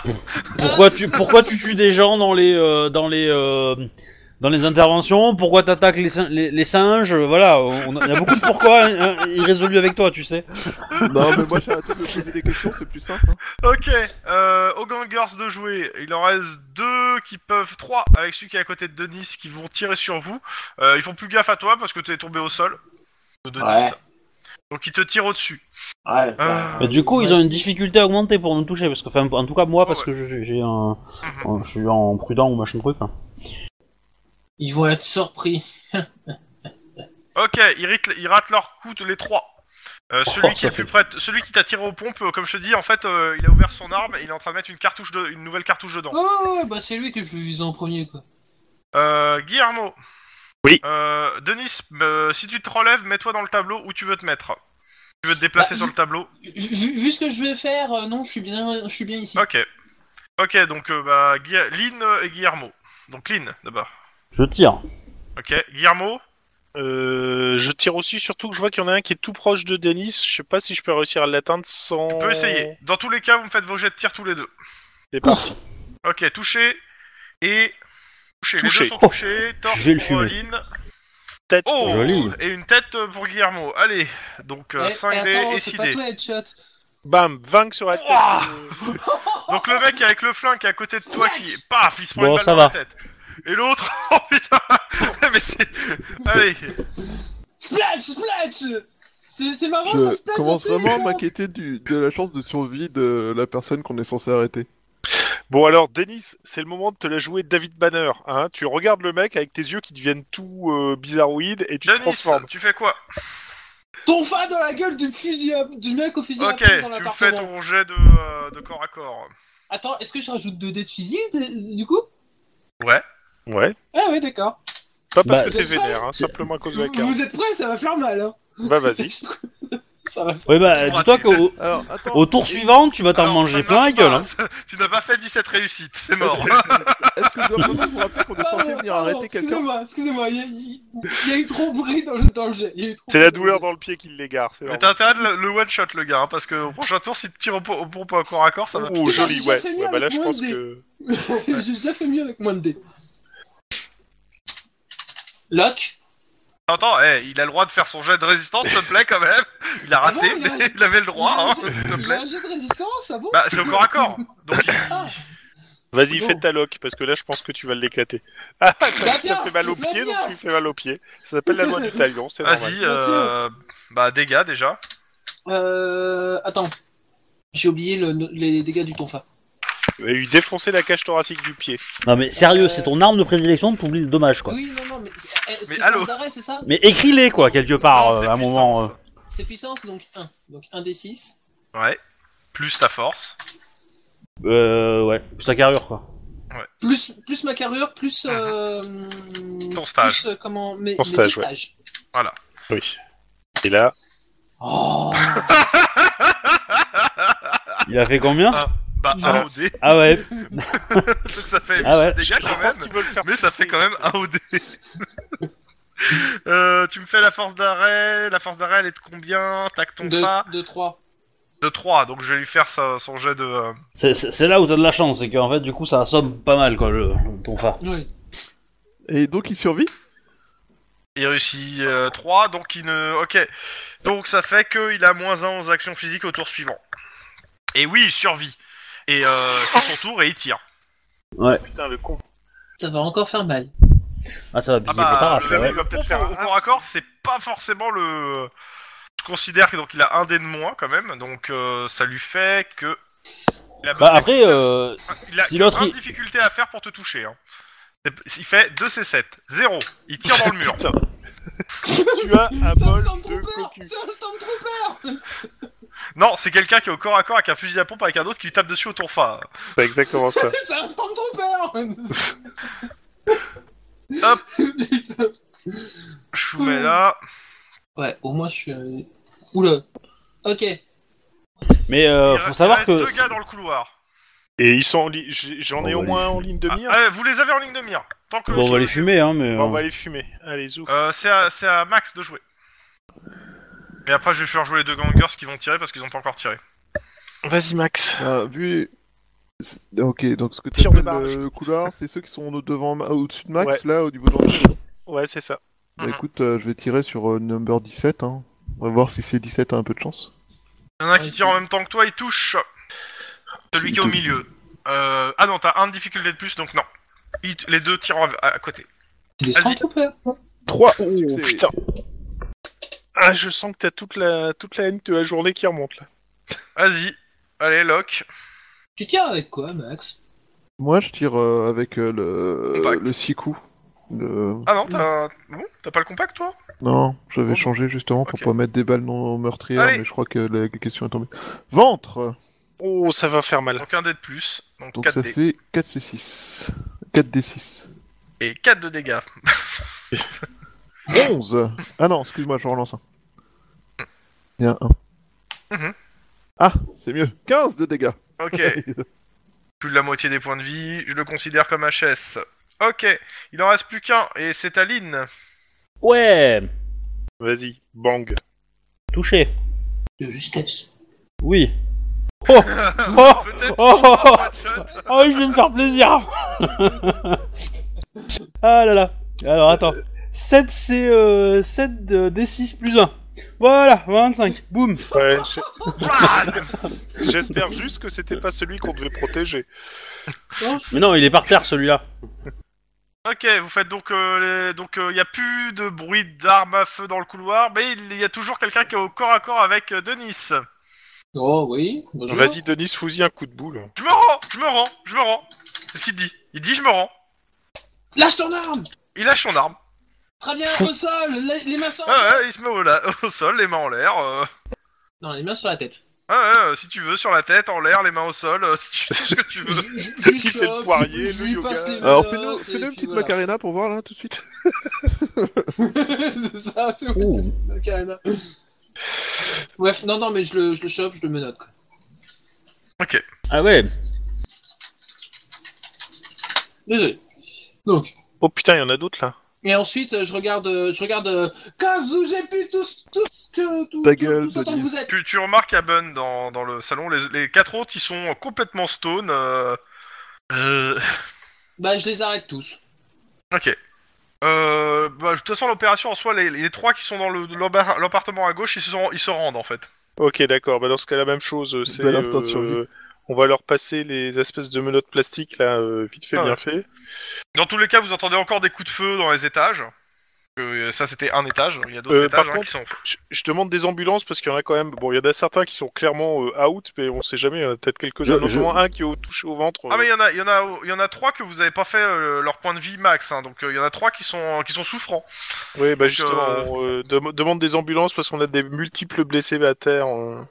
[SPEAKER 2] <laughs>
[SPEAKER 3] Pourquoi tu, pourquoi tu tues des gens dans les, euh, dans les, euh, dans les interventions Pourquoi t'attaques les, sin- les, les singes Voilà, on a- il y a beaucoup de pourquoi hein, hein, irrésolus avec toi, tu sais.
[SPEAKER 4] Non, mais moi j'ai arrêté de me poser des questions, c'est plus simple. hein.
[SPEAKER 2] Ok, euh, aux gangers de jouer, il en reste deux qui peuvent, trois avec celui qui est à côté de Denis qui vont tirer sur vous. Euh, ils font plus gaffe à toi parce que t'es tombé au sol. de Denis.
[SPEAKER 1] Ouais.
[SPEAKER 2] Donc ils te tirent au-dessus.
[SPEAKER 1] Ouais,
[SPEAKER 2] bah,
[SPEAKER 3] Mais du coup, ils ont une difficulté augmentée pour nous toucher, parce que, enfin, en tout cas moi, parce
[SPEAKER 2] Ah Ouais.
[SPEAKER 3] que je- j'ai un,
[SPEAKER 2] Mhm.
[SPEAKER 3] un- je suis en prudent ou machin truc. hein.
[SPEAKER 1] Ils vont être surpris.
[SPEAKER 2] Ok, ils, rit- ils ratent leur coup tous les trois. Euh, celui
[SPEAKER 3] Oh,
[SPEAKER 2] qui
[SPEAKER 3] ça
[SPEAKER 2] est plus
[SPEAKER 3] fait-
[SPEAKER 2] près, celui qui t'a tiré aux pompes, euh, comme je te dis, en fait, euh, il a ouvert son arme et il est en train de mettre une cartouche, de... une nouvelle cartouche dedans.
[SPEAKER 1] Oh, ouais, bah c'est lui que je vais viser en premier, quoi.
[SPEAKER 2] Euh, Guillermo.
[SPEAKER 5] Oui.
[SPEAKER 2] Euh, Denis, euh, si tu te relèves, mets-toi dans le tableau où tu veux te mettre. Tu veux te déplacer
[SPEAKER 1] Bah,
[SPEAKER 2] sur le tableau.
[SPEAKER 1] Vu, vu- vu ce que je vais faire, euh, non, je suis bien, je suis bien ici.
[SPEAKER 2] Ok. Ok, donc euh, bah, Gui- Lynn et Guillermo. Donc Lynn, d'abord.
[SPEAKER 3] Je tire.
[SPEAKER 2] Ok, Guillermo
[SPEAKER 5] Euh, je tire aussi, surtout que je vois qu'il y en a un qui est tout proche de Denis. Je sais pas si je peux réussir à l'atteindre sans.
[SPEAKER 2] peut essayer. Dans tous les cas, vous me faites vos jets de tir tous les deux.
[SPEAKER 5] C'est parti.
[SPEAKER 2] Ok, touché et... Touché.
[SPEAKER 5] Touché.
[SPEAKER 2] Les deux sont touchés. Torse
[SPEAKER 3] Oh. Je vais le
[SPEAKER 2] pour euh,
[SPEAKER 3] fumer.
[SPEAKER 2] Lynn.
[SPEAKER 5] Tête.
[SPEAKER 2] Oh
[SPEAKER 3] Joli.
[SPEAKER 2] Et une tête euh, pour Guillermo. Allez, donc
[SPEAKER 1] Eh,
[SPEAKER 2] 5D
[SPEAKER 1] eh, attends,
[SPEAKER 2] et
[SPEAKER 1] c'est pas
[SPEAKER 2] 6D.
[SPEAKER 1] toi headshot.
[SPEAKER 5] Bam, 20 sur la tête.
[SPEAKER 2] Ouah.
[SPEAKER 5] Euh,
[SPEAKER 2] Donc le mec avec le flingue qui est à côté de toi qui... Paf, il se prend
[SPEAKER 3] Bon,
[SPEAKER 2] une balle
[SPEAKER 3] ça
[SPEAKER 2] dans
[SPEAKER 3] va.
[SPEAKER 2] la tête. Et l'autre... <laughs> Oh putain Mais c'est... Allez,
[SPEAKER 1] Splash, splash. C'est c'est marrant, Oh, ça
[SPEAKER 4] Je
[SPEAKER 1] splash.
[SPEAKER 4] commence
[SPEAKER 1] dans tous les
[SPEAKER 4] vraiment à
[SPEAKER 1] sens.
[SPEAKER 4] m'inquiéter du- de la chance de survie de la personne qu'on est censé arrêter.
[SPEAKER 5] Bon alors, Denis, c'est le moment de te la jouer David Banner. Hein. Tu regardes le mec avec tes yeux qui deviennent tout euh, bizarroïdes et tu te
[SPEAKER 2] Denis,
[SPEAKER 5] transformes.
[SPEAKER 2] tu fais quoi
[SPEAKER 1] Ton fa dans la gueule du fusil, à- du mec au fusil à
[SPEAKER 2] Ok,
[SPEAKER 1] pompe dans
[SPEAKER 2] tu me fais
[SPEAKER 1] l'appartement.
[SPEAKER 2] ton jet de, euh, de corps à corps.
[SPEAKER 1] Attends, est-ce que je rajoute 2 dés de fusil d- du coup
[SPEAKER 5] Ouais.
[SPEAKER 1] Ah ouais, d'accord.
[SPEAKER 5] Pas parce
[SPEAKER 3] Bah,
[SPEAKER 5] que t'es vénère, hein, simplement à cause de la
[SPEAKER 1] Vous,
[SPEAKER 5] carte.
[SPEAKER 1] vous êtes prêts Ça va faire mal. Hein.
[SPEAKER 5] Bah vas-y.
[SPEAKER 1] <laughs> ça va.
[SPEAKER 3] Oui, bah,
[SPEAKER 2] Oh,
[SPEAKER 3] dis-toi
[SPEAKER 2] t'es-
[SPEAKER 3] qu'au
[SPEAKER 4] Alors, attends.
[SPEAKER 3] au tour suivant, tu vas t'en
[SPEAKER 2] Alors,
[SPEAKER 3] manger
[SPEAKER 2] ça
[SPEAKER 3] plein la
[SPEAKER 2] marche
[SPEAKER 3] gueule.
[SPEAKER 2] pas,
[SPEAKER 3] hein.
[SPEAKER 2] ça- <laughs> Tu n'as pas fait 17 réussites, c'est mort.
[SPEAKER 4] Est-ce que je dois vraiment vous rappeler qu'on est censé
[SPEAKER 1] Pardon, pardon,
[SPEAKER 4] venir arrêter quelqu'un
[SPEAKER 1] Excusez-moi, excusez-moi, il y, a- il- il y a eu trop de bruit dans le, dans le jeu. il y a eu trop
[SPEAKER 5] C'est
[SPEAKER 1] de
[SPEAKER 5] la
[SPEAKER 1] bruit.
[SPEAKER 5] douleur dans le pied qui l'égare. c'est
[SPEAKER 2] Mais
[SPEAKER 5] normal.
[SPEAKER 2] <laughs> t'as intérêt de le, one shot le gars, hein, parce que au prochain tour, si tu tires au, po- au pompe à corps à corps, ça va.
[SPEAKER 5] Oh,
[SPEAKER 1] Putain,
[SPEAKER 5] joli,
[SPEAKER 1] j'ai
[SPEAKER 5] ouais.
[SPEAKER 1] fait mieux
[SPEAKER 5] Ouais, bah là,
[SPEAKER 1] avec
[SPEAKER 5] je
[SPEAKER 1] moins
[SPEAKER 5] pense
[SPEAKER 1] de dés. <laughs>
[SPEAKER 5] que.
[SPEAKER 1] J'ai déjà fait mieux avec moins de dés. Lock
[SPEAKER 2] Attends, eh, il a le droit de faire son jet de résistance, s'il te plaît quand même. Il a
[SPEAKER 1] Ah bon,
[SPEAKER 2] raté,
[SPEAKER 1] il a-
[SPEAKER 2] mais il avait le droit, hein,
[SPEAKER 1] Il a un
[SPEAKER 2] s'il
[SPEAKER 1] jet-
[SPEAKER 2] te
[SPEAKER 1] il a
[SPEAKER 2] plaît.
[SPEAKER 1] un jet de résistance, ah bon
[SPEAKER 2] Bah, c'est au corps à corps. Donc, il-
[SPEAKER 1] Ah.
[SPEAKER 5] Vas-y,
[SPEAKER 1] Bon.
[SPEAKER 5] fais ta loque, parce que là, je pense que tu vas l'éclater. Ah, comme
[SPEAKER 1] Bah
[SPEAKER 5] ça
[SPEAKER 1] tiens,
[SPEAKER 5] fait mal au
[SPEAKER 1] bah
[SPEAKER 5] pied, donc
[SPEAKER 1] tiens.
[SPEAKER 5] tu fais mal au pied. Ça s'appelle
[SPEAKER 1] <laughs>
[SPEAKER 5] la loi du talion, c'est normal.
[SPEAKER 2] vas-y, euh, bah dégâts déjà.
[SPEAKER 1] Euh. Attends. J'ai oublié le- les dégâts du tonfa.
[SPEAKER 5] Il va lui défoncer la cage thoracique du pied.
[SPEAKER 3] Non mais sérieux,
[SPEAKER 2] Euh,
[SPEAKER 3] c'est ton arme de prédilection, t'oublies le dommage quoi.
[SPEAKER 1] Oui, non, non, mais c'est- eh, c'est
[SPEAKER 2] allô
[SPEAKER 1] force d'arrêt, c'est ça
[SPEAKER 3] Mais écris-les quoi, quelque part,
[SPEAKER 2] Non,
[SPEAKER 3] euh,
[SPEAKER 2] c'est
[SPEAKER 3] à un moment.
[SPEAKER 2] puissance.
[SPEAKER 1] C'est puissance, donc 1. Donc 1 des 6.
[SPEAKER 2] Ouais. Plus ta force.
[SPEAKER 3] euh, euh, ouais, plus la carrure quoi.
[SPEAKER 1] Plus, plus ma carrure, plus. euh,
[SPEAKER 2] Ton stage.
[SPEAKER 1] Plus, euh, comment, mais,
[SPEAKER 5] Ton
[SPEAKER 1] mais
[SPEAKER 5] stage,
[SPEAKER 1] ton
[SPEAKER 5] ouais.
[SPEAKER 1] stage.
[SPEAKER 5] Oui. Et là,
[SPEAKER 1] Oh
[SPEAKER 3] Il a fait combien
[SPEAKER 2] Ah. Bah,
[SPEAKER 1] Ah.
[SPEAKER 2] un OD.
[SPEAKER 3] Ah ouais,
[SPEAKER 2] <laughs> Donc ça fait
[SPEAKER 3] Ah ouais.
[SPEAKER 2] des dégâts quand
[SPEAKER 5] pense
[SPEAKER 2] même.
[SPEAKER 5] qu'ils veulent faire
[SPEAKER 2] Mais ça fait quand même un OD. <laughs> euh, tu me fais la force d'arrêt. La force d'arrêt, elle est de combien Tac ton pas.
[SPEAKER 1] 2, 3.
[SPEAKER 2] De 3. Donc je vais lui faire sa- son jet de. euh,
[SPEAKER 3] c'est- c'est c'est là où t'as de la chance, c'est qu'en fait du coup ça assomme pas mal quoi, le, ton phare.
[SPEAKER 1] Oui.
[SPEAKER 4] Et donc il survit
[SPEAKER 2] Il réussit 3, donc il ne. Ok. Donc ça fait qu'il a moins 1 aux actions physiques au tour suivant. Et oui, il survit. Et euh, c'est son tour et il tire.
[SPEAKER 5] Putain, le con.
[SPEAKER 1] Ça va encore faire mal.
[SPEAKER 3] Ah ça va piquer
[SPEAKER 2] Ah
[SPEAKER 3] les
[SPEAKER 2] bah,
[SPEAKER 3] taraches,
[SPEAKER 2] le
[SPEAKER 3] quoi, ouais.
[SPEAKER 2] mec,
[SPEAKER 5] peut-être
[SPEAKER 2] au-
[SPEAKER 5] faire un
[SPEAKER 2] au corps à corps, c'est pas forcément le. Je considère que donc il a un dé de moins quand même, donc euh, ça lui fait que. Il a,
[SPEAKER 3] Bah après, euh,
[SPEAKER 2] il a
[SPEAKER 3] si l'autre,
[SPEAKER 2] un
[SPEAKER 3] il-
[SPEAKER 2] difficulté à faire pour te toucher. hein. C'est- Il fait 2 C7, 0. Il tire dans le
[SPEAKER 3] <laughs>
[SPEAKER 2] mur.
[SPEAKER 5] Putain. tu as un
[SPEAKER 1] C'est un
[SPEAKER 5] bol de
[SPEAKER 1] Stormtrooper
[SPEAKER 5] cocu.
[SPEAKER 1] C'est un Stormtrooper
[SPEAKER 2] Non, c'est quelqu'un qui est au corps à corps avec un fusil à pompe avec un autre qui lui tape dessus au tour fa.
[SPEAKER 5] C'est exactement ça.
[SPEAKER 1] C'est un Stormtrooper
[SPEAKER 2] <laughs> Hop. Je vous mets là.
[SPEAKER 1] Ouais, au moins je suis. euh, Oula Ok.
[SPEAKER 3] mais euh,
[SPEAKER 2] Il
[SPEAKER 3] faut
[SPEAKER 2] reste-
[SPEAKER 3] savoir
[SPEAKER 2] il
[SPEAKER 3] que...
[SPEAKER 2] reste deux gars dans le couloir.
[SPEAKER 5] Et ils sont en li- j'ai- J'en ai
[SPEAKER 3] On
[SPEAKER 5] au
[SPEAKER 3] va
[SPEAKER 5] moins
[SPEAKER 3] les
[SPEAKER 5] en ligne de
[SPEAKER 2] Ah,
[SPEAKER 5] mire.
[SPEAKER 2] euh, vous les avez en ligne de mire. Tant que.
[SPEAKER 3] Bon, on va les fumer, hein, mais...
[SPEAKER 5] Bon, on
[SPEAKER 3] euh,
[SPEAKER 5] va les fumer. Allez, zou.
[SPEAKER 2] Euh, c'est à, c'est à Max de jouer. Et après, je vais faire jouer les deux gangers qui vont tirer parce qu'ils ont pas encore tiré.
[SPEAKER 5] Vas-y, Max.
[SPEAKER 4] Euh, Vu. c'est- Ok, donc ce que tu
[SPEAKER 5] Tir de
[SPEAKER 4] appelles
[SPEAKER 5] barrage.
[SPEAKER 4] le couloir, c'est ceux qui sont au- devant, ma- au-dessus de Max,
[SPEAKER 5] Ouais.
[SPEAKER 4] là, au niveau de l'entrée.
[SPEAKER 5] Ouais, c'est ça.
[SPEAKER 4] Bah
[SPEAKER 2] Mhm.
[SPEAKER 4] écoute, euh, je vais tirer sur euh, number 17, hein. On va voir si c'est 17 a un peu de chance.
[SPEAKER 2] Il y en a un
[SPEAKER 1] Ouais,
[SPEAKER 2] qui tire
[SPEAKER 1] c'est-
[SPEAKER 2] en même temps que toi, il touche celui qui est au milieu. Euh, ah non, t'as un de difficulté de plus, donc non. Il- les deux tirent à, à côté.
[SPEAKER 1] C'est des
[SPEAKER 2] Vas-y.
[SPEAKER 1] Stormtroopers
[SPEAKER 4] 3
[SPEAKER 5] Oh, putain. Ah, je sens que t'as toute la... toute la haine de la journée qui remonte, là.
[SPEAKER 2] Vas-y, allez, lock.
[SPEAKER 1] Tu tires avec quoi, Max
[SPEAKER 4] Moi je tire euh, avec euh, le,
[SPEAKER 2] Compact.
[SPEAKER 4] le 6 coups. Le-
[SPEAKER 2] Ah non, t'as bon, t'as pas le compact toi
[SPEAKER 4] Non, j'avais
[SPEAKER 2] Oh.
[SPEAKER 4] changé justement pour
[SPEAKER 2] Ok.
[SPEAKER 4] pas mettre des balles non meurtrières,
[SPEAKER 2] Allez.
[SPEAKER 4] mais je crois que la question est tombée. Ventre
[SPEAKER 5] Oh, ça va faire mal.
[SPEAKER 2] Donc un dé de plus, donc,
[SPEAKER 4] Donc
[SPEAKER 2] 4
[SPEAKER 4] ça
[SPEAKER 2] dés.
[SPEAKER 4] fait 4C6. 4D6.
[SPEAKER 2] Et 4 de dégâts.
[SPEAKER 4] 11 Ah non, excuse-moi, je relance un. Il y a un.
[SPEAKER 2] Mhm.
[SPEAKER 4] Ah, c'est mieux. 15 de dégâts <laughs>
[SPEAKER 2] Ok. plus de la moitié des points de vie, je le considère comme HS. Ok, il en reste plus qu'un, et c'est à Lynn.
[SPEAKER 3] Ouais,
[SPEAKER 5] Vas-y, bang.
[SPEAKER 3] touché,
[SPEAKER 1] De justesse.
[SPEAKER 3] oui. Oh Oh
[SPEAKER 2] Peut-être
[SPEAKER 3] Oh, oh, oh.
[SPEAKER 2] one shot.
[SPEAKER 3] Ah oui, je vais me faire plaisir <laughs> Ah là là Alors attends. 7 c'est euh, 7 de- des 6 plus 1. Voilà, 25. Boum
[SPEAKER 5] Ouais, j'ai-
[SPEAKER 2] Bam
[SPEAKER 5] <laughs> j'espère juste que c'était pas celui qu'on devait protéger.
[SPEAKER 3] Mais non, il est par terre celui-là.
[SPEAKER 2] Ok, vous faites donc euh, les- donc il y a plus de bruit d'armes à feu dans le couloir, mais il y a toujours quelqu'un qui est au corps à corps avec euh, Denis.
[SPEAKER 1] Oh oui, bonjour.
[SPEAKER 5] Vas-y, Denis, fous-y un coup de boule.
[SPEAKER 2] Je me rends, je me rends, je me rends. Qu'est-ce qu'il dit Il dit je me rends.
[SPEAKER 1] Lâche ton arme
[SPEAKER 2] Il lâche son arme.
[SPEAKER 1] Très bien, au sol les, les mains sur la
[SPEAKER 2] Ah
[SPEAKER 1] tête
[SPEAKER 2] ouais, il se met au, la- <laughs> au sol, les mains en l'air. euh.
[SPEAKER 1] Non, les mains sur la
[SPEAKER 2] <laughs>
[SPEAKER 1] tête.
[SPEAKER 2] Ah ouais, euh, si tu veux, sur la tête, en l'air, les mains au sol, euh, <laughs> si tu ce que tu
[SPEAKER 1] Je,
[SPEAKER 2] veux.
[SPEAKER 1] je, je lui
[SPEAKER 5] Il fait le
[SPEAKER 1] chope,
[SPEAKER 5] poirier,
[SPEAKER 1] je
[SPEAKER 5] le
[SPEAKER 1] lui
[SPEAKER 5] yoga.
[SPEAKER 1] passe les
[SPEAKER 4] Alors
[SPEAKER 1] menottes,
[SPEAKER 4] fais-nous
[SPEAKER 1] et
[SPEAKER 4] fais-nous une
[SPEAKER 1] puis
[SPEAKER 4] petite
[SPEAKER 1] Ah, voilà.
[SPEAKER 4] macarena pour voir là tout de suite.
[SPEAKER 1] <laughs> c'est ça, fais-moi une petite macarena. Bref, non, non, mais je le, je le chope, je le menote. quoi.
[SPEAKER 3] Ah ouais
[SPEAKER 1] Désolé. Donc,
[SPEAKER 5] Oh putain, il y en a d'autres, là.
[SPEAKER 1] et ensuite, euh, je regarde, euh, je regarde, euh, quand vous j'ai pu tous, tous, que, tout,
[SPEAKER 4] Ta
[SPEAKER 1] tout-
[SPEAKER 4] gueule,
[SPEAKER 1] tous autant que
[SPEAKER 4] Denis.
[SPEAKER 1] vous êtes.
[SPEAKER 2] Tu, tu remarques à Bun dans, dans le salon, les, les quatre autres ils sont complètement stone. euh, euh,
[SPEAKER 1] Bah, je les arrête tous.
[SPEAKER 2] Ok. Euh, bah, de toute façon, l'opération en soi, les, les trois qui sont dans le- l'embar- l'appartement à gauche, ils se, sont- ils se rendent en fait.
[SPEAKER 5] Ok, d'accord. Bah, dans ce cas, la même chose. euh, C'est,
[SPEAKER 4] Bah, l'instinct de
[SPEAKER 5] euh,
[SPEAKER 4] survie.
[SPEAKER 5] on va leur passer les espèces de menottes plastiques, là, euh, vite fait,
[SPEAKER 2] Ah
[SPEAKER 5] bien
[SPEAKER 2] ouais.
[SPEAKER 5] fait.
[SPEAKER 2] Dans tous les cas, vous entendez encore des coups de feu dans les étages. Euh, ça, c'était un étage. Il y a d'autres
[SPEAKER 5] Euh,
[SPEAKER 2] étages
[SPEAKER 5] par
[SPEAKER 2] hein, qui sont.
[SPEAKER 5] Je, je demande des ambulances parce qu'il y en a quand même. Bon, il y en a certains qui sont clairement euh, out, mais on sait jamais. euh, Peut-être quelques-uns.
[SPEAKER 3] Je- je-
[SPEAKER 5] Notamment un qui est au touché au ventre.
[SPEAKER 2] Ah
[SPEAKER 5] euh,
[SPEAKER 2] mais il y en a, il y en a, il y en a trois que vous avez pas fait euh, leur point de vie max. hein, donc euh, il y en a trois qui sont, qui sont souffrants.
[SPEAKER 5] Oui, bah
[SPEAKER 2] Donc,
[SPEAKER 5] justement,
[SPEAKER 2] euh,
[SPEAKER 5] on euh, dem- demande des ambulances parce qu'on a des multiples blessés à terre. euh.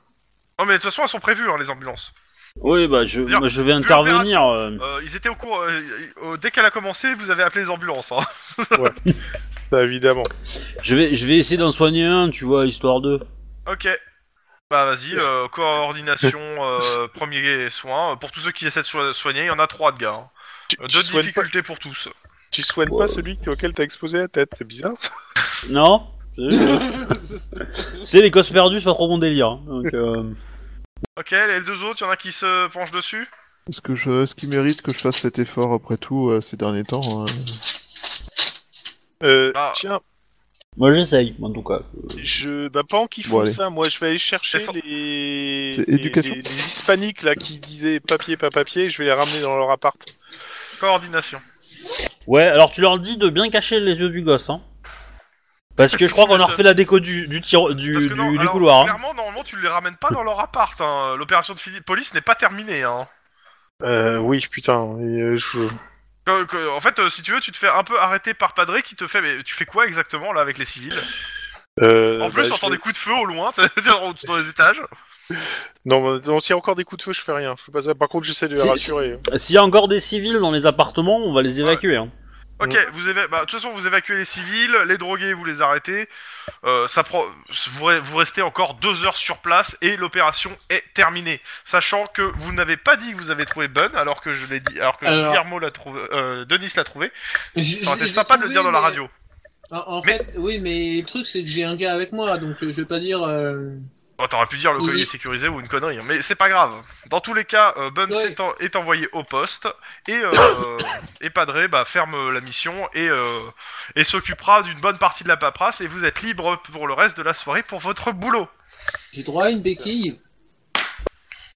[SPEAKER 2] Non mais de toute façon elles sont prévues hein, les ambulances.
[SPEAKER 3] Oui, bah je,
[SPEAKER 2] Dire,
[SPEAKER 3] moi, je vais
[SPEAKER 2] vu l'opération,
[SPEAKER 3] intervenir.
[SPEAKER 5] Mm.
[SPEAKER 3] euh,
[SPEAKER 2] Euh, ils étaient au cours. euh, euh, dès qu'elle a commencé, vous avez appelé les ambulances. Hein. <laughs>
[SPEAKER 5] Ça, Bah, évidemment.
[SPEAKER 3] je vais, je vais essayer d'en soigner un, tu vois, histoire de.
[SPEAKER 2] ok. Bah vas-y, euh, coordination, euh,
[SPEAKER 5] <laughs>
[SPEAKER 2] premier soin. Euh, Pour tous ceux qui essaient de so- soigner, il y en a trois de gars. hein.
[SPEAKER 5] Tu,
[SPEAKER 2] Euh,
[SPEAKER 5] tu
[SPEAKER 2] Deux
[SPEAKER 5] soignes pas,
[SPEAKER 2] difficultés pour tous.
[SPEAKER 5] tu soignes pas celui que- auquel t'as exposé la tête, c'est bizarre ça.
[SPEAKER 3] Non <laughs> C'est les cosses perdues, c'est pas trop mon délire. hein, Donc, euh,
[SPEAKER 2] Ok, les deux autres, il y en a qui se penchent dessus.
[SPEAKER 4] Est-ce que je, ce qui mérite que je fasse cet effort après tout euh, ces derniers temps euh,
[SPEAKER 5] Euh,
[SPEAKER 2] Ah.
[SPEAKER 5] Tiens,
[SPEAKER 3] moi j'essaye, en tout cas.
[SPEAKER 5] je... bah, pas en kiffant
[SPEAKER 4] Bon, allez.
[SPEAKER 5] ça, moi je vais aller chercher
[SPEAKER 2] Elles sont-
[SPEAKER 5] les...
[SPEAKER 4] C'est
[SPEAKER 5] les-
[SPEAKER 4] éducation
[SPEAKER 5] les- les hispaniques là qui disaient papier, pas papier, et je vais les ramener dans leur appart.
[SPEAKER 2] Coordination.
[SPEAKER 3] Ouais, alors tu leur dis de bien cacher les yeux du gosse, hein. Parce que je crois qu'on leur fait la déco du, du, tiro- du,
[SPEAKER 2] Parce que
[SPEAKER 3] du-
[SPEAKER 2] non,
[SPEAKER 3] du
[SPEAKER 2] alors,
[SPEAKER 3] couloir. hein.
[SPEAKER 2] Clairement, normalement, tu les ramènes pas dans leur appart. hein. L'opération de fili- police n'est pas terminée. Hein.
[SPEAKER 5] Euh, oui, putain, et, euh, je...
[SPEAKER 2] Que- que- en fait, euh, si tu veux, tu te fais un peu arrêter par Padré qui te fait. Mais tu fais quoi exactement là avec les civils
[SPEAKER 5] Euh,
[SPEAKER 2] En plus,
[SPEAKER 5] bah,
[SPEAKER 2] t'entends
[SPEAKER 5] je-
[SPEAKER 2] des coups de feu au loin, <laughs> t'sais, dans dans les étages.
[SPEAKER 5] Non, mais- non, s'il y a encore des coups de feu, je fais rien. Je fais pas ça. Par contre, j'essaie de les
[SPEAKER 3] Si-
[SPEAKER 5] rassurer.
[SPEAKER 3] S'il y a encore des civils dans les appartements, on va les évacuer. Hein.
[SPEAKER 2] Ok, vous éva- bah, de toute façon, vous évacuez les civils, les drogués, vous les arrêtez. Euh, ça prend... vous, re- vous restez encore deux heures sur place et l'opération est terminée. Sachant que vous n'avez pas dit que vous avez trouvé Bun, alors que je l'ai dit, alors que
[SPEAKER 1] Alors-
[SPEAKER 2] Guillermo l'a trouvé, euh, Denis l'a trouvé.
[SPEAKER 1] J-
[SPEAKER 2] Ça aurait été
[SPEAKER 1] j'ai
[SPEAKER 2] sympa de le
[SPEAKER 1] trouvé,
[SPEAKER 2] dire dans la
[SPEAKER 1] mais-
[SPEAKER 2] radio.
[SPEAKER 1] En, en
[SPEAKER 2] Mais-
[SPEAKER 1] fait, oui, mais le truc, c'est que j'ai un gars avec moi, donc euh, je vais pas dire. euh,
[SPEAKER 2] Bon, T'aurais pu dire le
[SPEAKER 1] Oui.
[SPEAKER 2] collier sécurisé ou une connerie, hein, mais c'est pas grave. Dans tous les cas, euh, Bun
[SPEAKER 1] Ouais.
[SPEAKER 2] s'est en- est envoyé au poste et, euh, <coughs> et Padré bah, ferme euh, la mission et, euh, et s'occupera d'une bonne partie de la paperasse et vous êtes libre pour le reste de la soirée pour votre boulot.
[SPEAKER 1] J'ai droit à une béquille.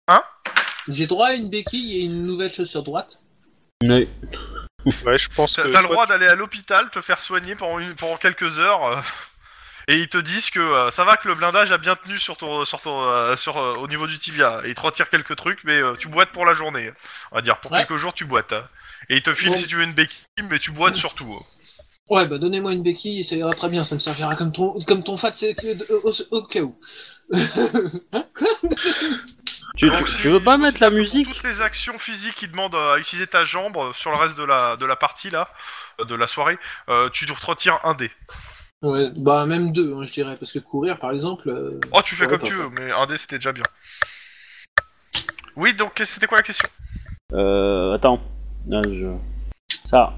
[SPEAKER 2] Hein
[SPEAKER 1] J'ai droit à une béquille et une nouvelle chaussure droite.
[SPEAKER 3] Mais-
[SPEAKER 5] Ouais, je pense
[SPEAKER 2] T'as
[SPEAKER 5] que.
[SPEAKER 2] t'as le droit d'aller à l'hôpital, te faire soigner pendant, une, pendant quelques heures, euh, et ils te disent que euh, ça va que le blindage a bien tenu sur ton, sur ton, euh, sur, euh, au niveau du tibia. Et ils te retirent quelques trucs, mais euh, tu boites pour la journée. On va dire, pour
[SPEAKER 1] Ouais.
[SPEAKER 2] quelques jours, tu boites. hein. Et ils te filent
[SPEAKER 1] Bon.
[SPEAKER 2] si tu veux une béquille, mais tu boites surtout. hein.
[SPEAKER 1] Ouais, bah donnez-moi une béquille et ça ira très bien, ça me servira comme ton, comme ton fat, c'est que- au, euh, au- au cas où. <laughs> Hein Quoi
[SPEAKER 3] Tu,
[SPEAKER 2] Donc,
[SPEAKER 3] tu-
[SPEAKER 2] si-
[SPEAKER 3] tu veux pas
[SPEAKER 2] donc,
[SPEAKER 3] mettre
[SPEAKER 2] si
[SPEAKER 3] la
[SPEAKER 2] t'as
[SPEAKER 3] musique
[SPEAKER 2] Toutes les actions physiques qui demandent à utiliser ta jambe euh, sur le reste de la, de la partie, là, euh, de la soirée, euh, tu te retires un dé.
[SPEAKER 1] Ouais, bah même deux, hein, je dirais, parce que courir, par exemple. euh,
[SPEAKER 2] Oh, tu fais
[SPEAKER 1] Ouais,
[SPEAKER 2] comme
[SPEAKER 1] pas
[SPEAKER 2] tu
[SPEAKER 1] ça.
[SPEAKER 2] veux, mais un dé, c'était déjà bien. Oui, donc c'était quoi la question
[SPEAKER 3] Euh, attends. Là, je- Ça.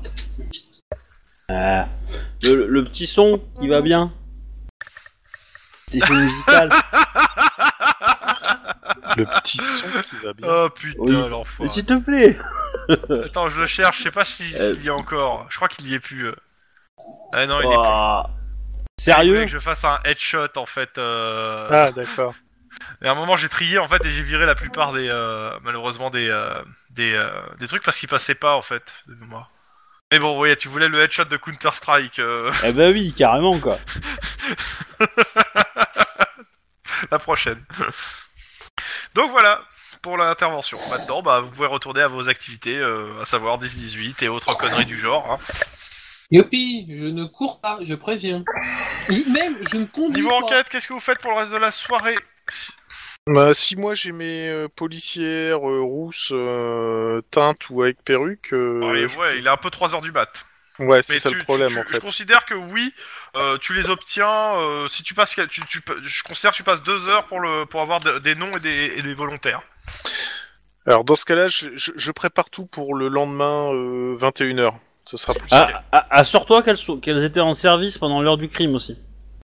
[SPEAKER 3] Euh, le, le petit son qui va bien. Petit effet
[SPEAKER 2] <laughs>
[SPEAKER 3] musical.
[SPEAKER 5] Le petit son qui va
[SPEAKER 2] <laughs>
[SPEAKER 5] bien.
[SPEAKER 2] Oh putain,
[SPEAKER 3] Oui.
[SPEAKER 2] l'enfoiré.
[SPEAKER 3] S'il te plaît.
[SPEAKER 2] Attends, je le cherche, je sais pas si- s'il
[SPEAKER 3] Euh.
[SPEAKER 2] y a encore. Je crois qu'il y est plus. euh. Ah non, il est plus.
[SPEAKER 3] Ouah.
[SPEAKER 2] Il
[SPEAKER 3] Sérieux
[SPEAKER 2] voulait que je fasse un headshot en fait. euh.
[SPEAKER 5] Ah, d'accord.
[SPEAKER 2] Et à un moment, j'ai trié en fait et j'ai viré la plupart des. euh, malheureusement, des. euh, des, euh, des trucs parce qu'ils passaient pas en fait, de mémoire. Mais bon, oui, tu voulais le headshot de Counter-Strike. euh, <laughs>
[SPEAKER 3] Eh ben oui, carrément quoi.
[SPEAKER 2] la prochaine. <laughs> Donc voilà pour l'intervention. Maintenant, bah, vous pouvez retourner à vos activités, euh, à savoir 10-18 et autres conneries du genre. hein.
[SPEAKER 1] Youpi, je ne cours pas, je préviens. Je- même, je ne conduis
[SPEAKER 2] Niveau
[SPEAKER 1] pas.
[SPEAKER 2] enquête, qu'est-ce que vous faites pour le reste de la soirée
[SPEAKER 5] Bah, si moi j'ai mes euh, policières euh, rousses euh, teintes ou avec perruque. euh,
[SPEAKER 2] Ouais,
[SPEAKER 5] je-
[SPEAKER 2] ouais, il est un peu 3 heures du mat.
[SPEAKER 5] Ouais, c'est
[SPEAKER 2] Mais
[SPEAKER 5] ça
[SPEAKER 2] tu-
[SPEAKER 5] le problème
[SPEAKER 2] tu-
[SPEAKER 5] en
[SPEAKER 2] Je
[SPEAKER 5] fait.
[SPEAKER 2] considère que oui, euh, tu les obtiens euh, si tu passes. Tu, tu, je considère que tu passes 2 heures pour le pour avoir de- des noms et des, et des volontaires.
[SPEAKER 5] Alors dans ce cas-là, je, je- je prépare tout pour le lendemain euh, 21h. Ce sera plus.
[SPEAKER 3] Ah, ah, Assure-toi qu'elles sont- qu'elles étaient en service pendant l'heure du crime aussi.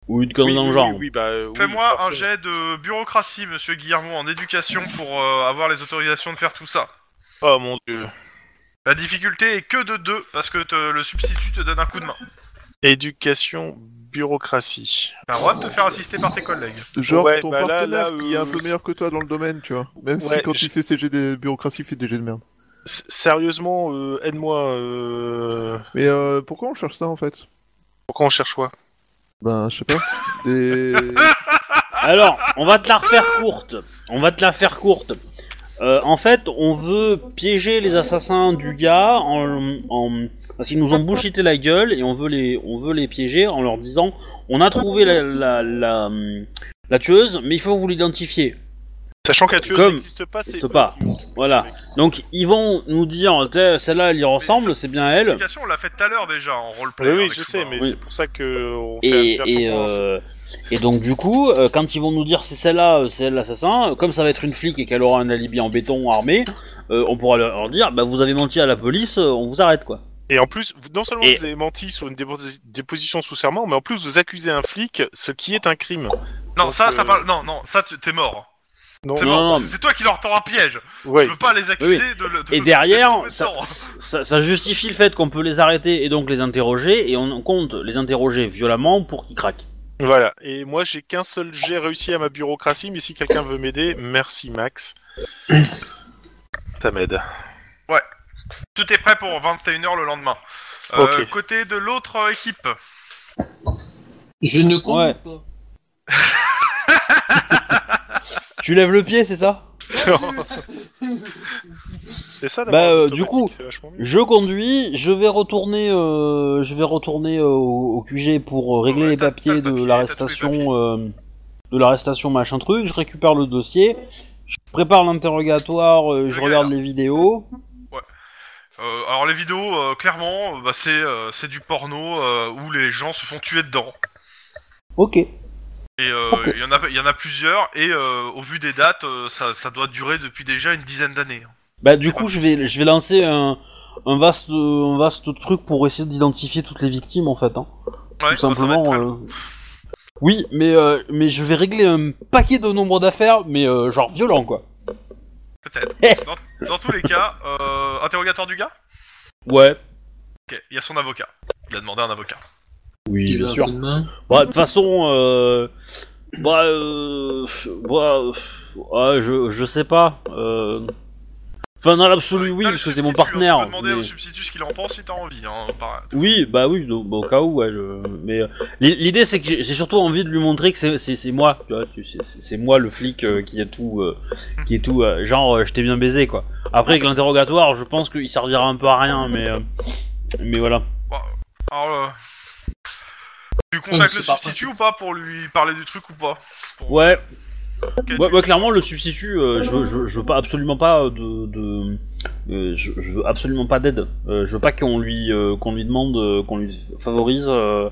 [SPEAKER 3] Ou une
[SPEAKER 5] Oui,
[SPEAKER 3] connerie dans le
[SPEAKER 5] oui,
[SPEAKER 3] genre.
[SPEAKER 5] oui, oui, bah, euh, oui,
[SPEAKER 2] Fais-moi un
[SPEAKER 5] parfait.
[SPEAKER 2] jet de bureaucratie, Monsieur Guillermo, en éducation pour euh, avoir les autorisations de faire tout ça.
[SPEAKER 5] Oh mon dieu.
[SPEAKER 2] La difficulté est que de 2 parce que te- le substitut te donne un coup de main.
[SPEAKER 5] Éducation, bureaucratie.
[SPEAKER 2] T'as le droit de te faire assister par tes collègues.
[SPEAKER 4] Genre
[SPEAKER 5] Ouais,
[SPEAKER 4] ton
[SPEAKER 5] bah là,
[SPEAKER 4] partenaire
[SPEAKER 5] là,
[SPEAKER 4] qui est un
[SPEAKER 5] euh,
[SPEAKER 4] peu meilleur que toi dans le domaine, tu vois. Même
[SPEAKER 5] Ouais,
[SPEAKER 4] si quand
[SPEAKER 5] je-
[SPEAKER 4] il fait ses jets de bureaucratie, il fait des jets de merde.
[SPEAKER 5] S- Sérieusement, euh, aide-moi. euh,
[SPEAKER 4] Mais euh, pourquoi on cherche ça en fait
[SPEAKER 5] Pourquoi on cherche quoi
[SPEAKER 4] Ben, je sais
[SPEAKER 5] <laughs>
[SPEAKER 4] pas. Des...
[SPEAKER 3] Alors, on va te la refaire courte. On va te la faire courte. Euh, en fait, on veut piéger les assassins du gars en, en- parce qu'ils nous ont bullshité la gueule et on veut les, on veut les piéger en leur disant on a trouvé la, la, la, la tueuse, mais il faut que vous l'identifiez.
[SPEAKER 5] Sachant qu'à tueuse
[SPEAKER 3] Comme-
[SPEAKER 5] n'existe pas, c'est
[SPEAKER 3] n'existe pas. Voilà. Donc ils vont nous dire t'es- celle-là elle y ressemble, c'est bien elle.
[SPEAKER 2] L'explication, on l'a faite tout à l'heure déjà en roleplay.
[SPEAKER 5] Oui, oui,
[SPEAKER 2] avec
[SPEAKER 5] je
[SPEAKER 2] Shuba.
[SPEAKER 5] sais, mais
[SPEAKER 3] Oui.
[SPEAKER 5] c'est pour ça que on fait
[SPEAKER 3] Et,
[SPEAKER 5] la
[SPEAKER 3] et,
[SPEAKER 5] version française.
[SPEAKER 3] euh, et donc du coup, euh, quand ils vont nous dire c'est celle-là, euh, c'est elle l'assassin, euh, comme ça va être une flic et qu'elle aura un alibi en béton armé, euh, on pourra leur leur dire bah vous avez menti à la police, euh, on vous arrête quoi.
[SPEAKER 5] Et en plus, vous- non seulement
[SPEAKER 3] Et-
[SPEAKER 5] vous avez menti sur une dépo- déposition sous serment, mais en plus vous accusez un flic, ce qui est un crime.
[SPEAKER 2] Non,
[SPEAKER 5] Donc,
[SPEAKER 2] ça, ça
[SPEAKER 5] euh,
[SPEAKER 2] parle. Non, non, ça, tu- t'es mort.
[SPEAKER 5] Non,
[SPEAKER 2] C'est
[SPEAKER 3] Non,
[SPEAKER 2] mort.
[SPEAKER 3] non, mais-
[SPEAKER 2] C'est toi qui leur tends un piège.
[SPEAKER 5] ouais.
[SPEAKER 2] Je veux pas les accuser de le. de-
[SPEAKER 3] Et
[SPEAKER 2] de- <laughs>
[SPEAKER 3] derrière,
[SPEAKER 2] de- de-
[SPEAKER 3] ça,
[SPEAKER 2] Non.
[SPEAKER 3] ça- ça justifie le fait qu'on peut les arrêter et donc les interroger et on compte les interroger violemment pour qu'ils craquent.
[SPEAKER 5] Voilà. Et moi, j'ai qu'un seul jet réussi à ma bureaucratie, mais si quelqu'un veut m'aider, merci Max. Ça
[SPEAKER 2] <laughs>
[SPEAKER 5] m'aide.
[SPEAKER 2] Tout est prêt pour 21h le lendemain. Euh,
[SPEAKER 5] Ok.
[SPEAKER 2] Côté de l'autre euh, équipe.
[SPEAKER 1] Je ne compte
[SPEAKER 3] Ouais.
[SPEAKER 1] pas.
[SPEAKER 3] Tu lèves le pied, c'est ça
[SPEAKER 5] C'est ça.
[SPEAKER 3] Bah,
[SPEAKER 5] d'avoir
[SPEAKER 3] euh,
[SPEAKER 5] un
[SPEAKER 3] du
[SPEAKER 5] automatique,
[SPEAKER 3] coup,
[SPEAKER 5] c'est
[SPEAKER 3] <laughs>
[SPEAKER 5] vachement mieux.
[SPEAKER 3] Je conduis, je vais retourner, euh, je vais retourner euh, au, au QG pour euh, régler
[SPEAKER 2] Ouais,
[SPEAKER 3] les
[SPEAKER 2] t'as- t'as
[SPEAKER 3] papiers
[SPEAKER 2] le
[SPEAKER 3] de
[SPEAKER 2] papier, t'as tous les
[SPEAKER 3] l'arrestation, euh, de l'arrestation machin truc. Je récupère le dossier, je prépare l'interrogatoire, euh, je
[SPEAKER 2] Le gars,
[SPEAKER 3] regarde
[SPEAKER 2] là.
[SPEAKER 3] les vidéos.
[SPEAKER 2] Euh, alors les vidéos, euh, clairement, euh, bah, c'est euh, c'est du porno euh, où les gens se font tuer dedans.
[SPEAKER 3] Ok.
[SPEAKER 2] Et euh,
[SPEAKER 3] Ok.
[SPEAKER 2] il y en a il y en a plusieurs et euh, au vu des dates, euh, ça, ça doit durer depuis déjà une dizaine d'années.
[SPEAKER 3] Bah du coup, je vais, je vais lancer un, un vaste, un vaste truc pour essayer d'identifier toutes les victimes en fait. Hein.
[SPEAKER 2] Ouais, ça,
[SPEAKER 3] Tout
[SPEAKER 2] ça va être
[SPEAKER 3] simplement.
[SPEAKER 2] très
[SPEAKER 3] euh,
[SPEAKER 2] long.
[SPEAKER 3] Oui, mais euh, mais je vais régler un paquet de nombre d'affaires, mais euh, genre violent quoi. euh.
[SPEAKER 2] Peut-être. dans, dans tous les cas, euh, interrogatoire du gars.
[SPEAKER 3] Ouais.
[SPEAKER 2] Ok, il y a son avocat. Il a demandé un avocat.
[SPEAKER 3] Oui,
[SPEAKER 1] Tu veux
[SPEAKER 3] bien
[SPEAKER 1] un
[SPEAKER 3] sûr.
[SPEAKER 1] coup de main
[SPEAKER 3] Bah, de toute façon, euh... Bah, euh... Bah, euh, ouais, je, je sais pas. Euh... Enfin, dans l'absolu,
[SPEAKER 2] Bah,
[SPEAKER 3] oui, parce que t'es mon
[SPEAKER 2] On peut
[SPEAKER 3] partenaire.
[SPEAKER 2] demander
[SPEAKER 3] mais-
[SPEAKER 2] au substitut ce qu'il en pense si t'as envie. Hein, par-
[SPEAKER 3] Oui, bah oui, donc, bah, au cas où, ouais. je- Mais euh, l'i- l'idée, c'est que j'ai j'ai surtout envie de lui montrer que c'est- c'est c'est moi, tu vois. tu- c'est- c'est- C'est moi le flic euh, qui est tout... euh, qui est tout... euh, genre, euh, je t'ai bien baisé, quoi. Après, que l'interrogatoire, je pense qu'il servira un peu à rien, mais... euh, mais voilà.
[SPEAKER 2] Alors, euh, tu
[SPEAKER 1] mais
[SPEAKER 2] contactes
[SPEAKER 1] c'est
[SPEAKER 2] le
[SPEAKER 1] par
[SPEAKER 2] substitut ou pas pour lui parler du truc ou pas
[SPEAKER 3] Ouais,
[SPEAKER 2] Ok,
[SPEAKER 3] Ouais,
[SPEAKER 2] tu-
[SPEAKER 3] ouais, clairement, le substitut, euh, je, veux, je, veux- je veux pas absolument pas de, de euh, je, je veux absolument pas d'aide. Euh, je veux pas qu'on lui, euh, qu'on lui demande, euh, qu'on lui favorise, euh,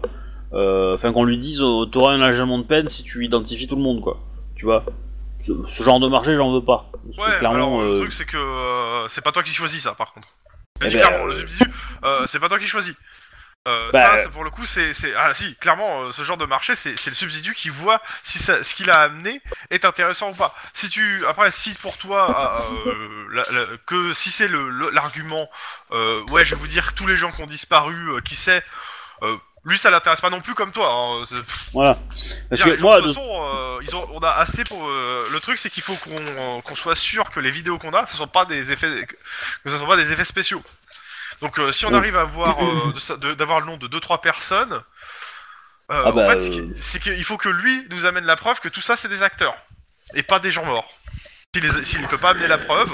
[SPEAKER 3] euh, enfin qu'on lui dise, euh, t'auras un allègement de peine si tu identifies tout le monde, quoi. Tu vois, ce, ce genre de marché, j'en veux pas. Parce que
[SPEAKER 2] Ouais, alors le
[SPEAKER 3] euh,
[SPEAKER 2] truc c'est que euh, c'est pas toi qui choisis ça par contre. Je
[SPEAKER 3] Eh
[SPEAKER 2] dis
[SPEAKER 3] ben,
[SPEAKER 2] clairement, le
[SPEAKER 3] euh,
[SPEAKER 2] substitut, euh, c'est pas toi qui choisis. Euh,
[SPEAKER 3] Bah,
[SPEAKER 2] ça,
[SPEAKER 3] euh,
[SPEAKER 2] c'est- pour le coup, c'est. c'est- Ah si, clairement, euh, ce genre de marché, c'est c'est le substitut qui voit si ça- ce qu'il a amené est intéressant ou pas. Si tu. Après, si pour toi, euh, la- la- que si c'est le- le- l'argument, euh, ouais, je vais vous dire tous les gens qui ont disparu, euh, qui sait, euh, lui ça l'intéresse pas non plus comme toi. hein, c'est-
[SPEAKER 3] voilà. Parce
[SPEAKER 2] Bien, les
[SPEAKER 3] que
[SPEAKER 2] gens,
[SPEAKER 3] moi,
[SPEAKER 2] de
[SPEAKER 3] de-
[SPEAKER 2] toute façon, euh, ils ont, on a assez pour. euh, le truc, c'est qu'il faut qu'on euh, qu'on soit sûr que les vidéos qu'on a, ce sont pas des effets, que ce sont pas des effets spéciaux. Donc, euh, si on
[SPEAKER 3] Oui.
[SPEAKER 2] arrive à
[SPEAKER 3] <clears throat>
[SPEAKER 2] avoir euh, de sa- de- d'avoir le nom de deux trois personnes, euh,
[SPEAKER 3] Ah bah,
[SPEAKER 2] en fait, c'est
[SPEAKER 3] euh.
[SPEAKER 2] qu'il- c'est qu'il faut que lui nous amène la preuve que tout ça, c'est des acteurs et pas des gens morts. S'il les- S'il ne peut pas amener la preuve,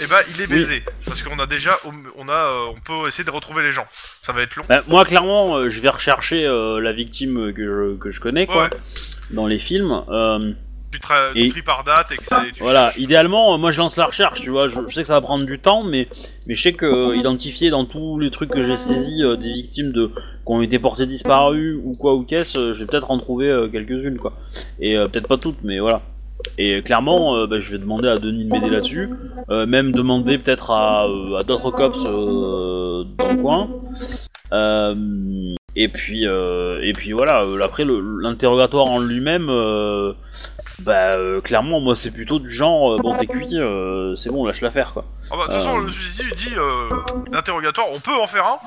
[SPEAKER 2] eh ben, il est baisé parce qu'on a déjà, on a, euh, on peut essayer de retrouver les gens. Ça va être long.
[SPEAKER 3] bah, moi, clairement, euh, je vais rechercher euh, la victime que je, que je connais, quoi,
[SPEAKER 2] Ouais.
[SPEAKER 3] dans les films. euh,
[SPEAKER 2] Tu, tra- tu
[SPEAKER 3] Et-
[SPEAKER 2] tries par date et que c'est. tu-
[SPEAKER 3] Voilà, idéalement, euh, moi je lance la recherche, tu vois. Je, je sais que ça va prendre du temps, mais, mais je sais que euh, identifier dans tous les trucs que j'ai saisis euh, des victimes de qui ont été portées disparues ou quoi ou qu'est-ce, euh, je vais peut-être en trouver euh, quelques-unes, quoi. Et euh, peut-être pas toutes, mais voilà. Et euh, clairement, euh, bah, je vais demander à Denis de m'aider là-dessus, euh, même demander peut-être à, euh, à d'autres cops euh, dans le coin. Euh, et puis, euh, et puis voilà. euh, Après, le- l'interrogatoire en lui-même, euh, bah euh, clairement, moi c'est plutôt du genre, euh, bon t'es cuit, euh, c'est bon, lâche l'affaire quoi.
[SPEAKER 2] Ah bah, de toute façon,
[SPEAKER 3] Euh.
[SPEAKER 2] le substitut il dit euh, l'interrogatoire, on peut en faire un,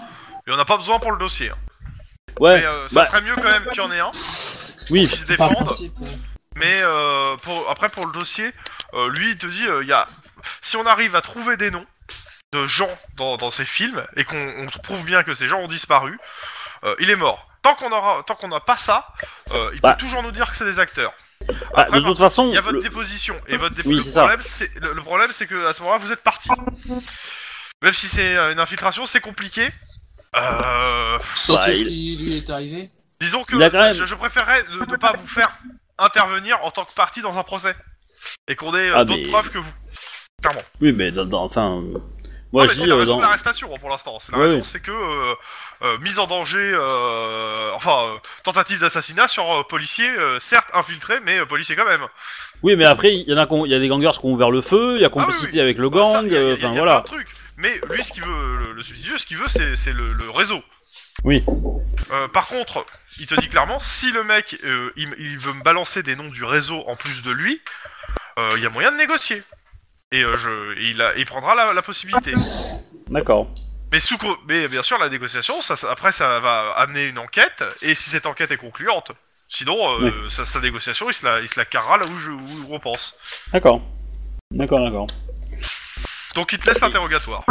[SPEAKER 2] mais on n'a pas besoin pour le dossier. hein.
[SPEAKER 3] Ouais,
[SPEAKER 2] Mais euh, ça
[SPEAKER 3] bah
[SPEAKER 2] serait mieux quand même qu'il y en ait un,
[SPEAKER 3] oui,
[SPEAKER 2] qui se
[SPEAKER 1] Par
[SPEAKER 2] défende.
[SPEAKER 1] principe, hein. ouais.
[SPEAKER 2] Mais euh, pour, après, pour le dossier, euh, lui, il te dit euh, il y a... si on arrive à trouver des noms de gens dans, dans ces films et qu'on on prouve bien que ces gens ont disparu, euh, il est mort. Tant qu'on aura, tant qu'on n'a pas ça, euh, il
[SPEAKER 3] Bah.
[SPEAKER 2] peut toujours nous dire que c'est des acteurs.
[SPEAKER 3] Bah,
[SPEAKER 2] Après,
[SPEAKER 3] de toute façon,
[SPEAKER 2] Il y a votre
[SPEAKER 3] le-
[SPEAKER 2] déposition et votre dé-
[SPEAKER 3] Oui,
[SPEAKER 2] le,
[SPEAKER 3] c'est ça.
[SPEAKER 2] problème, c'est, le, le problème c'est que à ce moment-là vous êtes parti. Même si c'est euh, une infiltration, c'est compliqué. Euh,
[SPEAKER 1] Surtout
[SPEAKER 3] Bah,
[SPEAKER 1] ce
[SPEAKER 3] il-
[SPEAKER 1] qui lui est arrivé.
[SPEAKER 2] disons que
[SPEAKER 3] Il a quand même-
[SPEAKER 2] je, je préférerais ne, ne pas vous faire intervenir en tant que partie dans un procès et qu'on ait euh,
[SPEAKER 3] Ah,
[SPEAKER 2] d'autres
[SPEAKER 3] mais-
[SPEAKER 2] preuves que vous. Clairement.
[SPEAKER 3] oui, mais dans, dans- enfin, euh,
[SPEAKER 2] Non, mais
[SPEAKER 3] moi je
[SPEAKER 2] c'est
[SPEAKER 3] dis
[SPEAKER 2] la
[SPEAKER 3] euh,
[SPEAKER 2] raison
[SPEAKER 3] dans-
[SPEAKER 2] de l'arrestation pour l'instant. C'est la
[SPEAKER 3] Ouais,
[SPEAKER 2] raison,
[SPEAKER 3] ouais.
[SPEAKER 2] c'est que euh, euh, mise en danger, euh, enfin euh, tentative d'assassinat sur euh, policier, euh, certes infiltré, mais euh, policier quand même.
[SPEAKER 3] oui, mais après il y en a, qu'on- il y a des gangers qui ont ouvert le feu, il y a complicité
[SPEAKER 2] Ah oui, oui.
[SPEAKER 3] avec le
[SPEAKER 2] Ah, Ça,
[SPEAKER 3] gang,
[SPEAKER 2] y a- y a-
[SPEAKER 3] euh,
[SPEAKER 2] y a-
[SPEAKER 3] enfin
[SPEAKER 2] y a
[SPEAKER 3] voilà.
[SPEAKER 2] plein de trucs. Mais lui, ce qu'il veut, le, le substitut, ce qu'il veut, c'est c'est le, le réseau.
[SPEAKER 3] Oui.
[SPEAKER 2] Euh, par contre, il te dit clairement, si le mec, euh, il, il veut me balancer des noms du réseau en plus de lui, euh, il y a moyen de négocier. Et euh, je, il, a- il prendra la, la possibilité.
[SPEAKER 3] D'accord.
[SPEAKER 2] Mais, sous, co- mais bien sûr, la négociation, ça, ça- après, ça va amener une enquête, et si cette enquête est concluante, sinon, euh, sa, sa négociation, il se la, il se la carrera là où, je, où on pense.
[SPEAKER 3] D'accord. D'accord, d'accord.
[SPEAKER 2] Donc il te laisse l'interrogatoire.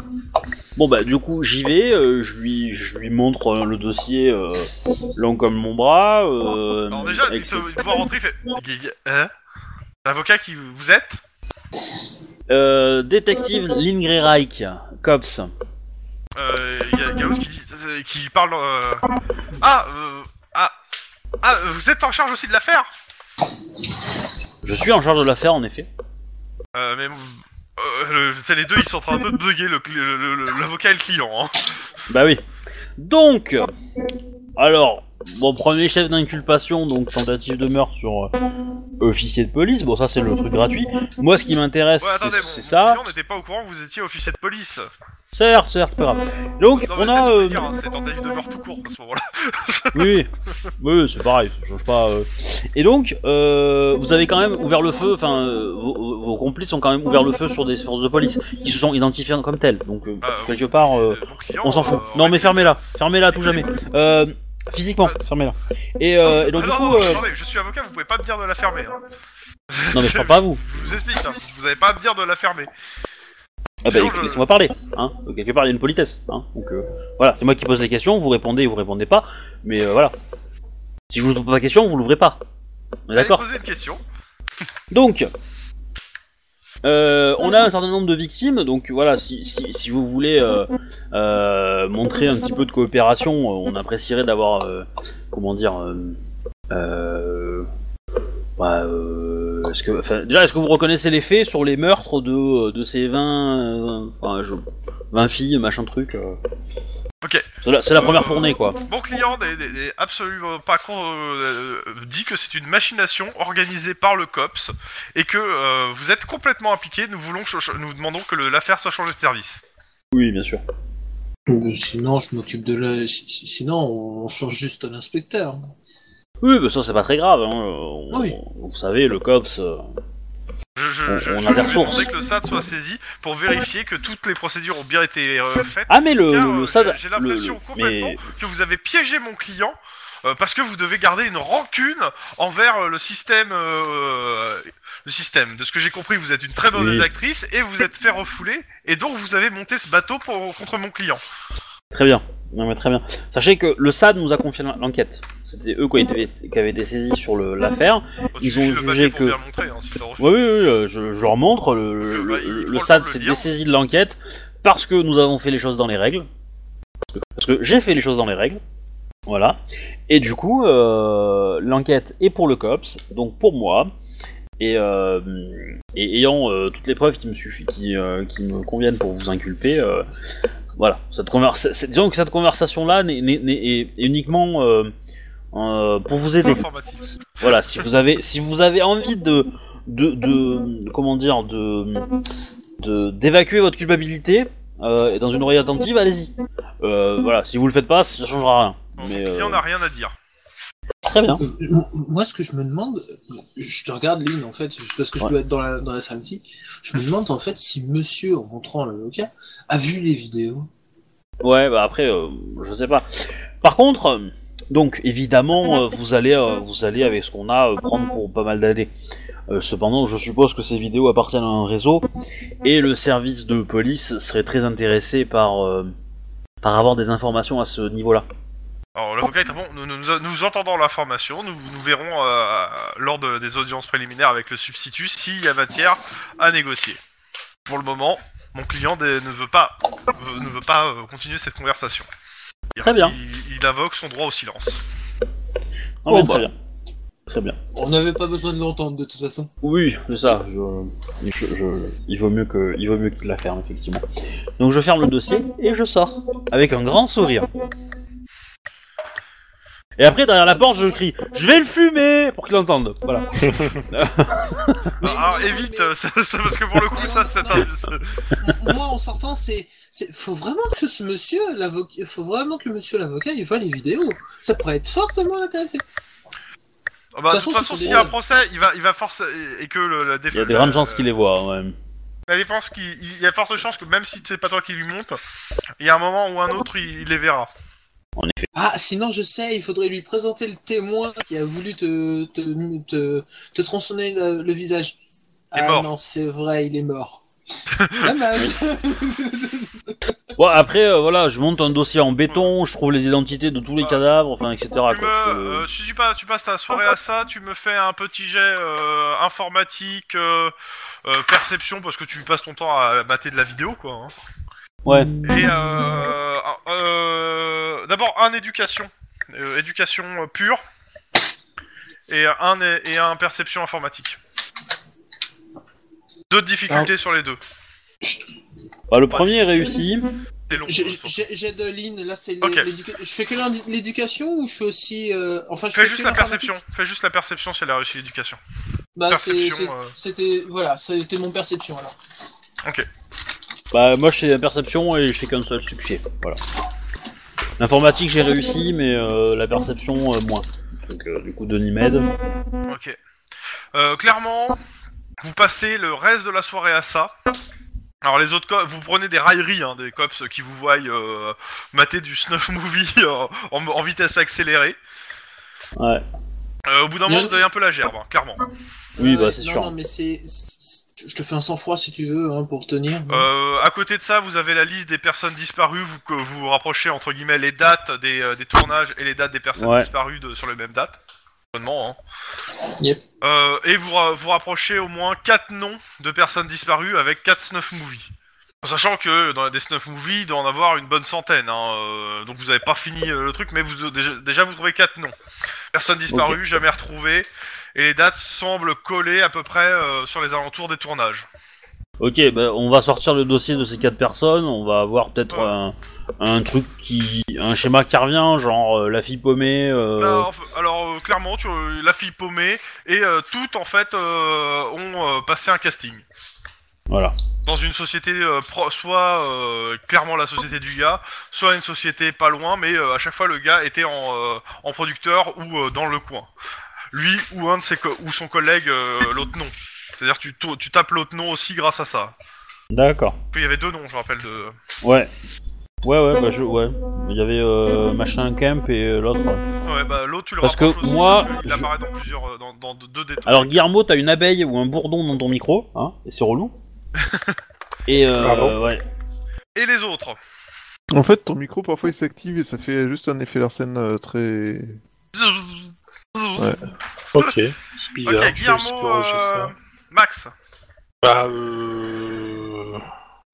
[SPEAKER 3] Bon bah du coup j'y vais, euh, je lui je lui montre euh, le dossier euh, long comme mon bras. euh,
[SPEAKER 2] Alors déjà, il
[SPEAKER 3] avec
[SPEAKER 2] se-
[SPEAKER 3] ses-
[SPEAKER 2] il
[SPEAKER 3] <laughs>
[SPEAKER 2] voit rentrer, il fait... Il dit, Hein L'avocat qui vous êtes
[SPEAKER 3] Euh, détective Lingre Reich, cops.
[SPEAKER 2] Euh, Il y a Gaoud qui, dit- euh, qui parle... euh, Ah, euh, ah, ah, euh, vous êtes en charge aussi de l'affaire
[SPEAKER 3] Je suis en charge de l'affaire en effet.
[SPEAKER 2] euh, Mais... euh, le- c'est les deux, ils sont en train un peu de bugger, le cl- le- le- le- l'avocat et le client. Hein.
[SPEAKER 3] Bah oui. Donc, alors, bon, premier chef d'inculpation, donc tentative de meurtre sur euh, officier de police. Bon, ça c'est le truc gratuit. Moi, ce qui m'intéresse,
[SPEAKER 2] Ouais, attendez,
[SPEAKER 3] c'est-
[SPEAKER 2] mon,
[SPEAKER 3] c'est
[SPEAKER 2] mon
[SPEAKER 3] ça.
[SPEAKER 2] client n'était pas au courant que vous étiez officier de police.
[SPEAKER 3] Certes, certes, pas grave. Donc,
[SPEAKER 2] Non, mais
[SPEAKER 3] on
[SPEAKER 2] peut-être
[SPEAKER 3] a.
[SPEAKER 2] je peux
[SPEAKER 3] euh,
[SPEAKER 2] dire, hein, c'est tentative de mort tout court à ce moment-là.
[SPEAKER 3] oui, oui, oui, c'est pareil, ça change pas. euh. Et donc, euh, vous avez quand même ouvert le feu, enfin, euh, vos, vos complices ont quand même ouvert le feu sur des forces de police qui se sont identifiées comme telles. Donc, euh,
[SPEAKER 2] Ah, oui.
[SPEAKER 3] quelque part, euh,
[SPEAKER 2] Euh, mon client,
[SPEAKER 3] on s'en fout.
[SPEAKER 2] euh,
[SPEAKER 3] Non,
[SPEAKER 2] aurait-
[SPEAKER 3] mais fermez-la, fermez-la tout jamais. Euh, physiquement, fermez-la. Et, euh, et donc,
[SPEAKER 2] Ah,
[SPEAKER 3] du
[SPEAKER 2] non,
[SPEAKER 3] coup.
[SPEAKER 2] non,
[SPEAKER 3] euh,
[SPEAKER 2] attendez, je suis avocat, vous pouvez pas me dire de la fermer. hein.
[SPEAKER 3] Non
[SPEAKER 2] <laughs>
[SPEAKER 3] mais je parle pas à vous.
[SPEAKER 2] Je vous explique, hein, vous avez pas à me dire de la fermer.
[SPEAKER 3] Ah bah
[SPEAKER 2] Sinon,
[SPEAKER 3] écoute,
[SPEAKER 2] je-
[SPEAKER 3] laissez-moi parler. Hein. Euh, Quelque part il y a une politesse. Hein. Donc euh, voilà, c'est moi qui pose les questions, vous répondez, vous répondez pas. Mais euh, voilà. Si je vous pose pas la question, vous l'ouvrez pas. On est
[SPEAKER 2] Allez
[SPEAKER 3] D'accord.
[SPEAKER 2] poser une question.
[SPEAKER 3] Donc, euh, on a un certain nombre de victimes. Donc voilà, si, si, si vous voulez euh, euh, montrer un petit peu de coopération, euh, on apprécierait d'avoir, euh, comment dire, euh, euh, bah, euh, est-ce que, enfin, déjà, est-ce que vous reconnaissez les faits sur les meurtres de, euh, de ces 20, euh, enfin, je- 20 filles, machin truc euh.
[SPEAKER 2] Ok.
[SPEAKER 3] C'est la, c'est la première
[SPEAKER 2] Euh,
[SPEAKER 3] fournée, quoi.
[SPEAKER 2] Mon client n'est- n'est n'est absolument pas con, euh, euh, dit que c'est une machination organisée par le COPS et que euh, vous êtes complètement impliqué. Nous voulons, cho- nous demandons que le- l'affaire soit changée de service.
[SPEAKER 3] Oui, bien sûr.
[SPEAKER 1] Euh, Sinon, je m'occupe de la. si- si- Sinon, on change juste l'inspecteur.
[SPEAKER 3] Oui, mais ça, c'est pas très grave. hein, euh, on-
[SPEAKER 1] Oui.
[SPEAKER 3] Vous savez, le COPS. euh,
[SPEAKER 2] Je, je,
[SPEAKER 3] On-
[SPEAKER 2] je,
[SPEAKER 3] on a
[SPEAKER 2] je
[SPEAKER 3] des
[SPEAKER 2] vais
[SPEAKER 3] ressources.
[SPEAKER 2] demander que le SAD soit saisi pour vérifier que toutes les procédures ont bien été euh, faites.
[SPEAKER 3] Ah, mais le,
[SPEAKER 2] Tiens,
[SPEAKER 3] le,
[SPEAKER 2] euh,
[SPEAKER 3] le SAD.
[SPEAKER 2] J'ai j'ai
[SPEAKER 3] le-
[SPEAKER 2] l'impression
[SPEAKER 3] le-
[SPEAKER 2] complètement
[SPEAKER 3] mais-
[SPEAKER 2] que vous avez piégé mon client euh, parce que vous devez garder une rancune envers euh, le système. euh, le système. De ce que j'ai compris, vous êtes une très mauvaise
[SPEAKER 3] Oui.
[SPEAKER 2] actrice et vous êtes fait refouler et donc vous avez monté ce bateau pour, contre mon client.
[SPEAKER 3] Très bien. Non, mais très bien. Sachez que le SAD nous a confié l'en- l'enquête. C'était eux qui avaient été- qui avaient été saisis sur le- l'affaire.
[SPEAKER 2] Enfin, tu
[SPEAKER 3] Ils ont
[SPEAKER 2] files le papier
[SPEAKER 3] jugé
[SPEAKER 2] pour
[SPEAKER 3] que-
[SPEAKER 2] bien le montrer, hein, si tu t'en refais.
[SPEAKER 3] Oui, oui, oui, euh, je, je leur montre. Le, le-
[SPEAKER 2] Bah, il
[SPEAKER 3] le-
[SPEAKER 2] prend
[SPEAKER 3] le
[SPEAKER 2] le
[SPEAKER 3] SAD
[SPEAKER 2] temps de
[SPEAKER 3] s'est
[SPEAKER 2] le lire.
[SPEAKER 3] dessaisi de l'enquête parce que nous avons fait les choses dans les règles. Parce que, parce que j'ai fait les choses dans les règles. Voilà. Et du coup, euh, l'enquête est pour le COPS, donc pour moi. Et, euh, et ayant euh, toutes les preuves qui me, suffi- qui, euh, qui me conviennent pour vous inculper, euh, voilà. Cette conversa- c'est- disons que cette conversation-là n'est- n'est- n'est- est uniquement euh, euh, pour vous aider
[SPEAKER 2] Informatique.
[SPEAKER 3] voilà, si vous avez, si vous avez envie de, de, de- de- comment dire, de, de- d'évacuer votre culpabilité euh, et dans une oreille attentive, allez-y. Euh, voilà, si vous le faites pas, ça changera rien.
[SPEAKER 2] Mon
[SPEAKER 3] Mais
[SPEAKER 2] client
[SPEAKER 3] euh,
[SPEAKER 2] n'a rien à dire.
[SPEAKER 3] très bien.
[SPEAKER 1] Euh, m- Moi, ce que je me demande, je te regarde, Lynn, en fait, parce que je
[SPEAKER 3] Ouais. Mm-hmm.
[SPEAKER 1] dois être dans la, dans la salle mythique. Je me demande, en fait, si monsieur, en montrant l'avocat, a vu les vidéos.
[SPEAKER 3] Ouais, bah après, euh, je sais pas. Par contre, euh, donc évidemment, euh, vous allez, euh, vous allez avec ce qu'on a euh, prendre pour pas mal d'années. Euh, cependant, je suppose que ces vidéos appartiennent à un réseau et le service de police serait très intéressé par, euh, par avoir des informations à ce niveau-là.
[SPEAKER 2] Alors l'avocat il répond, nous, nous, nous entendons l'information, nous, nous verrons euh, lors de- des audiences préliminaires avec le substitut s'il y a matière à négocier. Pour le moment, mon client dé- ne veut pas, veut- ne veut pas euh, continuer cette conversation. Il-
[SPEAKER 3] Très bien.
[SPEAKER 2] Il, il invoque son droit au silence.
[SPEAKER 3] Non,
[SPEAKER 1] Bon,
[SPEAKER 3] mais Ah très
[SPEAKER 1] bah.
[SPEAKER 3] bien. Très bien.
[SPEAKER 1] On n'avait pas besoin de l'entendre de toute façon.
[SPEAKER 3] Oui, c'est ça. je- je- je- il vaut mieux que, il vaut mieux que la ferme effectivement. Donc je ferme le dossier et je sors avec un grand sourire. Et après derrière la porte, je crie, je vais le fumer pour qu'il entende. Voilà.
[SPEAKER 6] Mais-
[SPEAKER 2] Alors
[SPEAKER 6] mais-
[SPEAKER 2] évite,
[SPEAKER 6] mais-
[SPEAKER 2] euh, ça- ça- parce que pour le coup ça c'est un... c'est-
[SPEAKER 1] Moi, en sortant, c'est, c'est, faut vraiment que ce monsieur, l'avocat, faut vraiment que monsieur l'avocat, il voit les vidéos. Ça pourrait être fortement intéressant.
[SPEAKER 2] Ah bah,
[SPEAKER 1] De
[SPEAKER 2] de
[SPEAKER 1] toute
[SPEAKER 2] toute
[SPEAKER 1] façon,
[SPEAKER 2] façon
[SPEAKER 1] c'est
[SPEAKER 2] s'il y a un
[SPEAKER 1] des-
[SPEAKER 2] procès, il va, il va forcer... Et que le, la défense...
[SPEAKER 3] Il y a des grandes chances qu'il les voit. ouais.
[SPEAKER 2] La défense qui, il y a forte chance que même si c'est pas toi qui lui monte, il y a un moment ou un autre il, il les verra.
[SPEAKER 1] Ah, sinon, je sais, il faudrait lui présenter le témoin qui a voulu te, te, te, te tronçonner le, le visage.
[SPEAKER 2] Il est
[SPEAKER 1] ah
[SPEAKER 2] mort.
[SPEAKER 1] non, c'est vrai, il est
[SPEAKER 2] <laughs>
[SPEAKER 1] mort. Dommage.
[SPEAKER 3] Ouais, après euh, voilà, je monte un dossier en béton, je trouve les identités de tous les cadavres, enfin etc. Ah, quoi,
[SPEAKER 2] tu, me,
[SPEAKER 3] parce que-
[SPEAKER 2] euh, si tu, passes, tu passes ta soirée à ça, tu me fais un petit jet euh, informatique, euh, euh, perception, parce que tu passes ton temps à mater de la vidéo, quoi. hein.
[SPEAKER 3] <laughs> Ouais.
[SPEAKER 2] Et euh, euh, d'abord un éducation, Euh, éducation euh, pure, et un et un perception informatique. Deux difficultés sur les deux.
[SPEAKER 3] Bah, le premier est réussi.
[SPEAKER 2] C'est long.
[SPEAKER 1] Je-
[SPEAKER 2] euh,
[SPEAKER 1] je-
[SPEAKER 2] sur-
[SPEAKER 1] J'ai j'ai de l'in, là, c'est
[SPEAKER 2] Ok.
[SPEAKER 1] l'éducation. Je fais que l'indi- l'éducation ou je fais aussi. euh, Enfin, je
[SPEAKER 2] Fais
[SPEAKER 1] fais
[SPEAKER 2] juste
[SPEAKER 1] que
[SPEAKER 2] la
[SPEAKER 1] l'informatique
[SPEAKER 2] perception. Fais juste la perception si elle a réussi l'éducation.
[SPEAKER 1] Bah, c'est-
[SPEAKER 2] Perception,
[SPEAKER 1] c'est-
[SPEAKER 2] euh.
[SPEAKER 1] c'était. Voilà, c'était mon perception alors.
[SPEAKER 3] Bah moi je fais la perception et je fais qu'un seul succès, voilà. L'informatique j'ai réussi mais euh, la perception euh, moins. Donc euh, du coup Denis m'aide.
[SPEAKER 2] Ok. Euh, clairement, vous passez le reste de la soirée à ça. Alors les autres, co- vous prenez des railleries, hein, des cops qui vous voient euh, mater du snuff <laughs> movie en, en- en vitesse accélérée.
[SPEAKER 3] Ouais.
[SPEAKER 2] Euh, au bout d'un
[SPEAKER 1] Mais
[SPEAKER 2] moment,
[SPEAKER 1] on-
[SPEAKER 2] vous avez un peu la gerbe, hein, clairement.
[SPEAKER 3] Oui,
[SPEAKER 1] Ouais,
[SPEAKER 3] bah, c'est
[SPEAKER 1] Euh, non,
[SPEAKER 3] sûr.
[SPEAKER 1] Non, mais c'est. c'est- Je te fais un sang-froid si tu veux, hein, pour tenir.
[SPEAKER 2] Euh, à côté de ça, vous avez la liste des personnes disparues. Vous que vous vous rapprochez entre guillemets les dates des, euh, des tournages et les dates des personnes
[SPEAKER 3] Ouais.
[SPEAKER 2] disparues de- sur les mêmes dates. Seulement, hein.
[SPEAKER 1] Yep.
[SPEAKER 2] Euh, et vous ra- vous rapprochez au moins quatre noms de personnes disparues avec quatre snuff movies. En Sachant que dans des snuff movies, il doit en avoir une bonne centaine. hein, euh, donc vous avez pas fini euh, le truc, mais vous déjà, déjà, vous trouvez quatre noms. Personnes disparues, jamais retrouvées, et les dates semblent coller à peu près euh, sur les alentours des tournages.
[SPEAKER 3] Ok, bah, on va sortir le dossier de ces quatre personnes, on va avoir peut-être
[SPEAKER 2] Ouais.
[SPEAKER 3] un, un truc qui... un schéma qui revient, genre euh, la fille paumée... euh,
[SPEAKER 2] Bah, enf- alors euh, clairement, tu, euh, la fille paumée et euh, toutes en fait euh, ont euh, passé un casting
[SPEAKER 3] Voilà.
[SPEAKER 2] dans une société euh, pro- soit euh, clairement la société du gars, soit une société pas loin, mais euh, à chaque fois le gars était en, euh, en producteur ou euh, dans le coin. Lui ou un de ses co- ou son collègue euh, l'autre nom. C'est-à-dire tu to- tu tapes l'autre nom aussi grâce à ça.
[SPEAKER 3] D'accord.
[SPEAKER 2] Il y avait deux noms, je rappelle de.
[SPEAKER 3] Ouais. Ouais, ouais, bah je... Ouais. Il y avait euh, machin camp et euh, l'autre...
[SPEAKER 2] Ouais bah l'autre tu le
[SPEAKER 3] Parce que
[SPEAKER 2] rapproches aussi,
[SPEAKER 3] moi,
[SPEAKER 2] parce qu'il
[SPEAKER 3] je-
[SPEAKER 2] apparaît dans plusieurs euh, dans, dans deux des
[SPEAKER 3] Alors Guillermo, t'as une abeille ou un bourdon dans ton micro, hein, et c'est relou. et euh,
[SPEAKER 5] Pardon
[SPEAKER 3] ouais.
[SPEAKER 2] et les autres.
[SPEAKER 4] En fait, ton micro parfois il s'active et ça fait juste un effet Larsen euh, très.
[SPEAKER 5] Ok, c'est
[SPEAKER 2] Ok,
[SPEAKER 5] bizarre. je vais essayer
[SPEAKER 2] Guillermo,
[SPEAKER 5] de corriger ça.
[SPEAKER 2] euh, Max.
[SPEAKER 5] Bah, euh,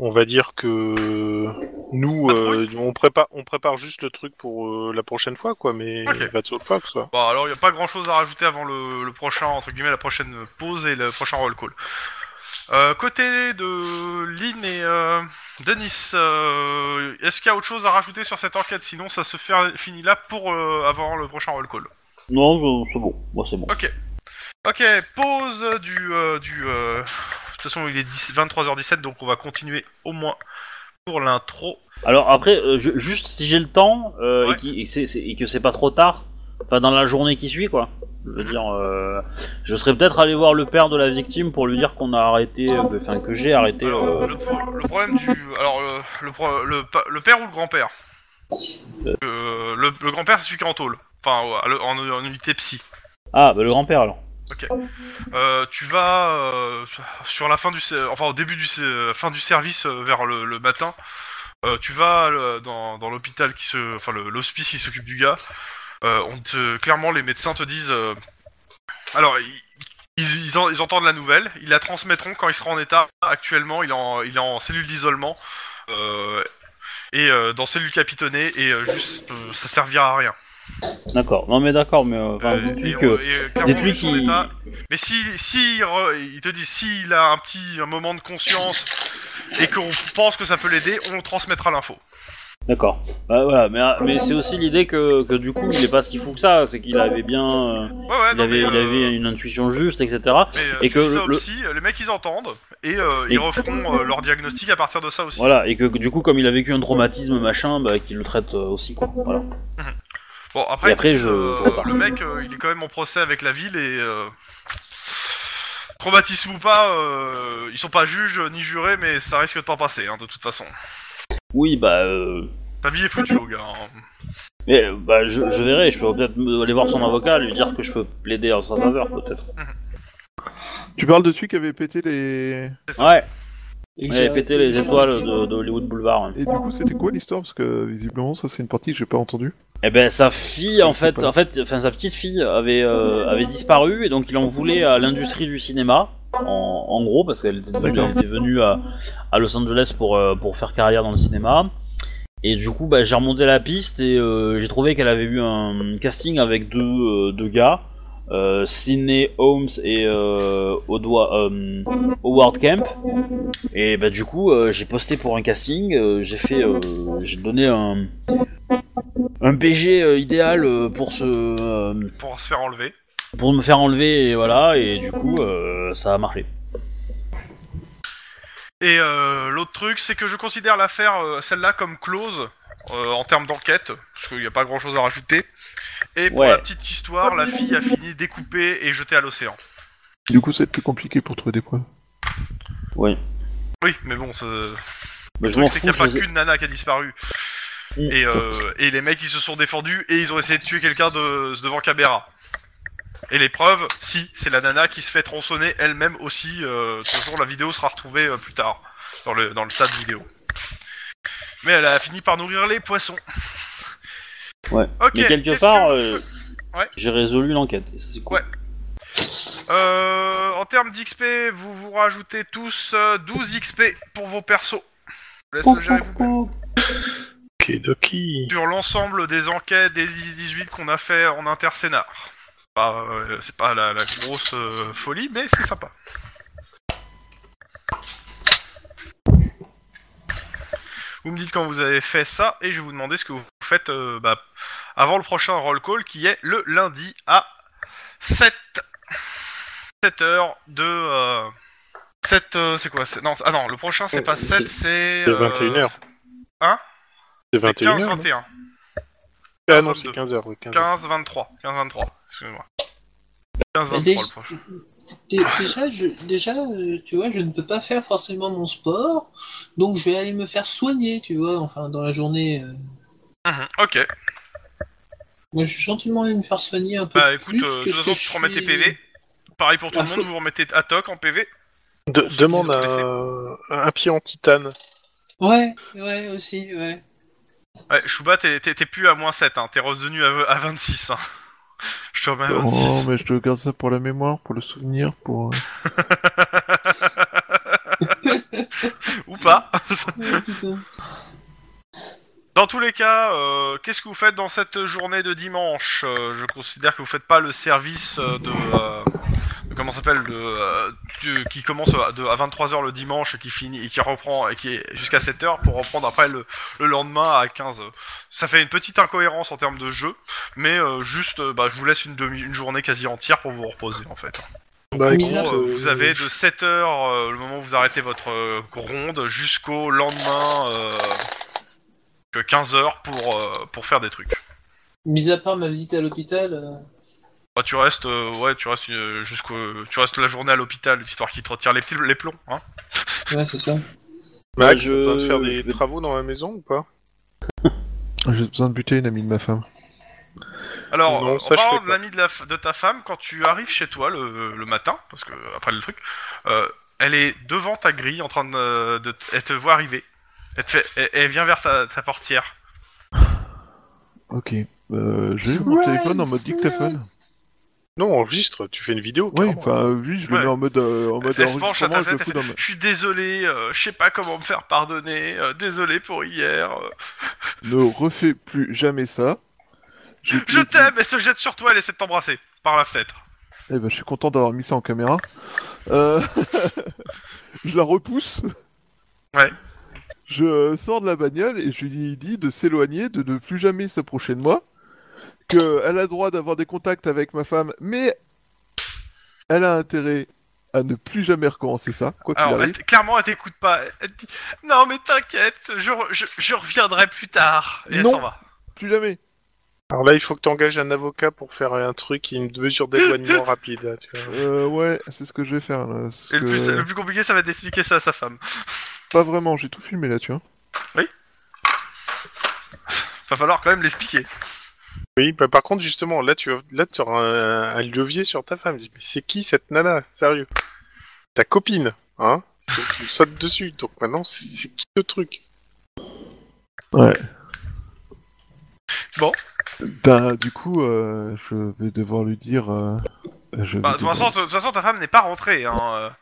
[SPEAKER 5] on va dire que nous, euh, on prépare, on prépare juste le truc pour euh, la prochaine fois, quoi. Mais
[SPEAKER 2] Ok.
[SPEAKER 5] va de soi que ça. soit.
[SPEAKER 2] Bon, alors il n'y a pas grand chose à rajouter avant le, le prochain, entre guillemets, la prochaine pause et le prochain roll call. Euh, côté de Lynn et euh, Denis, euh, est-ce qu'il y a autre chose à rajouter sur cette enquête Sinon, ça se fait, finit là pour euh, avant le prochain roll call.
[SPEAKER 3] Non, je- c'est bon. Moi, c'est bon.
[SPEAKER 2] Ok, pause du. euh, du euh, De toute façon, il est 10 23h17, donc on va continuer au moins pour l'intro.
[SPEAKER 3] Alors après, euh, je- juste si j'ai le temps euh,
[SPEAKER 2] Ouais.
[SPEAKER 3] et, qui- et que c'est- c'est- et que c'est pas trop tard, enfin dans la journée qui suit, quoi. Je
[SPEAKER 2] Mhm.
[SPEAKER 3] veux dire, euh, je serais peut-être allé voir le père de la victime pour lui dire qu'on a arrêté, euh, que- enfin que j'ai arrêté.
[SPEAKER 2] Alors,
[SPEAKER 3] euh,
[SPEAKER 2] le, pro- le problème du. Alors, le, le, pro- le pa- le père ou le grand-père Euh, Le, le grand-père, c'est celui qui est en tôle. Enfin, ouais, le- en, en unité psy.
[SPEAKER 3] Ah, bah, le grand-père alors.
[SPEAKER 2] Euh, tu vas euh, sur la fin du. sé- Enfin, au début du. sé- Fin du service, euh, vers le, le matin. euh, tu vas euh, dans, dans l'hôpital qui se, enfin le- l'hospice qui s'occupe du gars. euh, on te, clairement, les médecins te disent. euh, alors, ils, ils, ils en- ils entendent la nouvelle, ils la transmettront quand il sera en état. Actuellement, il est en, il est en cellule d'isolement euh, et euh, dans cellule capitonnée et euh, juste, euh, ça servira à rien.
[SPEAKER 3] D'accord, non mais d'accord, mais euh, enfin,
[SPEAKER 2] Euh,
[SPEAKER 3] depuis
[SPEAKER 2] et on-
[SPEAKER 3] que.
[SPEAKER 2] et clairement,
[SPEAKER 3] depuis
[SPEAKER 2] vu son
[SPEAKER 3] qu'il-
[SPEAKER 2] état- Mais si, si il, re- il te dit s'il a un petit un moment de conscience et qu'on pense que ça peut l'aider, on transmettra l'info.
[SPEAKER 3] D'accord. Bah, voilà, mais, mais c'est aussi l'idée que, que du coup, il est pas si fou que ça, c'est qu'il avait bien. euh,
[SPEAKER 2] Ouais, ouais,
[SPEAKER 3] il,
[SPEAKER 2] non,
[SPEAKER 3] avait,
[SPEAKER 2] mais,
[SPEAKER 3] il
[SPEAKER 2] euh,
[SPEAKER 3] avait une intuition juste, etc.
[SPEAKER 2] mais, euh,
[SPEAKER 3] et
[SPEAKER 2] tu
[SPEAKER 3] que
[SPEAKER 2] dis ça
[SPEAKER 3] le-
[SPEAKER 2] aussi, euh, les mecs ils entendent et euh,
[SPEAKER 3] Et-
[SPEAKER 2] ils referont euh, leur diagnostic à partir de ça aussi.
[SPEAKER 3] Voilà, et que du coup, comme il a vécu un traumatisme, machin, bah, qu'il le traite euh, aussi, quoi. Voilà.
[SPEAKER 2] Bon après,
[SPEAKER 3] Et après, je-
[SPEAKER 2] euh,
[SPEAKER 3] je repars.
[SPEAKER 2] le mec euh, il est quand même en procès avec la ville et euh, traumatisme ou pas, euh, ils sont pas juges ni jurés mais ça risque de pas passer hein, de toute façon.
[SPEAKER 3] Oui, bah. euh,
[SPEAKER 2] Ta vie est foutue au gars. hein.
[SPEAKER 3] Mais euh, bah, je, je verrai, je peux peut-être me- aller voir son avocat, lui dire que je peux plaider en sa faveur, peut-être.
[SPEAKER 4] Tu parles de celui qui avait pété les.
[SPEAKER 3] Ouais,
[SPEAKER 7] Et
[SPEAKER 3] il avait pété les étoiles de, de Hollywood Boulevard.
[SPEAKER 4] Et du coup, c'était quoi l'histoire Parce que visiblement, ça c'est une partie que j'ai pas entendue.
[SPEAKER 3] Et ben sa fille, en
[SPEAKER 4] Je sais
[SPEAKER 3] fait,
[SPEAKER 4] pas.
[SPEAKER 3] en fait, enfin sa petite fille avait euh, avait disparu et donc il en voulait à l'industrie du cinéma, en, en gros, parce qu'elle était, devenue-
[SPEAKER 4] D'accord.
[SPEAKER 3] elle était venue à, à Los Angeles pour euh, pour faire carrière dans le cinéma. Et du coup, bah, j'ai remonté la piste et euh, j'ai trouvé qu'elle avait eu un casting avec deux euh, deux gars, euh, Sidney Holmes et euh, Odwa- euh, Howard Camp. Et bah du coup, euh, j'ai posté pour un casting, euh, j'ai fait, euh, j'ai donné un un PG euh, idéal euh, pour se euh,
[SPEAKER 2] Pour se faire enlever.
[SPEAKER 3] pour me faire enlever et voilà et du coup euh, ça a marché.
[SPEAKER 2] Et euh, l'autre truc, c'est que je considère l'affaire, euh, celle-là, comme close euh, en termes d'enquête, parce qu'il n'y a pas grand-chose à rajouter. Et pour
[SPEAKER 3] Ouais.
[SPEAKER 2] la petite histoire, la fille a fini découpée et jetée à l'océan.
[SPEAKER 4] Du coup, c'est plus compliqué pour trouver des preuves.
[SPEAKER 2] Oui, mais bon, ça- le
[SPEAKER 3] Mais Bah, je m'en
[SPEAKER 2] truc, c'est
[SPEAKER 3] fous.
[SPEAKER 2] qu'il n'y a pas
[SPEAKER 3] je les ai-
[SPEAKER 2] qu'une nana qui a disparu.
[SPEAKER 3] Mm.
[SPEAKER 2] Et, euh, et les mecs, ils se sont défendus et ils ont essayé de tuer quelqu'un de, devant caméra. Et les preuves, si, c'est la nana qui se fait tronçonner elle-même aussi. euh, de toute façon, la vidéo sera retrouvée euh, plus tard, dans le, dans le tas de vidéos. Mais elle a fini par nourrir les poissons.
[SPEAKER 3] Ouais.
[SPEAKER 2] Ok,
[SPEAKER 3] Mais quelque
[SPEAKER 2] qu'est-ce
[SPEAKER 3] part,
[SPEAKER 2] que-
[SPEAKER 3] euh,
[SPEAKER 2] Ouais.
[SPEAKER 3] j'ai résolu l'enquête. et ça, c'est cool.
[SPEAKER 2] Ouais. Euh, en termes d'XP, vous vous rajoutez tous euh, 12 XP pour vos persos. Je vous laisse le gérer vous-même.
[SPEAKER 5] Kidoki.
[SPEAKER 2] Sur l'ensemble des enquêtes des 18 qu'on a fait en intersénar. Bah, euh, c'est pas la, la grosse euh, folie, mais c'est sympa. Vous me dites quand vous avez fait ça et je vais vous demander ce que vous faites euh, bah, avant le prochain roll call qui est le lundi à 7 7 heures de euh, 7 euh, c'est quoi c'est- non c'est- ah non le prochain c'est pas 7 c'est
[SPEAKER 5] C'est
[SPEAKER 2] euh,
[SPEAKER 5] 21h.
[SPEAKER 2] hein
[SPEAKER 5] C'est
[SPEAKER 2] c'est 15
[SPEAKER 5] 21h.
[SPEAKER 2] 21
[SPEAKER 5] Ah non, c'est 15h.
[SPEAKER 2] 15, 23. 15, 23. Excusez-moi. 15,
[SPEAKER 1] Mais
[SPEAKER 2] 23
[SPEAKER 1] dès-
[SPEAKER 2] le prochain.
[SPEAKER 1] Bah, Dé- Déjà, je, déjà euh, tu vois, je ne peux pas faire forcément mon sport, donc je vais aller me faire soigner, tu vois, enfin, dans la journée. euh.
[SPEAKER 2] Mhm, Ok.
[SPEAKER 1] Moi, je suis gentiment allé me faire soigner un peu
[SPEAKER 2] Bah écoute,
[SPEAKER 1] plus
[SPEAKER 2] euh, de
[SPEAKER 1] que
[SPEAKER 2] toute
[SPEAKER 1] ce
[SPEAKER 2] façon,
[SPEAKER 1] que
[SPEAKER 2] tu
[SPEAKER 1] je
[SPEAKER 2] te remets tes
[SPEAKER 1] suis-
[SPEAKER 2] PV. Pareil pour tout le
[SPEAKER 1] Ah,
[SPEAKER 2] monde,
[SPEAKER 1] faut-
[SPEAKER 2] vous remettez à toc en PV.
[SPEAKER 5] demande
[SPEAKER 2] Ils ont
[SPEAKER 5] à un pied en titane.
[SPEAKER 1] Ouais, ouais, aussi, ouais.
[SPEAKER 2] Ouais, Chouba, t'es t'es- t'es plus à moins 7, hein. t'es revenu à, à 26. Hein. <laughs> Je te
[SPEAKER 5] Ah,
[SPEAKER 2] remets à
[SPEAKER 4] Oh,
[SPEAKER 2] 26.
[SPEAKER 4] mais je te garde ça pour la mémoire, pour le souvenir, pour. euh,
[SPEAKER 2] Ou pas.
[SPEAKER 1] Oh, putain.
[SPEAKER 2] Dans tous les cas, euh, qu'est-ce que vous faites dans cette journée de dimanche Euh, Je considère que vous faites pas le service euh, de, euh, de- comment ça s'appelle de, euh, du- qui commence à, de- à 23h le dimanche et qui finit et qui reprend et qui est jusqu'à 7h pour reprendre après le, le lendemain à 15. Ça fait une petite incohérence en termes de jeu, mais euh, juste euh, bah, je vous laisse une demi une journée quasi entière pour vous reposer en fait.
[SPEAKER 5] Bah,
[SPEAKER 1] En
[SPEAKER 2] En
[SPEAKER 1] Mis
[SPEAKER 2] gros,
[SPEAKER 1] à-
[SPEAKER 2] euh, vous avez de 7h le moment où vous arrêtez votre euh, ronde jusqu'au lendemain euh, que 15h pour euh, pour faire des trucs.
[SPEAKER 1] Mis à part ma visite à l'hôpital, euh,
[SPEAKER 2] Bah, tu restes, euh, ouais, tu restes euh, jusqu'au, tu restes la journée à l'hôpital, histoire qu'ils te retirent les, petits- les plombs, hein.
[SPEAKER 1] ouais, c'est ça.
[SPEAKER 5] Max,
[SPEAKER 3] je-
[SPEAKER 5] tu vas faire
[SPEAKER 3] je
[SPEAKER 5] des
[SPEAKER 3] vais-
[SPEAKER 5] travaux dans la maison ou pas
[SPEAKER 4] Ah, J'ai besoin de buter une amie de ma femme.
[SPEAKER 2] Alors,
[SPEAKER 5] Non,
[SPEAKER 2] euh,
[SPEAKER 5] ça,
[SPEAKER 2] en
[SPEAKER 5] je
[SPEAKER 2] parlant
[SPEAKER 5] fais
[SPEAKER 2] de
[SPEAKER 5] pas.
[SPEAKER 2] l'ami de, la f- de ta femme, quand tu arrives chez toi le, le matin, parce que après le truc, euh, elle est devant ta grille en train de, de- elle te voit arriver. Elle, te fait- elle- elle vient vers ta, ta portière.
[SPEAKER 4] Ok. Euh, j'ai mon
[SPEAKER 1] Ouais,
[SPEAKER 4] téléphone en mode dictaphone.
[SPEAKER 5] Non, enregistre, tu fais une vidéo.
[SPEAKER 4] Oui,
[SPEAKER 5] carrément.
[SPEAKER 4] enfin, euh, oui, je le
[SPEAKER 2] Ouais.
[SPEAKER 4] mets en mode, euh, en mode
[SPEAKER 2] elle se penche à
[SPEAKER 4] enregistrement,
[SPEAKER 2] ta
[SPEAKER 4] je le
[SPEAKER 2] tête.
[SPEAKER 4] fous
[SPEAKER 2] elle
[SPEAKER 4] dans
[SPEAKER 2] fait,
[SPEAKER 4] ma-
[SPEAKER 2] Je suis désolé, euh, je sais pas comment me faire pardonner. euh, désolé pour hier. euh.
[SPEAKER 4] Ne refais plus jamais ça. Je, te
[SPEAKER 2] je
[SPEAKER 4] le dis.
[SPEAKER 2] t'aime. Elle se jette sur toi. Elle essaie de t'embrasser par la fenêtre.
[SPEAKER 4] Eh ben, je suis content d'avoir mis ça en caméra. Euh, <laughs> je la repousse.
[SPEAKER 2] Ouais.
[SPEAKER 4] Je euh, sors de la bagnole et je lui dis de s'éloigner, de ne plus jamais s'approcher de moi. Qu'elle a droit d'avoir des contacts avec ma femme, mais elle a intérêt à ne plus jamais recommencer ça, quoi qu'il
[SPEAKER 2] Alors, elle
[SPEAKER 4] arrive.
[SPEAKER 2] t- clairement, elle t'écoute pas. Elle te dit Non, mais t'inquiète, je, re- je, je reviendrai plus tard. Et elle
[SPEAKER 4] Non.
[SPEAKER 2] s'en va.
[SPEAKER 4] Plus jamais.
[SPEAKER 5] Alors là, il faut que tu engages un avocat pour faire un truc, une
[SPEAKER 2] <laughs>
[SPEAKER 5] mesure d'éloignement rapide. là, tu vois.
[SPEAKER 4] Euh, ouais, c'est ce que je vais faire là. parce
[SPEAKER 2] Et le,
[SPEAKER 4] que-
[SPEAKER 2] plus, le plus compliqué, ça va être d'expliquer ça à sa femme.
[SPEAKER 4] Pas vraiment, j'ai tout filmé là, tu vois.
[SPEAKER 2] Va falloir quand même l'expliquer.
[SPEAKER 5] Oui, bah, par contre, justement, là, tu vas- là, auras un, un levier sur ta femme. Mais c'est qui cette nana Sérieux Ta copine, hein C'est- Tu sautes dessus. Donc maintenant, c'est c'est qui ce truc
[SPEAKER 4] Ben, du coup, euh, je vais devoir lui dire. euh, je vais
[SPEAKER 2] Bah, de, toute
[SPEAKER 4] devoir-
[SPEAKER 2] façon, de toute façon, ta femme n'est pas rentrée. Hein.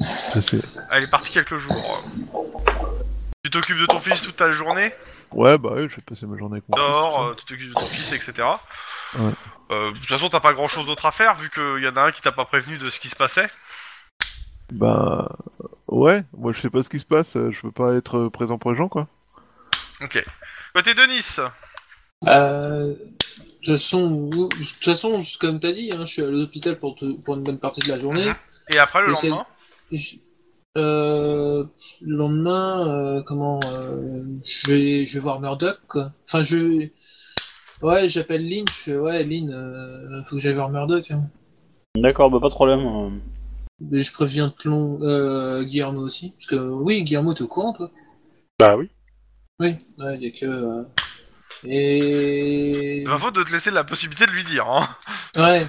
[SPEAKER 2] euh,
[SPEAKER 4] je sais.
[SPEAKER 2] Elle est partie quelques jours. Tu t'occupes de ton fils toute ta journée,
[SPEAKER 4] Ouais, bah oui, je vais passer ma journée avec mon fils,
[SPEAKER 2] dors,
[SPEAKER 4] tout
[SPEAKER 2] euh, tu t'occupes de ton fils, etc.
[SPEAKER 4] Ouais.
[SPEAKER 2] Euh, de toute façon, t'as pas grand chose d'autre à faire vu qu'il y en a un qui t'a pas prévenu de ce qui se passait.
[SPEAKER 4] ça. Ben, ouais, moi je sais pas ce qui se passe, euh, je peux pas être euh, présent pour les gens, quoi.
[SPEAKER 2] Ok. Côté de Nice,
[SPEAKER 1] Euh, de toute façon, vous- de toute façon, je- comme t'as dit, hein, je suis à l'hôpital pour, te- pour une bonne partie de la journée.
[SPEAKER 2] Mhm. et après le
[SPEAKER 1] Et c'est-
[SPEAKER 2] lendemain,
[SPEAKER 1] Je- euh, le lendemain, euh, comment, euh, je vais, je vais voir Murdoch. quoi. Enfin, je, ouais, j'appelle Lynn. Je fais, ouais, Lynn, euh, faut que j'aille voir Murdoch. hein.
[SPEAKER 3] D'accord, bah pas de problème. euh.
[SPEAKER 1] Mais je préviens Tlon, euh, Guillermo aussi, parce que oui, Guillermo, t'es au courant, toi.
[SPEAKER 5] Bah oui.
[SPEAKER 1] Oui, ouais, il y a que. euh, Et.
[SPEAKER 2] c'est pas faute de te laisser la possibilité de lui dire. Hein.
[SPEAKER 1] Ouais.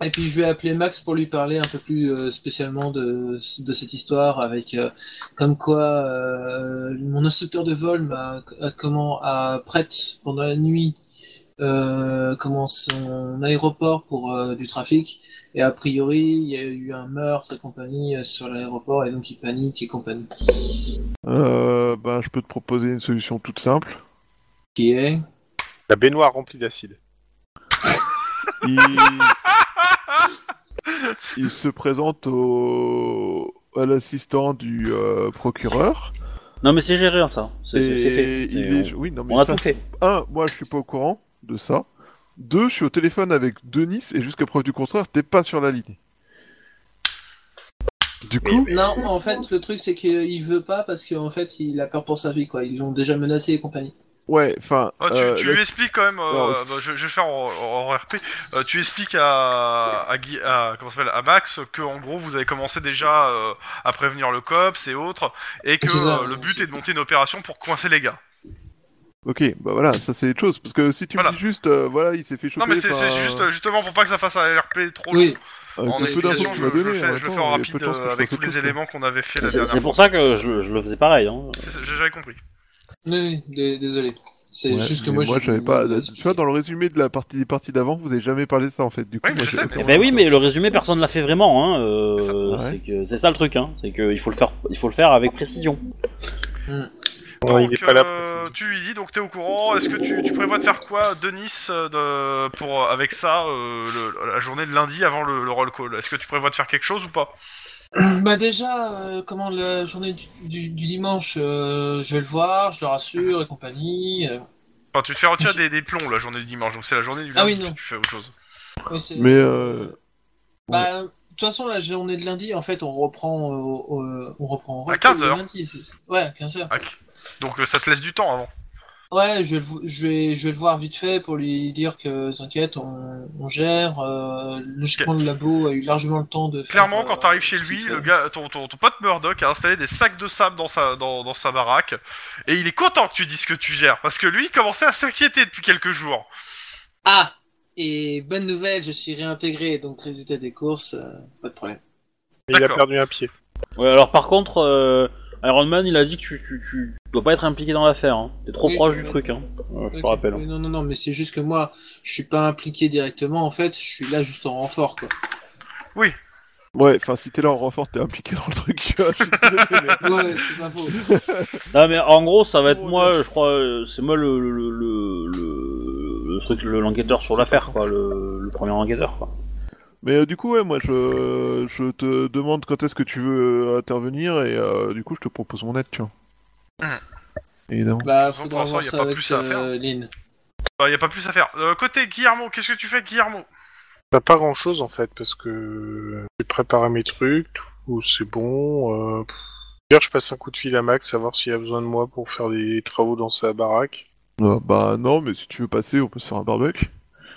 [SPEAKER 1] Et puis je vais appeler Max pour lui parler un peu plus euh, spécialement de, de cette histoire avec euh, comme quoi euh, mon instructeur de vol m'a a- comment a prête pendant la nuit euh, comment son aéroport pour euh, du trafic et a priori il y a eu un meurtre et compagnie euh, sur l'aéroport et donc il panique et compagnie
[SPEAKER 4] Euh, ben, je peux te proposer une solution toute simple.
[SPEAKER 1] qui est
[SPEAKER 5] La baignoire remplie d'acide.
[SPEAKER 4] Il, Il se présente au... à l'assistant du euh, procureur.
[SPEAKER 3] Non, mais c'est géré, hein, ça. C'est c'est- c'est
[SPEAKER 4] Et
[SPEAKER 3] fait.
[SPEAKER 4] Il
[SPEAKER 3] Et
[SPEAKER 4] est... Oui, non,
[SPEAKER 3] on-
[SPEAKER 4] mais
[SPEAKER 3] on a
[SPEAKER 4] ça,
[SPEAKER 3] tout fait.
[SPEAKER 4] un, moi je suis pas au courant de ça. Deux, je suis au téléphone avec Denis et jusqu'à preuve du contraire, t'es pas sur la ligne. Du coup,
[SPEAKER 1] non en fait le truc c'est qu'il veut pas parce qu'en fait il a peur pour sa vie quoi ils l'ont déjà menacé et compagnie
[SPEAKER 4] ouais, enfin,
[SPEAKER 2] Oh, tu
[SPEAKER 4] euh,
[SPEAKER 2] tu
[SPEAKER 4] la-
[SPEAKER 2] lui expliques quand même. euh,
[SPEAKER 4] Alors,
[SPEAKER 2] bah, je, je vais faire en, en- en RP. euh, tu expliques à, à, Guy- à- comment ça s'appelle, à Max que en gros vous avez commencé déjà euh, à prévenir le cops et autres, et que
[SPEAKER 1] C'est ça.
[SPEAKER 2] euh, le but est de monter une opération pour coincer les gars.
[SPEAKER 4] Ok, bah voilà, ça c'est autre chose. Parce que si tu
[SPEAKER 2] Voilà.
[SPEAKER 4] me dis juste, euh, voilà, il s'est fait choper.
[SPEAKER 2] Non mais c'est
[SPEAKER 4] enfin,
[SPEAKER 2] c'est juste euh, justement pour pas que ça fasse un RP trop
[SPEAKER 1] oui
[SPEAKER 2] long.
[SPEAKER 4] avec
[SPEAKER 2] En
[SPEAKER 4] le peu d'infos
[SPEAKER 2] explication,
[SPEAKER 4] que tu
[SPEAKER 2] je,
[SPEAKER 4] m'as
[SPEAKER 2] je le
[SPEAKER 4] donné, hein.
[SPEAKER 2] fais, je le
[SPEAKER 4] attends,
[SPEAKER 2] fais en
[SPEAKER 4] il y a peu
[SPEAKER 2] rapide
[SPEAKER 4] de chances que je
[SPEAKER 2] euh, avec
[SPEAKER 4] fasse
[SPEAKER 2] tous
[SPEAKER 4] autre
[SPEAKER 2] les
[SPEAKER 4] chose.
[SPEAKER 2] éléments qu'on avait fait la
[SPEAKER 3] Ah, C'est
[SPEAKER 2] dernière
[SPEAKER 3] c'est
[SPEAKER 2] fois.
[SPEAKER 3] pour ça que je, le- je le faisais pareil. Hein.
[SPEAKER 2] C'est- c'est- J'avais compris.
[SPEAKER 1] Oui, oui, dé- désolé. C'est
[SPEAKER 4] Ouais,
[SPEAKER 1] juste que
[SPEAKER 4] mais
[SPEAKER 1] moi,
[SPEAKER 4] moi
[SPEAKER 1] je-
[SPEAKER 4] j'avais pas. Tu vois, dans le résumé de la partie des parties d'avant, vous avez jamais parlé de ça en fait. Du coup,
[SPEAKER 2] Oui, mais
[SPEAKER 4] moi,
[SPEAKER 2] je
[SPEAKER 4] j'ai-
[SPEAKER 2] sais, mais
[SPEAKER 3] Eh ben oui, mais le résumé, personne ne l'a fait vraiment. Hein.
[SPEAKER 2] C'est ça.
[SPEAKER 3] euh,
[SPEAKER 4] Ah ouais.
[SPEAKER 3] c'est que- c'est ça le truc. Hein. C'est qu'il faut le faire. Il faut le faire avec précision.
[SPEAKER 5] Non, il
[SPEAKER 2] Donc,
[SPEAKER 5] est pas là.
[SPEAKER 2] euh,
[SPEAKER 5] pour-
[SPEAKER 2] tu lui dis, donc t'es au courant. Est-ce que tu, tu prévois de faire quoi, Denis, euh, de, pour euh, avec ça euh, le- la journée de lundi avant le, le roll call Est-ce que tu prévois de faire quelque chose ou pas
[SPEAKER 1] Bah déjà, euh, comment la journée du, du- du dimanche, euh, je vais le voir, je le rassure et compagnie. euh.
[SPEAKER 2] Enfin, tu te fais retirer des, des plombs la journée du dimanche, donc c'est la journée du lundi
[SPEAKER 1] Ah oui,
[SPEAKER 2] que
[SPEAKER 1] non.
[SPEAKER 2] tu fais autre chose.
[SPEAKER 1] Oui, c'est-
[SPEAKER 4] Mais, euh,
[SPEAKER 1] Bah, de toute façon, la journée de lundi, en fait, on reprend, euh, euh, on reprend.
[SPEAKER 2] À 15 heures.
[SPEAKER 1] le lundi, c'est- ouais, 15 heures.
[SPEAKER 2] Ah, Donc euh, ça te laisse du temps avant.
[SPEAKER 1] Ouais, je vais, le, vo- je vais, je vais le voir vite fait pour lui dire que t'inquiète, on, on gère. Euh, logiquement, le labo a eu largement le temps de. faire,
[SPEAKER 2] Clairement, quand
[SPEAKER 1] euh,
[SPEAKER 2] t'arrives chez
[SPEAKER 1] ce qu'il
[SPEAKER 2] lui,
[SPEAKER 1] fait.
[SPEAKER 2] le gars, ton, ton, ton pote Murdoch a installé des sacs de sable dans sa, dans, dans sa baraque, et il est content que tu dises que tu gères, parce que lui, il commençait à s'inquiéter depuis quelques jours.
[SPEAKER 1] Ah et bonne nouvelle, je suis réintégré, donc résultat des courses, euh, pas de problème.
[SPEAKER 5] Il a
[SPEAKER 2] D'accord.
[SPEAKER 5] perdu un pied.
[SPEAKER 3] Ouais, alors par contre, euh, Iron Man, il a dit que tu, tu, tu dois pas être impliqué dans l'affaire. Hein. T'es trop
[SPEAKER 1] Oui,
[SPEAKER 3] proche
[SPEAKER 1] tu
[SPEAKER 3] du
[SPEAKER 1] m'as
[SPEAKER 3] truc,
[SPEAKER 1] dit.
[SPEAKER 3] hein. Euh, je te
[SPEAKER 1] Ok.
[SPEAKER 3] rappelle.
[SPEAKER 1] Oui, Non, non, non, mais c'est juste que moi, je suis pas impliqué directement, en fait, je suis là juste en renfort, quoi.
[SPEAKER 4] Ouais, enfin, si t'es là en renfort, t'es impliqué dans le truc. je suis
[SPEAKER 2] <laughs>
[SPEAKER 4] désolé, mais-
[SPEAKER 1] Ouais, c'est pas faux.
[SPEAKER 3] Non mais en gros ça va être
[SPEAKER 4] Oh,
[SPEAKER 3] moi, je crois, euh, c'est moi le le, le, le- le truc, le- l'enquêteur sur l'affaire quoi, le, le premier enquêteur quoi.
[SPEAKER 4] Mais euh, du coup, ouais, moi, je, je te demande quand est-ce que tu veux euh, intervenir et euh, du coup, je te propose mon aide, tu vois.
[SPEAKER 2] Hmm.
[SPEAKER 4] Évidemment.
[SPEAKER 1] Bah,
[SPEAKER 2] Pour
[SPEAKER 1] faudra
[SPEAKER 2] l'instant,
[SPEAKER 1] voir
[SPEAKER 2] y a
[SPEAKER 1] ça
[SPEAKER 2] pas
[SPEAKER 1] avec
[SPEAKER 2] plus à faire.
[SPEAKER 1] euh, Lynn.
[SPEAKER 2] Bah, y a pas plus à faire. Euh, côté Guillermo, qu'est-ce que tu fais, Guillermo
[SPEAKER 5] T'as Bah, pas grand chose en fait, parce que j'ai préparé mes trucs, tout c'est bon. euh, pff. Hier, je passe un coup de fil à Max, savoir s'il a besoin de moi pour faire des travaux dans sa baraque.
[SPEAKER 4] Euh, bah, non, mais si tu veux passer, on peut se faire un barbecue.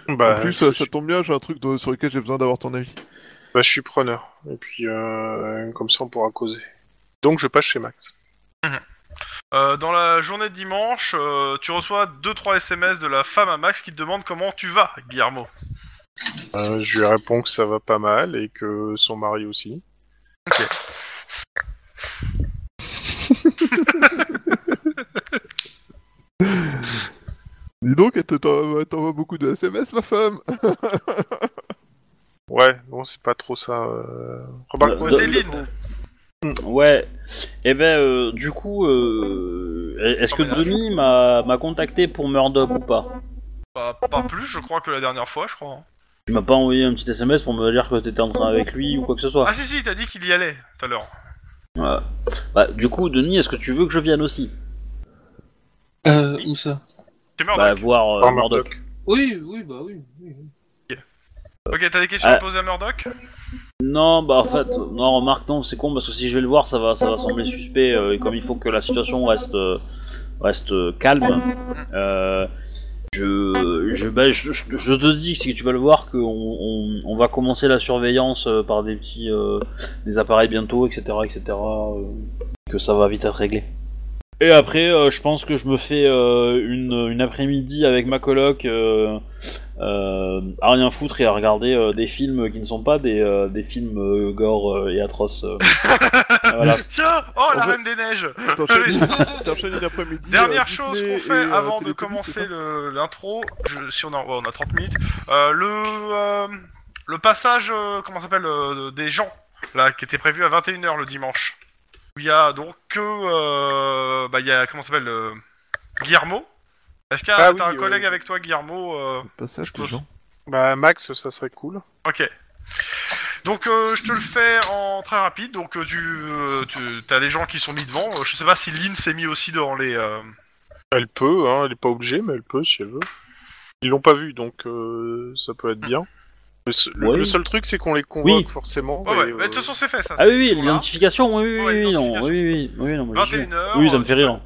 [SPEAKER 5] Bah,
[SPEAKER 4] en plus,
[SPEAKER 5] je,
[SPEAKER 4] euh,
[SPEAKER 5] suis,
[SPEAKER 4] ça tombe bien, j'ai un truc de- sur lequel j'ai besoin d'avoir ton avis.
[SPEAKER 5] bah, je suis preneur. Et puis, euh, comme ça, on pourra causer. Donc, je passe chez Max.
[SPEAKER 2] Euh, Dans la journée de dimanche, euh, tu reçois 2-3 SMS de la femme à Max qui te demande comment tu vas, Guillermo.
[SPEAKER 5] Euh, je lui réponds que ça va pas mal et que son mari aussi.
[SPEAKER 4] Dis donc, elle te- t'en- elle t'envoie beaucoup de SMS,
[SPEAKER 2] <laughs>
[SPEAKER 4] ma femme
[SPEAKER 5] Ouais, bon, c'est pas trop ça. euh. Remarque,
[SPEAKER 3] Euh,
[SPEAKER 5] moi,
[SPEAKER 3] de-
[SPEAKER 5] dès-
[SPEAKER 2] Côté Lynn,
[SPEAKER 3] Ouais. Et ben euh, du coup, euh, est-ce que Denis m'a m'a contacté pour Murdoch ou pas
[SPEAKER 2] pas, pas plus, je crois, que la dernière fois, je crois. hein.
[SPEAKER 3] Tu m'as pas envoyé un petit SMS pour me dire que t'étais en train avec lui ou quoi que ce soit.
[SPEAKER 2] Ah si, si, t'as dit qu'il y allait tout à l'heure.
[SPEAKER 3] Ouais. Bah, du coup, Denis, est-ce que tu veux que je vienne aussi
[SPEAKER 1] Euh, où ça
[SPEAKER 2] T'es mort,
[SPEAKER 3] Bah
[SPEAKER 2] Doc.
[SPEAKER 3] voir euh,
[SPEAKER 5] Voir
[SPEAKER 3] Murdoch.
[SPEAKER 1] Oui, oui, bah oui. oui, oui.
[SPEAKER 4] Bah,
[SPEAKER 2] Ok, t'as des
[SPEAKER 4] euh,
[SPEAKER 2] questions à
[SPEAKER 3] Ah.
[SPEAKER 2] poser à Murdoch
[SPEAKER 3] Non, bah en fait, non, remarque, non, c'est con parce que si je vais le voir, ça va, ça va sembler suspect. euh, et comme il faut que la situation reste, euh, reste euh, calme, euh, je, je, bah, je, je- je te dis que si tu vas le voir, qu'on on, on va commencer la surveillance euh, par des petits, euh, des appareils bientôt, etc., etc., euh, que ça va vite être réglé. Et après, euh, je pense que je me fais euh, une, une après-midi avec ma coloc. euh, euh, à rien foutre et à regarder euh, des films qui ne sont pas des, euh, des films euh, gore euh, et atroces. euh. voilà.
[SPEAKER 2] Tiens Oh, la
[SPEAKER 4] On peut-
[SPEAKER 2] Reine des Neiges
[SPEAKER 4] T'enchaînes <laughs> t'enchaînes une après-midi.
[SPEAKER 2] Dernière
[SPEAKER 4] euh,
[SPEAKER 2] chose
[SPEAKER 4] Disney
[SPEAKER 2] qu'on
[SPEAKER 4] et,
[SPEAKER 2] fait
[SPEAKER 4] euh,
[SPEAKER 2] avant de
[SPEAKER 4] Télétoon, c'est
[SPEAKER 2] commencer
[SPEAKER 4] ça
[SPEAKER 2] le- l'intro, je- si on a, ouais, on a 30 minutes, euh, le, euh, le passage, euh, comment ça s'appelle, euh, des gens, là, qui était prévu à 21h le dimanche. Où Il y a donc que, euh, bah, il y a, comment ça s'appelle, euh, Guillermo. Est-ce qu'il y a
[SPEAKER 5] Ah
[SPEAKER 2] t'as
[SPEAKER 5] oui,
[SPEAKER 2] un collègue
[SPEAKER 5] euh,
[SPEAKER 2] avec toi, Guillermo euh,
[SPEAKER 4] Passage des gens.
[SPEAKER 5] Bah, Max, ça serait cool.
[SPEAKER 2] Ok. Donc euh, je te le fais en très rapide. Donc euh, tu, euh, tu as les gens qui sont mis devant. Euh, Je sais pas si Lynn s'est mis aussi dans les. euh,
[SPEAKER 5] Elle peut, hein, elle est pas obligée, mais elle peut si elle veut. Ils l'ont pas vu, donc euh, ça peut être bien. Le, se- le-
[SPEAKER 3] Ouais.
[SPEAKER 5] le seul truc, c'est qu'on les convoque
[SPEAKER 3] Oui.
[SPEAKER 5] forcément.
[SPEAKER 2] Ouais, ouais.
[SPEAKER 5] mais,
[SPEAKER 2] Bah, de toute
[SPEAKER 5] euh,
[SPEAKER 2] façon c'est fait ça.
[SPEAKER 3] Ah oui, oui,
[SPEAKER 2] Ils sont là.
[SPEAKER 3] l'identification, oui, oui,
[SPEAKER 2] Ouais,
[SPEAKER 3] oui, non,
[SPEAKER 2] l'identification.
[SPEAKER 3] oui, oui, oui, non, moi, j'y vais.
[SPEAKER 2] 21h.
[SPEAKER 3] Oui, ça me fait rire.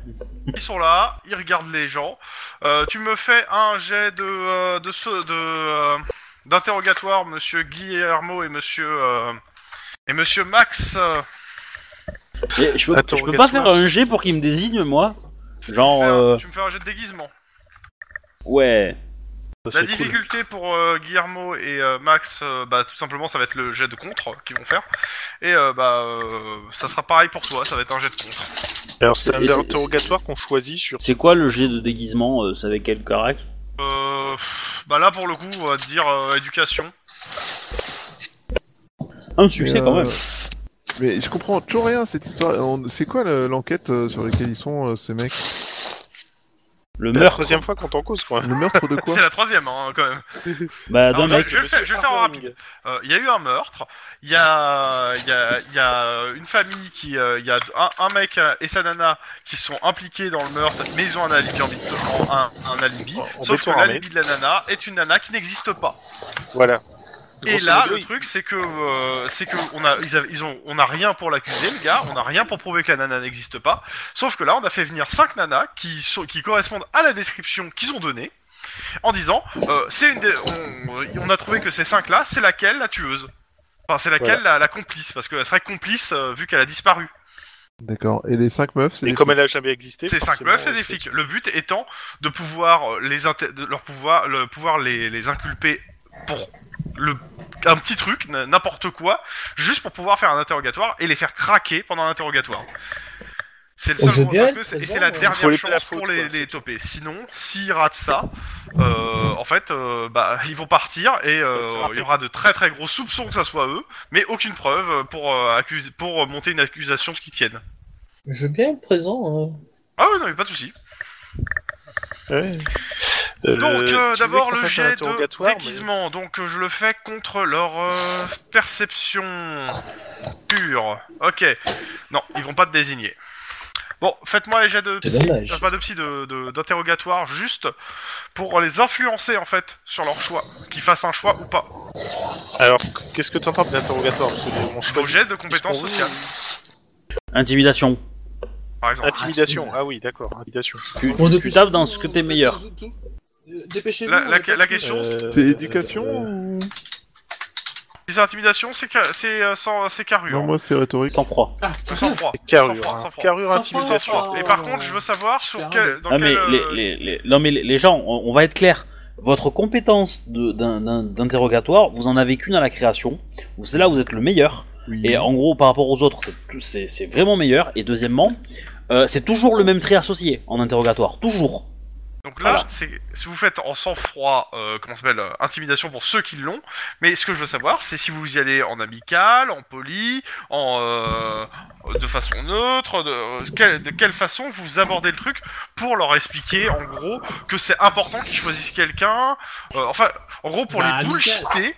[SPEAKER 2] Ils sont là, ils regardent les gens. Euh, tu me fais un jet de euh, de ce de euh, d'interrogatoire, Monsieur Guillermo et Monsieur euh, et Monsieur Max. euh,
[SPEAKER 3] Et je peux,
[SPEAKER 5] Attends,
[SPEAKER 3] je peux pas
[SPEAKER 5] regarde-toi.
[SPEAKER 3] faire un G pour qu'il me désigne, moi
[SPEAKER 2] tu,
[SPEAKER 3] Genre,
[SPEAKER 2] me fais un-
[SPEAKER 3] euh,
[SPEAKER 2] tu me fais un jet de déguisement.
[SPEAKER 3] ouais.
[SPEAKER 5] ça
[SPEAKER 2] La
[SPEAKER 5] serait cool.
[SPEAKER 2] difficulté pour euh, Guillermo et euh, Max, euh, bah tout simplement, ça va être le jet de contre qu'ils vont faire. Et euh, bah euh, ça sera pareil pour toi, ça va être un jet de contre.
[SPEAKER 5] Alors, c'est un
[SPEAKER 3] Et c'est-
[SPEAKER 5] interrogatoire qu'on choisit sur.
[SPEAKER 3] C'est quoi le G de déguisement euh, C'est avec quel carac
[SPEAKER 2] Euh, pff, bah là pour le coup, on va te dire euh, éducation.
[SPEAKER 3] Un succès
[SPEAKER 4] Mais,
[SPEAKER 3] quand
[SPEAKER 4] euh,
[SPEAKER 3] même.
[SPEAKER 4] Mais je comprends toujours rien cette histoire. On- C'est quoi le- l'enquête euh, sur laquelle ils sont euh, ces mecs
[SPEAKER 3] Le
[SPEAKER 5] C'est la
[SPEAKER 3] meurtre.
[SPEAKER 5] troisième fois qu'on t'en cause, quoi.
[SPEAKER 4] Le meurtre de
[SPEAKER 2] <laughs>
[SPEAKER 4] quoi
[SPEAKER 2] C'est la troisième hein, quand même.
[SPEAKER 3] Bah,
[SPEAKER 2] Alors,
[SPEAKER 3] d'un mec.
[SPEAKER 2] je vais le faire- je vais le faire en rapide. Euh, Il y a eu un meurtre, il y a, il y, a, il y a une famille qui. euh, Il y a un, un mec euh, et sa nana qui sont impliqués dans le meurtre, mais ils ont un alibi en, bit- en- un, un alibi.
[SPEAKER 5] En- en
[SPEAKER 2] sauf que
[SPEAKER 5] béton armé.
[SPEAKER 2] l'alibi de la nana est une nana qui n'existe pas.
[SPEAKER 5] Voilà.
[SPEAKER 2] Et
[SPEAKER 5] Grosso
[SPEAKER 2] là,
[SPEAKER 5] modo,
[SPEAKER 2] le truc, c'est que. euh, c'est que on a, ils avaient- ils ont, on a rien pour l'accuser, le gars, on a rien pour prouver que la nana n'existe pas. Sauf que là, on a fait venir cinq nanas qui, sont- qui correspondent à la description qu'ils ont donnée. En disant, euh, c'est une des- on, on a trouvé que ces cinq là, c'est laquelle la tueuse Enfin, c'est laquelle la, la complice Parce qu'elle serait complice euh, vu qu'elle a disparu.
[SPEAKER 4] D'accord. Et les cinq meufs, c'est
[SPEAKER 5] Et
[SPEAKER 4] des
[SPEAKER 5] comme elle a jamais existé.
[SPEAKER 2] Ces cinq
[SPEAKER 5] forcément,
[SPEAKER 2] meufs, c'est
[SPEAKER 5] euh,
[SPEAKER 2] des flics. Le but étant de pouvoir euh, les inter- de leur pouvoir, le pouvoir les, les inculper pour le un petit truc, n- n'importe quoi, juste pour pouvoir faire un interrogatoire et les faire craquer pendant l'interrogatoire. C'est le
[SPEAKER 1] Je
[SPEAKER 2] seul
[SPEAKER 1] veux
[SPEAKER 2] moyen,
[SPEAKER 1] bien
[SPEAKER 2] parce que
[SPEAKER 1] être
[SPEAKER 2] c'est- et c'est la
[SPEAKER 1] présent,
[SPEAKER 5] Faut
[SPEAKER 2] dernière
[SPEAKER 5] les
[SPEAKER 2] chance
[SPEAKER 5] la
[SPEAKER 2] pour
[SPEAKER 5] faute,
[SPEAKER 2] les,
[SPEAKER 5] quoi,
[SPEAKER 2] les
[SPEAKER 5] c'est
[SPEAKER 2] toper. Sinon, s'ils ratent ça, euh, en fait, euh, bah, ils vont partir et euh,
[SPEAKER 5] Faut se rappeler.
[SPEAKER 2] il y aura de très très gros soupçons que ça soit eux, mais aucune preuve euh, pour euh, accuser- pour euh, monter une accusation qui tienne.
[SPEAKER 1] Je veux bien être présent. hein.
[SPEAKER 2] Ah ouais, non, mais pas de souci.
[SPEAKER 5] Ouais.
[SPEAKER 2] Donc
[SPEAKER 5] Euh, tu
[SPEAKER 2] euh,
[SPEAKER 5] voulais
[SPEAKER 2] d'abord
[SPEAKER 5] qu'on
[SPEAKER 2] le
[SPEAKER 5] fasse un
[SPEAKER 2] jet de
[SPEAKER 5] interrogatoire, mais-
[SPEAKER 2] déguisement, donc euh, je le fais contre leur euh, perception pure. Ok, non, ils vont pas te désigner. Bon, faites-moi les jets de
[SPEAKER 1] C'est
[SPEAKER 2] psy,
[SPEAKER 1] dommage.
[SPEAKER 2] euh, pas de psy, de- de- d'interrogatoire, juste pour les influencer en fait sur leur choix, qu'ils fassent un choix ou pas.
[SPEAKER 5] Alors, qu'est-ce que t'entends d'interrogatoire Parce que on
[SPEAKER 2] Au
[SPEAKER 5] choisit
[SPEAKER 2] jet de compétences
[SPEAKER 5] ce qu'on veut,
[SPEAKER 2] sociales,
[SPEAKER 3] Intimidation.
[SPEAKER 2] par exemple.
[SPEAKER 5] Intimidation. Ah oui, d'accord, intimidation.
[SPEAKER 3] Tu,
[SPEAKER 1] Bon,
[SPEAKER 3] tu-
[SPEAKER 1] de
[SPEAKER 3] tu
[SPEAKER 1] plus-
[SPEAKER 3] tapes dans ce que t'es meilleur.
[SPEAKER 1] Euh, Dépêchez-vous.
[SPEAKER 2] La-
[SPEAKER 1] on
[SPEAKER 2] la-
[SPEAKER 1] est pas
[SPEAKER 2] la
[SPEAKER 1] tous.
[SPEAKER 2] question,
[SPEAKER 5] Euh,
[SPEAKER 4] C'est éducation
[SPEAKER 5] euh,
[SPEAKER 4] ou...
[SPEAKER 2] Les intimidations, c'est ca- c'est euh, sans- c'est carrure.
[SPEAKER 4] Non, moi c'est rhétorique.
[SPEAKER 3] Sans froid.
[SPEAKER 1] Ah,
[SPEAKER 2] Euh, sans froid.
[SPEAKER 5] Carrure.
[SPEAKER 2] Sans froid,
[SPEAKER 5] hein.
[SPEAKER 2] sans froid.
[SPEAKER 5] Carrure,
[SPEAKER 1] Sans
[SPEAKER 5] intimidation.
[SPEAKER 1] froid, sans
[SPEAKER 2] Et
[SPEAKER 1] Oh.
[SPEAKER 2] par contre, je veux savoir sur quel, dans
[SPEAKER 3] Ah, mais
[SPEAKER 2] quel, euh,
[SPEAKER 3] les, les, les- non, mais les- les gens, on, on va être clair. Votre compétence de- d'un- d'un- d'interrogatoire, vous en avez qu'une à la création. Vous- C'est là où vous êtes le meilleur.
[SPEAKER 4] Oui.
[SPEAKER 3] Et en gros, par rapport aux autres, c'est tout- c'est c'est vraiment meilleur. Et deuxièmement, euh, c'est toujours le même trait associé en interrogatoire. Toujours.
[SPEAKER 2] Donc là,
[SPEAKER 3] Voilà.
[SPEAKER 2] c'est si vous faites en sang-froid, euh, comment ça s'appelle, euh, intimidation pour ceux qui l'ont. Mais ce que je veux savoir, c'est si vous y allez en amical, en poli, en euh, de façon neutre, de, euh, quelle- de quelle façon vous abordez le truc pour leur expliquer, en gros, que c'est important qu'ils choisissent quelqu'un. euh, enfin, en gros, pour
[SPEAKER 1] Bah,
[SPEAKER 2] les
[SPEAKER 1] amical.
[SPEAKER 2] bullshiter.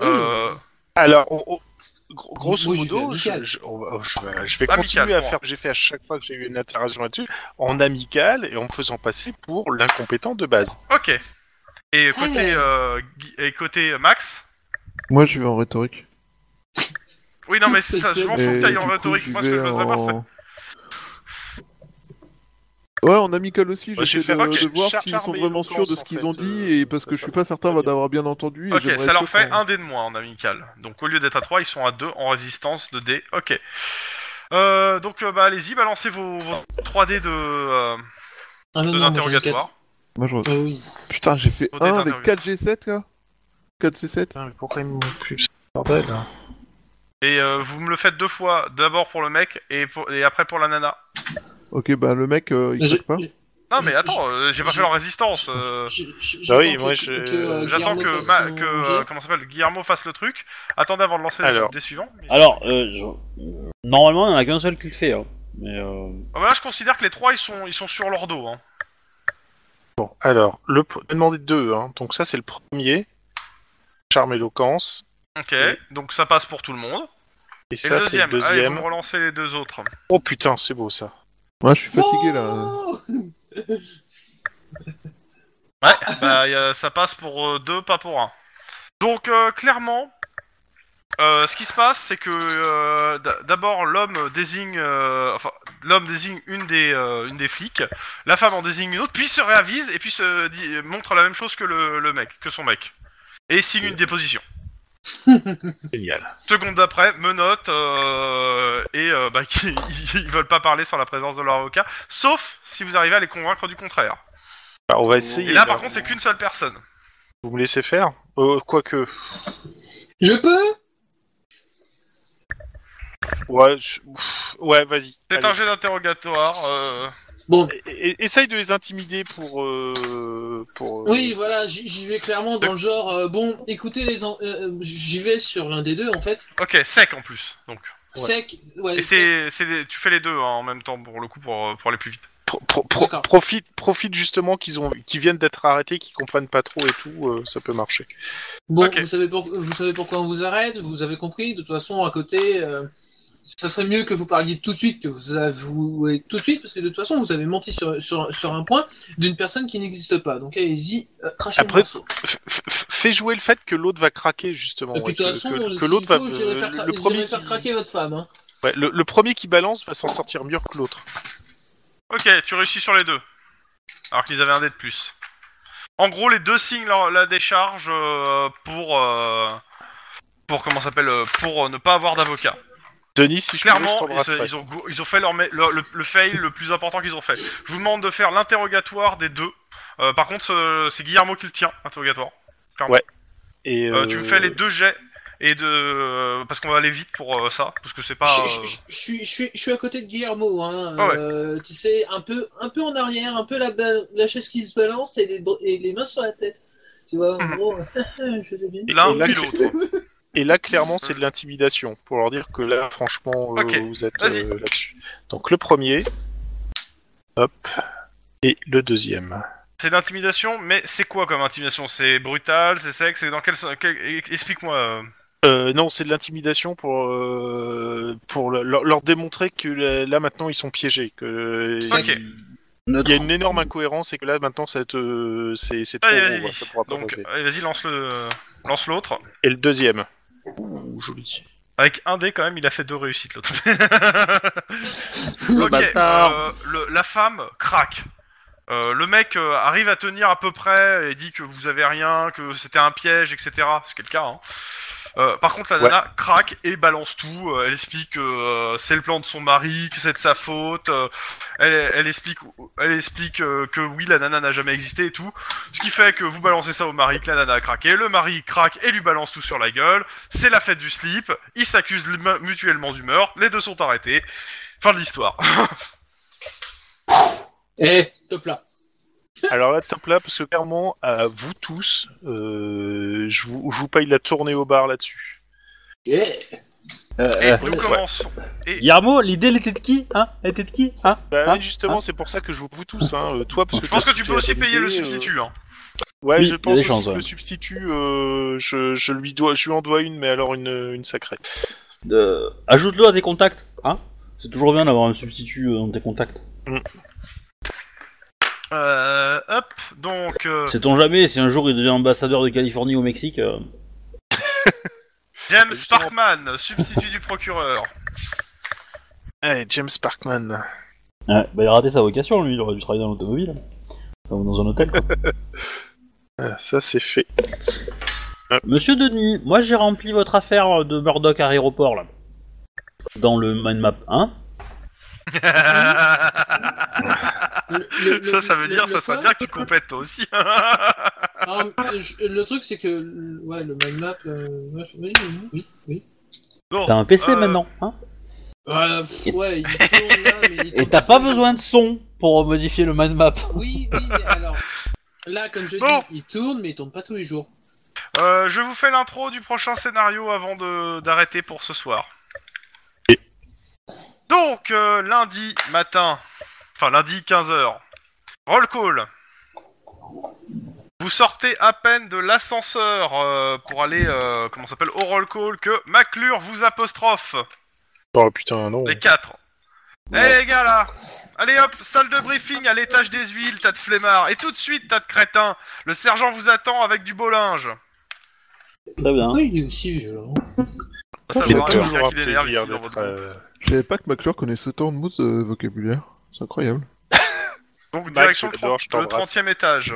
[SPEAKER 2] euh,
[SPEAKER 5] Alors, on- on- gro- grosso
[SPEAKER 1] Moi, j'y vais
[SPEAKER 5] modo, je,
[SPEAKER 1] amical.
[SPEAKER 5] je- on va- oh, je vais- je vais
[SPEAKER 2] Amical,
[SPEAKER 5] continuer à
[SPEAKER 2] bon.
[SPEAKER 5] faire ce que j'ai fait à chaque fois que j'ai eu une interaction là-dessus, en amical et en me faisant passer pour l'incompétent de base.
[SPEAKER 2] ok. Et côté, euh, Guy- et côté Max.
[SPEAKER 4] Moi je vais en rhétorique.
[SPEAKER 2] Oui, non, mais c'est
[SPEAKER 1] C'est
[SPEAKER 2] ça. Je
[SPEAKER 1] ça.
[SPEAKER 2] m'en fous que
[SPEAKER 4] Et
[SPEAKER 2] t'ailles
[SPEAKER 4] du
[SPEAKER 2] en
[SPEAKER 4] coup,
[SPEAKER 2] rhétorique.
[SPEAKER 4] je
[SPEAKER 2] Moi, ce que
[SPEAKER 4] vais
[SPEAKER 2] je veux savoir, c'est
[SPEAKER 4] en- Ouais, en amical aussi,
[SPEAKER 5] Ouais,
[SPEAKER 4] j'essaie
[SPEAKER 5] j'ai fait,
[SPEAKER 4] de,
[SPEAKER 5] ok,
[SPEAKER 4] de voir
[SPEAKER 5] char-
[SPEAKER 4] s'ils sont
[SPEAKER 5] charmer
[SPEAKER 4] vraiment sûrs de
[SPEAKER 5] l'éloquence,
[SPEAKER 4] ce
[SPEAKER 5] en
[SPEAKER 4] qu'ils
[SPEAKER 5] fait,
[SPEAKER 4] ont dit,
[SPEAKER 5] euh,
[SPEAKER 4] et parce
[SPEAKER 5] ça,
[SPEAKER 4] que je
[SPEAKER 5] ça
[SPEAKER 4] suis pas certain
[SPEAKER 5] bien.
[SPEAKER 4] d'avoir bien entendu. et
[SPEAKER 2] Ok,
[SPEAKER 4] j'aimerais
[SPEAKER 2] ça leur
[SPEAKER 4] être
[SPEAKER 2] fait
[SPEAKER 4] sûr qu'on-
[SPEAKER 2] un dé de moins en amical. Donc au lieu d'être à 3, ils sont à 2 en résistance de dés. Ok. Euh, donc euh, bah, allez-y, balancez vos, vos 3 dés de, euh,
[SPEAKER 1] <laughs> Ah, non, non, moi,
[SPEAKER 2] de
[SPEAKER 1] j'en ai
[SPEAKER 2] l'interrogatoire.
[SPEAKER 4] Moi, je
[SPEAKER 1] quatre. Ah oui.
[SPEAKER 4] Putain, j'ai fait
[SPEAKER 2] Faut des
[SPEAKER 4] 1 avec
[SPEAKER 2] interviews.
[SPEAKER 4] 4G7, quoi. 4C7.
[SPEAKER 5] Putain, mais pourquoi ils m'ont plus ce bordel hein
[SPEAKER 2] Et euh, vous me le faites deux fois. D'abord pour le mec et, pour- et après pour la nana.
[SPEAKER 4] Ok, bah le mec, euh, il
[SPEAKER 1] J'ai-
[SPEAKER 4] craque pas.
[SPEAKER 2] Non mais attends, euh, j'ai pas
[SPEAKER 1] je-
[SPEAKER 2] fait leur résistance. euh,
[SPEAKER 1] j'ai- j'ai-
[SPEAKER 5] Bah oui,
[SPEAKER 1] j'attends
[SPEAKER 5] moi,
[SPEAKER 1] que-
[SPEAKER 5] je-
[SPEAKER 1] que, euh,
[SPEAKER 2] J'attends
[SPEAKER 1] Guillermo
[SPEAKER 2] que,
[SPEAKER 1] fasse
[SPEAKER 2] ma-
[SPEAKER 1] son
[SPEAKER 2] que euh,
[SPEAKER 1] jet.
[SPEAKER 2] comment ça s'appelle, Guillermo fasse le truc. Attendez avant de lancer les
[SPEAKER 5] Alors.
[SPEAKER 2] des suivants. Mais-
[SPEAKER 3] Alors, euh, je- euh, normalement, il n'y en a qu'un seul qui le fait. hein. Mais, euh,
[SPEAKER 2] Ah, bah, là, je considère que les trois ils sont ils sont sur leur dos. Hein.
[SPEAKER 5] Bon, alors, le pr- j'ai demandé deux, hein. donc ça c'est le premier, charme éloquence,
[SPEAKER 2] Ok.
[SPEAKER 5] Oui.
[SPEAKER 2] Donc ça passe pour tout le monde.
[SPEAKER 5] et
[SPEAKER 2] Et
[SPEAKER 5] ça
[SPEAKER 2] le
[SPEAKER 5] c'est le
[SPEAKER 2] deuxième. Allez, vous
[SPEAKER 5] deuxième.
[SPEAKER 2] me relancez les deux autres.
[SPEAKER 5] Oh putain, c'est beau ça.
[SPEAKER 4] Ouais, je suis fatigué là.
[SPEAKER 1] Wow
[SPEAKER 2] Ouais, bah, y a- ça passe pour euh, deux, pas pour un. Donc, euh, clairement, euh, ce qui se passe, c'est que euh, d- d'abord l'homme désigne, euh, enfin, l'homme désigne une des, euh, une des flics, la femme en désigne une autre, puis se réavise et puis se dit- montre la même chose que le, le mec, que son mec, et signe une déposition.
[SPEAKER 5] Génial.
[SPEAKER 2] Seconde d'après, menottes euh, et euh, bah, <laughs> qui- ils veulent pas parler sans la présence de leur avocat, sauf si vous arrivez à les convaincre du contraire.
[SPEAKER 5] Alors, Bah, on va essayer.
[SPEAKER 2] Et là, par
[SPEAKER 5] alors.
[SPEAKER 2] contre, c'est qu'une seule personne.
[SPEAKER 5] Vous me laissez faire euh, Quoique.
[SPEAKER 1] Je peux
[SPEAKER 5] Ouais, je- Ouf. ouais vas-y.
[SPEAKER 2] C'est
[SPEAKER 5] Allez.
[SPEAKER 2] un jeu d'interrogatoire. euh,
[SPEAKER 1] Bon,
[SPEAKER 5] Et- et- Essaye de les intimider pour. euh, pour euh,
[SPEAKER 1] oui, voilà, j'y j'y vais clairement dans le genre. euh, bon, écoutez, les en- euh, j'y vais sur l'un des deux en fait.
[SPEAKER 2] Ok, sec en plus. Donc.
[SPEAKER 5] Ouais.
[SPEAKER 1] Sec, ouais.
[SPEAKER 2] Et c'est, c'est des- tu fais les deux hein, en même temps pour le coup pour, euh, pour aller plus vite.
[SPEAKER 5] pro- pro- pro-
[SPEAKER 1] D'accord.
[SPEAKER 5] profite, profite justement qu'ils ont, qu'ils viennent d'être arrêtés, qu'ils comprennent pas trop et tout, euh, ça peut marcher.
[SPEAKER 1] Bon,
[SPEAKER 2] Ok.
[SPEAKER 1] vous, savez pour- vous savez pourquoi on vous arrête, vous avez compris. De toute façon, à côté, euh, ça serait mieux que vous parliez tout de suite, que vous avouez tout de suite, parce que de toute façon, vous avez menti sur, sur, sur un point d'une personne qui n'existe pas. Donc allez-y, euh, crachez le
[SPEAKER 5] Après,
[SPEAKER 1] morceau.
[SPEAKER 5] F- f- f- Fais jouer le fait que l'autre va craquer justement.
[SPEAKER 1] Et puis
[SPEAKER 5] ouais,
[SPEAKER 1] de toute
[SPEAKER 5] que-
[SPEAKER 1] façon,
[SPEAKER 5] que- que
[SPEAKER 1] s'il
[SPEAKER 5] l'autre va. euh,
[SPEAKER 1] faut, j'irai faire,
[SPEAKER 5] le-
[SPEAKER 1] cra-
[SPEAKER 5] le
[SPEAKER 1] j'irai
[SPEAKER 5] premier
[SPEAKER 1] faire
[SPEAKER 5] qui-
[SPEAKER 1] craquer votre femme. hein.
[SPEAKER 5] ouais, le- le premier qui balance va s'en sortir mieux que l'autre.
[SPEAKER 2] Ok, tu réussis sur les deux. Alors qu'ils avaient un dé de plus. En gros, les deux signent leur- la décharge euh, pour euh, pour comment ça s'appelle euh, pour euh, ne pas avoir d'avocat.
[SPEAKER 5] Denis, si
[SPEAKER 2] Clairement,
[SPEAKER 5] je peux, je
[SPEAKER 2] ils,
[SPEAKER 5] t'embrasse
[SPEAKER 2] se-
[SPEAKER 5] pas.
[SPEAKER 2] ils ont go- ils ont fait leur, me- leur- le, le fail le plus important qu'ils ont fait. Je vous demande de faire l'interrogatoire des deux. Euh, par contre, euh, c'est Guillermo qui le tient, interrogatoire.
[SPEAKER 5] Et,
[SPEAKER 2] Euh, tu me fais les deux jets et de euh, parce qu'on va aller vite pour euh, ça parce que c'est pas.
[SPEAKER 1] Je-
[SPEAKER 2] euh,
[SPEAKER 1] je- Je je suis- je suis- je suis à côté de Guillermo, hein.
[SPEAKER 2] Ah ouais.
[SPEAKER 1] euh, tu sais, un peu, un peu en arrière, un peu la, ba- la chaise qui se balance et les, br- et les mains sur la tête. Tu vois, en
[SPEAKER 2] Mhm.
[SPEAKER 1] gros, <laughs> je sais bien.
[SPEAKER 2] L'un
[SPEAKER 5] Et
[SPEAKER 2] puis
[SPEAKER 5] là,
[SPEAKER 3] <laughs>
[SPEAKER 2] l'autre.
[SPEAKER 5] Et là, clairement, c'est de l'intimidation pour leur dire que là, franchement, euh,
[SPEAKER 2] Euh. Ok,
[SPEAKER 5] vous êtes
[SPEAKER 2] vas-y.
[SPEAKER 5] euh, là-dessus. Donc le premier, hop, et le deuxième.
[SPEAKER 2] C'est de l'intimidation, mais c'est quoi comme intimidation C'est brutal, c'est sexe, c'est dans quel, sens- quel- e- Explique-moi. euh.
[SPEAKER 5] Euh, non, c'est de l'intimidation pour euh, pour le- leur, leur démontrer que là, là, maintenant ils sont piégés, que euh,
[SPEAKER 2] Ok.
[SPEAKER 5] il- il y a une énorme incohérence et que là maintenant ça te c'est c'est trop
[SPEAKER 2] Allez, allez,
[SPEAKER 5] gros, quoi, Oh, bah, ça pourra pas
[SPEAKER 2] Donc
[SPEAKER 5] passer.
[SPEAKER 2] allez, vas-y lance le euh, lance l'autre.
[SPEAKER 5] Et le deuxième. Ouh, joli.
[SPEAKER 2] Avec un dé quand même, il a fait deux réussites l'autre. <laughs>
[SPEAKER 5] Le
[SPEAKER 2] ok.
[SPEAKER 5] bâtard.
[SPEAKER 2] euh, le- la femme craque. Euh, le mec euh, arrive à tenir à peu près et dit que vous avez rien, que c'était un piège, etc. C'est le cas. Hein. Euh, par contre, la
[SPEAKER 5] Ouais.
[SPEAKER 2] nana craque et balance tout. Euh, elle explique que euh, c'est le plan de son mari, que c'est de sa faute. Euh, elle, elle explique, elle explique euh, que oui, la nana n'a jamais existé et tout. Ce qui fait que vous balancez ça au mari, que la nana a craqué. Le mari craque et lui balance tout sur la gueule. C'est la fête du slip. Ils s'accusent mu- mutuellement du meurtre. Les deux sont arrêtés. Fin de l'histoire.
[SPEAKER 1] Eh, top là.
[SPEAKER 5] Alors là, top là, parce que clairement, à vous tous, euh, je, vous, je vous paye la tournée au bar là-dessus.
[SPEAKER 1] Eh.
[SPEAKER 2] Et
[SPEAKER 3] Euh,
[SPEAKER 2] nous
[SPEAKER 5] ouais.
[SPEAKER 2] commençons.
[SPEAKER 3] euh, Yarmo, l'idée elle était de qui Hein Elle était de qui Hein
[SPEAKER 5] Bah,
[SPEAKER 3] Hein
[SPEAKER 5] oui, justement, c'est pour ça que je vous vous tous, hein. euh, Toi, parce que
[SPEAKER 2] Je pense
[SPEAKER 5] t'as
[SPEAKER 2] que tu
[SPEAKER 5] tout
[SPEAKER 2] peux aussi
[SPEAKER 5] validé,
[SPEAKER 2] payer le
[SPEAKER 5] euh,
[SPEAKER 2] substitut. Hein.
[SPEAKER 5] Ouais,
[SPEAKER 3] Oui, il y
[SPEAKER 5] je
[SPEAKER 3] a
[SPEAKER 5] pense
[SPEAKER 3] des
[SPEAKER 5] aussi
[SPEAKER 3] chances,
[SPEAKER 5] que
[SPEAKER 3] ouais.
[SPEAKER 5] le substitut, euh, je, je lui dois, je lui en dois une, mais alors une, une sacrée.
[SPEAKER 3] Euh, Ajoute-le à tes contacts. Hein C'est toujours bien d'avoir un substitut euh, dans tes contacts.
[SPEAKER 2] Euh, hop, donc. euh,
[SPEAKER 3] Sait-on jamais si un jour il devient ambassadeur de Californie au Mexique euh,
[SPEAKER 2] James
[SPEAKER 5] Justement.
[SPEAKER 2] Sparkman, substitut du procureur.
[SPEAKER 5] Allez, James Parkman.
[SPEAKER 3] Ouais, bah, il a raté sa vocation, lui, il aurait dû travailler dans l'automobile. Enfin, ou dans un hôtel, quoi.
[SPEAKER 5] Ah, Ça, c'est fait.
[SPEAKER 3] <laughs> Monsieur Denis, moi j'ai rempli votre affaire de Murdoch à l'aéroport, là. Dans le mind map hein. 1.
[SPEAKER 1] Le- le- le-
[SPEAKER 2] <laughs> Ah, ça, ça veut
[SPEAKER 1] le-
[SPEAKER 2] dire,
[SPEAKER 1] le
[SPEAKER 2] ça serait
[SPEAKER 1] quoi
[SPEAKER 2] bien que tu complètes toi aussi. hein.
[SPEAKER 1] Ah, je- le truc, c'est que, le- ouais, le mind map, euh, ouais, oui, oui, oui, oui.
[SPEAKER 2] Bon,
[SPEAKER 3] T'as un PC
[SPEAKER 2] euh,
[SPEAKER 3] maintenant, hein
[SPEAKER 1] Ah, pff, ouais, il tourne là, mais il
[SPEAKER 3] <laughs> Et
[SPEAKER 1] tourne
[SPEAKER 3] t'as pas besoin de son pour modifier le mind map.
[SPEAKER 1] Oui, oui, mais alors, là, comme je
[SPEAKER 2] Bon.
[SPEAKER 1] dis, il tourne, mais il tourne pas tous les jours.
[SPEAKER 2] euh, je vous fais l'intro du prochain scénario avant de- d'arrêter pour ce soir. Donc, euh, lundi matin, enfin lundi 15h, roll call. Vous sortez à peine de l'ascenseur euh, pour aller, euh, comment ça s'appelle, au roll call que McClure vous apostrophe.
[SPEAKER 5] Oh putain, non.
[SPEAKER 2] Les quatre. Eh les gars là Allez hop, salle de briefing à l'étage des huiles, tas de flemmards. Et tout de suite, tas de crétins. Le sergent vous attend avec du beau linge.
[SPEAKER 3] Très bien.
[SPEAKER 1] Pourquoi il est Ah aussi violent
[SPEAKER 2] Ça
[SPEAKER 5] C'est
[SPEAKER 2] vous rappelle
[SPEAKER 5] toujours un
[SPEAKER 2] qu'il est nerveux
[SPEAKER 5] plaisir
[SPEAKER 2] ici dans
[SPEAKER 5] d'être,
[SPEAKER 2] votre groupe.
[SPEAKER 5] euh,
[SPEAKER 4] Je savais pas que McClure connaissait autant de mots de euh, vocabulaire. C'est incroyable.
[SPEAKER 2] Donc
[SPEAKER 5] Max,
[SPEAKER 2] direction
[SPEAKER 5] je
[SPEAKER 2] le,
[SPEAKER 5] l'adore, je
[SPEAKER 2] 30, le
[SPEAKER 5] t'embrasse.
[SPEAKER 2] 30e étage.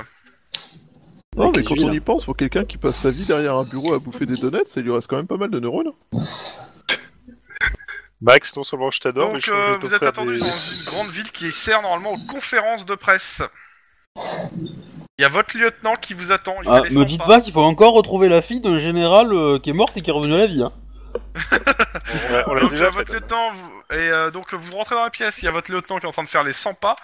[SPEAKER 4] Non, mais
[SPEAKER 3] Qu'est-ce
[SPEAKER 4] quand
[SPEAKER 3] que tu
[SPEAKER 4] on
[SPEAKER 3] dis,
[SPEAKER 4] y pense, pour quelqu'un qui passe sa vie derrière un bureau à bouffer des donuts, ça lui reste quand même pas mal de neurones.
[SPEAKER 5] Max, non seulement je t'adore, mais
[SPEAKER 2] Donc
[SPEAKER 5] je suis obligé
[SPEAKER 2] euh,
[SPEAKER 5] de
[SPEAKER 2] vous êtes
[SPEAKER 5] t'offrir
[SPEAKER 2] attendu
[SPEAKER 5] des-
[SPEAKER 2] dans une grande ville qui sert normalement aux conférences de presse. Il y a votre lieutenant qui vous attend. Il
[SPEAKER 3] Ah,
[SPEAKER 2] ne
[SPEAKER 3] me
[SPEAKER 2] descend
[SPEAKER 3] dites
[SPEAKER 2] pas.
[SPEAKER 3] pas qu'il faut encore retrouver la fille de général euh, qui est morte et qui est revenue à la vie. Hein.
[SPEAKER 5] On l'a- on l'a
[SPEAKER 2] Donc, euh,
[SPEAKER 5] déjà
[SPEAKER 2] votre
[SPEAKER 5] fait.
[SPEAKER 2] lieutenant, vous- et euh, donc vous rentrez dans la pièce, il y a votre lieutenant qui est en train de faire les 100 pas,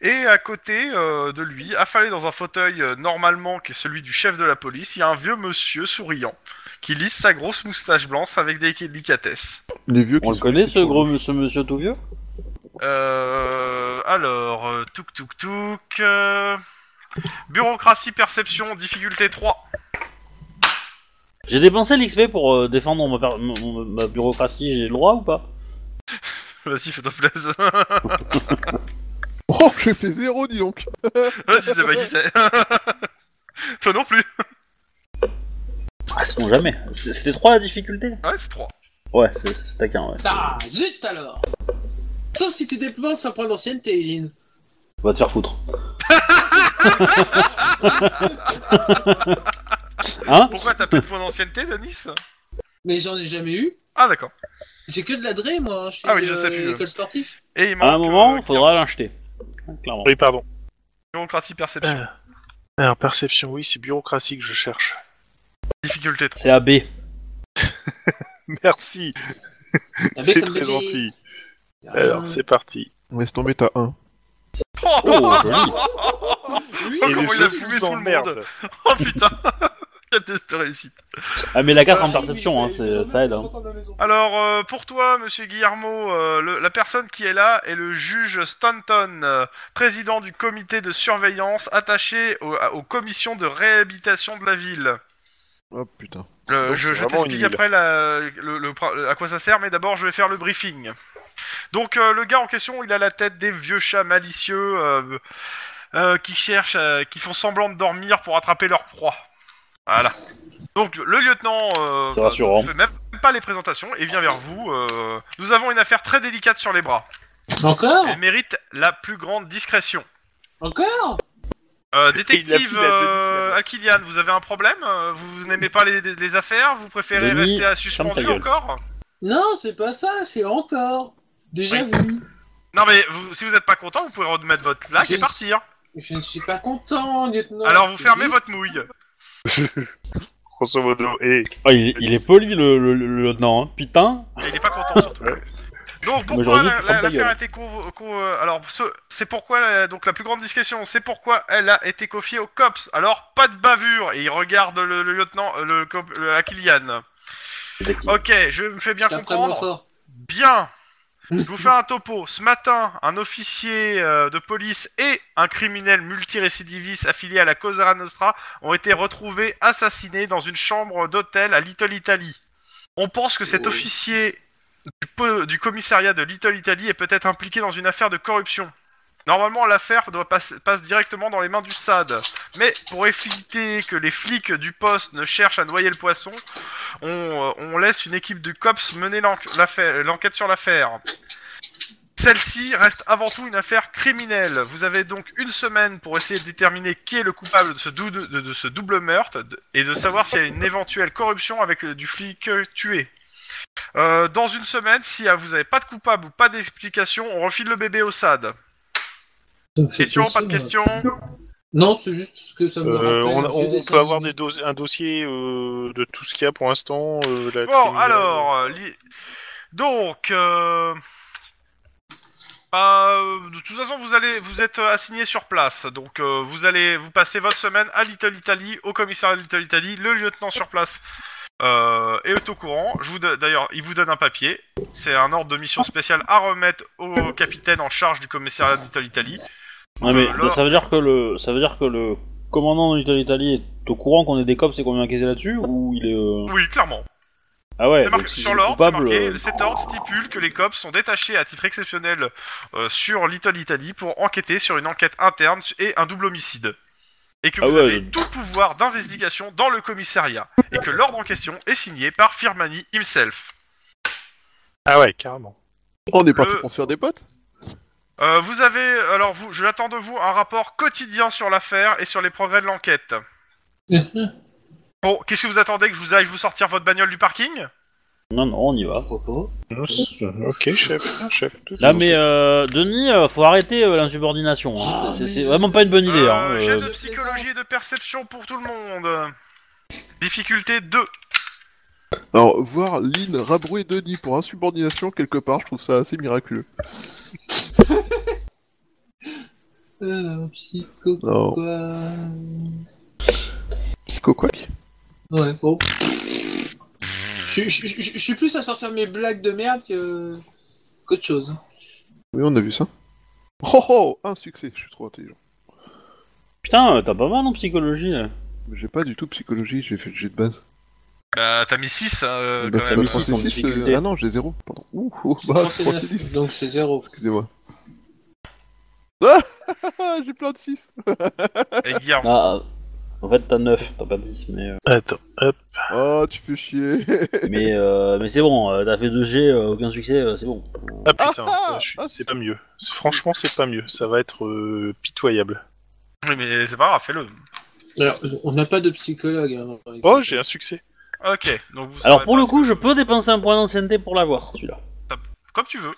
[SPEAKER 2] et à côté euh, de lui, affalé dans un fauteuil euh, normalement qui est celui du chef de la police, il y a un vieux monsieur souriant qui lisse sa grosse moustache blanche avec des délicatesse.
[SPEAKER 4] Les vieux
[SPEAKER 3] On
[SPEAKER 4] qui
[SPEAKER 3] le
[SPEAKER 4] sont-
[SPEAKER 3] connaît ce gros ce monsieur tout vieux
[SPEAKER 2] Euh, alors, euh, touk touk touk. euh, bureaucratie, perception, difficulté 3.
[SPEAKER 3] J'ai dépensé l'XP pour euh, défendre ma, per- mon- mon- ma bureaucratie, j'ai le droit ou pas
[SPEAKER 2] <laughs> Vas-y, fais-toi plaisir. <laughs>
[SPEAKER 4] Oh, j'ai fait zéro, dis donc.
[SPEAKER 2] Vas-y, c'est pas qui c'est. <laughs> Toi non plus.
[SPEAKER 3] Ah, sinon jamais. C'est- C'était 3 la difficulté
[SPEAKER 2] Ah Ouais, c'est 3.
[SPEAKER 3] Ouais, c'est c'est taquin, ouais.
[SPEAKER 1] Ah, zut alors Sauf si tu dépenses un point d'ancienneté, Eileen.
[SPEAKER 3] Va te
[SPEAKER 2] <laughs>
[SPEAKER 3] faire foutre. hein
[SPEAKER 2] Pourquoi t'as plus de points d'ancienneté, Denis
[SPEAKER 1] Mais j'en ai jamais eu.
[SPEAKER 2] Ah, d'accord.
[SPEAKER 1] J'ai que de la dré, moi. hein. Je suis
[SPEAKER 2] Ah oui, je sais
[SPEAKER 1] euh,
[SPEAKER 2] plus.
[SPEAKER 1] école sportive.
[SPEAKER 2] Et il manque
[SPEAKER 3] À un moment,
[SPEAKER 2] euh,
[SPEAKER 3] faudra l'acheter. Ah, Clairement.
[SPEAKER 5] Oui, pardon.
[SPEAKER 2] bureaucratie perception.
[SPEAKER 5] Ah, Alors, perception, oui, c'est bureaucratie que je cherche.
[SPEAKER 2] Difficulté 3.
[SPEAKER 3] C'est AB.
[SPEAKER 5] <laughs> Merci,
[SPEAKER 1] La baie
[SPEAKER 5] c'est
[SPEAKER 1] comme
[SPEAKER 5] très
[SPEAKER 1] bébé.
[SPEAKER 5] gentil.
[SPEAKER 1] Ah,
[SPEAKER 5] Alors, c'est parti.
[SPEAKER 4] Laisse tomber, t'as un.
[SPEAKER 2] Oh,
[SPEAKER 3] Oh, joli.
[SPEAKER 1] Oui,
[SPEAKER 2] Comment
[SPEAKER 5] Et les
[SPEAKER 2] il a
[SPEAKER 5] autres
[SPEAKER 2] fumé
[SPEAKER 5] vous
[SPEAKER 2] tout le
[SPEAKER 5] emmerdent.
[SPEAKER 2] monde <laughs> Oh putain <laughs> Quelle test de réussite
[SPEAKER 3] Ah, mais la 4 en
[SPEAKER 1] oui,
[SPEAKER 3] perception, hein,
[SPEAKER 1] oui,
[SPEAKER 3] c'est-
[SPEAKER 1] oui,
[SPEAKER 3] ça aide.
[SPEAKER 1] je
[SPEAKER 3] Hein.
[SPEAKER 1] rentre dans la maison.
[SPEAKER 2] Alors, euh, pour toi, monsieur Guillermo, euh, le- la personne qui est là est le juge Stanton, euh, président du comité de surveillance attaché au- à- aux commissions de réhabilitation de la ville.
[SPEAKER 4] Oh putain.
[SPEAKER 2] Euh,
[SPEAKER 5] Donc,
[SPEAKER 2] je
[SPEAKER 5] c'est
[SPEAKER 2] je
[SPEAKER 5] vraiment
[SPEAKER 2] t'explique
[SPEAKER 5] une île.
[SPEAKER 2] après la- le- le pr- à quoi ça sert, mais d'abord je vais faire le briefing. Donc euh, le gars en question, il a la tête des vieux chats malicieux euh, euh, qui cherchent, euh, qui font semblant de dormir pour attraper leur proie. Voilà. Donc le lieutenant euh,
[SPEAKER 3] C'est rassurant.
[SPEAKER 2] ne fait même pas les présentations et vient vers vous. euh, nous avons une affaire très délicate sur les bras.
[SPEAKER 1] Encore
[SPEAKER 3] Oh.
[SPEAKER 2] Elle mérite la plus grande discrétion.
[SPEAKER 1] Encore
[SPEAKER 3] <laughs>
[SPEAKER 2] Euh,
[SPEAKER 5] Il a pris
[SPEAKER 2] détective
[SPEAKER 5] la demi-sienne.
[SPEAKER 2] euh, Akilian, vous avez un problème Euh, Vous n'aimez pas les, les- les affaires Vous préférez
[SPEAKER 3] Denis,
[SPEAKER 2] rester à
[SPEAKER 3] ferme ta
[SPEAKER 2] suspendu
[SPEAKER 3] gueule.
[SPEAKER 2] encore
[SPEAKER 1] Non, c'est pas ça, c'est encore. Déjà vu.
[SPEAKER 2] Non mais vous- si vous n'êtes pas content, vous pouvez remettre votre like
[SPEAKER 1] J'ai-
[SPEAKER 2] et partir.
[SPEAKER 1] Je ne suis pas content, lieutenant.
[SPEAKER 2] Alors vous
[SPEAKER 1] C'est
[SPEAKER 2] fermez
[SPEAKER 1] juste-
[SPEAKER 2] votre mouille.
[SPEAKER 5] Grosso modo, et
[SPEAKER 3] Ah, il, il est poli le, le- le lieutenant, hein. putain.
[SPEAKER 2] Mais il est pas content surtout.
[SPEAKER 5] Ouais.
[SPEAKER 2] Donc
[SPEAKER 3] Mais
[SPEAKER 2] pourquoi
[SPEAKER 3] j'aurais dit,
[SPEAKER 2] la-
[SPEAKER 3] ferme
[SPEAKER 2] la-
[SPEAKER 3] ta
[SPEAKER 2] l'affaire
[SPEAKER 3] gueule.
[SPEAKER 2] a été co- co- euh, alors ce- c'est pourquoi la, donc la plus grande discrétion, c'est pourquoi elle a été confiée au cops. Alors pas de bavure et il regarde le, le lieutenant euh, le, cop- le Akilian. Oh, Ok, je me fais bien
[SPEAKER 1] C'est un très bon
[SPEAKER 2] comprendre.
[SPEAKER 1] fort.
[SPEAKER 2] Bien. Je vous fais un topo. Ce matin, un officier euh, de police et un criminel multirécidiviste affilié à la Cosa Nostra ont été retrouvés assassinés dans une chambre d'hôtel à Little Italy. On pense que cet
[SPEAKER 1] Oui.
[SPEAKER 2] officier du, po- du commissariat de Little Italy est peut-être impliqué dans une affaire de corruption. Normalement, l'affaire doit passe- passe directement dans les mains du SAD. Mais pour éviter que les flics du poste ne cherchent à noyer le poisson, on, euh, on laisse une équipe de cops mener l'en- l'affaire- euh, l'enquête sur l'affaire. Celle-ci reste avant tout une affaire criminelle. Vous avez donc une semaine pour essayer de déterminer qui est le coupable de ce, dou- de, de ce double meurtre de- et de savoir s'il y a une éventuelle corruption avec euh, du flic euh, tué. Euh, dans une semaine, si euh, vous n'avez pas de coupable ou pas d'explication, on refile le bébé au SAD.
[SPEAKER 1] Ça me fait
[SPEAKER 2] Question,
[SPEAKER 1] penser,
[SPEAKER 2] pas de
[SPEAKER 1] moi.
[SPEAKER 2] question
[SPEAKER 1] Non, c'est juste ce que ça me
[SPEAKER 5] euh,
[SPEAKER 1] rappelle.
[SPEAKER 5] on,
[SPEAKER 1] un
[SPEAKER 5] on-
[SPEAKER 1] vieux
[SPEAKER 5] on
[SPEAKER 1] dessin
[SPEAKER 5] peut
[SPEAKER 1] <laughs>
[SPEAKER 5] avoir
[SPEAKER 1] animé.
[SPEAKER 5] des dos- un dossier euh, de tout ce qu'il y a pour l'instant. euh, la
[SPEAKER 2] Bon,
[SPEAKER 5] criminelle.
[SPEAKER 2] alors, euh, li- donc, euh... bah, euh, de toute façon, vous allez, vous êtes euh, assigné sur place, donc euh, vous allez, vous passez votre semaine à Little Italy, au commissariat de Little Italy, le lieutenant sur place euh, est au courant. Je vous, do- d'ailleurs, il vous donne un papier. C'est un ordre de mission spéciale à remettre au capitaine en charge du commissariat de Little Italy.
[SPEAKER 3] Ouais, mais
[SPEAKER 2] Euh, là-
[SPEAKER 3] ça veut dire que le, ça veut dire que le commandant de l'Italie est au courant qu'on est des cops et qu'on vient enquêter là-dessus ou il est euh,
[SPEAKER 2] Oui, clairement.
[SPEAKER 3] Ah ouais.
[SPEAKER 2] C'est marqué
[SPEAKER 3] donc si
[SPEAKER 2] sur
[SPEAKER 3] c'est
[SPEAKER 2] l'ordre, c'est
[SPEAKER 3] coupable,
[SPEAKER 2] marqué,
[SPEAKER 3] euh,
[SPEAKER 2] cet ordre stipule que les cops sont détachés à titre exceptionnel euh, sur Little Italy pour enquêter sur une enquête interne et un double homicide. Et que
[SPEAKER 3] Ah
[SPEAKER 2] vous
[SPEAKER 3] ouais,
[SPEAKER 2] avez
[SPEAKER 3] je-
[SPEAKER 2] tout pouvoir d'investigation dans le commissariat. Et que l'ordre en question est signé par Firmani himself.
[SPEAKER 5] Ah ouais, carrément.
[SPEAKER 4] On est parti
[SPEAKER 2] Le-
[SPEAKER 4] pour se faire des potes
[SPEAKER 2] Euh, vous avez, alors vous, je l'attends de vous, un rapport quotidien sur l'affaire et sur les progrès de l'enquête. Bon, qu'est-ce que vous attendez que je vous aille vous sortir votre bagnole du parking
[SPEAKER 3] euh, Non, non, on y
[SPEAKER 1] Bah,
[SPEAKER 3] va.
[SPEAKER 1] Propos.
[SPEAKER 5] Ok, chef. hein, chef tout de
[SPEAKER 3] Là,
[SPEAKER 5] suite.
[SPEAKER 3] mais euh, Denis, euh, faut arrêter euh, l'insubordination. hein.
[SPEAKER 1] Ah,
[SPEAKER 3] C'est-
[SPEAKER 1] mais-
[SPEAKER 3] c'est vraiment pas une bonne idée. hein,
[SPEAKER 2] Euh, jet
[SPEAKER 3] euh.
[SPEAKER 2] de psychologie et de perception pour tout le monde. Difficulté 2.
[SPEAKER 4] Alors, voir Lynn rabrouer Denis pour insubordination quelque part, je trouve ça assez miraculeux.
[SPEAKER 1] Euh, psycho
[SPEAKER 4] Non.
[SPEAKER 1] quoi.
[SPEAKER 4] Psycho quack
[SPEAKER 1] Ouais, bon. Oh. Je je- je- je- je suis plus à sortir mes blagues de merde que qu'autre chose.
[SPEAKER 4] Oui, on a vu ça. Oh oh Un succès, je suis trop intelligent.
[SPEAKER 3] Putain, euh, t'as pas mal en psychologie. Là.
[SPEAKER 4] Mais J'ai pas du tout psychologie, j'ai fait le jet de base.
[SPEAKER 2] Bah, t'as mis 6 euh,
[SPEAKER 4] Bah,
[SPEAKER 2] quand
[SPEAKER 4] c'est
[SPEAKER 2] même.
[SPEAKER 4] le
[SPEAKER 3] six en
[SPEAKER 4] 3C6,
[SPEAKER 3] difficulté.
[SPEAKER 4] euh, Ah non, j'ai 0, pardon. Ouh, oh, bah,
[SPEAKER 1] Français,
[SPEAKER 4] 3C10,
[SPEAKER 1] donc c'est zéro.
[SPEAKER 4] excusez-moi. <laughs> Ah ah, J'ai plein de 6
[SPEAKER 2] Et Guillermo.
[SPEAKER 3] Ah, en fait, t'as 9, t'as pas 10,
[SPEAKER 2] <laughs>
[SPEAKER 3] mais euh,
[SPEAKER 5] Attends, hop.
[SPEAKER 4] Oh, tu fais chier <laughs>
[SPEAKER 3] mais, euh, mais c'est bon. euh, t'as fait 2 G, euh, aucun succès, euh, c'est bon.
[SPEAKER 5] Ah putain,
[SPEAKER 4] Ah,
[SPEAKER 5] ouais, je suis-
[SPEAKER 4] ah,
[SPEAKER 5] c'est pas mieux. C'est- Franchement, c'est pas mieux. Ça va être euh, pitoyable.
[SPEAKER 2] Oui, mais c'est pas grave, fais-le.
[SPEAKER 1] Alors, on n'a pas de psychologue. hein.
[SPEAKER 5] Oh, j'ai un succès.
[SPEAKER 2] Ok, donc vous
[SPEAKER 3] Alors
[SPEAKER 2] saurez
[SPEAKER 3] pour
[SPEAKER 2] pas
[SPEAKER 3] le
[SPEAKER 2] ce
[SPEAKER 3] coup,
[SPEAKER 2] que-
[SPEAKER 3] je peux dépenser un point d'ancienneté pour l'avoir, celui-là. Euh,
[SPEAKER 2] Comme tu veux.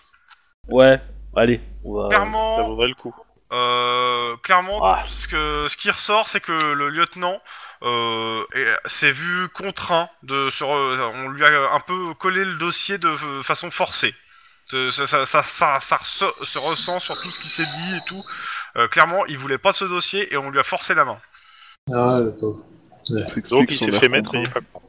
[SPEAKER 3] Ouais. Allez, on va.
[SPEAKER 2] Clairement,
[SPEAKER 5] Ça vaudrait le coup.
[SPEAKER 2] Euh, clairement,
[SPEAKER 3] Ah.
[SPEAKER 2] ce, que, ce qui ressort, c'est que le lieutenant euh, est- s'est vu contraint de se re- on lui a un peu collé le dossier de f- façon forcée. Ça, ça, ça, ça, ça- ça re- se ressent sur tout ce qui s'est dit et tout. Euh, clairement, il voulait pas ce dossier et on lui a forcé la main.
[SPEAKER 1] Ah, le pauvre.
[SPEAKER 5] Donc il s'est fait mettre. et il est pas con.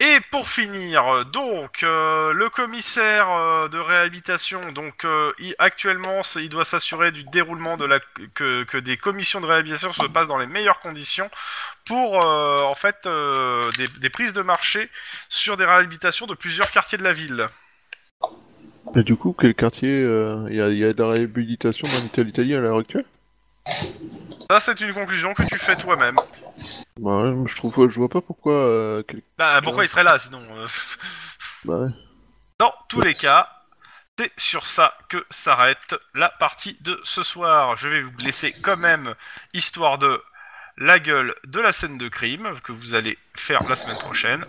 [SPEAKER 2] Et pour finir, euh, donc euh, le commissaire euh, de réhabilitation, donc euh, il- actuellement c'est- il doit s'assurer du déroulement de la que, que des commissions de réhabilitation se passent dans les meilleures conditions pour euh, en fait euh, des, des prises de marché sur des réhabilitations de plusieurs quartiers de la ville.
[SPEAKER 5] hein.
[SPEAKER 4] Mais Bah, du coup, quel quartier euh, il y, a- il y a de la réhabilitation dans l'Ital- l'Italie à l'heure actuelle
[SPEAKER 2] Ça c'est une conclusion que tu fais toi-même.
[SPEAKER 4] Bah ouais, je trouve, je vois pas pourquoi. euh, quel-
[SPEAKER 2] Bah pourquoi il serait là sinon euh,
[SPEAKER 4] Bah ouais.
[SPEAKER 2] Dans tous les cas, c'est sur ça que s'arrête la partie de ce soir. Je vais vous laisser quand même histoire de la gueule de la scène de crime que vous allez faire la semaine prochaine.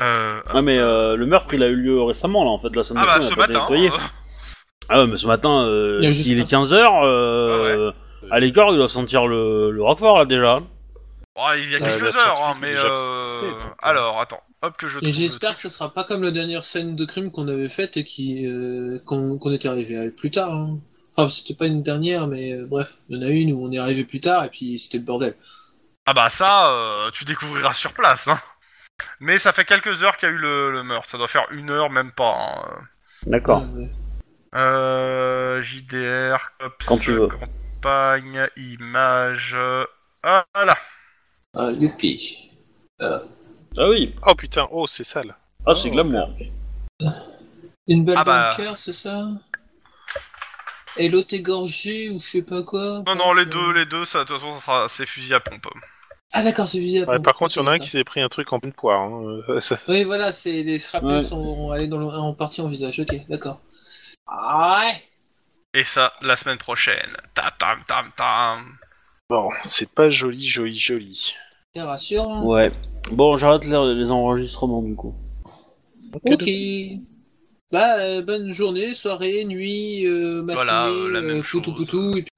[SPEAKER 2] Euh,
[SPEAKER 3] Ah, mais euh, le meurtre, il a eu lieu récemment, là, en fait, la semaine
[SPEAKER 2] ah bah
[SPEAKER 3] dernière,
[SPEAKER 2] ce
[SPEAKER 3] on a pas été
[SPEAKER 2] matin.
[SPEAKER 3] nettoyé.
[SPEAKER 2] euh,
[SPEAKER 3] Ah ouais, mais ce matin, euh,
[SPEAKER 1] Il y a juste
[SPEAKER 3] s'il est
[SPEAKER 1] pas-
[SPEAKER 3] 15h, euh,
[SPEAKER 2] Ah,
[SPEAKER 3] à l'écart, il doit sentir le, le roquefort, là, déjà.
[SPEAKER 2] oh, il y a
[SPEAKER 5] Euh, la
[SPEAKER 2] quelques
[SPEAKER 5] science
[SPEAKER 2] heures, hein,
[SPEAKER 5] publique
[SPEAKER 2] mais
[SPEAKER 5] déjà
[SPEAKER 2] euh,
[SPEAKER 5] acceptée, donc, euh.
[SPEAKER 2] alors attends, hop que je.
[SPEAKER 1] Et
[SPEAKER 2] trouve
[SPEAKER 1] j'espère
[SPEAKER 2] le
[SPEAKER 1] que
[SPEAKER 2] truc.
[SPEAKER 1] ce sera pas comme la dernière scène de crime qu'on avait faite et qui euh, qu'on qu'on était arrivé à- plus tard. hein. Enfin, c'était pas une dernière, mais euh, bref, il y en a une où on est arrivé plus tard et puis c'était le bordel.
[SPEAKER 2] Ah bah ça, euh, tu découvriras sur place. Hein. Mais ça fait quelques heures qu'il y a eu le, le meurtre. Ça doit faire une heure, même pas. hein.
[SPEAKER 3] D'accord.
[SPEAKER 1] Ah, Ouais,
[SPEAKER 2] Euh, JDR, Cops,
[SPEAKER 3] Quand tu veux.
[SPEAKER 2] campagne, image. euh, Ah, là
[SPEAKER 1] Ah, youpi.
[SPEAKER 3] Ah oui,
[SPEAKER 5] Oh putain, oh c'est sale.
[SPEAKER 3] ah, c'est glamour.
[SPEAKER 1] Une balle
[SPEAKER 2] Ah bah.
[SPEAKER 1] dans le cœur, c'est ça Et l'autre égorgé ou je sais pas quoi
[SPEAKER 2] Non, non, les deux, les deux, ça, de toute façon, ça sera, c'est fusil à pompe.
[SPEAKER 1] Ah d'accord, c'est visé à
[SPEAKER 5] Ouais,
[SPEAKER 1] pompe.
[SPEAKER 5] par contre, il y en a un qui s'est pris un truc en pleine poire. hein. Euh, ça-
[SPEAKER 1] Oui, voilà, c'est les scrapés
[SPEAKER 3] Ouais.
[SPEAKER 1] sont allés dans le, en partie en visage. Ok, d'accord. Ah ouais
[SPEAKER 2] Et ça, la semaine prochaine. Ta tam tam tam.
[SPEAKER 5] Bon, c'est pas joli, joli, joli.
[SPEAKER 1] C'est rassurant.
[SPEAKER 3] Ouais. Bon, j'arrête les, les enregistrements, du coup.
[SPEAKER 1] Ok. Bah, euh, bonne journée, soirée, nuit, euh, matinée,
[SPEAKER 2] Voilà, euh, la même
[SPEAKER 1] euh, poutou
[SPEAKER 2] chose.
[SPEAKER 1] poutou, et puis